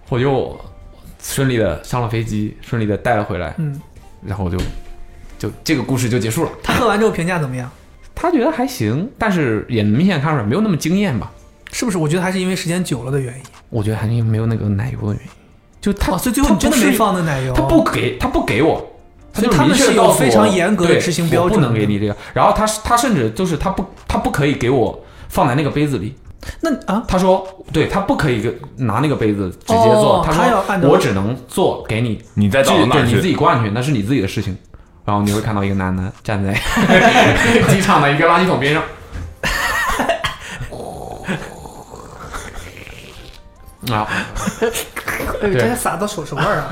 Speaker 5: 我就顺利的上了飞机，顺利的带了回来，
Speaker 4: 嗯，
Speaker 5: 然后我就就这个故事就结束了。
Speaker 4: 他喝完之后评价怎么样？
Speaker 5: 他觉得还行，但是也明显看出来没有那么惊艳吧。
Speaker 4: 是不是？我觉得还是因为时间久了的原因。
Speaker 5: 我觉得还是因为没有那个奶油的原因，就他、
Speaker 4: 哦，所以最后
Speaker 5: 他
Speaker 4: 你真的
Speaker 5: 不是
Speaker 4: 没放那奶油。
Speaker 5: 他不给，哦他不给我。
Speaker 4: 所以
Speaker 5: 就
Speaker 4: 他们
Speaker 5: 明确地
Speaker 4: 是有
Speaker 5: 告诉我
Speaker 4: 非常严格的
Speaker 5: 对
Speaker 4: 执行标
Speaker 5: 我不
Speaker 4: 准
Speaker 5: 能
Speaker 4: 的
Speaker 5: 给你这个。然后他他甚至就是他不他不可以给我放在那个杯子里，
Speaker 4: 那啊，
Speaker 5: 他说，对他不可以给拿那个杯子直接做，
Speaker 4: 哦他要
Speaker 5: 说
Speaker 4: 按照
Speaker 5: 我只能做给你，
Speaker 3: 你再倒到
Speaker 5: 这
Speaker 3: 那儿
Speaker 5: 对你自
Speaker 3: 去，
Speaker 5: 己灌上去，那是你自己的事情。然后你会看到一个男的站在 (laughs) 机场的一个垃圾桶边上， (laughs) 啊，
Speaker 4: 哎呦，
Speaker 5: 对
Speaker 4: 这还撒到手手腕儿啊！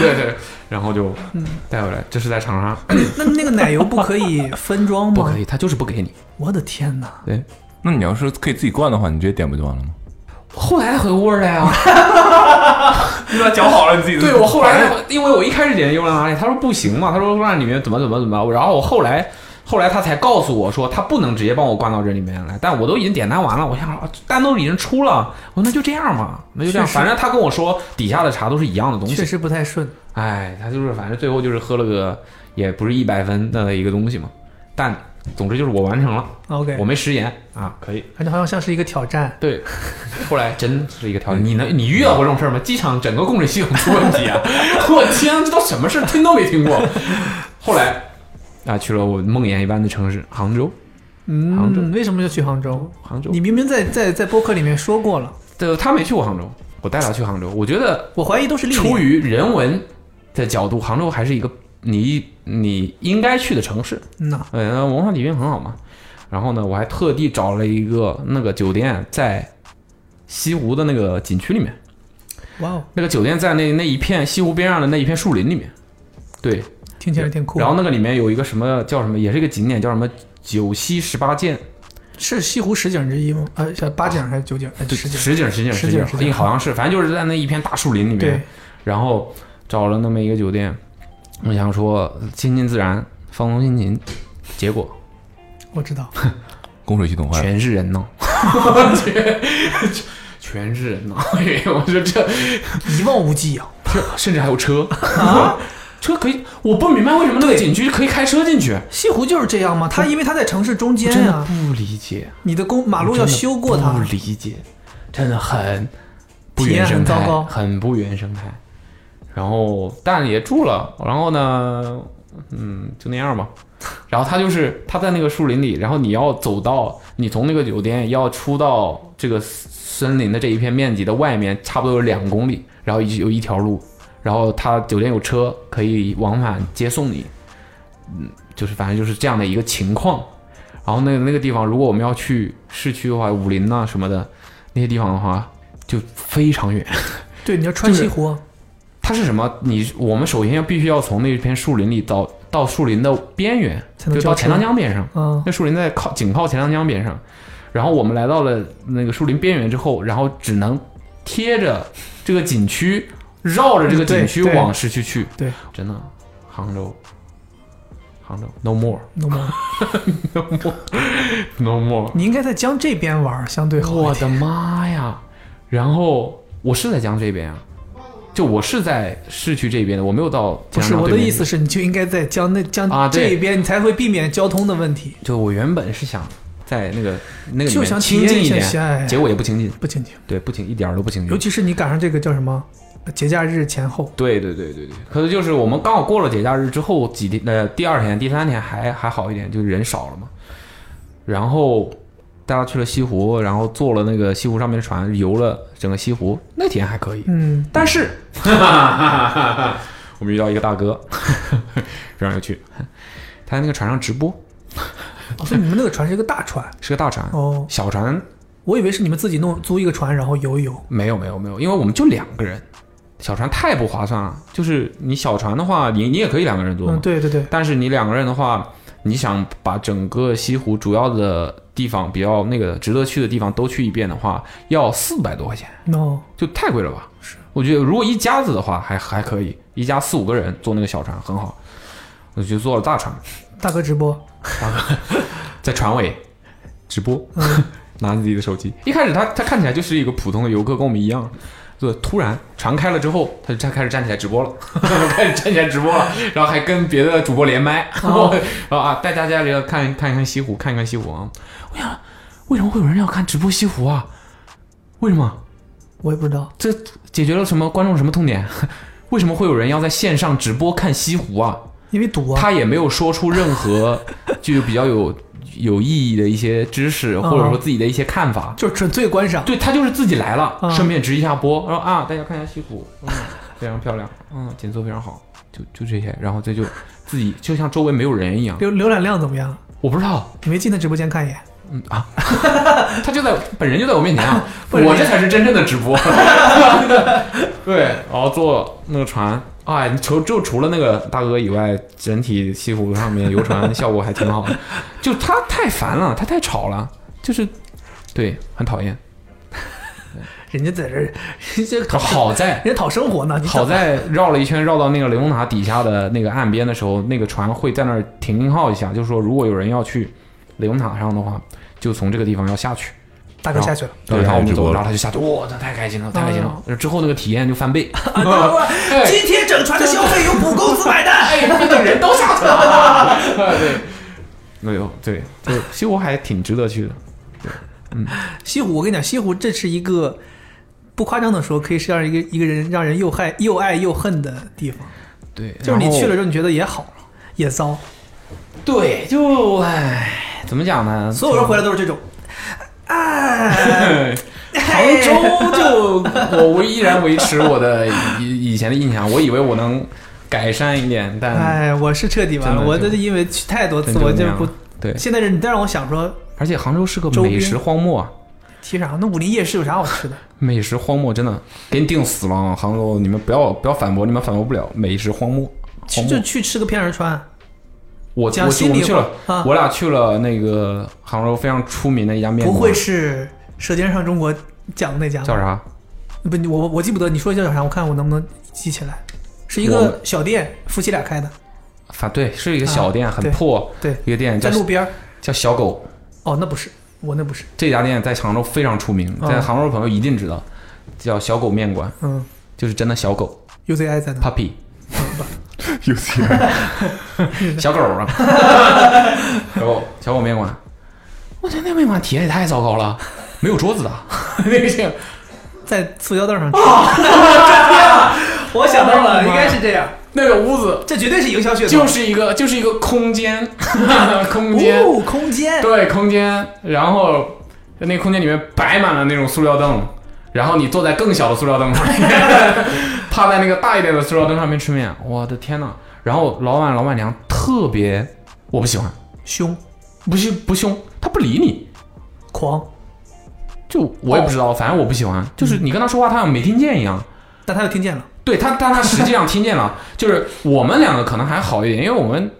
Speaker 5: 对对，然后就
Speaker 4: 嗯
Speaker 5: 带回来，这是在长沙，
Speaker 4: 那那个奶油不可以分装
Speaker 5: 不
Speaker 4: 吗
Speaker 5: 可？以，他就是不给你。
Speaker 4: 我的天哪！
Speaker 5: 对，
Speaker 3: 那你要是可以自己灌的话，你直接点不就完
Speaker 5: (laughs)
Speaker 3: 了吗？
Speaker 5: 后来回味儿了 (laughs) 呀。
Speaker 3: 你把搅好了，你自己
Speaker 5: 对我后来，因为我一开始点优兰拿铁，他说不行嘛，他说让里面怎么怎么怎么，然后我后来后来他才告诉我说他不能直接帮我灌到这里面来，但我都已经点单完了，我想啊单都已经出了，我说那就这样嘛，那就这样，
Speaker 4: 确实
Speaker 5: 反正他跟我说底下的茶都是一样的东
Speaker 4: 确
Speaker 5: 西，
Speaker 4: 实不太顺。
Speaker 5: 哎，他就是反正最后就是喝了个也不是一百分的一个东西嘛，但总之就是我完成了，
Speaker 4: OK，
Speaker 5: 我没食言啊，可以。
Speaker 4: 感觉好像像是一个挑战。
Speaker 5: 对，后来真是一个条件。你能你遇到过这种事儿吗？机场整个供水系统出问题啊！ (laughs) 我天，这都什么事儿，听都没听过。后来啊，去了我梦魇一般的城市杭州，杭州
Speaker 4: 嗯，为什么就去杭州？
Speaker 5: 杭州
Speaker 4: 你。明明在在在播客里面说过了，
Speaker 5: 对，他没去过杭州，我带他去杭州。我觉得
Speaker 4: 我怀疑都是历
Speaker 5: 出
Speaker 4: 练。
Speaker 5: 于人文的角度，杭州还是一个你你应该去的城市。
Speaker 4: 嗯呐，
Speaker 5: 呃，文化底蕴很好嘛。然后呢，我还特地找了一个那个酒店在西湖的那个景区里面。
Speaker 4: 哇哦，
Speaker 5: 那个酒店在那那一片西湖边上的那一片树林里面，对，
Speaker 4: 听起来挺酷。
Speaker 5: 然后那个里面有一个什么叫什么，也是一个景点，叫什么九溪十八涧，
Speaker 4: 是西湖十景之一吗？呃，是八景还是九景？呃，十景。
Speaker 5: 十景十景
Speaker 4: 十
Speaker 5: 十
Speaker 4: 景
Speaker 5: 景
Speaker 4: 十，景
Speaker 5: 应好像是，反正就是在那一片大树林里面
Speaker 4: 对，，
Speaker 5: 然后找了那么一个酒店，我想说亲近自然，放松心情，结果
Speaker 4: 我知
Speaker 5: (laughs)
Speaker 4: 道。
Speaker 3: 供水系统坏了，
Speaker 5: 全是人呢， (laughs) 全全 (laughs) 哎是人呢，我说这
Speaker 4: 一望无际啊！
Speaker 5: 甚至还有车，啊车可以，我不明白为什么那个景区可以开车进去，
Speaker 4: 西湖就是这样吗？它因为它在城市中
Speaker 5: 我
Speaker 4: 间
Speaker 5: 真的
Speaker 4: 啊，
Speaker 5: 不理解，
Speaker 4: 你的公马
Speaker 5: 马
Speaker 4: 路要修过
Speaker 5: 不
Speaker 4: 它，
Speaker 5: 理解，真的很不
Speaker 4: 体验
Speaker 5: 原生
Speaker 4: 很糟
Speaker 5: 态，
Speaker 4: 糕
Speaker 5: 很不原生态。然后但也住了，然后呢，嗯，就那样吧。然后他就是他在那个树林里，然后你要走到你从那个酒店要出到这个森林的这一片面积的外面，差不多有两公里，然后有一条路，然后他酒店有车可以往返接送你，嗯，就是反正就是这样的一个情况。然后那个那个地方，如果我们要去市区的话，武林呐、什么的那些地方的话，就非常远。
Speaker 4: 对，你要穿西湖啊，
Speaker 5: 它是什么？你我们首先要必须要从那片树林里到到树林的边缘，
Speaker 4: 才能
Speaker 5: 就到
Speaker 4: 叫
Speaker 5: 钱
Speaker 4: 车
Speaker 5: 塘江边上。
Speaker 4: 嗯，
Speaker 5: 那树林在靠紧靠钱塘江边上，然后我们来到了那个树林边缘之后，然后只能贴着这个景区，绕着这个景区
Speaker 4: 嗯对对
Speaker 5: 往市区去。
Speaker 4: 对，
Speaker 5: 真的，杭州，杭州，no
Speaker 4: (laughs)
Speaker 5: more，no
Speaker 4: 懂吗？
Speaker 5: more。
Speaker 4: 你应该在江这边玩儿，相对好一
Speaker 5: 我
Speaker 4: 点。
Speaker 5: 的妈呀！然后我是在江这边啊，就我是在市区这边的，我没有到
Speaker 4: 不
Speaker 5: 江
Speaker 4: 是
Speaker 5: 上
Speaker 4: 我
Speaker 5: 对
Speaker 4: 的
Speaker 5: 面
Speaker 4: 意思是，你就应该在江那
Speaker 5: 啊
Speaker 4: 江
Speaker 5: 对
Speaker 4: 这一边，你才会避免交通的问题。
Speaker 5: 就我原本是想在那个那个里
Speaker 4: 就
Speaker 5: 面
Speaker 4: 想
Speaker 5: 亲
Speaker 4: 体
Speaker 5: 近
Speaker 4: 验
Speaker 5: 一
Speaker 4: 一下
Speaker 5: 点，
Speaker 4: 喜爱
Speaker 5: 结果也不亲近，
Speaker 4: 不清楚，
Speaker 5: 对，不亲一点儿都不亲近。
Speaker 4: 尤其是你赶上这个叫什么呃节假日前后，
Speaker 5: 对对对对对，可能就是我们刚好过了节假日之后几天，呃，第二天、第三天还还好一点，就人少了嘛。然后大家去了西湖，然后坐了那个西湖上面的船，游了整个西湖，那天还可以。
Speaker 4: 嗯，
Speaker 5: 但是， (laughs) 我们遇到一个大哥， (laughs) 非常有趣，他在那个船上直播，
Speaker 4: 哦所以你们那个船是一个大船
Speaker 5: 是个大船，
Speaker 4: 哦，
Speaker 5: 小船
Speaker 4: 我以为是你们自己弄租一个船然后游一游，
Speaker 5: 没有没有没有，因为我们就两个人，小船太不划算了。就是你小船的话，你你也可以两个人坐嘛，
Speaker 4: 嗯，对对对，
Speaker 5: 但是你两个人的话，你想把整个西湖主要的地方比较那个值得去的地方都去一遍的话，要四百多块钱，
Speaker 4: no，
Speaker 5: 就太贵了吧？是，我觉得如果一家子的话还还可以，一家四五个人坐那个小船很好。我就坐了大船，
Speaker 4: 大哥直播，
Speaker 5: 在船尾直播，拿着自己的手机。一开始他他看起来就是一个普通的游客，跟我们一样。对，突然船开了之后，他就站开始站起来直播了， (laughs) 开始站起来直播了，然后还跟别的主播连麦，然后啊带大家这个看看一看西湖，看一看西湖啊。我想，为什么会有人要看直播西湖啊？为什么？
Speaker 4: 我也不知道，
Speaker 5: 这解决了什么观众什么痛点？ (laughs) 为什么会有人要在线上直播看西湖啊？
Speaker 4: 因为赌啊，
Speaker 5: 他也没有说出任何就比较有有意义的一些知识，或者说自己的一些看法。
Speaker 4: 就是纯粹观赏，
Speaker 5: 对他就是自己来了，
Speaker 4: 嗯
Speaker 5: 顺便值一下播，然后啊，大家看一下西湖，嗯，非常漂亮，嗯，景色非常好，就就这些，然后这就自己就像周围没有人一样，
Speaker 4: 浏浏览量怎么样？
Speaker 5: 我不知道，
Speaker 4: 你没进他直播间看一眼，
Speaker 5: 嗯啊，他就在本人就在我面前 (laughs) 啊，
Speaker 4: 不是
Speaker 5: 我这才是真正的直播， (laughs) 对，然后坐那个船，哎，除就除了那个大哥以外，整体西湖上面游船效果还挺 (laughs) 好的，就他太烦了，他太吵了，就是对，很讨厌。
Speaker 4: 人家在这儿， (laughs) 人家讨
Speaker 5: 好在
Speaker 4: 人家讨生活呢，你
Speaker 5: (laughs) 好
Speaker 4: 在
Speaker 5: 在绕了一圈，绕到那个雷峰塔底下的那个岸边的时候，那个船会在那儿停靠一下，就是说如果有人要去雷峰塔上的话，就从这个地方要下去。
Speaker 4: 大哥下
Speaker 5: (laughs)
Speaker 4: 去了，嗯
Speaker 5: 对，
Speaker 2: 对
Speaker 5: 然后我们
Speaker 2: 他也直
Speaker 5: 走，
Speaker 2: 播了
Speaker 5: 然后他就下去，哇，这太开心了，太开心了！之后那个体验就
Speaker 4: (laughs)
Speaker 5: 翻倍，
Speaker 4: 今天整船的消费由补公司买单，
Speaker 5: 哎，那个人都下去了， (laughs) 对，没有，对，就西湖还挺值得去的，
Speaker 4: 西湖，我跟你讲，西湖这是一个。不夸张的说，可以是让一个一个人让人又害又爱又恨的地方，
Speaker 5: (laughs) 对，
Speaker 4: 就是你去了之后，你觉得也好，也糟，
Speaker 5: 嗯对，就唉，怎么讲呢？
Speaker 4: 所有人回来都是这种，哎，
Speaker 5: 杭州就我我依然维持我的以以前的印象，我以为我能改善一点，但
Speaker 4: 哎，我是彻底完了，
Speaker 5: 嗯真的
Speaker 4: 我
Speaker 5: 就
Speaker 4: 这是因为去太多次，
Speaker 5: 真就
Speaker 4: 我
Speaker 5: 那
Speaker 4: 就
Speaker 5: 样
Speaker 4: 不
Speaker 5: 了。对，
Speaker 4: 现在是你再让我想说
Speaker 5: 而且杭州是个
Speaker 4: 周边
Speaker 5: 美食荒漠啊，
Speaker 4: 提啥，那武林夜市有啥好吃的？
Speaker 5: 美食荒漠真的给你定死了啊，杭州，你们不要不要反驳，你们反驳不了，美食荒漠。
Speaker 4: 去
Speaker 5: 荒
Speaker 4: 就
Speaker 5: 漠，
Speaker 4: 去吃个片儿川，
Speaker 5: 我我去
Speaker 4: 讲
Speaker 5: 我
Speaker 4: 心
Speaker 5: 们
Speaker 4: 里
Speaker 5: 去
Speaker 4: 话
Speaker 5: 了，
Speaker 4: 啊
Speaker 5: 我俩去了那个杭州非常出名的一家面
Speaker 4: 不
Speaker 5: 馆，
Speaker 4: 会是《舌尖上中国》讲的那家吧
Speaker 5: 叫？啥？
Speaker 4: 不，你我我记不得，你说叫啥？我看我能不能记起来。是一
Speaker 5: 我
Speaker 4: 个
Speaker 5: 们
Speaker 4: 小店，夫妻俩开的，
Speaker 5: 反对，是一个小店，
Speaker 4: 啊
Speaker 5: 很
Speaker 4: 对
Speaker 5: 破，
Speaker 4: 对，
Speaker 5: 一个店
Speaker 4: 在
Speaker 5: 叫
Speaker 4: 路边儿。
Speaker 5: 叫小狗，
Speaker 4: 哦，那不是，我那不是，
Speaker 5: 这家店在杭州非常出名，
Speaker 4: 嗯
Speaker 5: 在杭州的朋友一定知道，叫小狗面馆，
Speaker 4: 嗯
Speaker 5: 就是真的小狗 (laughs)
Speaker 4: ，UZI 在哪？
Speaker 5: puppy。
Speaker 3: 有钱，
Speaker 5: (laughs) 小狗啊，然后小狗面馆，我觉得那面馆体验也太糟糕了，没有桌子的，啊 (laughs) 那个是
Speaker 4: 在塑胶凳上吃。
Speaker 5: 啊
Speaker 4: (laughs) 我想到了，应该是这样，
Speaker 5: 那个屋子
Speaker 4: 这绝对是营销噱头。
Speaker 5: 就是一个就是一个空 (laughs) 间，空间，
Speaker 4: 哦，空间，
Speaker 5: 对，空间，然后那空间里面摆满了那种塑料凳，然后你坐在更小的塑料凳上 (laughs) 面，趴在那个大一点的塑料凳上面吃面，我的天呐！然后老板老板娘特别，我不喜欢，
Speaker 4: 凶
Speaker 5: 不是不凶，他不理你，
Speaker 4: 狂，
Speaker 5: 就我也不知道，反正我不喜欢，就是你跟他说话，他好像没听见一样。
Speaker 4: 但他又听见了，
Speaker 5: 对他，但他实际上听见了，就是我们两个可能还好一点，因为我们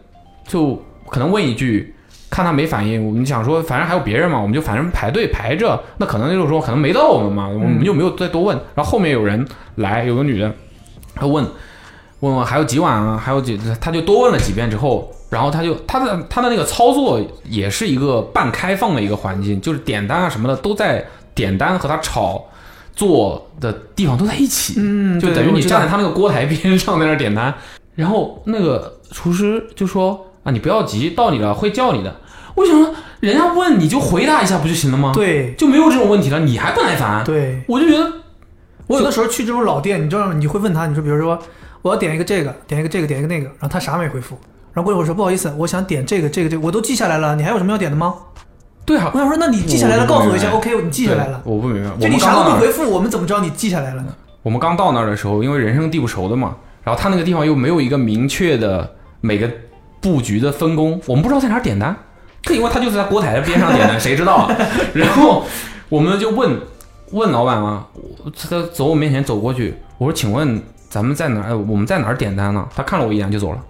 Speaker 5: 就可能问一句，看他没反应，我们想说反正还有别人嘛，我们就反正排队排着，那可能就是说可能没到我们嘛，我们就没有再多问。然后后面有人来，有个女人，她问问我还有几碗啊，还有几，他就多问了几遍之后，然后他就他的他的那个操作也是一个半开放的一个环境，就是点单啊什么的都在点单和他吵。做的地方都在一起，
Speaker 4: 嗯
Speaker 5: 就等于你站在他那个锅台边上在那儿点单，然后那个厨师就说啊，你不要急，到你了会叫你的。我想说，人家问你就回答一下不就行了吗？，
Speaker 4: 对
Speaker 5: 就没有这种问题了，你还不耐烦？，
Speaker 4: 对，
Speaker 5: 我嗯就觉得
Speaker 4: 我有的时候去这种老店，你知道，你会问他，你说，比如说我要点一个这个，点一个这个，点一个那个，然后他啥没回复，然后过一会儿说不好意思，我想点这个这个这个，我都记下来了，你还有什么要点的吗？
Speaker 5: 对啊
Speaker 4: 我，想说，那你记下来了，
Speaker 5: 我
Speaker 4: 告诉我一下
Speaker 5: 我
Speaker 4: ，OK，你记下来了。
Speaker 5: 对我不明白，我
Speaker 4: 就
Speaker 5: 们
Speaker 4: 你
Speaker 5: 刚
Speaker 4: 啥
Speaker 5: 到
Speaker 4: 都不
Speaker 5: 那儿
Speaker 4: 回复，我们怎么知道你记下来了呢？
Speaker 5: 我们刚到那儿的时候，因为人生地不熟的嘛，然后他那个地方又没有一个明确的每个布局的分工，我们不知道在哪儿点单。这因为他就是在锅台的边上点单，谁知道啊？然后我们就问问老板嘛，我他走我面前走过去，我说：“请问咱们在哪儿？呃我们在哪儿点单呢？”他看了我一眼就走了，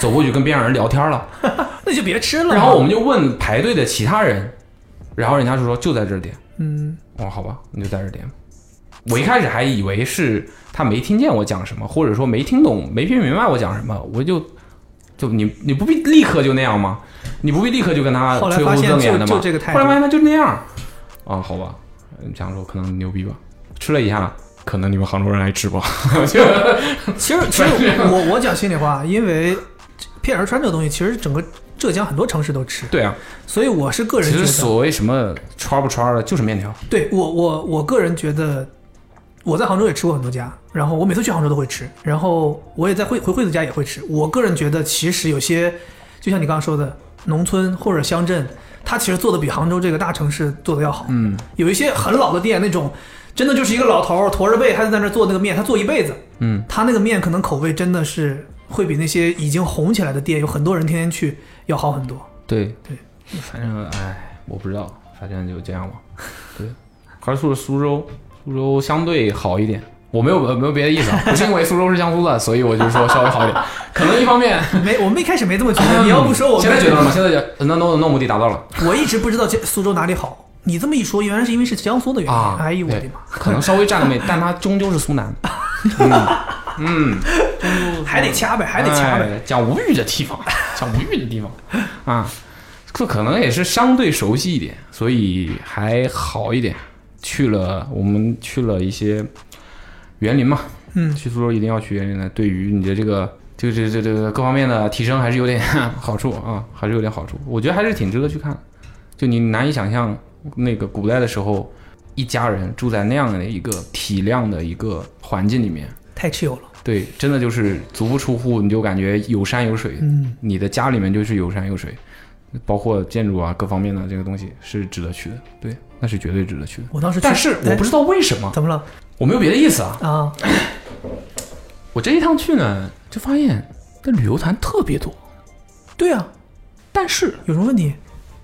Speaker 5: 走过去跟边上人聊天了。
Speaker 4: 那就别吃了嘛。
Speaker 5: 然后我们就问排队的其他人，然后人家就说就在这儿点。
Speaker 4: 嗯，
Speaker 5: 我哦说好吧，你就在这儿点。我一开始还以为是他没听见我讲什么，或者说没听懂、没听明白我讲什么，我就就你你不必立刻就那样吗？你不必立刻就跟他
Speaker 4: 后来
Speaker 5: 吹
Speaker 4: 发
Speaker 5: 胡
Speaker 4: 现
Speaker 5: 瞪眼
Speaker 4: 就
Speaker 5: 的
Speaker 4: 就
Speaker 5: 吗？
Speaker 4: 这个态
Speaker 5: 啊后来发
Speaker 4: 度，
Speaker 5: 现他就那样啊，好吧，嗯想说可能牛逼吧，吃了一下，可能你们杭州人爱吃吧，就
Speaker 4: 其实其实我我讲心里话，因为片儿川这个东西，其实整个浙江很多城市都吃，
Speaker 5: (laughs) 对啊，
Speaker 4: 所以我是个人
Speaker 5: 其
Speaker 4: 觉
Speaker 5: 实
Speaker 4: 得，
Speaker 5: 所谓什么串不串的，就是面条，
Speaker 4: 对我我我个人觉得，我在杭州也吃过很多家，然后我每次去杭州都会吃，然后我也在惠回惠子家也会吃。我个人觉得，其实有些就像你刚刚说的，农村或者乡镇，它其实做的比杭州这个大城市做的要好。
Speaker 5: 嗯
Speaker 4: 有一些很老的店，那种真的就是一个老头儿驼着背，他就在那儿做那个面，他做一辈子，
Speaker 5: 嗯，
Speaker 4: 他那个面可能口味真的是会比那些已经红起来的店，有很多人天天去要好很多。
Speaker 5: 对
Speaker 4: 对，
Speaker 5: 反正哎，我不知道，反正就这样吧。对，还是说苏州，苏州相对好一点。我没有呃没有别的意思啊，不是因为苏州是江苏的，所以我就说稍微好 (laughs) 一点。可能一方面，
Speaker 4: 没，我们一开始没这么觉
Speaker 5: (laughs)
Speaker 4: 得，你要不说我
Speaker 5: 现在觉得了吗？现在觉得那那我那目的达到了
Speaker 4: (laughs) 我一直不知道这苏州哪里好。你这么一说，原来是因为是江苏的原因。
Speaker 5: 啊！
Speaker 4: 哎呦我的
Speaker 5: 对
Speaker 4: 妈！
Speaker 5: 可能稍微占了位，但它终究是苏南。嗯嗯，
Speaker 4: 还得掐呗，还得掐呗。
Speaker 5: 哎讲无语的地方， (laughs) 讲无语的地方啊，这可能也是相对熟悉一点，所以还好一点。去了，我们去了一些园林嘛，
Speaker 4: 嗯
Speaker 5: 去苏州一定要去园林的，对于你的这个。这个这个这个这个各方面的提升还是有点 (laughs) 好处啊，还是有点好处。我觉得还是挺值得去看的。就你难以想象，那个古代的时候，一家人住在那样的一个体量的一个环境里面，
Speaker 4: 太 chill 了。
Speaker 5: 对，真的就是足不出户，你就感觉有山有水，
Speaker 4: 嗯，
Speaker 5: 你的家里面就是有山有水，包括建筑啊各方面的这个东西是值得去的，对，那是绝对值得去的。
Speaker 4: 我当时去
Speaker 5: 但是我不知道为什么
Speaker 4: 哎，怎么了
Speaker 5: 我没有别的意思啊，
Speaker 4: 啊？
Speaker 5: 我这一趟去呢，就发现这旅游团特别多，
Speaker 4: 对啊，
Speaker 5: 但是
Speaker 4: 有什么问题？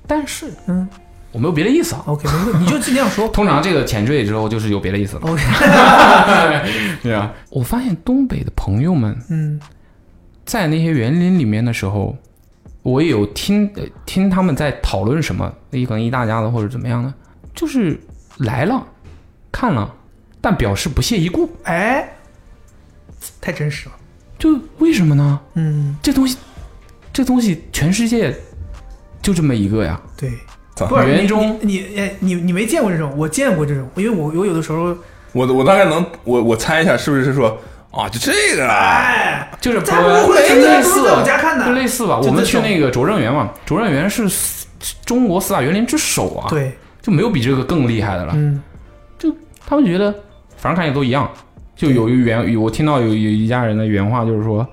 Speaker 5: 但是
Speaker 4: 嗯哦
Speaker 5: 我没有别的意思啊。。
Speaker 4: ，OK，没问题，你就尽量说 (laughs)
Speaker 5: 通常这个前缀之后就是有别的意思了。
Speaker 4: OK，
Speaker 5: (laughs) 对啊，我发现东北的朋友们
Speaker 4: 嗯，
Speaker 5: 在那些园林里面的时候，我也有听呃听他们在讨论什么，一可能一大家子或者怎么样的，就是来了，看了，但表示不屑一顾，
Speaker 4: 哎，太真实了。
Speaker 5: 就为什么呢？
Speaker 4: 嗯，
Speaker 5: 这东西，这东西全世界就这么一个呀，
Speaker 4: 对。
Speaker 3: 咋
Speaker 4: 不是
Speaker 5: 园
Speaker 4: 你
Speaker 5: 中
Speaker 4: 你你哎你你没见过这种，我见过这种，因为我我有的时候
Speaker 3: 我我大概能我我猜一下，是不是说啊，就这个啊，
Speaker 4: 哎，
Speaker 5: 就是
Speaker 4: 咱不回去
Speaker 5: 就类
Speaker 4: 都
Speaker 5: 似
Speaker 4: 是在我家看的
Speaker 5: 就类似吧。
Speaker 4: 就
Speaker 5: 我们
Speaker 4: 这
Speaker 5: 去
Speaker 4: 种
Speaker 5: 那个拙政园嘛，拙政园是四中国四大园林之首啊，，
Speaker 4: 对，
Speaker 5: 就没有比这个更厉害的了。
Speaker 4: 嗯，
Speaker 5: 他们觉得反正看起来都一样，就有一原有我听到有有一家人的原话就是说，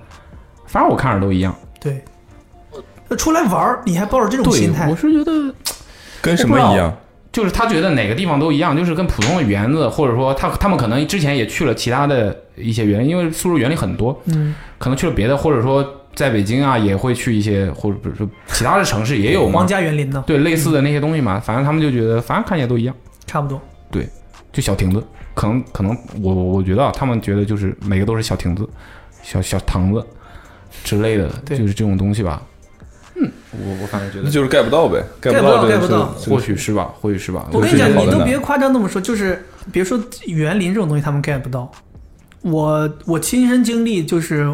Speaker 5: 反正我看着都一样。
Speaker 4: 对。出来玩儿，你还抱着这种
Speaker 5: 对
Speaker 4: 心，态
Speaker 5: 我，是觉得
Speaker 3: 跟什么一样？
Speaker 5: 就是他觉得哪个地方都一样，就是跟普通的园子，或者说他他们可能之前也去了其他的一些园，因为苏州园林很多，
Speaker 4: 嗯，
Speaker 5: 可能去了别的，或者说在北京啊也会去一些，或者不是说其他的城市也有嘛
Speaker 4: 皇，家园林呢，
Speaker 5: 对类似的那些东西嘛，反正他们就觉得反正看起来都一样，
Speaker 4: 差不多。
Speaker 5: 就小亭子，可能可能我我我觉得啊，他们觉得就是每个都是小亭子、小小堂子之类的，
Speaker 4: 对
Speaker 5: 就是这种东西吧。嗯，我我反正觉
Speaker 3: 那
Speaker 5: 得
Speaker 3: 就是 get 不到呗，get
Speaker 4: 不到
Speaker 3: 这个
Speaker 4: get 不到
Speaker 3: 是
Speaker 5: 或许是吧，或许是吧。
Speaker 4: 我跟你
Speaker 5: 觉
Speaker 4: 讲
Speaker 5: 得，
Speaker 3: 好
Speaker 4: 你
Speaker 3: 的
Speaker 4: 都
Speaker 3: 呢
Speaker 4: 别夸张那么说，就是别说园林这种东西，他们 get 不到。我我亲身经历就是，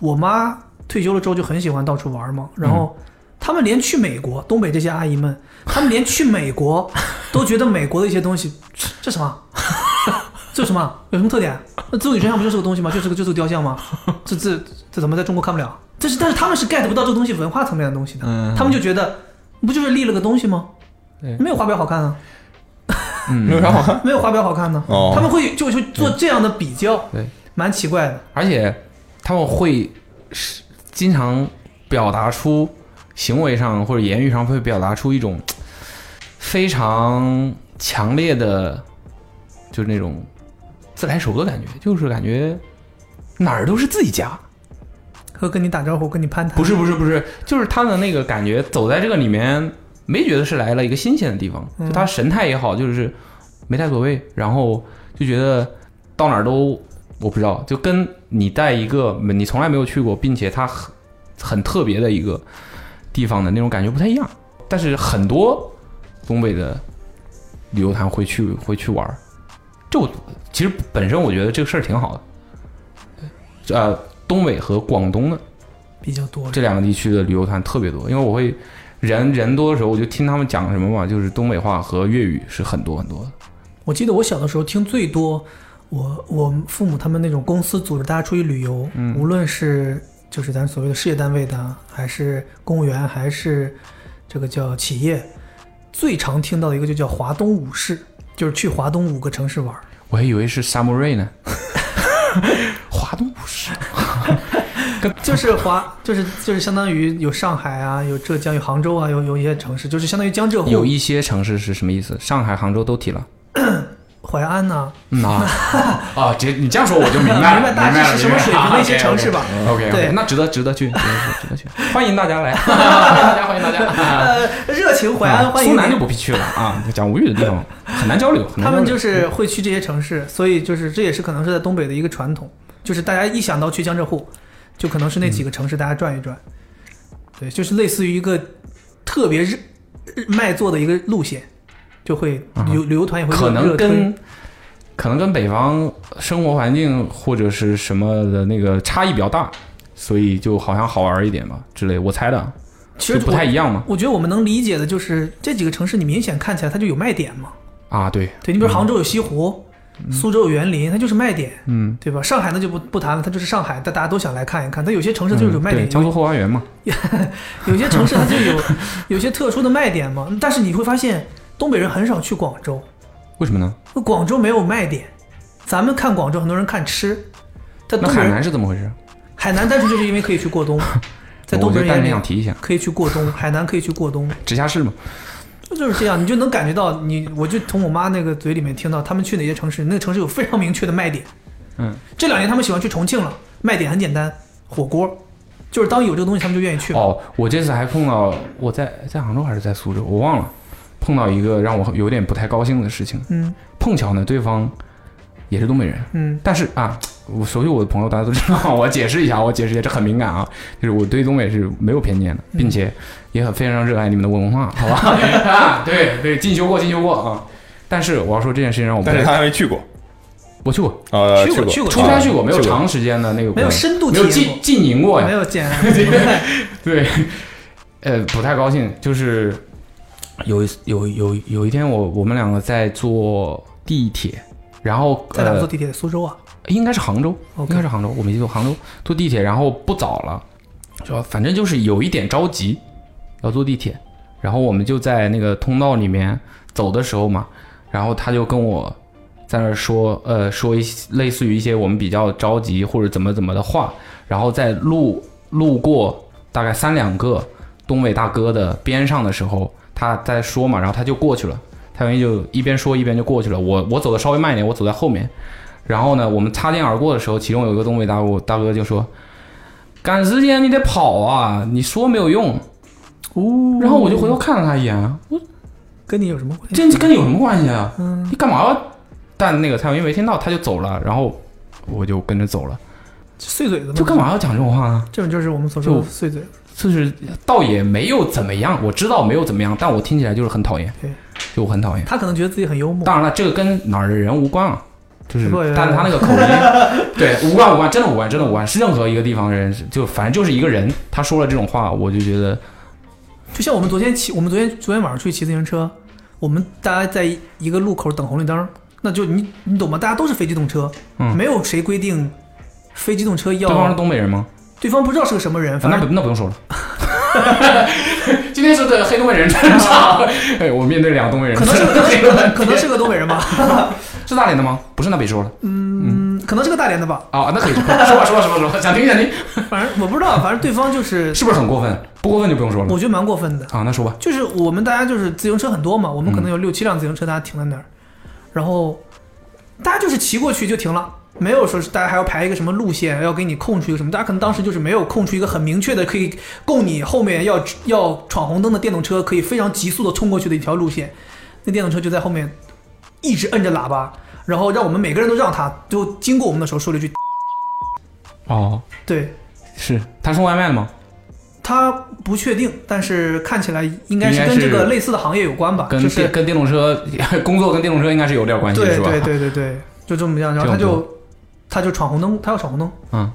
Speaker 4: 我妈退休了之后就很喜欢到处玩嘛，
Speaker 5: 嗯
Speaker 4: 然后他们连去美国，东北这些阿姨们，他们连去美国都觉得美国的一些东西，这这什么？ (laughs) 这什么？有什么特点？那自由女神像不就是个东西吗？就是个就是个雕像吗？这这这怎么在中国看不了？但是但是他们是 get 不到这个东西文化层面的东西的，
Speaker 5: 嗯
Speaker 4: 他们就觉得不就是立了个东西吗？没有华表好看啊。
Speaker 5: 嗯
Speaker 3: 没有啥好看。
Speaker 4: (laughs) 没有华表好看呢。
Speaker 3: 哦
Speaker 4: 他们会就会做这样的比较，
Speaker 5: 对，
Speaker 4: 蛮奇怪的。
Speaker 5: 而且他们会是经常表达出行为上或者言语上会表达出一种非常强烈的，就是那种自来熟的感觉，就是感觉哪儿都是自己家。
Speaker 4: 和跟你打招呼，跟你攀谈，
Speaker 5: 不是不是不是，就是他的那个感觉，走在这个里面没觉得是来了一个新鲜的地方，
Speaker 4: 嗯
Speaker 5: 就他神态也好，就是没太所谓，然后就觉得到哪儿都我不知道，就跟你在一个你从来没有去过，并且它很很特别的一个地方的那种感觉不太一样。但是很多东北的旅游团会去会去玩儿，这我其实本身我觉得这个事儿挺好的，呃，东北和广东的。
Speaker 4: 比较多。
Speaker 5: 这两个地区的旅游团特别多，因为我会人人多的时候，我就听他们讲什么嘛，就是东北话和粤语是很多很多的。
Speaker 4: 我记得我小的时候听最多，我我父母他们那种公司组织大家出去旅游，
Speaker 5: 嗯
Speaker 4: 无论是就是咱所谓的事业单位的啊，还是公务员，还是这个叫企业，最常听到的一个就叫华东五市，就是去华东五个城市玩。
Speaker 5: 我还以为是 samurai 呢，华东不是，
Speaker 4: 就是华， (laughs) 就是就是相当于有上海啊，有浙江，有杭州啊，有有一些城市，就是相当于江浙沪、
Speaker 5: 有一些城市是什么意思？上海、杭州都提了。
Speaker 4: 淮安呐、
Speaker 5: 嗯
Speaker 4: (laughs)
Speaker 5: 啊，
Speaker 8: 啊，这你这样说我就明
Speaker 4: 白了明白大致是什么水平的一些城市吧。
Speaker 5: OK，,
Speaker 4: 对
Speaker 5: 啊那值得值得去，值得去值得
Speaker 4: (laughs)
Speaker 5: 去，欢迎大家来，欢迎大家欢迎大家。啊
Speaker 4: 呃，热情淮安，欢迎
Speaker 5: 苏
Speaker 4: 你
Speaker 5: 南就不必去了啊，讲吴语的地方很难交流，很
Speaker 4: 他
Speaker 5: 难交流
Speaker 4: 们就是会去这些城市，所以就是这也是可能是在东北的一个传统，就是大家一想到去江浙沪，就可能是那几个城市大家转一转，对，就是类似于一个特别热卖座的一个路线，就会
Speaker 5: 啊哈
Speaker 4: 旅游旅游团也会
Speaker 5: 可能
Speaker 4: 热推
Speaker 5: 跟可能跟北方生活环境或者是什么的那个差异比较大，所以就好像好玩一点吧之类，我猜的，
Speaker 4: 其
Speaker 5: 就
Speaker 4: 实
Speaker 5: 不太一样嘛。
Speaker 4: 我觉得我们能理解的就是这几个城市，你明显看起来它就有卖点嘛。
Speaker 5: 啊，对，
Speaker 4: 对你比如杭州有西湖，苏州有园林，它就是卖点，
Speaker 5: 嗯，
Speaker 4: 对吧？上海那就不不谈了，它就是上海，大大家都想来看一看。它有些城市就是有卖
Speaker 5: 嗯对，
Speaker 4: 点，
Speaker 5: 江苏后花园嘛，
Speaker 4: 有些城市它就有
Speaker 5: (laughs)
Speaker 4: 有些特殊的卖点嘛。但是你会发现，东北人很少去广州，
Speaker 5: 为什么呢？
Speaker 4: 广州没有卖点。咱们看广州，很多人看吃，在
Speaker 5: 那
Speaker 4: 东北
Speaker 5: 海
Speaker 4: 人
Speaker 5: 南是怎么回事？
Speaker 4: 海南单纯就是因为可以去
Speaker 5: (laughs)
Speaker 4: 过冬，在
Speaker 5: 我
Speaker 4: 东北
Speaker 5: 就
Speaker 4: 人
Speaker 5: 单纯
Speaker 4: 眼
Speaker 5: 想
Speaker 4: 里
Speaker 5: 提一下
Speaker 4: 可以去过冬，海南可以去过冬。
Speaker 5: 直辖市嘛，
Speaker 4: 就是这样，你就能感觉到你，我就从我妈那个嘴里面听到他们去哪些城市，那个城市有非常明确的卖点。
Speaker 5: 嗯，
Speaker 4: 这两年他们喜欢去重庆了，卖点很简单，火锅，就是当有这个东西他们就愿意去。
Speaker 5: 哦，我这次还碰到我在在杭州还是在苏州，我忘了，碰到一个让我有点不太高兴的事情。
Speaker 4: 嗯
Speaker 5: 碰巧呢，对方也是东北人，
Speaker 4: 嗯，
Speaker 5: 但是啊，我熟悉我的朋友大家都知道， (laughs) 我解释一下，我解释一下，这很敏感啊，就是我对东北是没有偏见的，并且
Speaker 4: 嗯
Speaker 5: 也很非常热爱你们的文化，
Speaker 4: (laughs)
Speaker 5: 好吧？啊，对对，进修过，进修过啊。但是我要说这件事情让我不
Speaker 3: 但是
Speaker 5: 太，
Speaker 3: 他还没去过
Speaker 5: 我去过，
Speaker 3: 啊，
Speaker 4: 去过去
Speaker 3: 过
Speaker 4: 过
Speaker 5: 出差去过，
Speaker 3: 啊
Speaker 5: 没有
Speaker 3: 去过
Speaker 5: 长时间的那个关，
Speaker 4: 没有深度
Speaker 5: 没
Speaker 4: 体
Speaker 5: 有
Speaker 4: 验
Speaker 5: 浸浸淫过
Speaker 4: 过，
Speaker 5: 呀
Speaker 4: 没，有见，
Speaker 5: 对， (laughs) 呃，不太高兴，就是有一有有有一天我我们两个在坐地铁，然后
Speaker 4: 在哪
Speaker 5: 呃
Speaker 4: 坐地铁？苏州啊，
Speaker 5: 应该是杭州
Speaker 4: OK
Speaker 5: 应该是杭州，我没记错，杭州坐地铁，然后不早了，就反正就是有一点着急，要坐地铁，然后我们就在那个通道里面走的时候嘛，然后他就跟我在那儿说，呃，说一些类似于一些我们比较着急或者怎么怎么的话，然后在路路过大概三两个东北大哥的边上的时候，他在说嘛，然后他就过去了，太原就一边说一边就过去了，我我走的稍微慢一点，我走在后面，然后呢，我们擦肩而过的时候，其中有一个东北大哥大哥就说。赶时间，你得跑啊！你说没有用。
Speaker 4: 哦
Speaker 5: 然后我就回头看了他一眼啊，
Speaker 4: 跟你有什么关系？
Speaker 5: 这这跟你有什么关系啊？
Speaker 4: 嗯
Speaker 5: 你干嘛要？但那个蔡文英没听到，他就走了，然后我就跟着走了。
Speaker 4: 碎嘴子吗？
Speaker 5: 就干？嘛要讲这种话呢？
Speaker 4: 这种就是我们所说的
Speaker 5: 就
Speaker 4: 碎嘴子。
Speaker 5: 就是倒也没有怎么样，我知道没有怎么样，但我听起来就是很讨厌
Speaker 4: 对，
Speaker 5: 就我很讨厌。
Speaker 4: 他可能觉得自己很幽默。
Speaker 5: 当然了，这个跟哪儿的人无关啊，就是
Speaker 4: 不不，
Speaker 5: 但他那个口音，对，无关无关，真的无关，真的无关，是任何一个地方的人，就反正就是一个人，他说了这种话，我就觉得
Speaker 4: 就像我们昨天骑，我们昨天昨天晚上出去骑自行车，我们大家在一个路口等红绿灯，那就你你懂吗？大家都是非机动车，
Speaker 5: 嗯
Speaker 4: 没有谁规定非机动车要
Speaker 5: 对方是东北人吗？
Speaker 4: 对方不知道是个什么人，
Speaker 5: 啊
Speaker 4: 啊反
Speaker 5: 那
Speaker 4: 正
Speaker 5: 不那不用说了。 (laughs) 今天是对黑东北人专场，哎，我面对两个东北人，
Speaker 4: 可能是可能是个可能是个东北人吧，
Speaker 5: (laughs) 是大连的吗？不是，那别说了。
Speaker 4: 嗯，可能是个大连的吧，
Speaker 5: 啊，那可以说吧，说吧，说吧，说吧，说吧，想听想听，
Speaker 4: 反正我不知道，反正对方就是
Speaker 5: 是不是很过分？不过分就不用说了
Speaker 4: 我觉得蛮过分的，
Speaker 5: 啊，那说吧，
Speaker 4: 就是我们大家就是自行车很多嘛，我
Speaker 5: 嗯
Speaker 4: 们可能有六七辆自行车，大家停在那儿，然后大家就是骑过去就停了，没有说是大家还要排一个什么路线，要给你空出一个什么，大家可能当时就是没有空出一个很明确的可以供你后面要要闯红灯的电动车可以非常急速的冲过去的一条路线，那电动车就在后面一直摁着喇叭，然后让我们每个人都让他，最后经过我们的时候说了一句，
Speaker 5: 哦，
Speaker 4: 对
Speaker 5: 是他送外卖的吗？
Speaker 4: 他不确定，但是看起来应该是
Speaker 5: 应该
Speaker 4: 跟这
Speaker 5: 是
Speaker 4: 个类似的行业有关吧，
Speaker 5: 跟
Speaker 4: 就
Speaker 5: 电
Speaker 4: 是
Speaker 5: 跟电动车 (laughs) 工作跟电动车应该是有点关系，
Speaker 4: 对
Speaker 5: 是吧？
Speaker 4: 对对对对，就这么样，然后他
Speaker 5: 这样
Speaker 4: 就他就闯红灯，他要闯红灯，
Speaker 5: 嗯，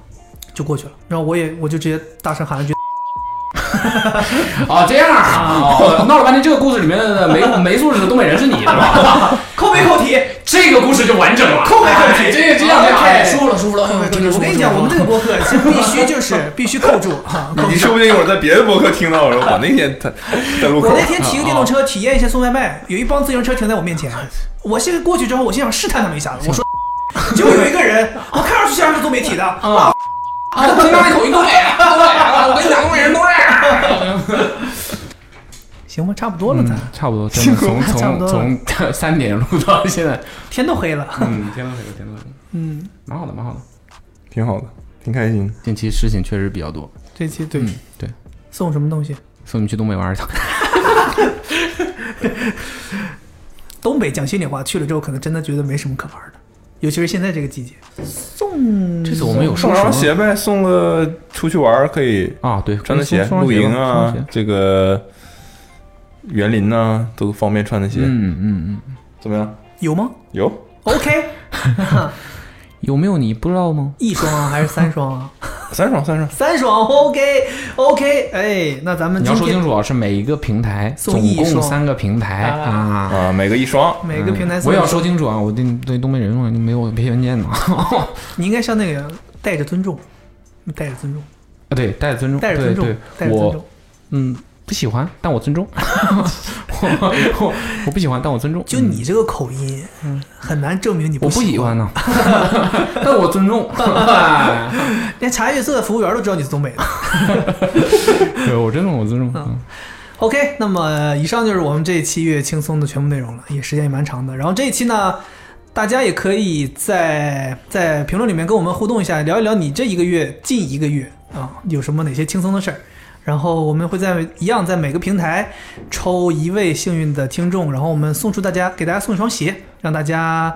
Speaker 4: 就过去了。然后我也我就直接大声喊了一句，
Speaker 5: 哦，这样啊，哦闹了半天，这个故事里面的没没素质的东北人是你是 (laughs) 吧？
Speaker 4: 扣没扣题？
Speaker 5: 这个故事就完整了，
Speaker 4: 扣没扣题
Speaker 5: 哎这这样这样，
Speaker 4: OK
Speaker 5: 哎舒服了舒服了，哎呦听着
Speaker 4: 嗯我
Speaker 5: 舒服了
Speaker 4: 跟你讲，我们这个播 (laughs) 客是必须就是必须扣住啊，
Speaker 5: 嗯
Speaker 4: 扣
Speaker 2: 你
Speaker 4: 住
Speaker 2: 说。不定一会儿在别的博客听到我说我那天在在路口
Speaker 4: 我那
Speaker 5: 嗯
Speaker 4: 天骑个电动车体验一下送外卖，有一帮自行车停在我面前，我先过去之后，我心想试探他们一下，我说， (laughs) 结果有一个人，我看上去像是做媒体的，
Speaker 5: 嗯
Speaker 4: 啊，
Speaker 5: 啊，听他那口音东北，东北，我跟你讲，东北人都这样。
Speaker 4: 行吧，差不多了，咱
Speaker 5: 差不多，真 (laughs) 的从
Speaker 4: 差不
Speaker 5: 从
Speaker 4: 多
Speaker 5: 从三点录到现在，
Speaker 4: 天都黑了，
Speaker 5: 嗯，天都黑了，天都黑了，
Speaker 4: 嗯，
Speaker 5: 蛮好的，蛮好的。
Speaker 2: 挺好的，挺开心。
Speaker 5: 近期事情确实比较多，
Speaker 4: (laughs) 这期对
Speaker 5: 嗯对，
Speaker 4: 送什么东西？
Speaker 5: 送你去东北玩一趟。
Speaker 4: 东北讲心里话，去了之后可能真的觉得没什么可玩的，尤其是现在这个季节。送
Speaker 5: 这次我们有
Speaker 2: 送
Speaker 5: 说什
Speaker 2: 双
Speaker 5: 么
Speaker 2: 鞋呗，送个出去玩儿可以
Speaker 5: 啊？对，
Speaker 2: 穿的鞋，
Speaker 5: 送
Speaker 2: 露营啊
Speaker 5: 送双鞋，
Speaker 2: 这个园林呐、都方便穿的鞋，
Speaker 5: 嗯嗯嗯，
Speaker 2: 怎么样？
Speaker 4: 有吗
Speaker 2: 有
Speaker 4: ？OK，
Speaker 5: 有没有你不知道吗？
Speaker 4: 一双啊还是三双啊？
Speaker 2: (laughs) 三双三双，
Speaker 4: 三双，OK OK，哎，那咱们
Speaker 5: 你
Speaker 4: 今
Speaker 5: 要说
Speaker 4: 天
Speaker 5: 清楚啊，是每一个平台，
Speaker 4: 送
Speaker 5: 总
Speaker 4: 一
Speaker 5: 共
Speaker 4: 双
Speaker 5: 三个平台啊。
Speaker 2: 啊，每个一双，
Speaker 4: 每个平台送
Speaker 5: 嗯我
Speaker 4: 一
Speaker 5: 也要
Speaker 4: 双，
Speaker 5: 说清楚啊，我对对东北人我没有偏见呢。 (laughs) 啊，
Speaker 4: 你应该像那个样带着尊重，带着尊重，
Speaker 5: 对，带着尊重，
Speaker 4: 带着
Speaker 5: 对
Speaker 4: 尊重
Speaker 5: 对，，
Speaker 4: 带着尊
Speaker 5: 我
Speaker 4: 重，
Speaker 5: 嗯，不喜欢，但我尊重。 (laughs) 我我我不喜欢，但我尊重。
Speaker 4: (laughs) 就你这个口音，很难证明你
Speaker 5: 嗯，我不喜
Speaker 4: 喜欢。(laughs)
Speaker 5: 欢呢， (laughs) 但我尊重。嗯 (laughs)
Speaker 4: 连茶颜悦色的服务员都知道你是东北的。
Speaker 5: 对，我尊重，我尊重。嗯
Speaker 4: OK，那么呃以上就是我们这一期越轻松的全部内容了，也时间也蛮长的。然后这一期呢，大家也可以在在评论里面跟我们互动一下，聊一聊你这一个月近一个月啊有什么哪些轻松的事儿。然后我们会在一样在每个平台抽一位幸运的听众，然后我们送出大家给大家送一双鞋，让大家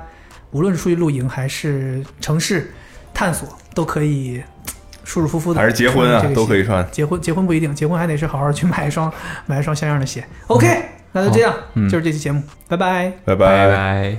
Speaker 4: 无论是出去露营还是城市探索，都可以嘖舒舒服服的，
Speaker 2: 还是结婚啊
Speaker 4: 这个，鞋
Speaker 2: 都可以穿。
Speaker 4: 结婚结婚不一定，结婚还得是好好去买一双买一双像样的鞋。OK，那就这样，就是这期节目，拜拜。
Speaker 2: 拜
Speaker 5: 拜拜。